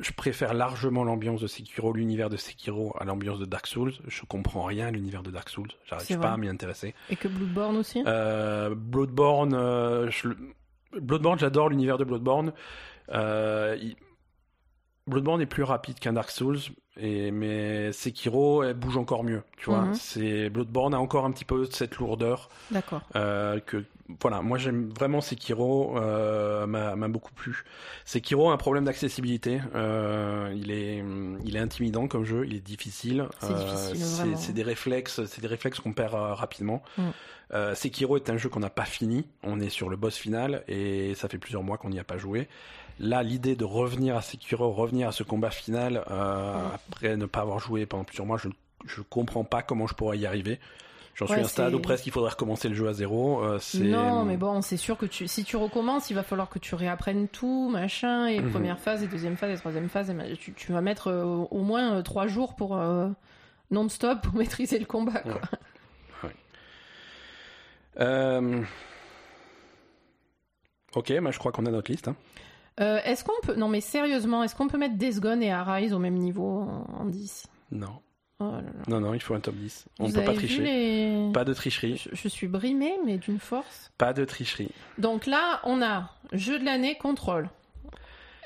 Speaker 1: Je préfère largement l'ambiance de Sekiro, l'univers de Sekiro à l'ambiance de Dark Souls. Je comprends rien à l'univers de Dark Souls.
Speaker 2: C'est
Speaker 1: J'arrive
Speaker 2: vrai.
Speaker 1: pas à m'y intéresser.
Speaker 2: Et que Bloodborne aussi
Speaker 1: Euh, Bloodborne, euh, je le- Bloodborne, j'adore l'univers de Bloodborne. Euh, il- Bloodborne est plus rapide qu'un Dark Souls, et mais Sekiro elle bouge encore mieux. Tu vois,
Speaker 2: Mhm.
Speaker 1: c'est Bloodborne a encore un petit peu cette lourdeur
Speaker 2: D'accord.
Speaker 1: euh, que voilà. Moi, j'aime vraiment Sekiro, euh, m'a m'a beaucoup plu. Sekiro a un problème d'accessibilité. Euh, il est, il est intimidant comme jeu, il est difficile. Euh,
Speaker 2: C'est difficile,
Speaker 1: c'est-
Speaker 2: vraiment.
Speaker 1: C'est des réflexes, c'est des réflexes qu'on perd euh, rapidement.
Speaker 2: Mm.
Speaker 1: Euh, Sekiro est un jeu qu'on n'a pas fini. On est sur le boss final et ça fait plusieurs mois qu'on n'y a pas joué. Là, l'idée de revenir à Sekiro, revenir à ce combat final euh,
Speaker 2: Ouais.
Speaker 1: après ne pas avoir joué pendant plusieurs mois, je je comprends pas comment je pourrais y arriver. J'en
Speaker 2: Ouais,
Speaker 1: suis à un stade
Speaker 2: c'est-
Speaker 1: où presque il faudrait recommencer le jeu à zéro. euh, c'est-
Speaker 2: Non, mais bon, c'est sûr que tu, si tu recommences, il va falloir que tu réapprennes tout, machin, et
Speaker 1: Mhm.
Speaker 2: première phase, et deuxième phase, et troisième phase, et ma- tu, tu vas mettre euh, au moins euh, trois jours pour euh, non-stop pour maîtriser le combat. Quoi.
Speaker 1: Ouais. Euh, Ok, bah, je crois qu'on a notre liste. hein.
Speaker 2: Euh, est-ce qu'on peut, non mais sérieusement, est-ce qu'on peut mettre Days Gone et Arise au même niveau en, en 10
Speaker 1: Non.
Speaker 2: Oh là là.
Speaker 1: non, non, il faut un top 10. On ne
Speaker 2: Vous
Speaker 1: peut pas
Speaker 2: avez vu
Speaker 1: tricher.
Speaker 2: les-
Speaker 1: Pas de tricherie.
Speaker 2: Je, je suis brimée, mais d'une force.
Speaker 1: Pas de tricherie.
Speaker 2: Donc là, on a jeu de l'année, contrôle.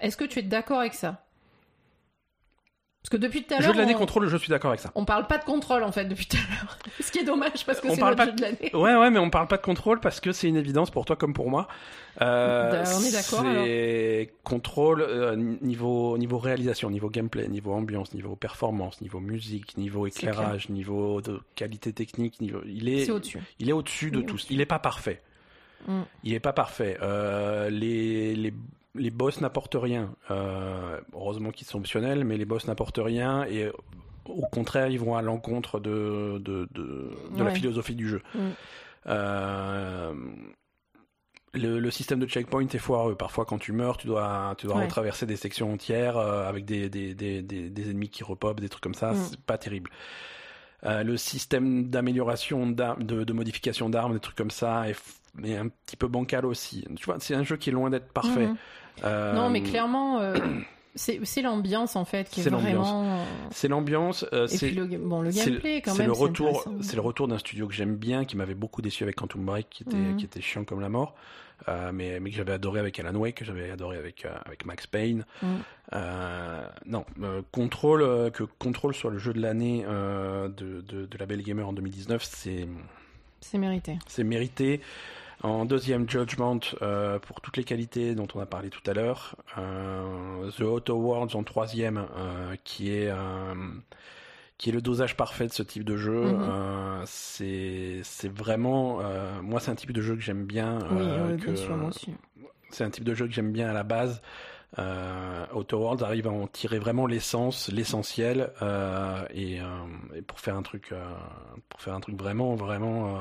Speaker 2: Est-ce que tu es d'accord avec ça Parce que depuis tout à l'heure,
Speaker 1: Jeu de l'année
Speaker 2: on...
Speaker 1: contrôle, je suis d'accord avec ça.
Speaker 2: on parle pas de contrôle en fait depuis tout à l'heure. Ce qui est dommage parce que
Speaker 1: On
Speaker 2: c'est
Speaker 1: parle
Speaker 2: notre
Speaker 1: pas-
Speaker 2: jeu de l'année.
Speaker 1: Ouais, ouais, mais on parle pas de contrôle parce que c'est une évidence pour toi comme pour moi. Euh,
Speaker 2: Bah, on est d'accord,
Speaker 1: C'est contrôle euh, niveau, niveau réalisation, niveau gameplay, niveau ambiance, niveau performance, niveau musique, niveau
Speaker 2: C'est clair.
Speaker 1: éclairage, niveau de qualité technique. Niveau... Il est,
Speaker 2: C'est au-dessus.
Speaker 1: Il est au-dessus de
Speaker 2: Il est
Speaker 1: tous. Il n'est pas parfait.
Speaker 2: Mm.
Speaker 1: Il n'est pas parfait. Euh, les, les, les boss n'apportent rien. Euh, heureusement qu'ils sont optionnels, mais les boss n'apportent rien et euh, au contraire, ils vont à l'encontre de, de, de, de la
Speaker 2: Ouais.
Speaker 1: philosophie du jeu.
Speaker 2: Mm.
Speaker 1: Euh, le, le système de checkpoint est foireux. Parfois, quand tu meurs, tu dois, tu dois
Speaker 2: Ouais.
Speaker 1: retraverser des sections entières euh, avec des, des, des, des, des ennemis qui repopent, des trucs comme ça.
Speaker 2: Mm.
Speaker 1: C'est pas terrible. Euh, le système d'amélioration, d'ar- de, de modification d'armes, des trucs comme ça, est, f- est un petit peu bancal aussi. Tu vois, c'est un jeu qui est loin d'être parfait.
Speaker 2: Mhm.
Speaker 1: Euh,
Speaker 2: Non, mais clairement, euh, c'est c'est l'ambiance en fait qui est,
Speaker 1: C'est l'ambiance.
Speaker 2: vraiment.
Speaker 1: C'est l'ambiance. euh,
Speaker 2: Et
Speaker 1: c'est
Speaker 2: puis le, ga- bon, le
Speaker 1: c'est le-
Speaker 2: gameplay quand
Speaker 1: c'est
Speaker 2: même.
Speaker 1: le retour,
Speaker 2: intéressant.
Speaker 1: c'est le retour d'un studio que j'aime bien, qui m'avait beaucoup déçu avec Quantum Break, qui était,
Speaker 2: Mhm.
Speaker 1: qui était chiant comme la mort, euh, mais, mais que j'avais adoré avec Alan Wake, que j'avais adoré avec, euh, avec Max Payne.
Speaker 2: Mhm.
Speaker 1: Euh, non, euh, Control, euh, que Control soit le jeu de l'année euh, de, de, de la Belle Gamer en 2019, c'est
Speaker 2: C'est mérité.
Speaker 1: c'est mérité. En deuxième, Judgment, euh, pour toutes les qualités dont on a parlé tout à l'heure. Euh, The Auto Worlds en troisième, euh, qui est... euh, qui est le dosage parfait de ce type de jeu.
Speaker 2: Mhm.
Speaker 1: Euh, c'est c'est vraiment... euh, moi, c'est un type de jeu que j'aime bien.
Speaker 2: Oui,
Speaker 1: euh,
Speaker 2: oui,
Speaker 1: que-
Speaker 2: bien sûr, moi aussi.
Speaker 1: c'est un type de jeu que j'aime bien à la base. Euh, Outer Worlds arrive à en tirer vraiment l'essence, l'essentiel, euh, et, euh, et pour faire un truc, euh, pour faire un truc vraiment, vraiment euh,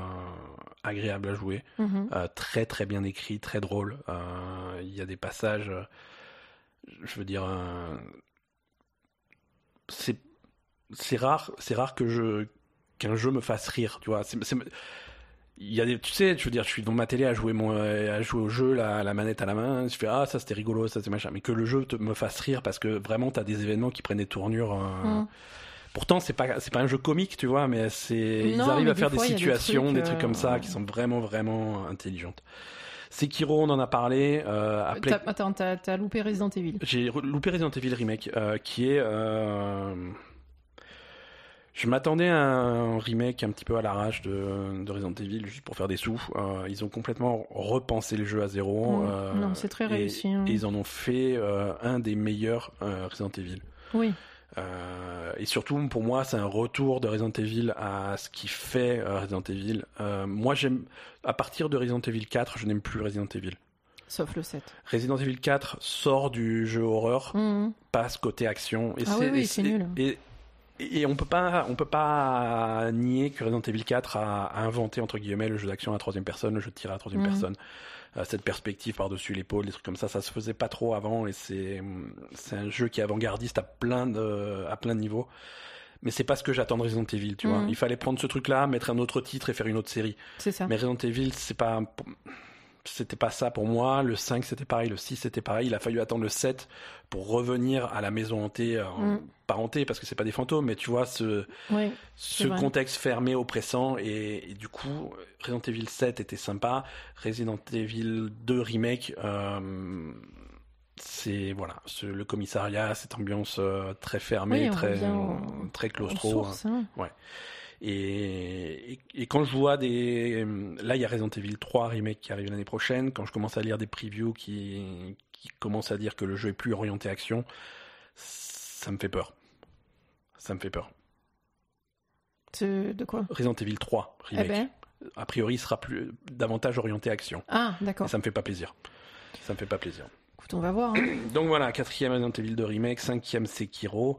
Speaker 1: agréable à jouer,
Speaker 2: Mhm.
Speaker 1: Euh, très, très bien écrit, très drôle. Euh, Il y a des passages, euh, je veux dire, euh, c'est, c'est rare, c'est rare que je, qu'un jeu me fasse rire, tu vois. C'est- c'est- il y a des, tu sais, je veux dire, je suis devant ma télé à jouer mon, à jouer au jeu, la, la manette à la main, je fais ah ça c'était rigolo, ça c'est machin, mais que le jeu te, me fasse rire parce que vraiment t'as des événements qui prennent des tournures. euh,
Speaker 2: Mhm.
Speaker 1: Pourtant c'est pas, c'est pas un jeu comique, tu vois, mais c'est, ils
Speaker 2: Non,
Speaker 1: arrivent
Speaker 2: mais
Speaker 1: à
Speaker 2: des
Speaker 1: faire
Speaker 2: fois, il
Speaker 1: des
Speaker 2: y a des
Speaker 1: situations,
Speaker 2: trucs,
Speaker 1: des trucs, comme ça
Speaker 2: euh,
Speaker 1: qui sont vraiment vraiment intelligentes. Sekiro, on en a parlé. Euh, après,
Speaker 2: T'as- Attends, t'as t'as loupé Resident Evil.
Speaker 1: j'ai re- loupé Resident Evil Remake, euh, qui est. euh, Je m'attendais à un remake un petit peu à l'arrache de, de Resident Evil, juste pour faire des sous. Euh, ils ont complètement repensé le jeu à zéro.
Speaker 2: Mhm.
Speaker 1: euh,
Speaker 2: non, c'est très
Speaker 1: et-
Speaker 2: réussi. hein.
Speaker 1: Et ils en ont fait euh, un des meilleurs euh, Resident Evil.
Speaker 2: Oui.
Speaker 1: Euh, et surtout, pour moi, c'est un retour de Resident Evil à ce qui fait euh, Resident Evil. Euh, moi, j'aime. À partir de Resident Evil 4, je n'aime plus Resident Evil.
Speaker 2: Sauf le 7.
Speaker 1: Resident Evil 4 sort du jeu horreur
Speaker 2: Mhm.
Speaker 1: pas ce côté action. Et
Speaker 2: Ah oui, oui,
Speaker 1: et
Speaker 2: c'est nul.
Speaker 1: Et Et et on peut pas, on peut pas nier que Resident Evil 4 a, a inventé entre guillemets le jeu d'action à la troisième personne, le jeu de tir à la troisième
Speaker 2: Mhm.
Speaker 1: personne, Euh, cette perspective par-dessus l'épaule, des trucs comme ça, ça se faisait pas trop avant et c'est c'est un jeu qui est avant-gardiste à plein de à plein de niveaux. Mais c'est pas ce que j'attends de Resident Evil, tu vois.
Speaker 2: Mhm.
Speaker 1: Il fallait prendre ce truc-là, mettre un autre titre et faire une autre série.
Speaker 2: C'est ça.
Speaker 1: Mais Resident Evil, c'est pas un- c'était pas ça pour moi, le 5 c'était pareil, le 6 c'était pareil, il a fallu attendre le 7 pour revenir à la maison hantée, euh,
Speaker 2: Mm.
Speaker 1: pas hantée parce que c'est pas des fantômes, mais tu vois ce,
Speaker 2: Ouais.
Speaker 1: ce
Speaker 2: C'est vrai.
Speaker 1: contexte fermé, oppressant, et, et du coup Resident Evil 7 était sympa, Resident Evil 2 Remake, euh, c'est voilà, ce- le commissariat, cette ambiance euh, très fermée,
Speaker 2: Oui, on
Speaker 1: très,
Speaker 2: revient au-
Speaker 1: très
Speaker 2: Aux
Speaker 1: claustro. hein.
Speaker 2: sources, hein.
Speaker 1: Et, et- et quand je vois des. Là, il y a Resident Evil 3 remake qui arrive l'année prochaine. Quand je commence à lire des previews qui, qui commencent à dire que le jeu est plus orienté action, ça me fait peur. Ça me fait peur.
Speaker 2: C'est- De quoi
Speaker 1: Resident Evil 3
Speaker 2: Eh
Speaker 1: remake,
Speaker 2: ben.
Speaker 1: a priori, sera plus, davantage orienté action.
Speaker 2: Ah,
Speaker 1: Et
Speaker 2: d'accord.
Speaker 1: ça me fait pas plaisir. Ça me fait pas plaisir.
Speaker 2: Écoute, on va voir. hein.
Speaker 1: Donc voilà, quatrième Resident Evil 2 Remake, cinquième Sekiro.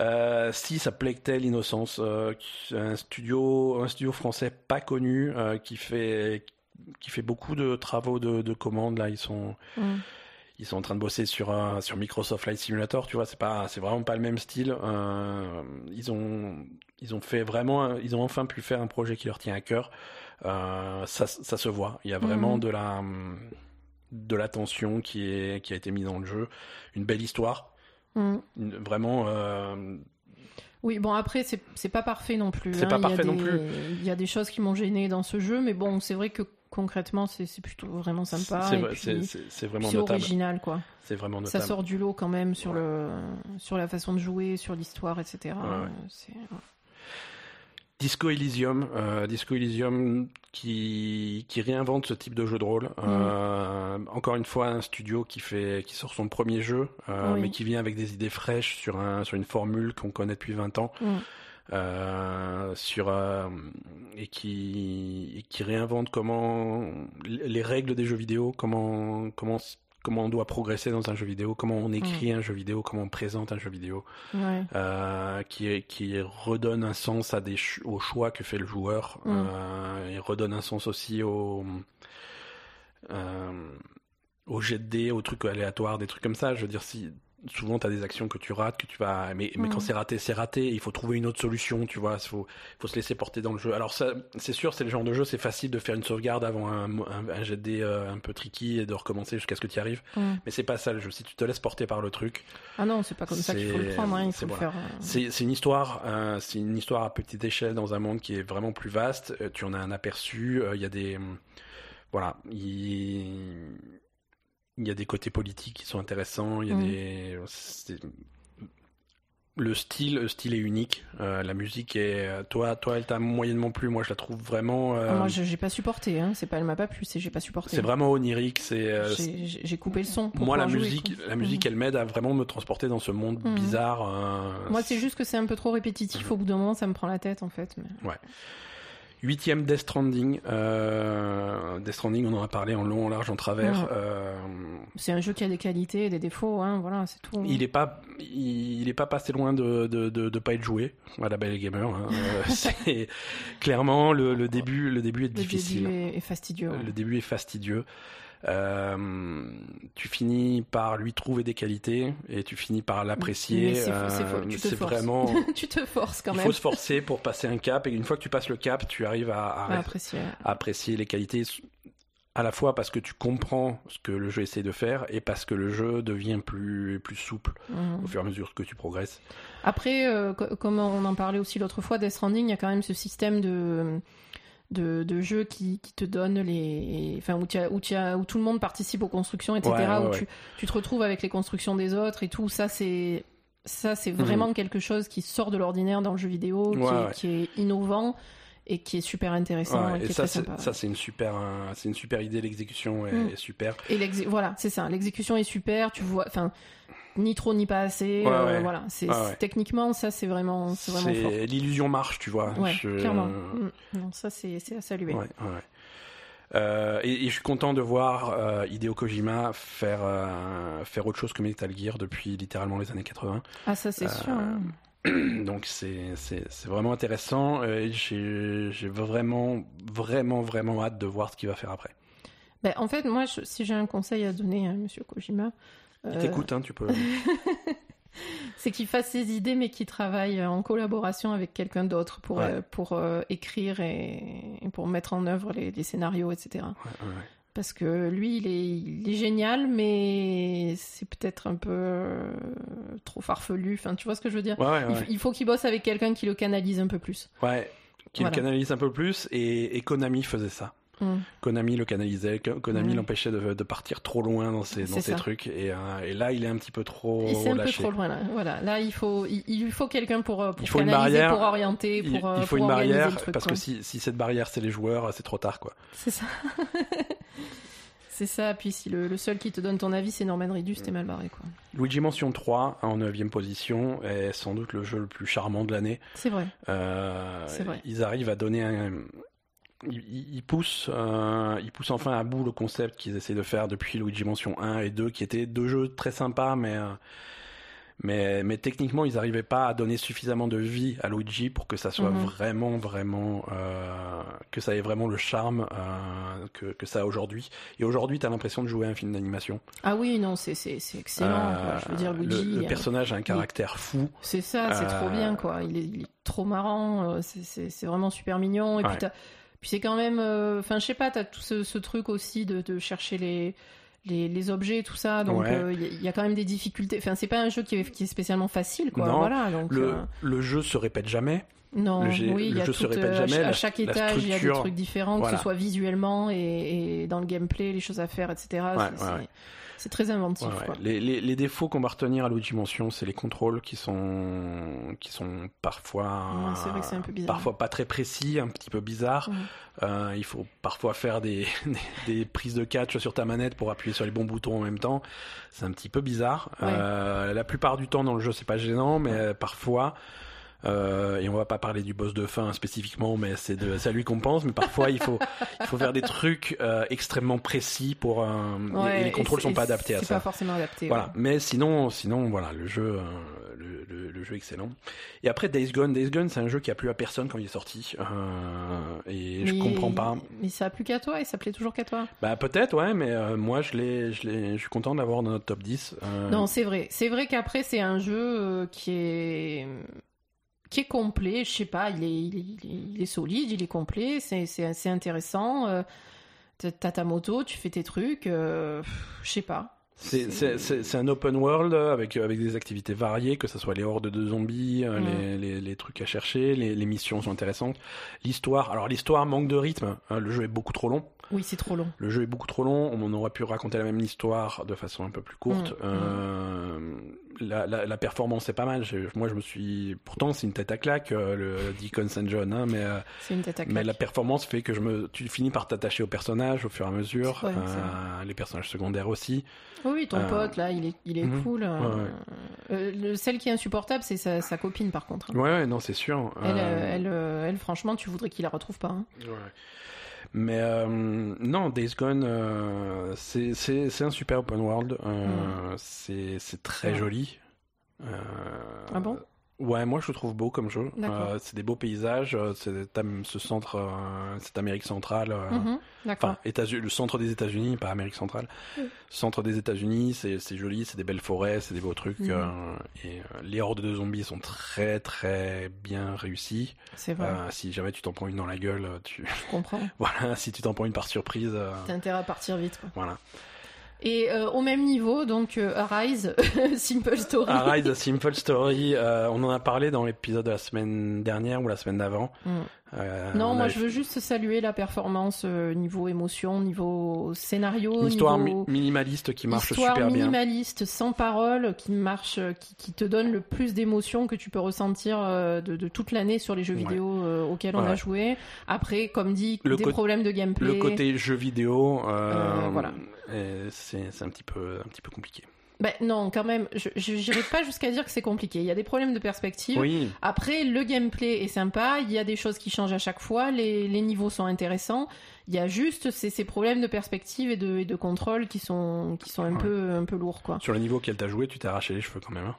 Speaker 1: Euh, six à Plague Tale Innocence, euh, qui- un studio, un studio français pas connu euh, qui fait qui fait beaucoup de travaux de, de commandes là. Ils sont
Speaker 2: Mm.
Speaker 1: ils sont en train de bosser sur un- sur Microsoft Flight Simulator. Tu vois, c'est pas c'est vraiment pas le même style. Euh, ils ont ils ont fait vraiment un- ils ont enfin pu faire un projet qui leur tient à cœur. Euh, ça, ça se voit. Il y a vraiment
Speaker 2: Mhm.
Speaker 1: de la de la tension qui est qui a été mise dans le jeu. Une belle histoire.
Speaker 2: Mm.
Speaker 1: Une- Vraiment, euh,
Speaker 2: Oui, bon, après, c'est c'est pas parfait non plus. hein.
Speaker 1: C'est pas
Speaker 2: Il y a
Speaker 1: parfait non
Speaker 2: des-
Speaker 1: plus.
Speaker 2: Il y a des choses qui m'ont gêné dans ce jeu, mais bon, c'est vrai que concrètement, c'est c'est plutôt vraiment
Speaker 1: c'est
Speaker 2: sympa.
Speaker 1: c'est
Speaker 2: et
Speaker 1: vrai-
Speaker 2: puis-
Speaker 1: c'est- c'est- c'est vraiment
Speaker 2: puis
Speaker 1: notable.
Speaker 2: original, quoi.
Speaker 1: C'est vraiment
Speaker 2: Ça
Speaker 1: notable.
Speaker 2: sort du lot quand même sur, le, sur la façon de jouer, sur l'histoire, etc.
Speaker 1: Ouais, ouais.
Speaker 2: C'est-
Speaker 1: Disco Elysium, euh, Disco Elysium qui, qui réinvente ce type de jeu de rôle.
Speaker 2: Mm.
Speaker 1: Euh, encore une fois, un studio qui fait, qui sort son premier jeu, euh,
Speaker 2: Oui.
Speaker 1: mais qui vient avec des idées fraîches sur un, sur une formule qu'on connaît depuis 20 ans.
Speaker 2: Mm.
Speaker 1: euh, sur euh, et qui et qui réinvente comment les règles des jeux vidéo, comment comment comment on doit progresser dans un jeu vidéo, comment
Speaker 2: Mm.
Speaker 1: on écrit un jeu vidéo, comment on présente un jeu vidéo,
Speaker 2: Ouais.
Speaker 1: euh, qui qui redonne un sens à des ch- aux choix que fait le joueur
Speaker 2: Mm.
Speaker 1: euh, et redonne un sens aussi au euh, au jet de dés, aux trucs aléatoires, des trucs comme ça. Je veux dire si souvent tu as des actions que tu rates, que tu vas mais mais
Speaker 2: Mm.
Speaker 1: quand c'est raté, c'est raté, il faut trouver une autre solution, tu vois, il faut faut se laisser porter dans le jeu. Alors ça, c'est sûr, c'est le genre de jeu, c'est facile de faire une sauvegarde avant un, un, un jet de dés, euh, un peu tricky et de recommencer jusqu'à ce que tu y arrives.
Speaker 2: Mm.
Speaker 1: Mais c'est pas ça le jeu. Si tu te laisses porter par le truc,
Speaker 2: Ah non, c'est pas comme ça qu'il faut
Speaker 1: C'est-
Speaker 2: le prendre, hein, il
Speaker 1: c'est
Speaker 2: faut le
Speaker 1: voilà.
Speaker 2: faire. euh,
Speaker 1: c'est c'est une histoire, euh, c'est une histoire à petite échelle dans un monde qui est vraiment plus vaste. Euh, tu en as un aperçu. euh, Il y a des, hum, voilà, il il y a des côtés politiques qui sont intéressants. Il y a
Speaker 2: Mm.
Speaker 1: des, c'est- le style, le style est unique. Euh, la musique est, toi, toi, elle t'a moyennement plu. Moi, je la trouve vraiment. euh,
Speaker 2: Ah, Moi, je- j'ai pas supporté, hein. c'est pas elle m'a pas plu, c'est j'ai pas supporté.
Speaker 1: c'est vraiment onirique. C'est euh,
Speaker 2: J'ai j'ai- j'ai coupé le son. pour
Speaker 1: Moi, la
Speaker 2: pouvoir jouer,
Speaker 1: musique,
Speaker 2: quoi.
Speaker 1: la musique, elle m'aide à vraiment me transporter dans ce monde
Speaker 2: Mhm.
Speaker 1: bizarre. euh,
Speaker 2: Moi, c'est juste que c'est un peu trop répétitif. Au bout d'un moment, ça me prend la tête, en fait. mais-
Speaker 1: Huitième Death Stranding. Euh, Death Stranding, on en a parlé en long, en large, en travers.
Speaker 2: Mhm.
Speaker 1: Euh,
Speaker 2: C'est un jeu qui a des qualités et des défauts, hein, voilà, c'est tout.
Speaker 1: il est pas, il il est pas passé loin de de, de, de pas être joué à la Belle et Gamer. hein. Euh, c'est clairement le, le début, le début est
Speaker 2: le
Speaker 1: difficile.
Speaker 2: début est, est fastidieux. hein. ouais.
Speaker 1: Le début est fastidieux. Euh, tu finis par lui trouver des qualités et tu finis par l'apprécier.
Speaker 2: Mais c'est faux- c'est faux,
Speaker 1: Euh,
Speaker 2: tu te
Speaker 1: c'est
Speaker 2: forces.
Speaker 1: vraiment.
Speaker 2: tu te forces quand
Speaker 1: Il
Speaker 2: même
Speaker 1: faut se forcer pour passer un cap et une fois que tu passes le cap, tu arrives à, à-
Speaker 2: à apprécier.
Speaker 1: à apprécier les qualités à la fois parce que tu comprends ce que le jeu essaie de faire et parce que le jeu devient plus plus souple
Speaker 2: Mhm.
Speaker 1: au fur et à mesure que tu progresses.
Speaker 2: Après, euh, co- comme on en parlait aussi l'autre fois, Death Stranding, il y a quand même ce système de de, de jeu qui, qui te donne les enfin où, tu as- où, tu as- où tout le monde participe aux constructions etc
Speaker 1: Ouais, ouais,
Speaker 2: où
Speaker 1: ouais.
Speaker 2: Tu, tu te retrouves avec les constructions des autres et tout ça c'est ça c'est vraiment quelque chose qui sort de l'ordinaire dans le jeu vidéo qui,
Speaker 1: Mhm. Ouais,
Speaker 2: est-
Speaker 1: ouais.
Speaker 2: qui est innovant et qui est super intéressant
Speaker 1: Ouais,
Speaker 2: et, qui
Speaker 1: et
Speaker 2: est
Speaker 1: ça
Speaker 2: très
Speaker 1: c'est
Speaker 2: sympa.
Speaker 1: ça c'est une super hein, c'est une super idée l'exécution est,
Speaker 2: Mm.
Speaker 1: est super.
Speaker 2: Et l'exé- voilà, c'est ça. L'exécution est super. Tu vois, enfin, ni trop ni pas assez.
Speaker 1: Ouais,
Speaker 2: euh,
Speaker 1: ouais.
Speaker 2: Voilà, c'est
Speaker 1: Ouais, ouais.
Speaker 2: techniquement ça, c'est vraiment, c'est vraiment fort.
Speaker 1: C'est l'illusion marche, tu vois.
Speaker 2: Ouais,
Speaker 1: Je- euh,
Speaker 2: clairement. Mm. Non, ça c'est c'est à saluer.
Speaker 1: Ouais, ouais. Euh, et, et je suis content de voir euh, Hideo Kojima faire euh, faire autre chose que Metal Gear depuis littéralement les années 80.
Speaker 2: Ah ça c'est sûr. hein.
Speaker 1: Donc c'est c'est- c'est vraiment intéressant. euh, J'ai j'ai vraiment, vraiment, vraiment hâte de voir ce qu'il va faire après.
Speaker 2: Ben, en fait, moi, je- si j'ai un conseil à donner à Monsieur Kojima,
Speaker 1: Il
Speaker 2: euh,
Speaker 1: t'écoute, hein, tu peux.
Speaker 2: c'est qu'il fasse ses idées, mais qu'il travaille euh, en collaboration avec quelqu'un d'autre pour,
Speaker 1: Ouais.
Speaker 2: euh, pour euh, écrire et, et pour mettre en œuvre les, les scénarios, etc.
Speaker 1: Ouais, ouais.
Speaker 2: Parce que lui, il est, il est génial, mais c'est peut-être un peu euh, trop farfelu. Enfin, tu vois ce que je veux dire
Speaker 1: Ouais, ouais,
Speaker 2: Il f-
Speaker 1: ouais.
Speaker 2: Il faut qu'il bosse avec quelqu'un qui le canalise un peu plus.
Speaker 1: Ouais, qu'il
Speaker 2: Voilà.
Speaker 1: le canalise un peu plus et, et Konami faisait ça.
Speaker 2: Mm.
Speaker 1: Konami le canalisait, Ko- Konami
Speaker 2: Ouais.
Speaker 1: l'empêchait de, de partir trop loin dans ses, dans
Speaker 2: C'est
Speaker 1: ses
Speaker 2: ça.
Speaker 1: trucs et, euh, et là il est un petit peu trop
Speaker 2: Et c'est un peu
Speaker 1: lâché.
Speaker 2: trop loin là. Voilà, là il faut, il, il lui faut quelqu'un pour, euh, pour
Speaker 1: Il faut une
Speaker 2: canaliser,
Speaker 1: barrière.
Speaker 2: pour orienter,
Speaker 1: Il,
Speaker 2: pour, euh,
Speaker 1: il faut
Speaker 2: pour
Speaker 1: une
Speaker 2: organiser
Speaker 1: barrière
Speaker 2: le truc,
Speaker 1: parce
Speaker 2: quoi.
Speaker 1: que si, si cette barrière c'est les joueurs, euh, c'est trop tard quoi.
Speaker 2: c'est ça. c'est ça. Puis si le, le seul qui te donne ton avis c'est Norman Reedus,
Speaker 1: Mm.
Speaker 2: t'es mal barré quoi.
Speaker 1: Luigi Mansion 3 en 9 position est sans doute le jeu le plus charmant de l'année.
Speaker 2: C'est vrai.
Speaker 1: Euh,
Speaker 2: C'est vrai.
Speaker 1: Ils arrivent à donner un. Ils, ils- ils poussent, euh, ils poussent enfin à bout le concept qu'ils essaient de faire depuis Luigi Mansion 1 et 2, qui étaient deux jeux très sympas, mais, euh, mais, mais techniquement, ils n'arrivaient pas à donner suffisamment de vie à Luigi pour que ça soit
Speaker 2: Mhm.
Speaker 1: vraiment, vraiment. euh, que ça ait vraiment le charme euh, que, que ça a aujourd'hui. Et aujourd'hui, tu as l'impression de jouer à un film d'animation.
Speaker 2: Ah oui, non, c'est c'est c'est excellent. quoi.
Speaker 1: Euh,
Speaker 2: Je veux dire
Speaker 1: le-
Speaker 2: Luigi.
Speaker 1: le,
Speaker 2: euh,
Speaker 1: personnage a un caractère fou.
Speaker 2: C'est ça, c'est
Speaker 1: Euh,
Speaker 2: trop bien quoi. Il est, il est trop marrant, euh, c'est- c'est c'est vraiment super mignon. Et
Speaker 1: Ouais.
Speaker 2: puis, t'as- puis c'est quand même, euh, enfin je sais pas, t'as tout ce, ce truc aussi de, de chercher les, les les objets tout ça. Donc
Speaker 1: Ouais.
Speaker 2: euh, il y a- il y, a quand même des difficultés. Enfin c'est pas un jeu qui est, qui est spécialement facile quoi.
Speaker 1: Non,
Speaker 2: voilà donc
Speaker 1: Le,
Speaker 2: euh,
Speaker 1: le jeu se répète jamais.
Speaker 2: non,
Speaker 1: le jeu-
Speaker 2: oui il y
Speaker 1: le
Speaker 2: a
Speaker 1: jeu
Speaker 2: tout,
Speaker 1: se répète
Speaker 2: euh, à
Speaker 1: jamais,
Speaker 2: ch- à,
Speaker 1: la-
Speaker 2: chaque
Speaker 1: la
Speaker 2: étage il y a des
Speaker 1: structure,
Speaker 2: trucs différents,
Speaker 1: voilà.
Speaker 2: que ce soit visuellement et, et dans le gameplay, les choses à faire, etc.
Speaker 1: Ouais,
Speaker 2: C'est-
Speaker 1: ouais,
Speaker 2: c'est-
Speaker 1: ouais.
Speaker 2: c'est très inventif.
Speaker 1: Ouais, ouais.
Speaker 2: quoi.
Speaker 1: Les, les- les défauts qu'on va retenir à Luigi Mansion, c'est les contrôles qui sont, qui sont parfois,
Speaker 2: Ouais, c'est vrai que c'est un peu bizarre. hein. Mhm.
Speaker 1: parfois pas très précis, un petit peu bizarre.
Speaker 2: Ouais.
Speaker 1: Euh, il faut parfois faire des, des, des prises de catch sur ta manette pour appuyer sur les bons boutons en même temps. C'est un petit peu bizarre.
Speaker 2: Ouais.
Speaker 1: Euh, la plupart du temps dans le jeu, c'est pas gênant, mais euh, parfois. euh, et on va pas parler du boss de fin spécifiquement, mais c'est de ça lui qu'on pense. Mais parfois il faut il faut faire des trucs euh, extrêmement précis pour euh,
Speaker 2: Ouais,
Speaker 1: et les
Speaker 2: et
Speaker 1: contrôles
Speaker 2: c'est-
Speaker 1: sont pas
Speaker 2: et
Speaker 1: adaptés à
Speaker 2: C'est
Speaker 1: ça.
Speaker 2: pas forcément adapté. ouais.
Speaker 1: Voilà. Mais sinon, sinon, voilà, le jeu, euh, le, le- le jeu excellent. Et après, Days Gone, Days Gone, c'est un jeu qui a plu à personne quand il est sorti. Euh, et je
Speaker 2: Mais-
Speaker 1: comprends pas.
Speaker 2: Mais ça a plus qu'à toi et ça plaît toujours qu'à toi.
Speaker 1: Bah peut-être, ouais, mais euh, moi, je l'ai, je l'ai, je suis content de l'avoir dans notre top 10. Euh,
Speaker 2: Non, c'est vrai. C'est vrai qu'après, c'est un jeu euh, qui est qui est complet, je sais pas, il est, il est- il est- il est solide, il est complet, c'est- c'est c'est intéressant. euh, t'as- T'as ta moto, tu fais tes trucs, euh, pff, je sais pas.
Speaker 1: c'est, c'est, c'est- c'est un open world euh, avec euh, avec des activités variées, que ce soit les hordes de zombies, euh,
Speaker 2: Mm.
Speaker 1: les, les, les trucs à chercher, les, les missions sont intéressantes. L'histoire, alors l'histoire manque de rythme. hein, le jeu est beaucoup trop long.
Speaker 2: Oui, c'est trop long.
Speaker 1: Le jeu est beaucoup trop long, on aurait pu raconter la même histoire de façon un peu plus courte.
Speaker 2: Mm,
Speaker 1: Euh, la, la- la performance est pas mal. J'ai- Moi, je me suis. Pourtant, c'est une tête à claque, euh, le Deacon St. John, hein, mais, euh,
Speaker 2: C'est une tête à claque.
Speaker 1: mais la performance fait que je me... tu finis par t'attacher au personnage au fur et à mesure,
Speaker 2: Ouais, c'est
Speaker 1: euh, les personnages secondaires aussi.
Speaker 2: Oui, oui, ton
Speaker 1: Euh,
Speaker 2: pote, là, il est, il est
Speaker 1: mhm,
Speaker 2: cool. euh,
Speaker 1: ouais, ouais.
Speaker 2: euh, le- celle qui est insupportable, c'est sa, sa copine, par contre. hein.
Speaker 1: Ouais, ouais, non, c'est sûr.
Speaker 2: Elle,
Speaker 1: Euh,
Speaker 2: euh, elle, euh, elle, franchement, tu voudrais qu'il la retrouve pas. hein.
Speaker 1: Ouais. Mais euh, non, Days Gone, euh, c'est- c'est c'est un super open world. euh, C'est c'est très
Speaker 2: Ouais.
Speaker 1: joli. Euh,
Speaker 2: Ah bon
Speaker 1: Ouais, moi je le trouve beau comme jeu.
Speaker 2: D'accord.
Speaker 1: Euh, c'est des beaux paysages. euh, c'est- t'as m- ce centre, euh, cette Amérique centrale. euh,
Speaker 2: Mhm, D'accord.
Speaker 1: Enfin, États- le centre des États-Unis, pas Amérique centrale. Centre des États-Unis, c'est c'est joli, c'est des belles forêts, c'est des beaux trucs.
Speaker 2: Mhm.
Speaker 1: euh, et euh, les hordes de zombies sont très très bien réussies.
Speaker 2: c'est vrai,
Speaker 1: Euh, si jamais tu t'en prends une dans la gueule, euh, tu,
Speaker 2: je comprends.
Speaker 1: voilà, si tu t'en prends une par surprise. euh,
Speaker 2: T'as intérêt à partir vite, quoi.
Speaker 1: voilà.
Speaker 2: Et euh, au même niveau, donc euh, Arise, Simple Story.
Speaker 1: Arise, A Simple Story, euh, on en a parlé dans l'épisode de la semaine dernière ou la semaine d'avant.
Speaker 2: Mm.
Speaker 1: Euh,
Speaker 2: Non,
Speaker 1: on
Speaker 2: moi
Speaker 1: avait
Speaker 2: je veux juste saluer la performance euh, niveau émotion, niveau scénario,
Speaker 1: Une histoire mi-
Speaker 2: niveau
Speaker 1: minimaliste qui marche
Speaker 2: histoire
Speaker 1: super bien.
Speaker 2: minimaliste, sans parole, qui marche, euh, qui, qui te donne le plus d'émotions que tu peux ressentir euh, de, de toute l'année sur les jeux
Speaker 1: Ouais.
Speaker 2: vidéo euh, auxquels on
Speaker 1: Ouais.
Speaker 2: a joué. Après, comme dit,
Speaker 1: Le
Speaker 2: des
Speaker 1: côté-
Speaker 2: problèmes de gameplay.
Speaker 1: Le côté jeu vidéo, euh,
Speaker 2: Euh, voilà.
Speaker 1: et c'est c'est un petit peu, un petit peu compliqué.
Speaker 2: Ben non, quand même, je je- j'irai pas jusqu'à dire que c'est compliqué. Il y a des problèmes de perspective.
Speaker 1: Oui,
Speaker 2: Après, le gameplay est sympa, il y a des choses qui changent à chaque fois, les, les niveaux sont intéressants, il y a juste ces, ces problèmes de perspective et de, et de contrôle qui sont, qui sont un,
Speaker 1: Ouais.
Speaker 2: peu, un peu lourds, quoi.
Speaker 1: sur le niveau qu'elle t'a joué, tu t'es arraché les cheveux quand même. hein.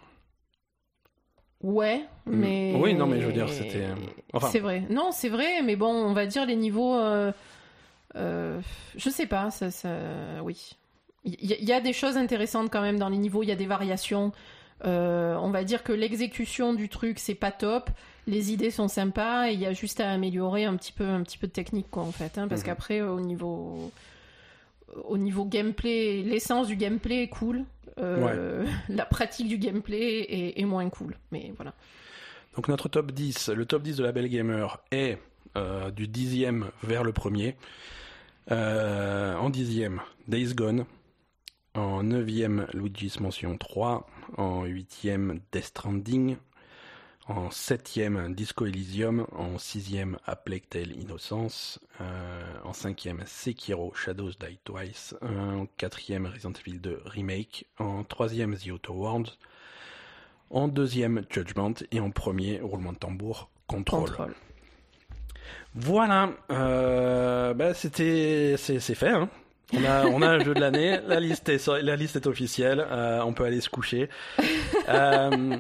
Speaker 2: Ouais, mais.
Speaker 1: Oui, non, mais je veux dire, c'était- euh, enfin-
Speaker 2: C'est vrai. Non, c'est vrai, mais bon, on va dire les niveaux. euh, euh, je sais pas, ça. ça- oui. Il y, il y a des choses intéressantes quand même dans les niveaux, il y a des variations. Euh, on va dire que l'exécution du truc, c'est pas top. Les idées sont sympas et il y a juste à améliorer un petit peu, un petit peu de technique, quoi, en fait. hein, parce
Speaker 1: Mhm.
Speaker 2: qu'après, au niveau. Au niveau gameplay, l'essence du gameplay est cool. Euh, La pratique du gameplay est, est moins cool. Mais voilà.
Speaker 1: Donc notre top 10, le top 10 de la Belle Gamer est euh, du dixième vers le premier. Euh, en dixième, Days Gone. En neuvième, Luigi's Mansion 3. En huitième, Death Stranding. En septième, Disco Elysium. En sixième, A Plague Tale Innocence. Euh, en cinquième, Sekiro Shadows Die Twice. Euh, En quatrième, Resident Evil 2 Remake. En troisième, The Auto World. En deuxième, Judgment. Et en premier, roulement de tambour, Control.
Speaker 2: Contrôle.
Speaker 1: Voilà. Euh, bah, c'était, c'est, c'est fait. hein. On a, on a un jeu de l'année. La liste est, sur- la liste est officielle. Euh, on peut aller se coucher. Euh,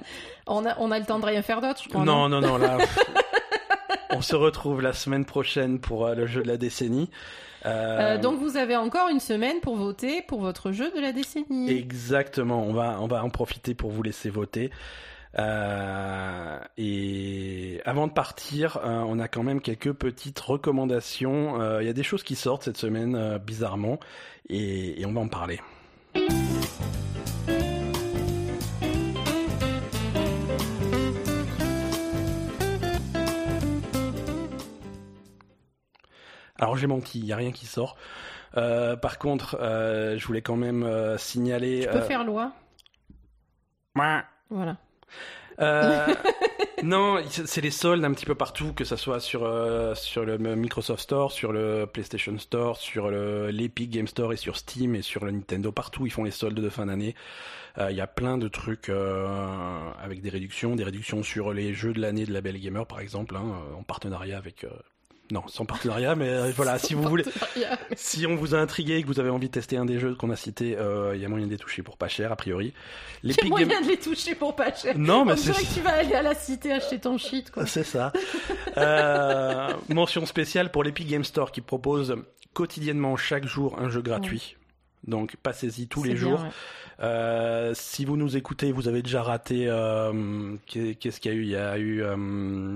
Speaker 2: On a, on a le temps de rien faire d'autre, je crois.
Speaker 1: non, euh, non, non, là. pff. on se retrouve la semaine prochaine pour euh, le jeu de la décennie. Euh,
Speaker 2: Euh, donc vous avez encore une semaine pour voter pour votre jeu de la décennie.
Speaker 1: Exactement, on va, on va en profiter pour vous laisser voter. Euh, et avant de partir, euh, on a quand même quelques petites recommandations. Euh, Il y a des choses qui sortent cette semaine, euh, bizarrement, et, et on va en parler. Alors j'ai menti, il n'y a rien qui sort. Euh, par contre, euh, je voulais quand même euh, signaler...
Speaker 2: Tu peux
Speaker 1: euh,
Speaker 2: faire loi.
Speaker 1: mouah.
Speaker 2: Voilà.
Speaker 1: Euh, non, c'est c'est les soldes un petit peu partout, que ça soit sur euh, sur le Microsoft Store, sur le PlayStation Store, sur le l'Epic Game Store et sur Steam et sur le Nintendo. Partout, ils font les soldes de fin d'année. Euh, Il y a plein de trucs euh, avec des réductions, des réductions sur les jeux de l'année de la Belle Gamer, par exemple, hein, en partenariat avec. euh, non, sans partenariat, mais euh, voilà, si vous voulez,
Speaker 2: Partenariat.
Speaker 1: si on vous a intrigué et que vous avez envie de tester un des jeux qu'on a cités, euh, il y a moyen de les toucher pour pas cher, a priori.
Speaker 2: J'ai
Speaker 1: L'Epic
Speaker 2: moyen
Speaker 1: Game-
Speaker 2: de les toucher pour pas cher.
Speaker 1: Non, mais
Speaker 2: On dirait
Speaker 1: c'est-
Speaker 2: que tu vas aller à la cité acheter ton shit, quoi.
Speaker 1: C'est ça. Euh, mention spéciale pour l'Epic Game Store qui propose quotidiennement chaque jour un jeu gratuit. Donc passez-y tous
Speaker 2: C'est
Speaker 1: les
Speaker 2: bien,
Speaker 1: jours.
Speaker 2: ouais.
Speaker 1: Euh, si vous nous écoutez, vous avez déjà raté. euh, qu'est- Qu'est-ce qu'il y a eu Il y a eu euh,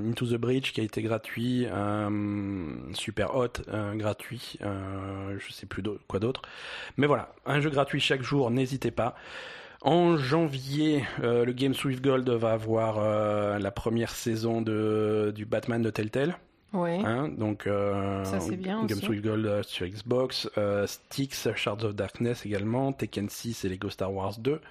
Speaker 1: Into the Bridge qui a été gratuit, euh, Super Hot euh, gratuit, euh, je sais plus d'au- quoi d'autre. Mais voilà, un jeu gratuit chaque jour, n'hésitez pas. En janvier, euh, le Game Swift Gold va avoir euh, la première saison de, du Batman de Telltale.
Speaker 2: Ouais.
Speaker 1: Hein, donc, euh,
Speaker 2: Ça, c'est bien
Speaker 1: Games
Speaker 2: aussi.
Speaker 1: with Gold euh, sur Xbox, euh, Styx, Shards of Darkness également, Tekken 6 et Lego Star Wars 2.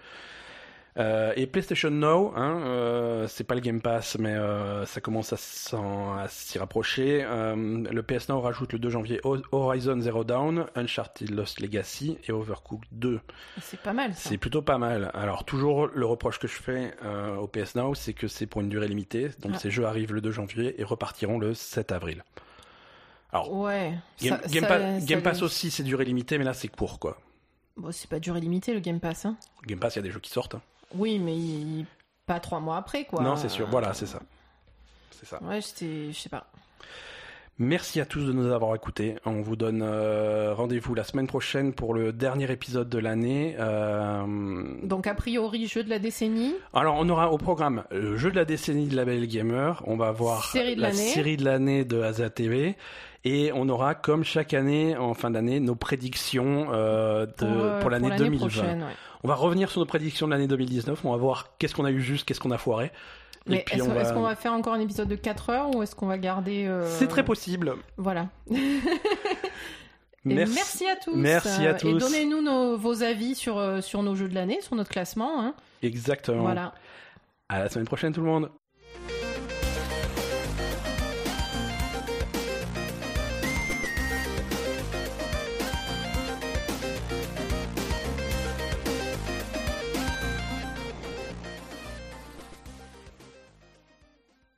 Speaker 1: Euh, et PlayStation Now, hein, euh, c'est pas le Game Pass, mais euh, ça commence à s'en- à s'y rapprocher. Euh, le PS Now rajoute le 2 janvier Ho- Horizon Zero Dawn, Uncharted Lost Legacy et Overcooked 2.
Speaker 2: Ah. C'est pas mal, ça.
Speaker 1: C'est plutôt pas mal. Alors, toujours le reproche que je fais euh, au PS Now, c'est que c'est pour une durée limitée. Donc,
Speaker 2: Ah.
Speaker 1: ces jeux arrivent le 2 janvier et repartiront le 7 avril.
Speaker 2: Ouais.
Speaker 1: Game,
Speaker 2: Ça-
Speaker 1: Game
Speaker 2: ça-
Speaker 1: Pass,
Speaker 2: ça
Speaker 1: Game
Speaker 2: lui-
Speaker 1: Pass aussi, c'est durée limitée, mais là, c'est court, quoi.
Speaker 2: Bon, c'est pas durée limitée, le Game Pass, hein.
Speaker 1: Game Pass, il y a des jeux qui sortent. hein.
Speaker 2: Oui, mais il- pas trois mois après, quoi.
Speaker 1: Non, c'est sûr. Voilà, c'est ça. C'est ça.
Speaker 2: Ouais, j'étais... Je sais pas.
Speaker 1: Merci à tous de nous avoir écoutés. On vous donne euh, rendez-vous la semaine prochaine pour le dernier épisode de l'année. Euh,
Speaker 2: Donc, a priori, jeu de la décennie.
Speaker 1: Alors, on aura au programme le jeu de la décennie de la Belle Gamer. On va voir
Speaker 2: Série de
Speaker 1: la
Speaker 2: l'année.
Speaker 1: série de l'année de Aza TV. Et on aura, comme chaque année, en fin d'année, nos prédictions euh, de-
Speaker 2: euh,
Speaker 1: pour l'année 2020.
Speaker 2: prochaine, ouais.
Speaker 1: On va revenir sur nos prédictions de l'année 2019. On va voir qu'est-ce qu'on a eu juste, qu'est-ce qu'on a foiré. Et
Speaker 2: Mais
Speaker 1: puis
Speaker 2: est-ce
Speaker 1: on
Speaker 2: qu'on
Speaker 1: va-
Speaker 2: est-ce qu'on va faire encore un épisode de 4 heures ou est-ce qu'on va garder... euh,
Speaker 1: C'est très possible.
Speaker 2: Voilà. Et
Speaker 1: Merci.
Speaker 2: Merci. à tous.
Speaker 1: Merci à
Speaker 2: Euh,
Speaker 1: tous.
Speaker 2: Et donnez-nous nos- vos avis sur, euh, sur nos jeux de l'année, sur notre classement. hein.
Speaker 1: Exactement.
Speaker 2: Voilà.
Speaker 1: À la semaine prochaine, tout le monde.